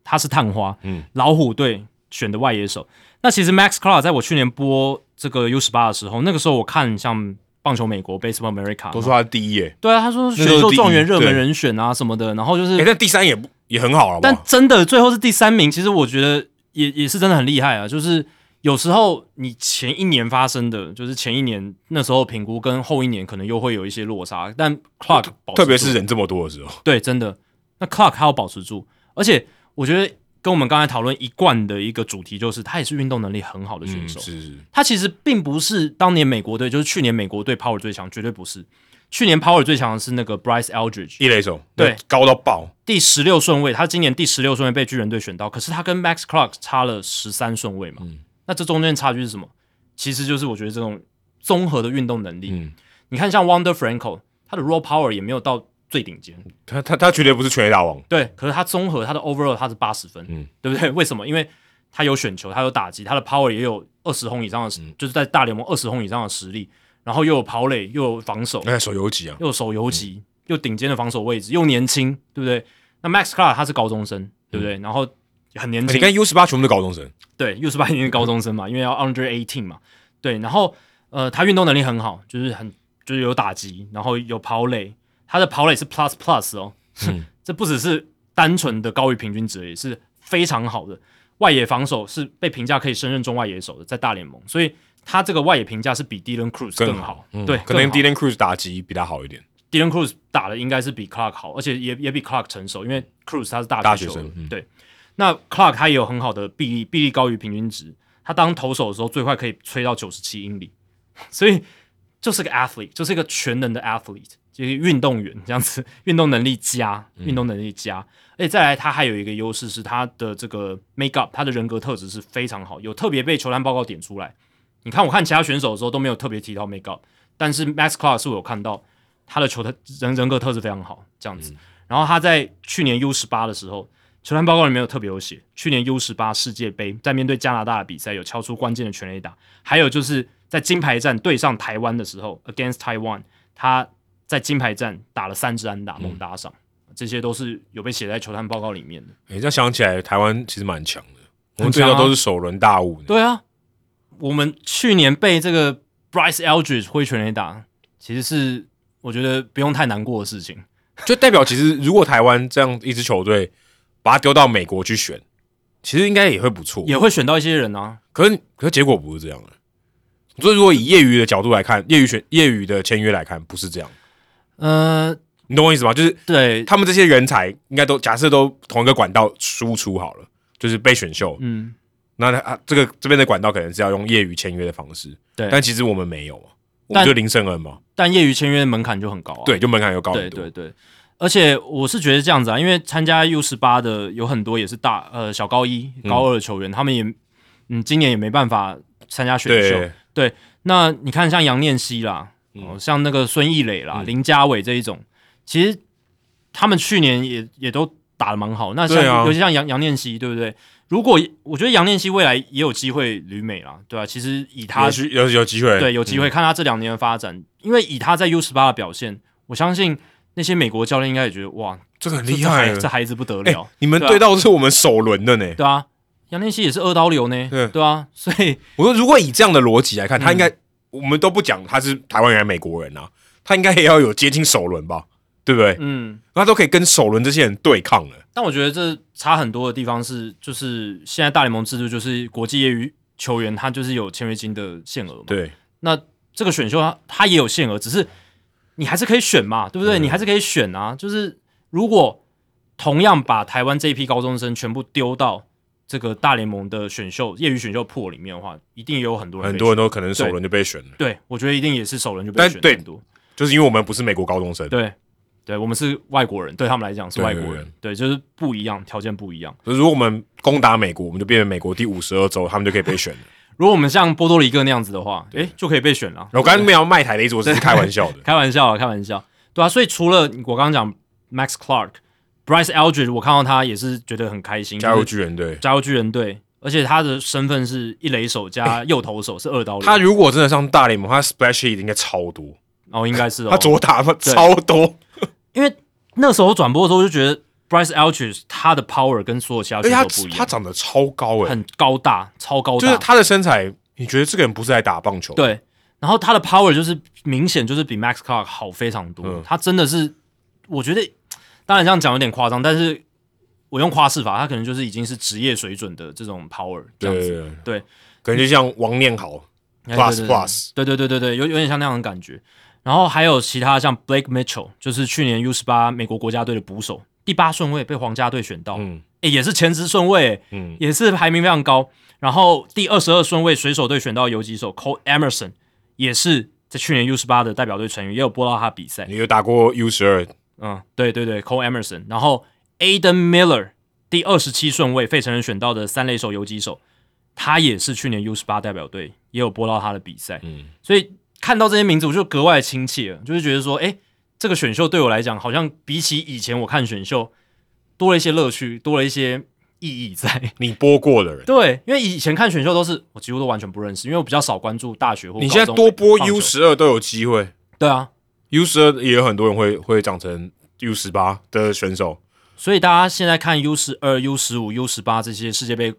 S2: 他是探花，
S1: 嗯
S2: 老虎队选的外野手。那其实 Max Clark 在我去年播这个 U 十八的时候，那个时候我看像棒球美国 Baseball America，
S1: 都说他是第一耶，
S2: 对啊，他说选
S1: 那时候
S2: 秀
S1: 第一
S2: 状元热门
S1: 对
S2: 人选啊什么的，然后就是
S1: 哎、但第三也不也很好了，
S2: 但真的最后是第三名，其实我觉得也也是真的很厉害啊。就是有时候你前一年发生的，就是前一年那时候评估跟后一年可能又会有一些落差，但 Clark 保持
S1: 特别
S2: 住
S1: 是人这么多的时候，
S2: 对，真的，那 Clark 还要保持住，而且我觉得跟我们刚才讨论一贯的一个主题就是，他也是运动能力很好的选
S1: 嗯，
S2: 手，
S1: 是是，
S2: 他其实并不是当年美国队，就是去年美国队 Power 最强，绝对不是。去年 Power 最强的是那个 Bryce Eldridge，
S1: 一垒手，
S2: 对，
S1: 高到爆，
S2: 第十六顺位，他今年第十六顺位被巨人队选到，可是他跟 Max Clark 差了十三顺位嘛。
S1: 嗯
S2: 那这中间差距是什么？其实就是我觉得这种综合的运动能力。
S1: 嗯
S2: 你看，像 Wonder Franco，他的 raw power 也没有到最顶尖。
S1: 他他他绝对不是全垒打王，
S2: 对，可是他综合他的 overall 他是八十分，
S1: 嗯
S2: 对不 <laughs> 对？为什么？因为他有选球，他有打击，他的 power 也有二十轰以上的
S1: 嗯
S2: 实，就是在大联盟二十轰以上的实力，然后又有跑垒，又有防守，
S1: 哎，手游级啊，
S2: 又有手游级，又顶尖的防守位置，又年轻，对不对？那 Max Clark 他是高中生，对
S1: 嗯
S2: 不对？然后很年轻
S1: 你，看 U 十八全部都高中生，
S2: 对，又是八年的高中生
S1: 嗯
S2: 嘛，因为要 under eighteen 嘛，对，然后呃，他运动能力很好，就是很就是有打击，然后有跑垒，他的跑垒是 plus plus 哦，
S1: 嗯
S2: <laughs> 这不只是单纯的高于平均值而已，是非常好的外野防守是被评价可以升任中外野手的，在大联盟，所以他这个外野评价是比 Dylan Cruz
S1: 更
S2: 更
S1: 好
S2: 好，
S1: 嗯
S2: 对，
S1: 可能
S2: 更好
S1: Dylan Cruz 打击比他好一点，
S2: Dylan Cruz 打的应该是比 Clark 好，而且也也比 Clark 成熟，因为 Cruz 他是大
S1: 大
S2: 学
S1: 学
S2: 球
S1: 生
S2: 员
S1: 嗯
S2: 对。那 Clark 他也有很好的臂力，臂力高于平均值。他当投手的时候，最快可以吹到九十七英里， <laughs> 所以就是个 athlete，就是一个全能的 athlete，就是运动员这样子， <laughs> 运动能力加，运动能力加。而且再来，他还有一个优势是他的这个 make up，他的人格特质是非常好，有特别被球探报告点出来。你看，我看其他选手的时候都没有特别提到 make up，但是 Max Clark 是我有看到他的球特人人格特质非常好，这样子。然后他在去年 U 十八的时候，球探报告里面有特别有写，去年 U 十八世界杯在面对加拿大的比赛有敲出关键的全垒打，还有就是在金牌战对上台湾的时候，against Taiwan，他在金牌战打了三支安打猛打赏，这些都是有被写在球探报告里面的。
S1: 哎，这样想起来，台湾其实蛮强的，我们
S2: 很
S1: 对
S2: 强啊
S1: 到都是首轮大物呢，
S2: 对啊，我们去年被这个 Bryce Eldridge 挥全垒打，其实是我觉得不用太难过的事情。
S1: 就代表其实如果台湾这样一支球队把它丢到美国去选，其实应该也会不错，
S2: 也会选到一些人啊，
S1: 可是可是结果不是这样的。所以，如果以业余的角度来看，业余选业余的签约来看，不是这样，
S2: 呃，
S1: 你懂我意思吗？就是
S2: 对，
S1: 他们这些人才应该都假设都同一个管道输出好了，就是被选秀。
S2: 嗯，
S1: 那他、啊、这个这边的管道可能是要用业余签约的方式，
S2: 对
S1: 但其实我们没有啊，我
S2: 但
S1: 们就林胜恩嘛，
S2: 但业余签约门槛就很高啊，
S1: 对，就门槛又高很
S2: 对
S1: 多。
S2: 对对，而且我是觉得这样子啊，因为参加 U 十八的有很多也是大呃小高一、
S1: 嗯
S2: 高二的球员，他们也嗯今年也没办法参加选秀，
S1: 对嗯
S2: 那你看，像杨念希啦，哦，像那个孙艺磊啦、林家伟这一种，其实他们去年也也都打的蛮好。那像、
S1: 对啊
S2: 尤其像杨杨念希，对不对？如果我觉得杨念希未来也有机会旅美啦，对啊，其实以他
S1: 有机有有机会，嗯
S2: 对有机会看他这两年的发展，因为以他在 U 十八的表现，我相信那些美国教练应该也觉得哇，
S1: 这个很
S2: 这
S1: 厉
S2: 这
S1: 害
S2: 孩
S1: 了
S2: 这。孩子不得
S1: 哎、
S2: 了，
S1: 你们
S2: 对啊
S1: 对到是我们首轮的呢。
S2: 对啊。杨念希也是二刀流呢，
S1: 对
S2: 对啊，所以
S1: 我说，如果以这样的逻辑
S2: 嗯
S1: 来看，他应该、我们都不讲他是台湾人还是美国人啊，他应该也要有接近首轮吧，对不对？
S2: 嗯，
S1: 他都可以跟首轮这些人对抗了。
S2: 但我觉得这差很多的地方是，就是现在大联盟制度就是国际业余球员他就是有签约金的限额嘛。，
S1: 对，
S2: 那这个选秀他他也有限额，只是你还是可以选嘛，对不对？你还是可以选啊。就是如果同样把台湾这一批高中生全部丢到这个大联盟的选秀业余选秀破里面的话，一定也有很多人
S1: 很
S2: 被
S1: 多人
S2: 选
S1: 都可能首轮就被选了，
S2: 对，我觉得一定也是首轮就被
S1: 但
S2: 选
S1: 对
S2: 很多。
S1: 就是因为我们不是美国高中生，
S2: 对，对我们是外国人，对他们来讲是
S1: 对
S2: 外
S1: 对
S2: 国
S1: 对
S2: 人，对，就是不一样，条件不一样。
S1: 就是如果我们攻打美国，我们就变成美国第五十二州，他们就可以被选了。
S2: 如果我们像波多黎各那样子的话，诶、就可以被选了。啊
S1: 我刚刚没有卖台的意思，我只是开玩笑的。
S2: 开玩笑啊，开玩笑。对啊，所以除了我刚刚讲 Max Clark、Bryce Eldridge，我看到他也是觉得很开心，
S1: 加入
S2: 就是
S1: 巨人队，
S2: 嗯加入巨人队，而且他的身份是一垒手加右投手，是二刀流。
S1: 他如果真的上大联盟，他 splash hit 应该超多，
S2: 哦，应该是哦，
S1: 他左打超多，
S2: 因为那时候转播的时候就觉得 Bryce Eldridge 他的 power 跟所有其他
S1: 而且
S2: 选
S1: 哎他
S2: 手不一
S1: 他
S2: 样，
S1: 长得超高哎、
S2: 很高大，超高大，
S1: 就是他的身材，你觉得这个人不是在打棒球？，
S2: 对，然后他的 power 就是明显就是比 Max Clark 好非常多，
S1: 嗯
S2: 他真的是，我觉得当然这样讲有点夸张，但是我用夸饰法，他可能就是已经是职业水准的这种 power
S1: 对
S2: 这样
S1: 对
S2: 子，
S1: 对，
S2: 对，
S1: 可能就像王念豪
S2: 哎
S1: plus plus，
S2: 对对对对对，有有点像那样的感觉。然后还有其他像 Blake Mitchell，就是去年 U 十八美国国家队的捕手，第八顺位被皇家队选到，
S1: 嗯
S2: 诶也是前十顺位、诶
S1: 嗯，
S2: 也是排名非常高。然后第二十二顺位水手队选到游击手 Cole Emerson，也是在去年 U 十八的代表队成员，也有播到他比赛。
S1: 你有打过 U 十二，
S2: 嗯，对对对，Cole Emerson。然后 Aden Miller 第二十七顺位，费城人选到的三垒手游击手，他也是去年 U 十八代表队也有播到他的比赛。
S1: 嗯
S2: 所以看到这些名字，我就格外亲切了，就是觉得说，哎，这这个选秀对我来讲，好像比起以前我看选秀多了一些乐趣，多了一些意义在。
S1: 你播过的人，
S2: 对，因为以前看选秀都是我几乎都完全不认识，因为我比较少关注大学或
S1: 你现在
S2: 高中
S1: 多播
S2: 棒球
S1: U 十二都有机会
S2: 对啊，
S1: ，U 十二也有很多人会会长成 U 十八的选手。
S2: 所以大家现在看 U 十二、U 十五、U 十八这些世界杯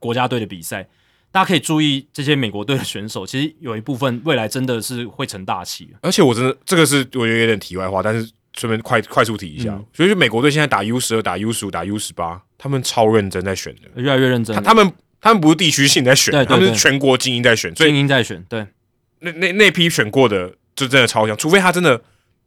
S2: 国家队的比赛，大家可以注意这些美国队的选手，其实有一部分未来真的是会成大器的。
S1: 而且我真的这个是我觉得有点题外话，但是顺便快快速提一下，
S2: 嗯
S1: 所以就美国队现在打 U 十二、打 U 十五、打 U 十八，他们超认真在选的，
S2: 越来越认真
S1: 他
S2: 了，
S1: 他们。他们不是地区性在选，
S2: 对对
S1: 他们是
S2: 对
S1: 全国精英在选，所以
S2: 精英在选，对，
S1: 那那那批选过的就真的超强，除非他真的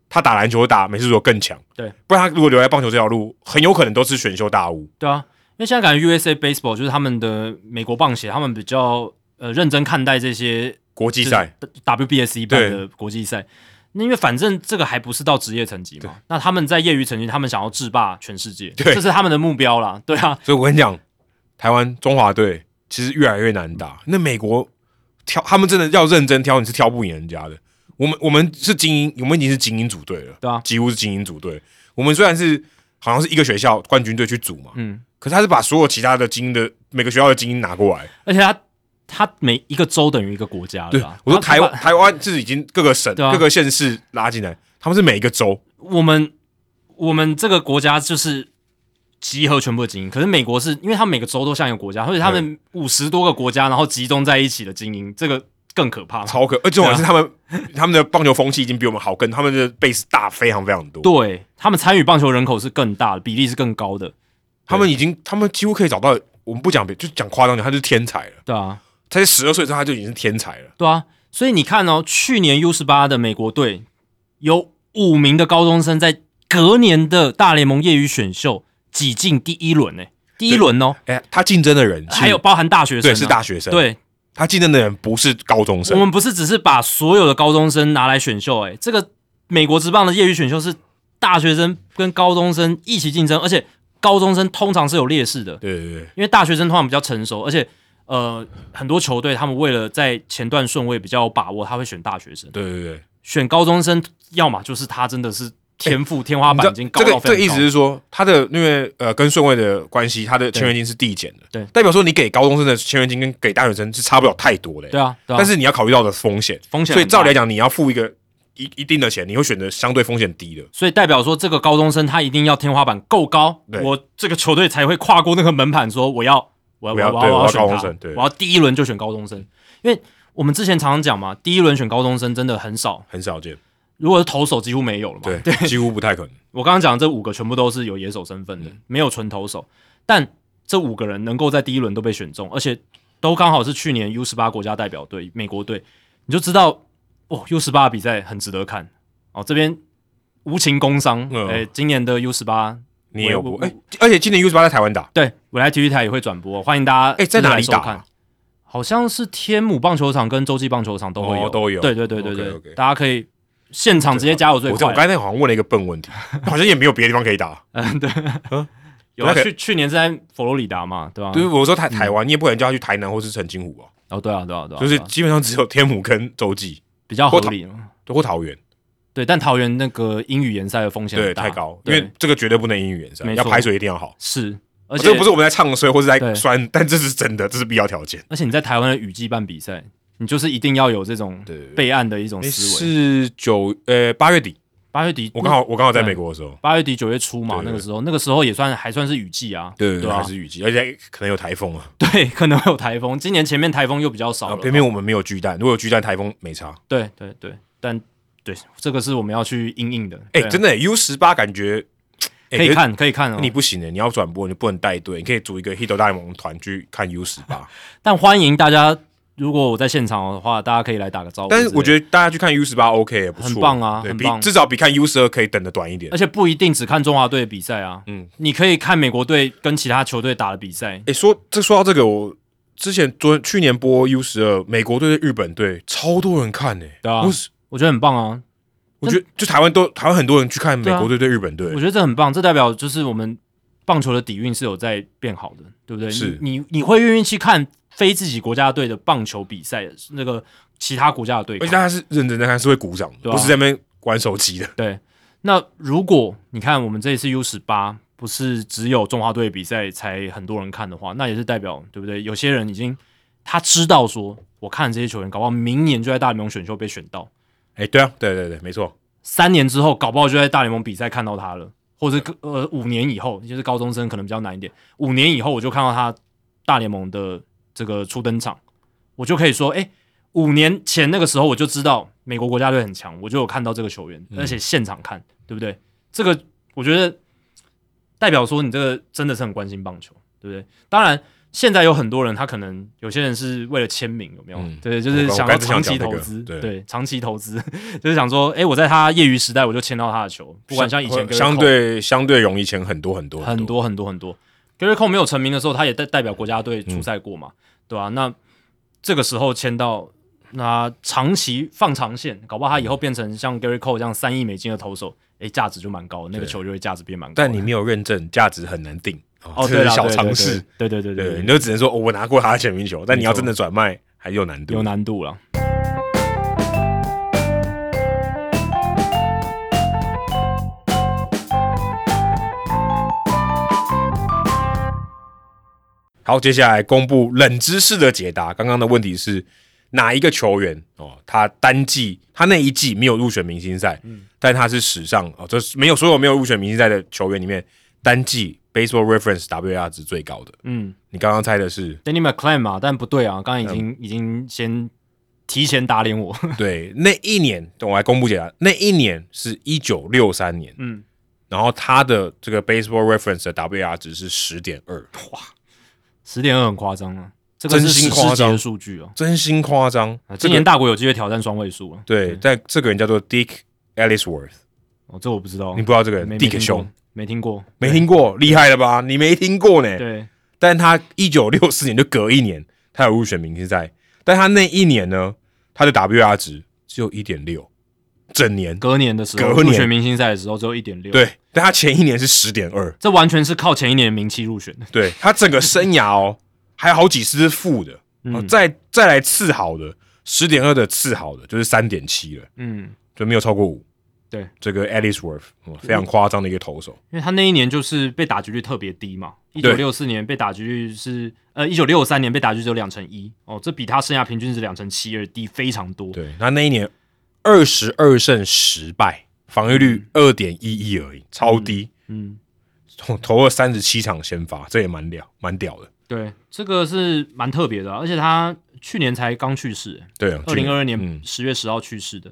S1: 他打篮球打美式足球更强，
S2: 对，
S1: 不然他如果留在棒球这条路，很有可能都是选秀大物。
S2: 对啊，因为现在感觉 USA Baseball 就是他们的美国棒协，他们比较呃认真看待这些
S1: 国际赛，
S2: 就是 WBSC E 办
S1: 对
S2: 的国际赛。那因为反正这个还不是到职业层级嘛，那他们在业余层级，他们想要制霸全世界，
S1: 对
S2: 这是他们的目标啦。 <laughs> 对啊，
S1: 所以我跟你讲，台湾中华队其实越来越难打。那美国挑他们真的要认真挑，你是挑不赢人家的。我们我们是精英，我们已经是精英组队了，
S2: 对啊
S1: 几乎是精英组队。我们虽然是好像是一个学校冠军队去组嘛，
S2: 嗯，
S1: 可是他是把所有其他的精英的每个学校的精英拿过来。
S2: 而且他他每一个州等于一个国家了
S1: 对
S2: 啦。，
S1: 我说
S2: 他
S1: 台湾
S2: 他把
S1: 台湾是已经各个省、
S2: 对啊
S1: 各个县市拉进来，他们是每一个州。
S2: 我们我们这个国家就是集合全部的精英，可是美国是因为他们每个州都像一个国家，所以他们五十多个国家然后集中在一起的精英，这个更可怕。
S1: 超可，而且重
S2: 啊
S1: 点是他们、他们的棒球风气已经比我们好，跟他们的 base 大非常非常多。
S2: 对他们参与棒球人口是更大的，比例是更高的，
S1: 他们已经他们几乎可以找到，我们不讲别，就讲夸张点，他就是天才了。
S2: 对啊，
S1: 他在十二岁之后他就已经是天才了。
S2: 对啊，所以你看哦，去年 U 十八的美国队有五名的高中生在隔年的大联盟业余选秀挤进第一轮呢、第一轮哦，
S1: 哎、他竞争的人是
S2: 还有包含大学生、啊
S1: 对是大，学生，，
S2: 对
S1: 他竞争的人不是高中
S2: 我
S1: 生，
S2: 们不是只是把所有的高中生拿来选秀、欸，这个美国职棒的业余选秀是大学生跟高中生一起竞争，而且高中生通常是有劣势的，
S1: 对对对，
S2: 因为大学生通常比较成熟，而且呃很多球队他们为了在前段顺位比较有把握，他会选大学生，
S1: 对对对，
S2: 选高中生，要么就是他真的是天赋、天花
S1: 哎你知
S2: 板
S1: 道
S2: 已经高
S1: 这
S2: 到
S1: 个这个
S2: 非
S1: 意
S2: 常
S1: 思
S2: 高。
S1: 是说，他的因为呃跟顺位的关系，他的签约金是递减的，
S2: 对
S1: 代表说你给高中生的签约金跟给大学生是差不了太多的、欸
S2: 对啊，对啊
S1: 但是你要考虑到的风险，
S2: 风险
S1: 所以
S2: 很大，
S1: 照理来讲，你要付一个一一定的钱，你会选择相对风险低的。
S2: 所以代表说这个高中生他一定要天花板够高，
S1: 对
S2: 我这个球队才会跨过那个门槛，说我要我要
S1: 我要
S2: 我
S1: 对
S2: 要
S1: 我要
S2: 选
S1: 高
S2: 他
S1: 中生对
S2: 我要第一轮就选高中生，因为我们之前常常讲嘛，第一轮选高中生真的很少，
S1: 很少见，
S2: 如果是投手几乎没有了嘛。
S1: 对，几乎不太可能。
S2: 我刚刚讲的这五个全部都是有野手身份的，
S1: 嗯
S2: 没有纯投手，但这五个人能够在第一轮都被选中，而且都刚好是去年 U 十八国家代表队美国队，你就知道哦，U 十八比赛很值得看哦。这边无情工伤，哎、
S1: 嗯
S2: 今年的 U 十八
S1: 你也有不
S2: 我我
S1: 哎、而且今年 U 十八在台湾打，
S2: 对我来体育台也会转播，欢迎大家
S1: 哎在哪里
S2: 就是来
S1: 打
S2: 收看？好像是天母棒球场跟洲际棒球场都会有，
S1: 哦都有
S2: 对对对对对
S1: OK，OK
S2: 大家可以现场直接加入最
S1: 我这我
S2: 快。
S1: 刚才好像问了一个笨问
S2: <laughs>
S1: 题，好像也没有别的地方可以打。
S2: 嗯，对，有
S1: 那
S2: 啊，
S1: 个
S2: 去去年是在佛罗里达嘛，对吧、
S1: 就是我说台
S2: 嗯
S1: 台湾，你也不可能叫他去台南或是澄清湖哦，
S2: 哦，对啊，对啊，对啊，
S1: 就是
S2: 对啊
S1: 基本上只有天母跟洲际
S2: 比较合理嘛。
S1: 或桃园，
S2: 对，但桃园那个英语联赛的风险
S1: 对，
S2: 很大
S1: 太高，因
S2: 对
S1: 为这个绝对不能英语联赛，
S2: 没
S1: 要
S2: 错
S1: 排水一定要好。
S2: 是，而
S1: 哦
S2: 且
S1: 这个不是我们在唱衰或是在
S2: 对
S1: 酸，但这是真的，这是必要条件。
S2: 而且你在台湾的雨季办比赛，你就是一定要有这种
S1: 对对对
S2: 备案的一种
S1: 诶
S2: 思维。
S1: 是九呃八月底，
S2: 八月底，
S1: 我刚好我刚好在美国的时候，
S2: 八月底九月初嘛
S1: 对，对
S2: 那个时候，那个时候也算还算是雨季啊，
S1: 对对
S2: 对
S1: 对，还
S2: 啊，
S1: 是雨季，而且可能有台风啊。
S2: 对， <laughs> 可能会有台风。今年前面台风又比较少
S1: 然
S2: 了
S1: 后，哦偏偏我们没有巨蛋，如果有巨蛋，台风没差。
S2: 对对对，但对这个是我们要去应应的。
S1: 哎、
S2: 对啊
S1: 真的、U 十八感觉、哎
S2: 可以，看，可以看哦
S1: 可是。你不行的、欸你要转播，你不能带队，你可以组一个 Hito 大联盟团去看 U 十
S2: <laughs>
S1: 八。
S2: 但欢迎大家，如果我在现场的话，大家可以来打个招呼之
S1: 但
S2: 类
S1: 是
S2: 的。
S1: 我觉得大家去看 U 十八 OK 也不错，
S2: 很棒啊
S1: 对
S2: 很
S1: 比
S2: 棒
S1: 至少比看 U 十二可以等的短一点
S2: 而。且不一定只看中华队的比赛啊，
S1: 嗯
S2: 嗯，你可以看美国队跟其他球队打的比赛，
S1: 哎、说这说到这个，我之前昨去年播 U 十二美国队对日本队，超多人看呢、
S2: 对啊
S1: 我是
S2: 我觉得很棒啊，
S1: 我觉得就台湾都台湾很多人去看美
S2: 对啊
S1: 国队对日本队
S2: 我，觉得这很棒，这代表就是我们棒球的底蕴是有在变好的，对不对？
S1: 是
S2: 你你你会愿意去看非自己国家队的棒球比赛，那个其他国家的对
S1: 而且
S2: 抗，
S1: 大家是认真在看，是会鼓掌的，
S2: 对啊
S1: 不是在那边玩手机的。
S2: 对，那如果你看我们这一次 U 十八不是只有中华队比赛才很多人看的话，那也是代表对不对？有些人已经他知道说，我看这些球员，搞不好明年就在大联盟选秀被选到，
S1: 哎、对啊，对对对，没错，
S2: 三年之后，搞不好就在大联盟比赛看到他了，或者是呃五年以后，就是高中生可能比较难一点，五年以后我就看到他大联盟的这个初登场，我就可以说，哎、五年前那个时候我就知道美国国家队很强，我就有看到这个球
S1: 嗯
S2: 员，而且现场看，对不对？这个我觉得代表说你这个真的是很关心棒球，对不对？当然。现在有很多人，他可能有些人是为了签名，有没有？
S1: 嗯
S2: 对，就是
S1: 我
S2: 想
S1: 刚我
S2: 要
S1: 刚只想
S2: 长期
S1: 讲这
S2: 投
S1: 个
S2: 资，
S1: 对
S2: 对，长期投资，就是想说，哎、我在他业余时代我就签到他的球，不管像以前 Gary
S1: 相
S2: Cole
S1: 对相对容易签很多很多
S2: 很多很多很多，Gary Cole 没有成名的时候，他也代代表国家
S1: 嗯
S2: 队出赛过嘛，对吧、那这个时候签到，那长期放长线，搞不好他以后变成像 Gary Cole 这样三亿美金的投手，哎、价值就蛮高的，那个球就会价值变蛮高的。
S1: 但你没有认证，价值很难定。
S2: 哦，
S1: 这
S2: 对
S1: 是
S2: 了，
S1: 小
S2: 对
S1: 尝试，，
S2: 对对对对对
S1: 对，你就只能说、哦、我拿过他的签名球，但你要
S2: 嗯没错
S1: 真的转卖还有难度。
S2: 有难度了。
S1: 好，接下来公布冷知识的解答。刚刚的问题是哪一个球员哦？他单季他那一季没有入选明星赛，
S2: 嗯
S1: 但他是史上哦，这是没有所有没有入选明星赛的球员里面单季 Baseball Reference WAR 值最高的。
S2: 嗯
S1: 你刚刚猜的是
S2: ，Danny McClain 嘛，但不对啊，刚刚已
S1: 嗯
S2: 经、已经先提前打脸我。 <laughs>
S1: <laughs> 对那一年，等我来公布解答。那一年是一九六三年，
S2: 嗯，
S1: 然后他的这个 Baseball Reference 的 WAR 值是十点二，
S2: 十点二很夸张啊，这个
S1: 真
S2: 是
S1: 心
S2: 史
S1: 夸
S2: 诗级
S1: 张
S2: 的数据哦。
S1: 真心夸张这
S2: 啊。今
S1: 个
S2: 年大嗯国有机会挑战双位数啊了，
S1: 对，但这个人叫做 Dick Ellisworth，
S2: 哦，这我不知道，
S1: 你不知道这个人
S2: 没没
S1: Dick
S2: 听
S1: 兄
S2: 过。，没听过，
S1: 没听过，厉害了吧？你没听过呢。
S2: 对，
S1: 但他一九六四年就隔一年，他有入选明星赛，但他那一年呢，他的 WR 值只有一点六，整年
S2: 隔年的时候
S1: 隔年
S2: 入选明星赛的时候只有一点六，，
S1: 对，但他前一年是十点二，
S2: 这完全是靠前一年的名气入选的，
S1: 对他整个生涯
S2: <laughs>
S1: 哦，还有好几次是负的，
S2: 嗯
S1: 哦再再来次好的十点二的次好的就是三点七了，
S2: 嗯，
S1: 就没有超过五。
S2: 对，
S1: 这个 Ellisworth、嗯非常夸张的一个投手，
S2: 因为他那一年就是被打击率特别低嘛，一
S1: 对
S2: 九六四年被打击率是呃一九六三年被打击率只有两成一，哦，这比他生涯平均值两成七而低非常多，
S1: 对他那一年二十二胜十败，防御率二点一一而已，超低。
S2: 嗯，
S1: 投投了三十七场先发，这也蛮屌，蛮屌的。
S2: 对，这个是蛮特别的啊，而且他去年才刚去世，哎
S1: 对啊，
S2: 二零二二年
S1: 嗯
S2: 十月十号去世的。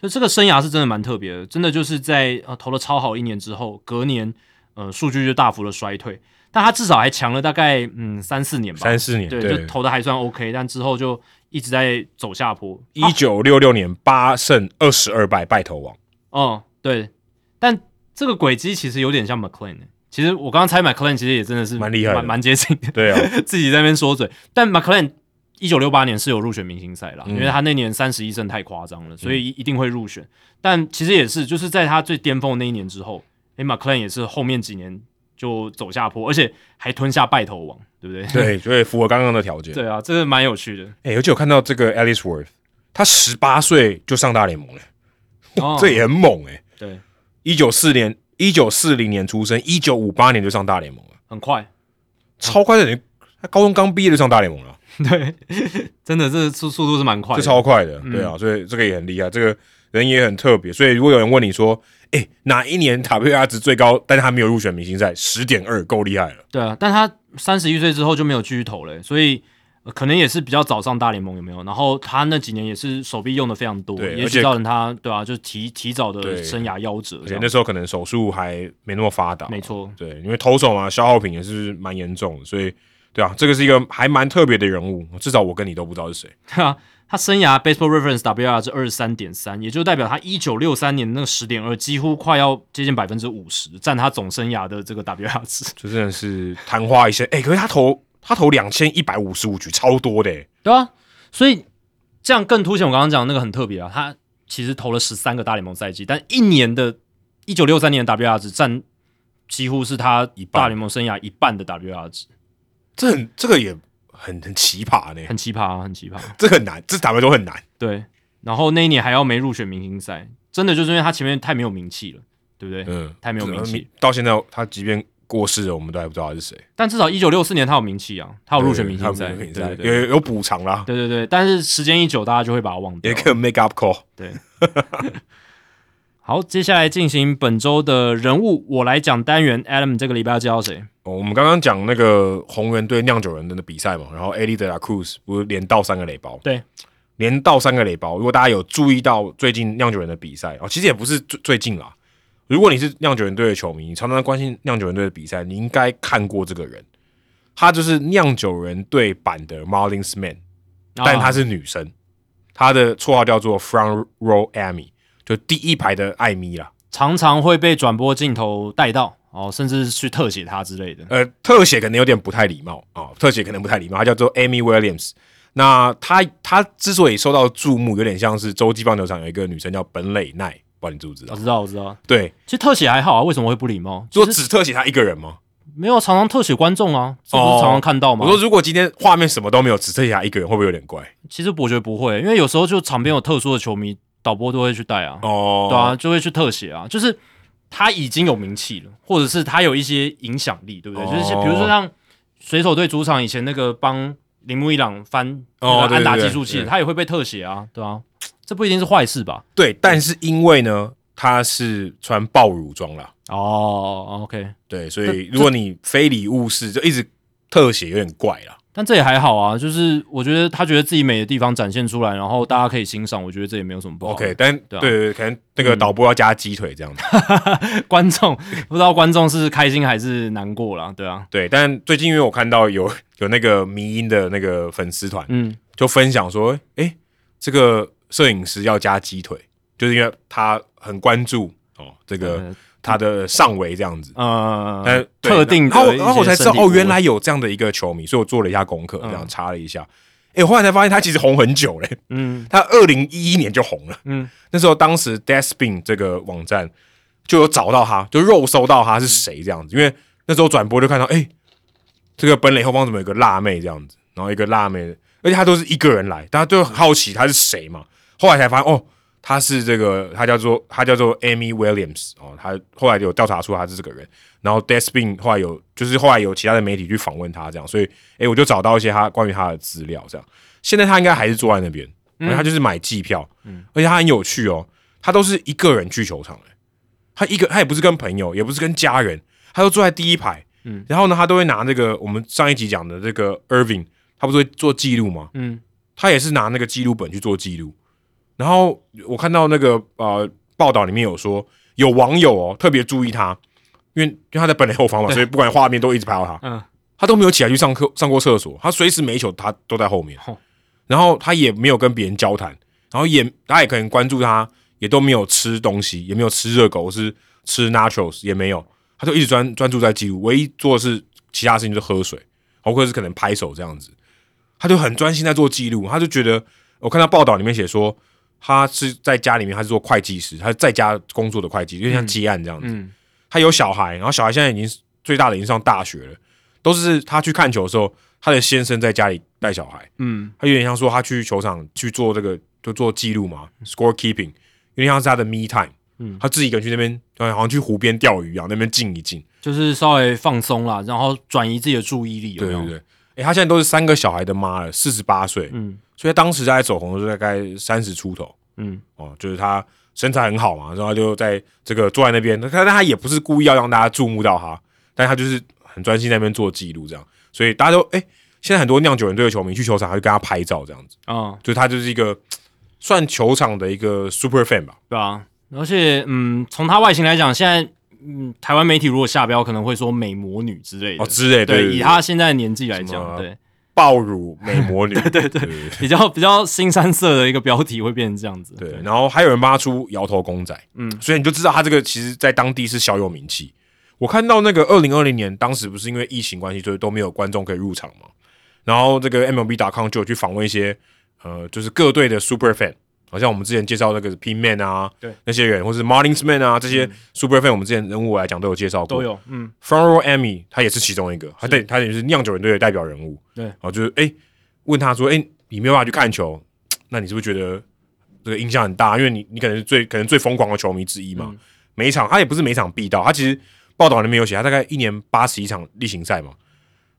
S2: 所以这个生涯是真的蛮特别的，真的就是在呃投了超好一年之后，隔年呃数据就大幅的衰退，但他至少还强了大概嗯三四年吧，
S1: 三四年，
S2: 对，
S1: 对
S2: 就，投啊的还算 OK，但之后就一直在走下坡。
S1: 一九六六年八胜二十二败，败投王。
S2: 哦、对，但这个轨迹其实有点像 McLean，其实我刚刚猜 McLean 其实也真的是
S1: 蛮厉害的
S2: 蛮蛮接近的，
S1: 对啊， <laughs>
S2: <laughs> 自己在那边说嘴。但 McLean 一九六八年是有入选明星赛啦，
S1: 嗯
S2: 因为他那年三十一胜太夸张了，所以一一定会入选。但其实也是，就是在他最巅峰的那一年之后，诶、m c l e a n 也是后面几年就走下坡，而且还吞下败头王，对不对？
S1: 对，所以符合刚刚的条件。
S2: <laughs> 对啊，这个蛮有趣的。
S1: 哎，而且我看到这个 Ellisworth，他十八岁就上大联盟了，
S2: 哦
S1: 这也很猛哎。
S2: 对，
S1: 一九四年，一九四零年出生，一九五八年就上大联盟了，
S2: 很快， <laughs>
S1: 超快的人。他高中刚毕业就上大联盟了，
S2: 对，真的这速速度是蛮快嗯
S1: 这
S2: 的，
S1: 超快的，对啊，所以这个也很厉害，这个人也很特别。所以如果有人问你说，哎，哪一年 WR 值最高，但是他没有入选明星赛，十点二够厉害了。
S2: 对啊，但他三十一岁之后就没有继续投了、所以、呃可能也是比较早上大联盟有没有？然后他那几年也是手臂用的非常多，
S1: 对
S2: 也
S1: 而且
S2: 许造成他对啊，就提提早
S1: 对
S2: 的生涯夭折
S1: 而
S2: 这
S1: 且
S2: 样
S1: 那。时候可能手术还没那么发达，
S2: 没。错， <laughs>
S1: 对，因为投手嘛，消耗品也是蛮严重的，所以对啊，这个是一个还蛮特别的人物，至少我跟你都不知道是谁。
S2: 对啊，他生涯 Baseball Reference WR 是二十三点三，也就代表他一九六三年那个十点二，几乎快要接近百分之五十，占他总生涯的这个 WR 值。
S1: 就真的是昙花一现，哎、可是他投他投两千一百五十五局，超多的、欸，
S2: 对啊，所以这样更凸显我刚刚讲的那个很特别啊，他其实投了十三个大联盟赛季，但一年的一九六三年的 WR 值占几乎是他
S1: 半
S2: 大联盟生涯一半的 WR 值，
S1: 这很这个也很很奇葩呢、
S2: 很奇葩、啊，很奇葩。
S1: 这很难，这坦白说很难。
S2: 对，然后那一年还要没入选明星赛，真的就是因为他前面太没有名气了，对不对？
S1: 嗯，
S2: 太没有名气。
S1: 到现在他即便过世了，我们都还不知道他是谁。
S2: 但至少一九六四年他有名气啊，他有入选明
S1: 他
S2: 星
S1: 有
S2: 赛，
S1: 入选
S2: 对
S1: 明星赛
S2: 对对，
S1: 有有补偿啦，
S2: 对对对。但是时间一久，大家就会把它忘掉
S1: 也。可以 make up call。
S2: 对。好，接下来进行本周的人物，我来讲单元。Adam 这个礼拜要介绍谁？
S1: 哦，我们刚刚讲那个红人对酿酒人的比赛嘛，然后 a d 德 d 库 l a Cruz 不是连倒三个垒包，
S2: 对，
S1: 连倒三个垒包。如果大家有注意到最近酿酒人的比赛，哦，其实也不是最最近啦。如果你是酿酒人队的球迷，你常常关心酿酒人队的比赛，你应该看过这个人，他就是酿酒人队版的 Marlin Sman，但她
S2: 啊
S1: 是女生，她的绰号叫做 Front Row Amy，就第一排的艾米啦。
S2: 常常会被转播镜头带到，哦，甚至去特写他之类的。
S1: 呃，特写可能有点不太礼貌啊、特写可能不太礼貌。她叫做 Amy Williams。那她她之所以受到注目，有点像是洲际棒球场有一个女生叫本垒奈，不知道你知不知
S2: 我
S1: 道？
S2: 知道，我知道。
S1: 对，
S2: 其实特写还好啊，为什么会不礼貌？
S1: 说
S2: 其实
S1: 只特写她一个人吗？
S2: 没有啊常常特写观众啊，这不
S1: 哦
S2: 是常常看到吗？
S1: 我说如果今天画面什么都没有，只特写她一个人，会不会有点怪？
S2: 其实我觉得不会，因为有时候就场边有特殊的球迷，导播都会去带啊，
S1: 哦，
S2: 对啊，就会去特写啊，就是他已经有名气了，或者是他有一些影响力，对不对？
S1: 哦
S2: 就是比如说像水手队主场以前那个帮铃木一朗翻
S1: 哦
S2: 那个安打
S1: 对对
S2: 计
S1: 对
S2: 数器，
S1: 对
S2: 他也会被特写啊，对啊，这不一定是坏事吧？
S1: 对，但是因为呢，她是穿爆乳装啦，
S2: 哦，OK，
S1: 对，所以如果你非礼勿视，就一直特写有点怪啦。
S2: 但这也还好啊，就是我觉得他觉得自己美的地方展现出来，然后大家可以欣赏，我觉得这也没有什么不好。
S1: OK，但
S2: 对
S1: 对
S2: 啊
S1: 对对，可能那个导播要加鸡腿这样子。
S2: <laughs> 观众不知道观众是开心还是难过啦，对啊，
S1: 对，但最近因为我看到有 <laughs> 有那个迷音的那个粉丝团
S2: 嗯，
S1: 就分享说，诶，这个摄影师要加鸡腿，就是因为他很关注哦这个
S2: 呃
S1: 他的上围这样子。
S2: 呃
S1: 呃，，对
S2: 特定的
S1: 然后然
S2: 一
S1: 后
S2: 些
S1: 我才知道
S2: 身体部
S1: 哦，
S2: 位
S1: 原来有这样的一个球迷，所以我做了一下功课，这样
S2: 嗯
S1: 查了一下。诶，我后来才发现他其实红很久嘞，
S2: 嗯
S1: 他二零一一年就红了。
S2: 嗯
S1: 那时候当时 Despin 这个网站就有找到他，就肉搜到他是谁这样子，因为那时候转播就看到，哎、这个本垒后方怎么有个辣妹这样子，然后一个辣妹，而且她都是一个人来，大家就很好奇她是谁嘛。后来才发现，哦，她是这个，她叫做她叫做 Amy Williams 哦，她后来有调查出她是这个人，然后 Despin 后来有就是后来有其他的媒体去访问她这样，所以哎、我就找到一些她关于她的资料这样。现在她应该还是坐在那边，然后她就是买季票，而且他很有趣哦，他都是一个人去球场、欸，他一个他也不是跟朋友，也不是跟家人，他都坐在第一排，
S2: 嗯
S1: 然后呢，他都会拿那个我们上一集讲的这个 Irving，他不是会做记录吗？
S2: 嗯，
S1: 他也是拿那个记录本去做记录，然后我看到那个呃报道里面有说，有网友哦特别注意他，因为因为他在本垒后方嘛，所以不管画面都一直拍到他，
S2: 嗯
S1: 他都没有起来去上课上过厕所，他随时每一球他都在后面
S2: 吼，
S1: 然后他也没有跟别人交谈，然后也他也可能关注他，也都没有吃东西，也没有吃热狗，是吃 nachos 也没有，他就一直专专注在记录，唯一做的是其他事情就是喝水，或者是可能拍手这样子，他就很专心在做记录，他就觉得我看到报道里面写说。他是在家里面，他是做会计师，他是在家工作的会计，就像接案这样子。
S2: 嗯
S1: 他有小孩，然后小孩现在已经最大的已经上大学了，都是他去看球的时候，他的先生在家里带小孩，
S2: 嗯
S1: 他有点像说他去球场去做这个就做记录嘛，score keeping，有点像是他的 me time，
S2: 嗯
S1: 他自己一个人去那边，呃好像去湖边钓鱼一样，那边静一静，
S2: 就是稍微放松啦，然后转移自己的注意力，有
S1: 对
S2: 没有？
S1: 对对，诶，他现在都是三个小孩的妈了，四十八岁，
S2: 嗯
S1: 所以他当时在走红的时候大概三十出头，
S2: 嗯
S1: 哦，就是他身材很好嘛，然后他就在这个坐在那边，但但他也不是故意要让大家注目到他，但他就是很专心在那边做记录这样，所以大家都哎、现在很多酿酒人队的球迷去球场，还会跟他拍照这样子，
S2: 啊，
S1: 就是他就是一个嘖算球场的一个 super fan 吧，
S2: 对啊，而且嗯，从他外形来讲，现在嗯，台湾媒体如果下标，可能会说美魔女之类的。
S1: 哦之类，对，
S2: 对，
S1: 对
S2: 以他现在的年纪来
S1: 什么啊
S2: 讲，对，
S1: 暴乳美魔女， <laughs> 对对对
S2: 比较比较新三色的一个标题会变成这样子。
S1: 对，然后还有人帮他出摇头公仔，嗯，所以你就知道他这个其实在当地是小有名气。我看到那个二零二零年，当时不是因为疫情关系，所以都没有观众可以入场嘛。然后这个 MLB.com 就有去访问一些呃，就是各队的 super fan，好像我们之前介绍那个 P Man 啊，
S2: 对嗯
S1: 那些人，或是 Martinsman 啊这些 super fan，我们之前人物来讲都有介绍过，
S2: 都有，嗯
S1: Front Row Amy，他也是其中一个，他对他也是酿酒人队的代表人物。
S2: 对
S1: 好，就是哎、诶问他说，哎、你没有办法去看球，
S2: 嗯
S1: 那你是不是觉得这个影响很大？因为你你可能是最可能最疯狂的球迷之一嘛。每一场他也不是每一场必到，他其实报道里面有写，他大概一年八十一场例行赛嘛，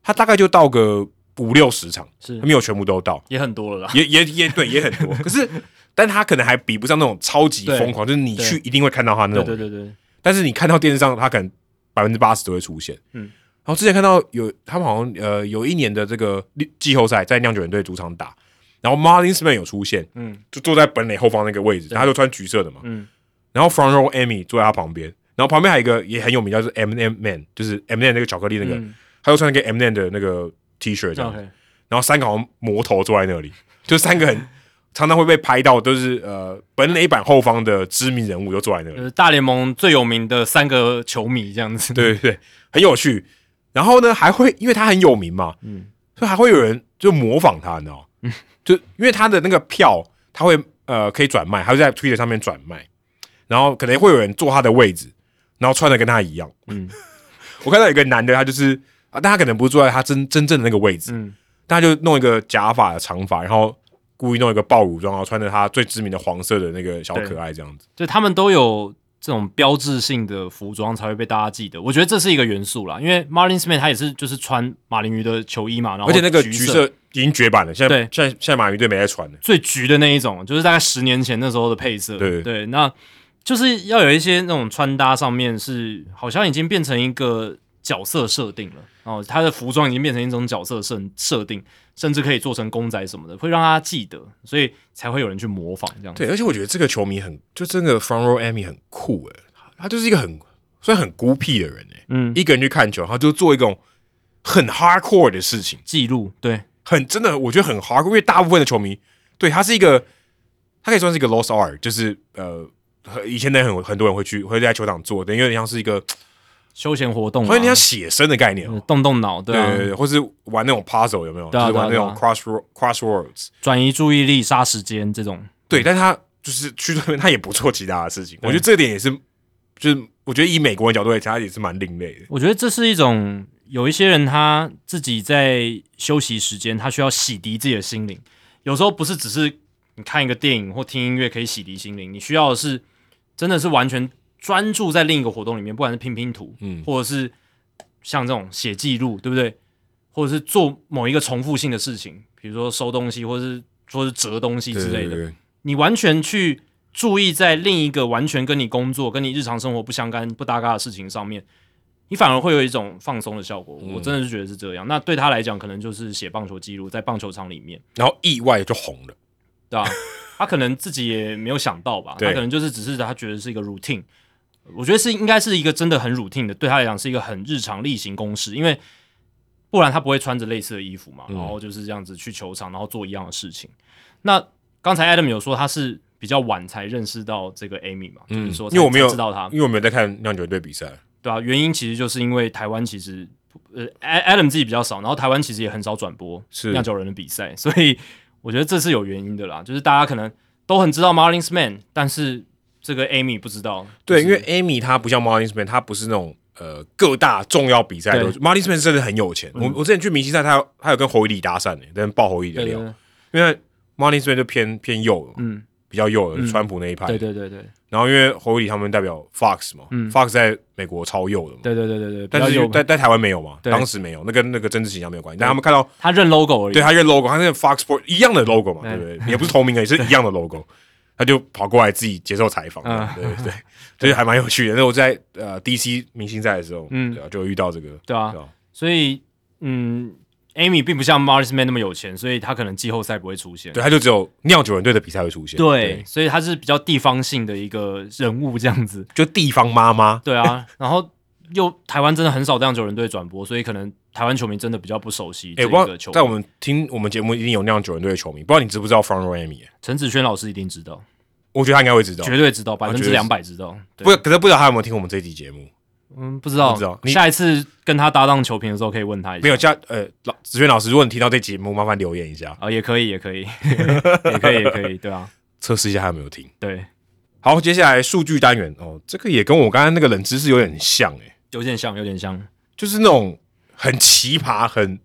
S1: 他大概就到个五六十场，
S2: 是
S1: 他没有全部都到，
S2: 也很多了啦。
S1: 也也也对，也很
S2: <laughs>
S1: 多。可是，但他可能还比不上那种超级
S2: 对
S1: 疯狂，就是你
S2: 对
S1: 去一定会看到他那
S2: 对
S1: 种，
S2: 对对对，
S1: 但是你看到电视上，他可能百分之八十都会出现。
S2: 嗯，
S1: 然后之前看到有他们好像呃有一年的这个季后赛在酿酒人队主场打，然后 Martin Smith 有出现，
S2: 嗯
S1: 就坐在本垒后方那个位置，他就穿橘色的嘛。
S2: 嗯，
S1: 然后 Front Row Amy 坐在他旁边，然后旁边还有一个也很有名，叫做 M M Man，就是 M Man 那个巧克力那个，
S2: 嗯
S1: 他就穿那个 M Man 的那个 T 恤这样。
S2: OK，
S1: 然后三个好像魔头坐在那里，就三个很常常会被拍到，都是呃本垒板后方的知名人物就坐在那里。
S2: 就是大联盟最有名的三个球迷这样子。
S1: 对对对，很有趣。然后呢，还会因为他很有名嘛，
S2: 嗯
S1: 所以还会有人就模仿他，你知道吗？就因为他的那个票，他会呃可以转卖，他会在 Twitter 上面转卖，然后可能会有人坐他的位置，然后穿的跟他一样。
S2: 嗯
S1: <laughs> 我看到有一个男的，他就是啊，但他可能不是坐在他真真正的那个位置，
S2: 嗯，
S1: 但他就弄一个假发的长发，然后故意弄一个暴乳装，然后穿着他最知名的黄色的那个小可爱这样子。
S2: 就他们都有这种标志性的服装才会被大家记得。我觉得这是一个元素啦，因为 Martin Smith 他也是就是穿马林鱼的球衣嘛，然后
S1: 而且那个
S2: 橘
S1: 橘色已经绝版了，现在
S2: 对
S1: 现在现在马云队没在穿了。
S2: 最橘的那一种，就是大概十年前那时候的配色。
S1: 对
S2: 对，那就是要有一些那种穿搭上面是好像已经变成一个角色设定了哦，他的服装已经变成一种角色设设定，甚至可以做成公仔什么的，会让他记得，所以才会有人去模仿这样子。
S1: 对，而且我觉得这个球迷很，就真的 Front Row Amy 很酷诶、他就是一个很虽然很孤僻的人诶、
S2: 嗯，
S1: 一个人去看球，他就做一种很 hardcore 的事情，
S2: 记录对，
S1: 很真的，我觉得很 hardcore，因为大部分的球迷对他是一个，他可以算是一个 lost art，就是呃，很以前的很很多人会去会在球场做的，有点像是一个，
S2: 休闲活动、啊，
S1: 好像有点像写生的概念、
S2: 呃
S1: 哦。
S2: 动动脑，对
S1: 对
S2: 啊，
S1: 对对，或是玩那种 puzzle 有没有？
S2: 对啊
S1: 就是玩那
S2: 对啊
S1: 种 cross crosswords，
S2: 转移注意力、杀时间这种，
S1: 对，但是他就是去那边，他也不做其他的事情。我
S2: 对
S1: 觉得这点也是，就是我觉得以美国人角度来讲，他也是蛮另类的。
S2: 我觉得这是一种有一些人他自己在休息时间，他需要洗涤自己的心灵。有时候不是只是你看一个电影或听音乐可以洗涤心灵，你需要的是真的是完全专注在另一个活动里面，不管是拼拼图，
S1: 嗯
S2: 或者是像这种写记录，对不对？或者是做某一个重复性的事情，比如说收东西，或者是说是折东西之类的。
S1: 的，
S2: 你完全去注意在另一个完全跟你工作、跟你日常生活不相干、不搭嘎的事情上面，你反而会有一种放松的效果。我真的是觉得是这样。那对他来讲，可能就是写棒球记录在棒球场里面，
S1: 然后意外就红了。
S2: 对吧、他可能自己也没有想到吧，他
S1: 对
S2: 可能就是只是他觉得是一个 routine。我觉得是应该是一个真的很 routine 的，对他来讲是一个很日常例行公事，因为不然他不会穿着类似的衣服嘛，
S1: 嗯
S2: 然后就是这样子去球场，然后做一样的事情。那刚才 Adam 有说他是比较晚才认识到这个 Amy 嘛，就是嗯说
S1: 嗯
S2: 才
S1: 因为我没有
S2: 才知道他，
S1: 因为我没有在看酿酒队比赛，
S2: 对啊，原因其实就是因为台湾其实呃，A-，Adam 自己比较少，然后台湾其实也很少转播
S1: 是
S2: 酿酒人的比赛，所以我觉得这是有原因的啦，就是大家可能都很知道 Marlins Man，但是这个 Amy 不知道，
S1: 对，
S2: 就
S1: 因
S2: 是
S1: 为 Amy 她不像 Martin Smith，她不是那种呃各大重要比赛都
S2: 对嗯
S1: Martin Smith 真的很有钱。我我之前去明星赛，他有他有跟侯一里搭讪呢，欸跟爆侯一里的
S2: 对对
S1: 料，
S2: 对
S1: 因为 Martin Smith 就偏偏右，
S2: 嗯，
S1: 比较右的
S2: 嗯
S1: 川普那一派
S2: 对。对对对
S1: 然后因为侯一里他们代表 Fox 嘛
S2: 嗯
S1: ，Fox 在美国超右的嘛。
S2: 对对对对对，
S1: 但
S2: 比
S1: 是
S2: 较
S1: 就
S2: 有
S1: 在在台湾没有嘛，
S2: 啊对
S1: 当时没有，那跟那个政治倾向没有关系。但他们看到
S2: 他认 logo 而已，
S1: 对啊他这个 logo，他那个 Fox Sport 一样的 logo 嘛，对
S2: 对
S1: 不对？也不是同名啊的，也是一样的
S2: <laughs>
S1: logo，他就跑过来自己接受采访
S2: 嗯，
S1: 对
S2: <laughs>
S1: 对对，所以还蛮有趣的。那我在呃 DC 明星赛的时候，
S2: 嗯
S1: 对啊，就有遇到这个，
S2: 对啊
S1: 对啊，
S2: 所以嗯，Amy 并不像 Marlins Man 那么有钱，所以他可能季后赛不会出现，
S1: 对，他就啊只有酿酒人队的比赛会出现，
S2: 对，，所以他是比较地方性的一个人物这样子。
S1: 就地方妈妈，
S2: 对啊，然后又台湾真的很少酿酒人队转播，所以可能台湾球迷真的比较不熟悉
S1: 哎，
S2: 这
S1: 我不
S2: 个
S1: 知
S2: 球
S1: 道
S2: 迷。
S1: 在我们听我们节目一定有酿酒人队的球迷，不知道你知不知道 From r a m y
S2: 陈子轩老师一定知道，
S1: 我觉得他应该会知道，啊
S2: 绝对知道，百分
S1: 绝
S2: 之
S1: 对
S2: 两百知道。对
S1: 不，可是不知道他有没有听我们这一集节目，
S2: 嗯，不知道，
S1: 不知道你
S2: 下一次跟他搭档球评的时候，可以问他一下。
S1: 没有加呃老子轩老师，如果你听到这节目，麻烦留言一下，
S2: 啊、也可以，也可以， <laughs> 也可以，也可以，对啊，
S1: 测试一下他有没有听。
S2: 对，
S1: 好，接下来数据单元哦，这个也跟我刚刚那个冷知识有点像诶、
S2: 有点像，有点像，
S1: 就是那种很奇葩、很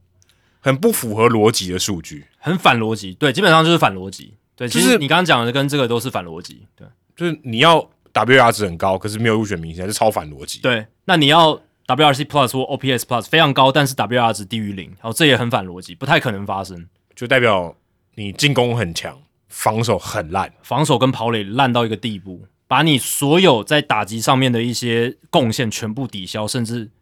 S1: 很不符合逻辑的数据，
S2: 很反逻辑。对，基本上就是反逻辑。对，
S1: 就
S2: 其
S1: 是
S2: 实你刚刚讲的跟这个都是反逻辑。对，
S1: 就是你要 WR 值很高，可是没有入选明星，还是超反逻辑。
S2: 对，那你要 WRC Plus 或 OPS Plus 非常高，但是 WR 值低于零，然后这也很反逻辑，不太可能发生。
S1: 就代表你进攻很强，防守很烂。
S2: 防守跟跑垒烂到一个地步，把你所有在打击上面的一些贡献全部抵消，甚至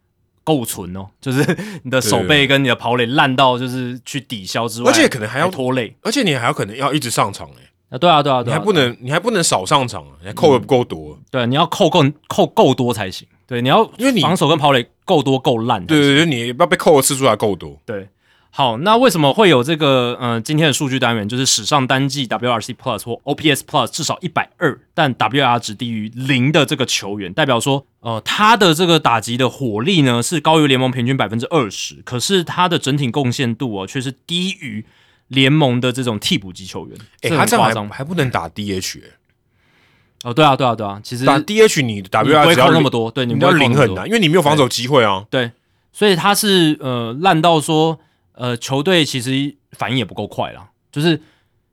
S2: 够存哦， <laughs> 就是你的手背跟你的跑垒烂到就是去抵消之外，
S1: 而且可能还要
S2: 拖累。
S1: 而且你还有可能要一直上场、欸，
S2: 啊，对啊，对啊，
S1: 你
S2: 对啊，嗯
S1: 还不能，你还不能少上场、啊，你还扣的不够多。
S2: 对，你要扣够扣够多才行。对，你要
S1: 因为你
S2: 防守跟跑垒够多够烂才
S1: 对
S2: 行。
S1: 对对，你要被扣的次数还够多。
S2: 对，好，那为什么会有这个呃今天的数据单元，就是史上单季 WRC Plus 或 OPS Plus 至少一百二，但 WR 值低于零的这个球员，代表说呃他的这个打击的火力呢是高于联盟平均百分之二十，可是他的整体贡献度哦却是低于联盟的这种替补级球员，
S1: 哎、
S2: 这
S1: 他
S2: 很
S1: 这
S2: 夸
S1: 样还
S2: 张
S1: 还不能打 DH，、欸、
S2: 哦，对啊，对啊，对啊，其实
S1: 打 DH 你
S2: 你不
S1: WR
S2: 会
S1: 只要
S2: 扣那么多，对，你
S1: 你
S2: 不
S1: 要
S2: 会扣那
S1: 零
S2: 么
S1: 很
S2: 多
S1: 难，因为你没有防守机会啊。
S2: 对，所以他是呃烂到说，呃，球队其实反应也不够快啦，就是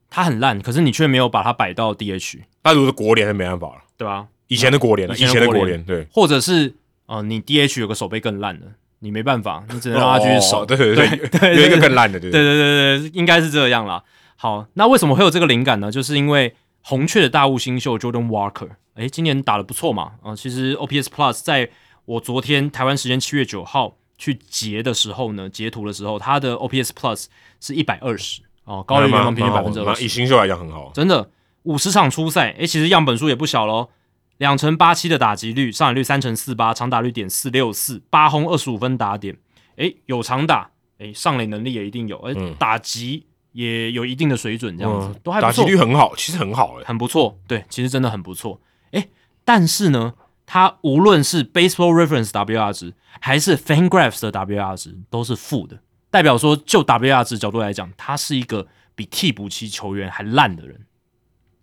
S2: 他很烂，可是你却没有把他摆到 DH，
S1: 那如果是国联，那没办法了。
S2: 对吧？
S1: 以前的国联啊，
S2: 以
S1: 以
S2: 前的
S1: 前的
S2: 国
S1: 国
S2: 联
S1: 联，对，
S2: 或者是呃，你 DH 有个手背更烂的，你没办法，你只能让他去守。
S1: 哦对对
S2: 对
S1: 对，有一个更烂的，对
S2: 对对对对，应该是这样啦。好，那为什么会有这个灵感呢？就是因为红雀的大物新秀 Jordan Walker，哎，今年打得不错嘛。啊、其实 OPS Plus 在我昨天台湾时间七月九号去截的时候呢，截图的时候，他的 OPS Plus 是一百二十哦，高于联盟平均百分之二
S1: 以
S2: 十，
S1: 新秀来讲很好。
S2: 真的五十场出赛，哎，其实样本数也不小喽。两成八七的打击率，上垒率三成四八，长打率点四六四，八轰二十五分打点，诶，有长打，诶，上垒能力也一定有，诶，
S1: 嗯
S2: 打击也有一定的水准，这样子、都还不
S1: 打击
S2: 错，
S1: 率很好，其实很好哎、
S2: 很不错，对，其实真的很不错，诶，但是呢，它无论是 Baseball Reference WR 值还是 FanGraphs 的 WR 值都是负的，代表说就 WR 值角度来讲，他是一个比替补期球员还烂的人。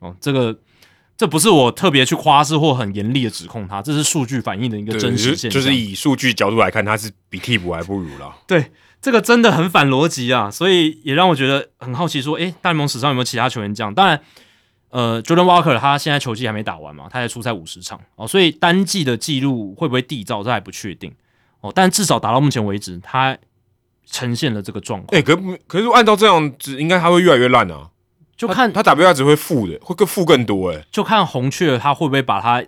S2: 哦，这个这不是我特别去夸饰或很严厉的指控他，这是数据反映的一个
S1: 对
S2: 真
S1: 就
S2: 实
S1: 是
S2: 现象。
S1: 就是以数据角度来看，他是比替补还不如啦。
S2: 对，这个真的很反逻辑啊，所以也让我觉得很好奇，说，诶，大联盟史上有没有其他球员这样？当然，呃，Jordan Walker 他现在球季还没打完嘛，他才出赛五十场哦，所以单季的记录会不会缔造，这还不确定哦。但至少打到目前为止，他呈现了这个状况，
S1: 哎、可可是按照这样子，应该他会越来越烂啊。
S2: 就看
S1: 他 WR 值会负的，会更负更多哎、
S2: 就看红雀他会不会把他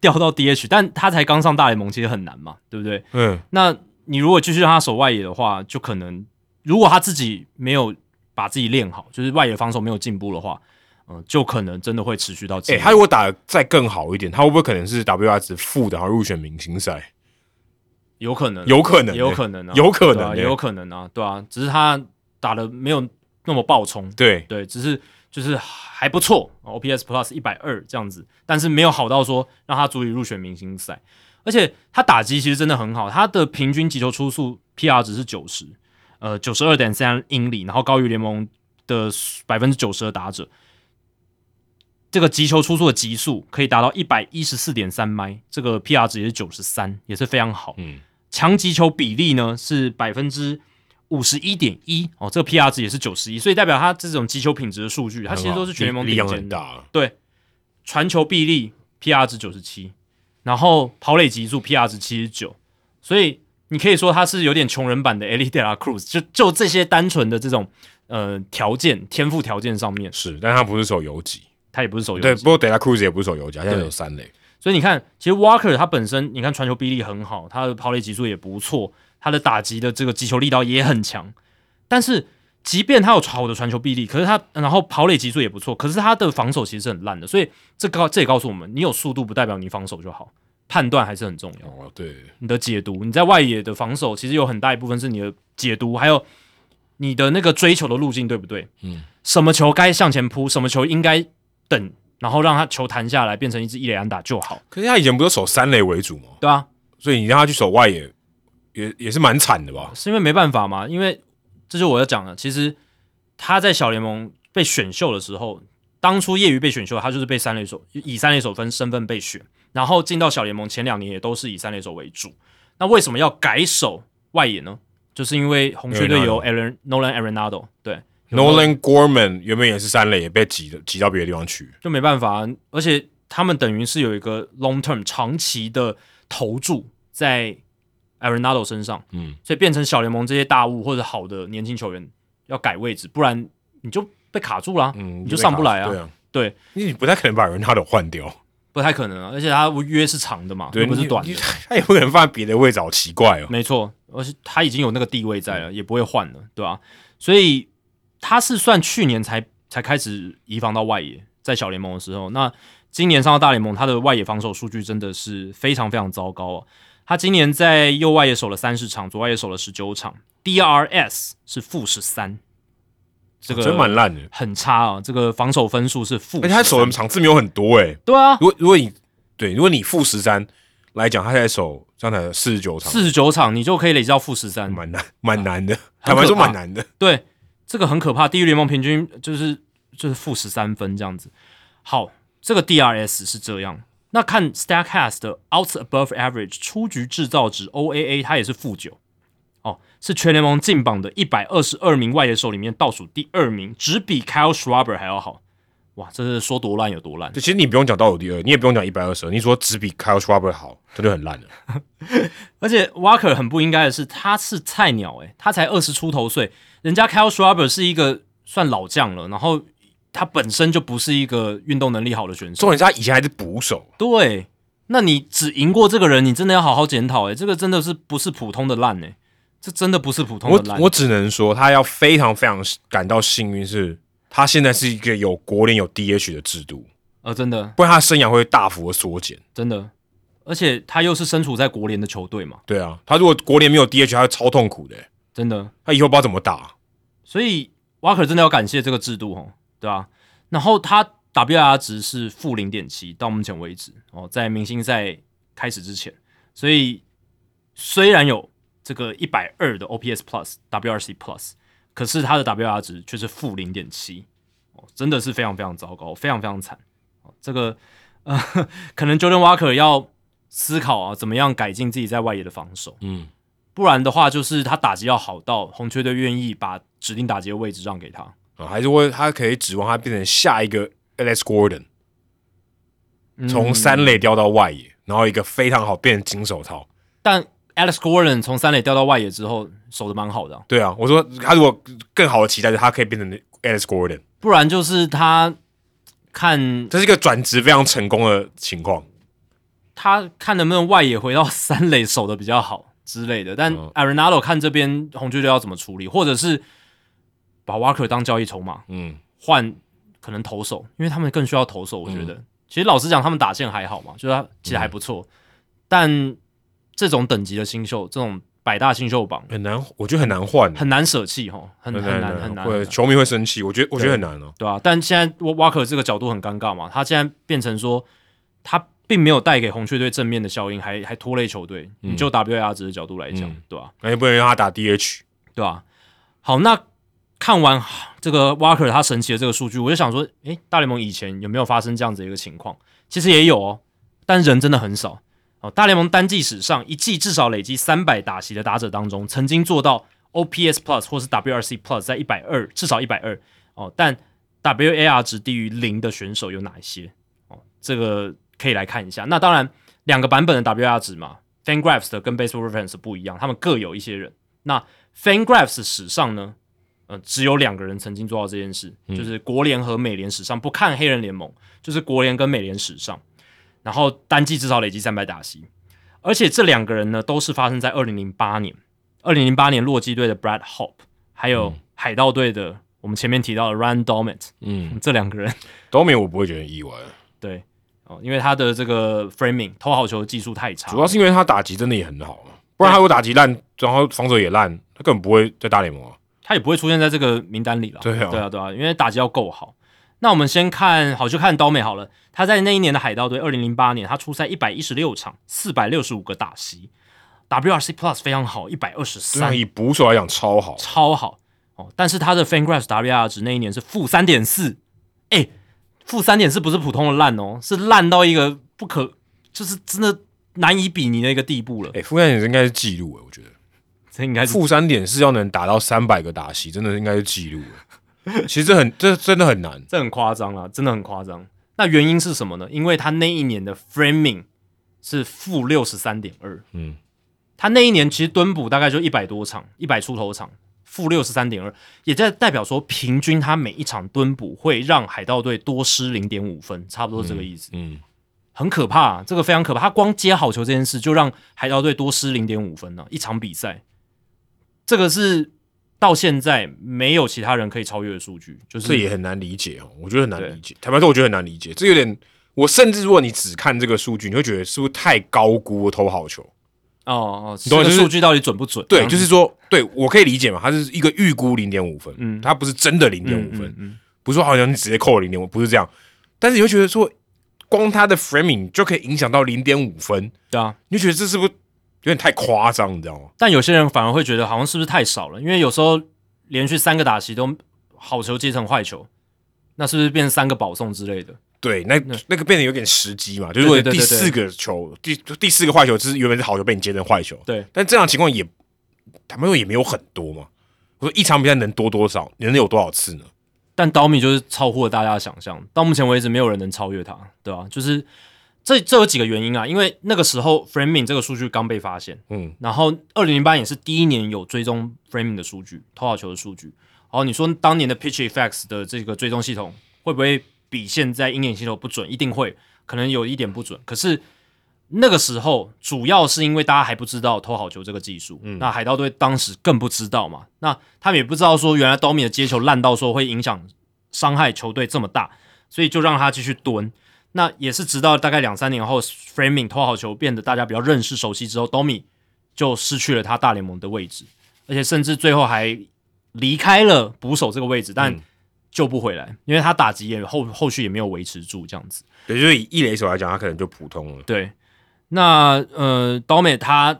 S2: 调到 DH，但他才刚上大联盟，其实很难嘛，对不对？
S1: 嗯，
S2: 那你如果继续让他守外野的话，就可能如果他自己没有把自己练好，就是外野防守没有进步的话，嗯、就可能真的会持续到季
S1: 哎、
S2: 后
S1: 他如果打得再更好一点，他会不会可能是 WR 值负的，然后入选明星赛？
S2: 有可能，
S1: 有可能
S2: 也有可能啊，
S1: 有可能
S2: 对啊
S1: 欸
S2: 也有可能啊，对啊，只是他打的没有那么爆冲，
S1: 对，
S2: 对，只是就是还不错，OPS Plus 一百二这样子，但是没有好到说让他足以入选明星赛。而且他打击其实真的很好，他的平均击球出速 PR 值是九十，呃，九十二点三英里，然后高于联盟的百分之九十的打者。这个击球出速的极速可以达到一百一十四点三迈，这个 PR 值也是九十三，也是非常好。
S1: 嗯，
S2: 强击球比例呢是百分之五十一点一哦，这个 PR 值也是九十一，所以代表他这种击球品质的数据，他其实都是全联盟
S1: 力
S2: 顶
S1: 量
S2: 尖
S1: 很
S2: 的。
S1: 大。啊
S2: 对，传球臂力 PR 值九十七，然后跑垒级数 PR 值七十九，所以你可以说他是有点穷人版的 Ellie De La Cruz，就就这些单纯的这种呃条件天赋条件上面，
S1: 是，但他不是手游级，
S2: 他也不是手游
S1: 对，
S2: 级
S1: 不过 d e l a Cruz 也不是手游级，他现在
S2: 对
S1: 有三垒。
S2: 所以你看，其实 Walker 他本身，你看传球臂力很好，他的跑垒级数也不错，他的打击的这个击球力道也很强。但是，即便他有好的传球臂力，可是他然后跑垒级数也不错，可是他的防守其实是很烂的。所以这告这也告诉我们，你有速度不代表你防守就好，判断还是很重要。
S1: 哦，对，
S2: 你的解读，你在外野的防守其实有很大一部分是你的解读，还有你的那个追求的路径对不对？
S1: 嗯，
S2: 什么球该向前扑，什么球应该等，然后让他球弹下来变成一支一垒安打就好，
S1: 可是他以前不是守三垒为主吗？
S2: 对啊。
S1: 所以你让他去守外野，也也是蛮惨的吧？
S2: 是因为没办法嘛，因为这就是我要讲的。其实他在小联盟被选秀的时候，当初业余被选秀，他就是被三垒手以三垒手分身份被选，然后进到小联盟前两年也都是以三垒手为主。那为什么要改守外野呢？就是因为红雀队有 Aaron Nolan Arenado，对，有
S1: Nolan Gorman 原本也是三垒，也被挤的挤到别的地方去。
S2: 就没办法啊、而且他们等于是有一个 long term 长期的投注在 Arenado 身上，
S1: 嗯，
S2: 所以变成小联盟这些大物或者好的年轻球员要改位置，不然你就被卡住啦、
S1: 嗯，
S2: 你就上不来啊
S1: 对啊，
S2: 对，
S1: 因为你不太可能把人他的换掉，
S2: 不太可能啊，而且他约是长的嘛，
S1: 对，
S2: 又不是
S1: 你
S2: 短
S1: 你 <laughs>
S2: 的，
S1: 他也不可能放在别的位置，好奇怪哦。
S2: 没错，而且他已经有那个地位在了，也不会换了，对吧、所以他是算去年才才开始移防到外野，在小联盟的时候，那今年上到大联盟，他的外野防守数据真的是非常非常糟糕啊。他今年在右外野守了三十场，左外野守了十九场，DRS 是负十三，这个
S1: 哦真蛮烂的，哎
S2: 很差啊。这个防守分数是负，
S1: 而且他守的场次没有很多哎、
S2: 对啊，
S1: 如果如果你对，如果你负十三来讲，他才守这样才四十九场，
S2: 四十九场你就可以累积到负十三，
S1: 蛮难蛮难的，
S2: 很可怕
S1: 坦白说蛮难的。
S2: 对，这个很可怕。地狱联盟平均就是就是负十三分这样子。好，这个 DRS 是这样。那看 Statcast 的 Outs Above Average 出局制造值 OAA，它也是负九哦，是全联盟进榜的一百二十二名外野手里面倒数第二名，只比 Kyle Schwarber 还要好。哇，这是说多烂有多烂
S1: 就。其实你不用讲倒数第二，你也不用讲一百二十，你说只比 Kyle Schwarber 好，这就很烂了。
S2: 而且 Walker 很不应该的是，他是菜鸟、欸，他才二十出头岁，人家 Kyle Schwarber 是一个算老将了，然后他本身就不是一个运动能力好的选
S1: <laughs>
S2: 手。
S1: 重点是他以前还是捕手，
S2: 对，那你只赢过这个人，你真的要好好检讨，哎，这个真的是不是普通的烂，哎，这真的不是普通
S1: 我
S2: 的烂。
S1: 我只能说他要非常非常感到幸运，是他现在是一个有国联有 DH 的制度，
S2: 呃，真的
S1: 不然他的生涯会大幅的缩减。
S2: 真的，而且他又是身处在国联的球队嘛，
S1: 对啊，他如果国联没有 DH，他会超痛苦的、
S2: 真的，
S1: 他以后不知道怎么打。
S2: 所以 Walker 真的要感谢这个制度哦，对吧、然后他 WR 值是负零点七，到目前为止哦，在明星赛开始之前，所以虽然有这个一百二的 OPS Plus、WRC Plus，可是他的 WR 值却是负零点七，哦，真的是非常非常糟糕，非常非常惨。哦、这个呃， <laughs> 可能 Jordan Walker 要思考啊，怎么样改进自己在外野的防守。
S1: 嗯，
S2: 不然的话，就是他打击要好到红雀队愿意把指定打击的位置让给他。
S1: 啊，还是会他可以指望他变成下一个 Alex Gordon，从
S2: 嗯
S1: 三垒调到外野，然后一个非常好变成金手套。
S2: 但 Alex Gordon 从三垒调到外野之后，守的蛮好的啊、
S1: 对啊，我说他如果更好的期待是他可以变成 Alex Gordon，
S2: 不然就是他看
S1: 这是一个转职非常成功的情况。
S2: 他看能不能外野回到三垒守的比较好之类的。但
S1: 嗯
S2: Arenado 看这边红雀队要怎么处理，或者是把 Walker 当交易筹码
S1: 嗯，
S2: 换可能投手，因为他们更需要投手。我觉得，其实老实讲，他们打线还好嘛，就是他其实还不错。但这种等级的新秀，这种百大新秀榜
S1: 很难，我觉得很难换，
S2: 很难舍弃哈，很很难很难，
S1: 会
S2: 很难
S1: 球迷会生气。我觉得我觉得很难哦、
S2: 对啊，但现在沃瓦克这个角度很尴尬嘛，他现在变成说他并没有带给红雀队正面的效应，还还拖累球队。你就 WR 值的角度来讲，
S1: 嗯
S2: 对啊吧、
S1: 那也不能让他打 DH。
S2: 对吧、好，那看完这个 Walker 他神奇的这个数据，我就想说，诶，大联盟以前有没有发生这样子的一个情况？其实也有哦，但人真的很少哦。大联盟单季史上一季至少累积三百打席的打者当中，曾经做到 OPS Plus 或是 WRC Plus 在一百二至少一百二哦，但 WAR 值低于零的选手有哪一些？哦，这个可以来看一下。那当然，两个版本的 WAR 值嘛，FanGraphs 的跟 Baseball Reference 不一样，他们各有一些人。那 FanGraphs 史上呢，呃，只有两个人曾经做到这件事，就是国联和美联史上不看黑人联盟，就是国联跟美联史上，然后单季至少累积三百打席，而且这两个人呢都是发生在二零零八年，二零零八年洛基队的 Brad Hopp，还有海盗队的、我们前面提到的 Ryan Domit，
S1: 嗯，
S2: 这两个人
S1: 都没有，我不会觉得意外。啊
S2: 对哦，因为他的这个 framing 投好球的技术太差，
S1: 主要是因为他打击真的也很好嘛，啊不然他如果打击烂，然后防守也烂，他根本不会在大联盟啊。
S2: 他也不会出现在这个名单里了。
S1: 对啊
S2: 对啊，对啊，因为打击要够好。那我们先看好，就看刀美好了。他在那一年的海盗队，二零零八年，他出赛一百一十六场，四百六十五个打席，WRC Plus 非常好，一百二十
S1: 虽然
S2: 三，
S1: 以捕手来讲超好，
S2: 超好哦。但是他的 FanGraphs WR 值那一年是负三点四，哎，负三点四不是普通的烂哦，是烂到一个不可，就是真的难以比拟的一个地步了。
S1: 哎、负三点应该是记录诶，啊我觉得
S2: 这应该是
S1: 负三点是要能打到三百个打席，真的应该是记录诶。其实这很这真的很难，
S2: 啊这很夸张啦，真的很夸张。那原因是什么呢？因为他那一年的 framing 是负六十三点二，
S1: 嗯，
S2: 他那一年其实蹲补大概就一百多场，一百出头场，负六十三点二，也在代表说平均他每一场蹲补会让海盗队多失零点五分，差不多这个意思，
S1: 嗯，
S2: 很可怕、啊这个非常可怕。他光接好球这件事就让海盗队多失零点五分呢、啊一场比赛，这个是到现在没有其他人可以超越的数据，就是
S1: 这也很难理解哦，我觉得很
S2: 对
S1: 难理解。坦白说，我觉得很难理解，这有点，我甚至如果你只看这个数据，你会觉得是不是太高估了投好球？
S2: 哦哦，
S1: 懂
S2: 这个
S1: 就是
S2: 数据到底准不准？这
S1: 对，
S2: 样
S1: 就是说，对我可以理解嘛，它是一个预估零点五分，
S2: 嗯
S1: 它不是真的零点
S2: 嗯
S1: 五分，
S2: 嗯嗯
S1: 不是说好像你直接扣了零点五，不是这样。但是你会觉得说，光它的 framing 就可以影响到零点五分，
S2: 对啊。
S1: 你就觉得这是不是有点太夸张，你知道吗？
S2: 但有些人反而会觉得好像是不是太少了，因为有时候连续三个打席都好球接成坏球，那是不是变成三个保送之类的？
S1: 对，那那个变得有点时机嘛，就是如果
S2: 对对
S1: 第
S2: 对对
S1: 四个球，第第四个坏球，就是原本是好球被你接成坏球，
S2: 对，
S1: 但这样的情况也，坦白说也没有很多嘛。我说一场比赛能多多少，能有多少次呢？
S2: 但刀米就是超乎了大家的想象，到目前为止没有人能超越他，对吧、就是这这有几个原因啊，因为那个时候 framing 这个数据刚被发现，
S1: 嗯，
S2: 然后二零零八也是第一年有追踪 framing 的数据，投好球的数据。然后你说当年的 pitch effects 的这个追踪系统会不会比现在鹰眼系统不准？一定会，可能有一点不准。可是那个时候主要是因为大家还不知道投好球这个技术，那海盗队当时更不知道嘛，那他们也不知道说原来 d o m i 的接球烂到说会影响伤害球队这么大，所以就让他继续蹲。那也是直到大概两三年后，framing 投好球变得大家比较认识熟悉之后 d o m i 就失去了他大联盟的位置，而且甚至最后还离开了捕手这个位置，但救不回来，因为他打击也后后续也没有维持住这样子。
S1: 也就是以一垒手来讲，他可能就普通了。
S2: 对，那呃，刀美他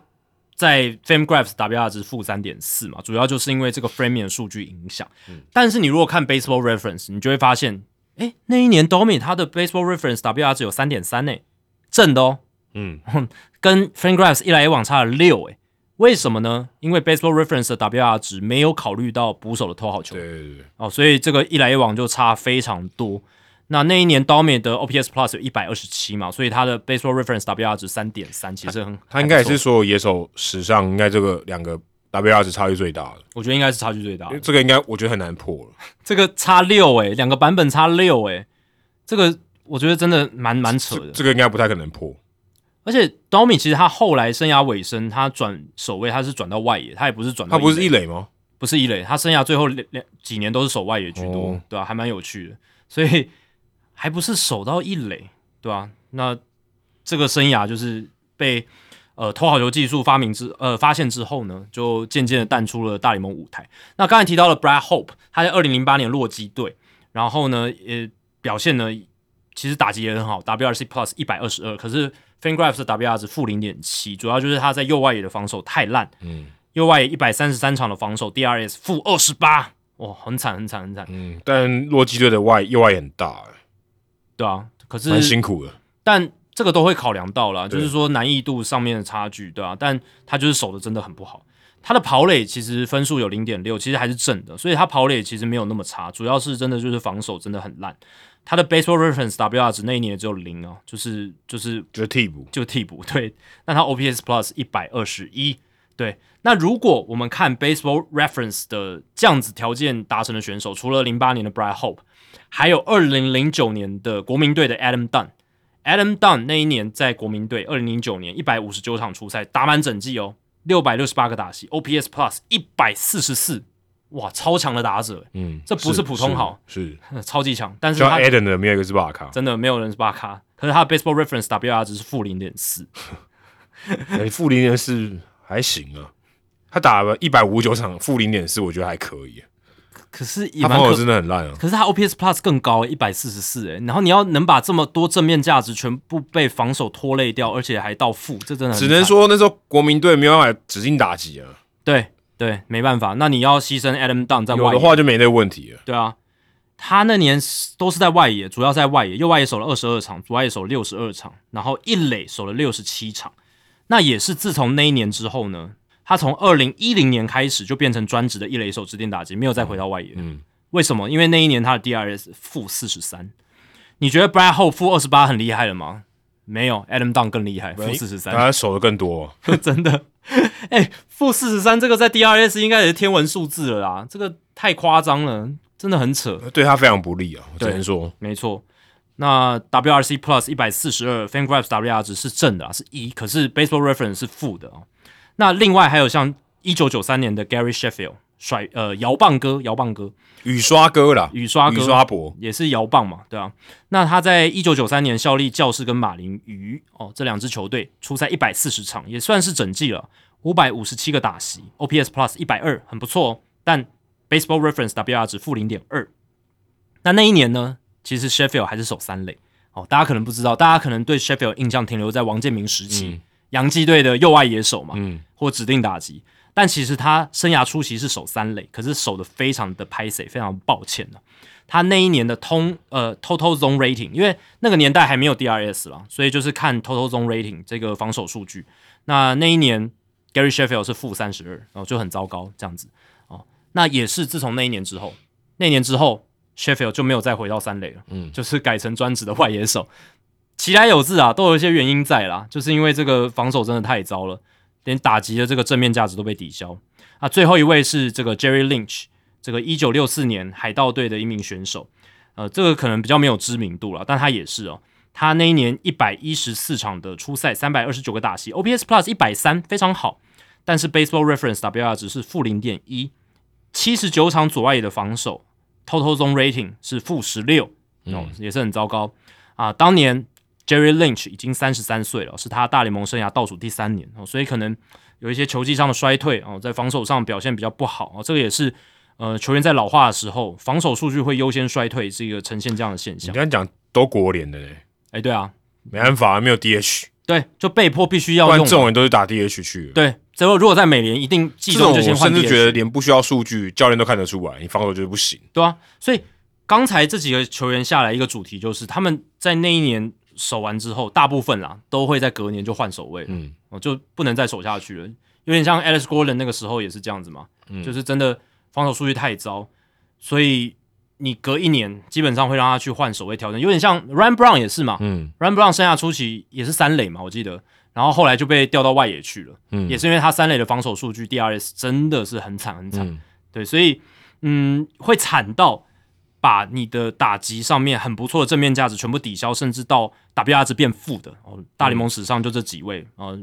S2: 在 FameGraphs WR 值负三点四嘛，主要就是因为这个 Framing 的数据影响。但是你如果看 Baseball Reference，你就会发现，诶，那一年刀美他的 Baseball Reference WR 值有三点三呢，正的哦，
S1: 嗯，
S2: <laughs> 跟 FameGraphs 一来一往差了六诶。为什么呢？因为 Baseball Reference 的 WR 值没有考虑到捕手的投好球
S1: 对对对，
S2: 哦，所以这个一来一往就差非常多。那那一年 d o m i 的 OPS Plus 有一百二十七嘛，所以他的 Baseball Reference WR 值三点三，其实很
S1: 他应该也
S2: 还
S1: 是
S2: 不错
S1: 所有野手史上应该这个两个 WR 值差距最大的，
S2: 我觉得应该是差距最大
S1: 因
S2: 的
S1: 为。这个应该我觉得很难破了。
S2: 这个差六诶、两个版本差六诶、这个我觉得真的蛮蛮扯的。
S1: 这个应该不太可能破。
S2: 而且 d o m i 其实他后来生涯尾声，他转守卫，他是转到外野，他也不是转到
S1: 他不是
S2: 垒
S1: 一垒吗？
S2: 不是一垒，他生涯最后两两几年都是守外野居多，
S1: 哦
S2: 对吧、还蛮有趣的，所以还不是守到一垒，对吧、那这个生涯就是被呃投好球技术发明之呃发现之后呢，就渐渐的淡出了大联盟舞台。那刚才提到了 Brad Hope，他在二零零八年洛基队，然后呢，也表现呢，其实打击也很好，WRC Plus 一百二十二，可是 FanGraphs 的 WR 值负零点七，主要就是他在右外野的防守太烂，
S1: 嗯
S2: 右外野一百三十三场的防守，DRS 负二十八，哇，很惨很惨很惨，
S1: 嗯，但洛基队的外右外也很大、
S2: 对啊，可是
S1: 蛮辛苦的。
S2: 但这个都会考量到啦，
S1: 对
S2: 就是说难易度上面的差距，对啊，但他就是守的真的很不好。他的跑垒其实分数有零点六，其实还是正的，所以他跑垒其实没有那么差，主要是真的就是防守真的很烂。他的 Baseball Reference WR 值那一年也只有零哦，就是就是
S1: 就是替补，
S2: 就替补对，那他 OPS Plus 一百二十一对。那如果我们看 Baseball Reference 的这样子条件达成的选手，除了零八年的 Brad Hope，还有二零零九年的国民队的 Adam Dunn。Adam Dunn 那一年在国民队，二零零九年一百五十九场出赛，打满整季哦，六百六十八个打席，OPS Plus 一百四十四，哇，超强的打者， <laughs>
S1: 嗯，
S2: 这不是普通好，
S1: 是是
S2: 超级强。但是
S1: 像
S2: 嗯他
S1: Adam 的没有一个是巴卡，
S2: 真的没有人是巴卡，可是他的 Baseball Reference WR 值是负零点四，
S1: 哎负零点四还行啊。他打了一百五十九场，负零点四，我觉得还可以。
S2: 可是也
S1: 他
S2: 蛮
S1: 防
S2: 可
S1: 守真的很烂啊。
S2: 可是他 OPS Plus 更高，欸一百四十四哎，然后你要能把这么多正面价值全部被防守拖累掉，而且还到负，这真的很
S1: 只能
S2: 惨
S1: 说那时候国民队没有办法指定打击啊，
S2: 对对，没办法，那你要牺牲 Adam Dunn 在
S1: 有
S2: 外
S1: 的
S2: 野，
S1: 话就没那个问题了。
S2: 对啊，他那年是都是在外野，主要在外野，右外野守了二十二场，左外野守了六十二场，然后一垒守了六十七场。那也是自从那一年之后呢，他从二零一零年开始就变成专职的一垒手指定打击，没有再回到外野。
S1: 嗯
S2: 为什么？因为那一年他的 DRS 负四十三。你觉得 Brad Hope 负二十八很厉害了吗？没有，Adam Dunn 更厉害，负四十三， <laughs>
S1: 哎他守的更多。啊
S2: 真的。哎、负四十三这个在 DRS 应该也是天文数字了啦，这个太夸张了，真的很扯。
S1: 对他非常不利啊，我只
S2: 对
S1: 能说
S2: 没错。那 WRC Plus 一百四十二 FanGraphs WR 值是正的啊，是一，可是 Baseball Reference 是负的啊。那另外还有像一九九三年的 Gary Sheffield 甩呃摇棒哥，摇棒哥，
S1: 雨刷哥啦，
S2: 雨刷哥，
S1: 雨刷伯，
S2: 也是摇棒嘛，对啊。那他在一九九三年效力教士跟马林鱼哦这两支球队，出赛一百四十场，也算是整季了，五百五十七个打席，OPS Plus 一百二，很不错哦。但 Baseball Reference WR 值负零点二。那那一年呢，其实 Sheffield 还是守三垒哦，大家可能不知道，大家可能对 Sheffield 印象停留在王建民时期，洋基队的右外野手嘛，
S1: 嗯
S2: 或指定打击。但其实他生涯初期是守三垒，可是守的非常的拍谁，非常抱歉呢、他那一年的通呃 total zone rating，因为那个年代还没有 DRS 啦，所以就是看 total zone rating 这个防守数据。那那一年 Gary Sheffield 是负三十二，然后就很糟糕这样子哦。那也是自从那一年之后，那一年之后 Sheffield 就没有再回到三垒了，
S1: 嗯
S2: 就是改成专职的外野手。其来有自啊，都有一些原因在啦，就是因为这个防守真的太糟了，连打击的这个正面价值都被抵消。啊，最后一位是这个 Jerry Lynch，这个一九六四年海盗队的一名选手，呃，这个可能比较没有知名度了，但他也是哦。他那一年一百一十四场的初赛，三百二十九个打席，OPS Plus 一百三，非常好。但是 Baseball Reference WR 值是负零点一，七十九场左外野的防守，Total Zone Rating 是负十六，哦，也是很糟糕啊。当年 Jerry Lynch 已经三十三岁了，是他大联盟生涯倒数第三年哦，所以可能有一些球技上的衰退哦，在防守上表现比较不好哦，这个也是呃球员在老化的时候，防守数据会优先衰退，这个呈现这样的现
S1: 你
S2: 象。
S1: 刚才讲都国联的嘞，
S2: 哎，对啊，
S1: 没办法，没有 DH，
S2: 对，就被迫必须
S1: 不
S2: 要
S1: 然
S2: 用
S1: 这
S2: 嘛。
S1: 种人都是打 DH 去的。
S2: 对，最后如果在美联一定季
S1: 这
S2: 中
S1: 种
S2: 就先
S1: 我
S2: 换
S1: 甚
S2: DH，
S1: 至觉得连不需要数据，教练都看得出来，你防守就是不行。
S2: 对啊，所以刚才这几个球员下来，一个主题就是他们在那一年守完之后，大部分啦都会在隔年就换守卫了，
S1: 嗯
S2: 哦，就不能再守下去了。有点像 Alex Gordon 那个时候也是这样子嘛，
S1: 嗯
S2: 就是真的防守数据太糟，所以你隔一年基本上会让他去换守卫调整，有点像 Ryan Brown 也是嘛，
S1: 嗯
S2: Ryan Brown 生涯初期也是三垒嘛，我记得，然后后来就被调到外野去了，
S1: 嗯
S2: 也是因为他三垒的防守数据 DRS 真的是很惨很惨，
S1: 嗯
S2: 对，所以嗯会惨到把你的打击上面很不错的正面价值全部抵消，甚至到 WR 值变负的哦，大联盟史上就这几位，呃，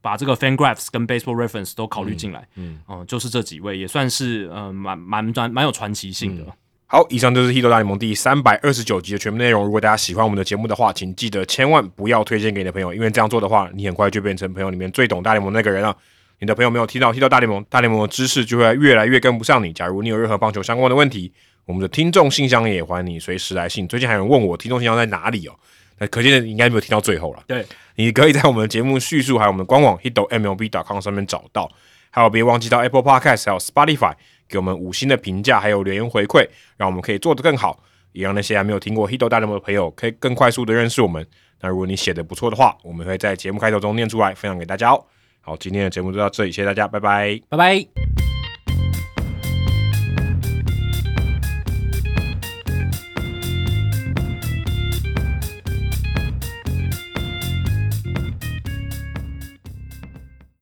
S2: 把这个 FanGraphs 跟 Baseball Reference 都考虑进来，
S1: 嗯
S2: 嗯，哦、就是这几位也算是呃蛮蛮蛮蛮有传奇性的，
S1: 好，以上就是《h i t o 大联盟》第三百二十九集的全部内容。如果大家喜欢我们的节目的话，请记得千万不要推荐给你的朋友，因为这样做的话，你很快就变成朋友里面最懂大联盟的那个人了。你的朋友没有听到《h i t o 大联盟》，大联盟的知识就会越来越跟不上你。假如你有任何棒球相关的问题，我们的听众信箱也欢迎你随时来信。最近还有人问我听众信箱在哪里哦，那可见你应该没有听到最后了。
S2: 对，
S1: 你可以在我们的节目叙述还有我们的官网 hitomlb.com 上面找到。还有，别忘记到 Apple Podcast 还有 Spotify 给我们五星的评价，还有留言回馈，让我们可以做得更好，也让那些还没有听过 Hito 大联盟的朋友可以更快速的认识我们。那如果你写的不错的话，我们会在节目开头中念出来，分享给大家哦。好，今天的节目就到这里，谢谢大家，拜拜。
S2: 拜拜。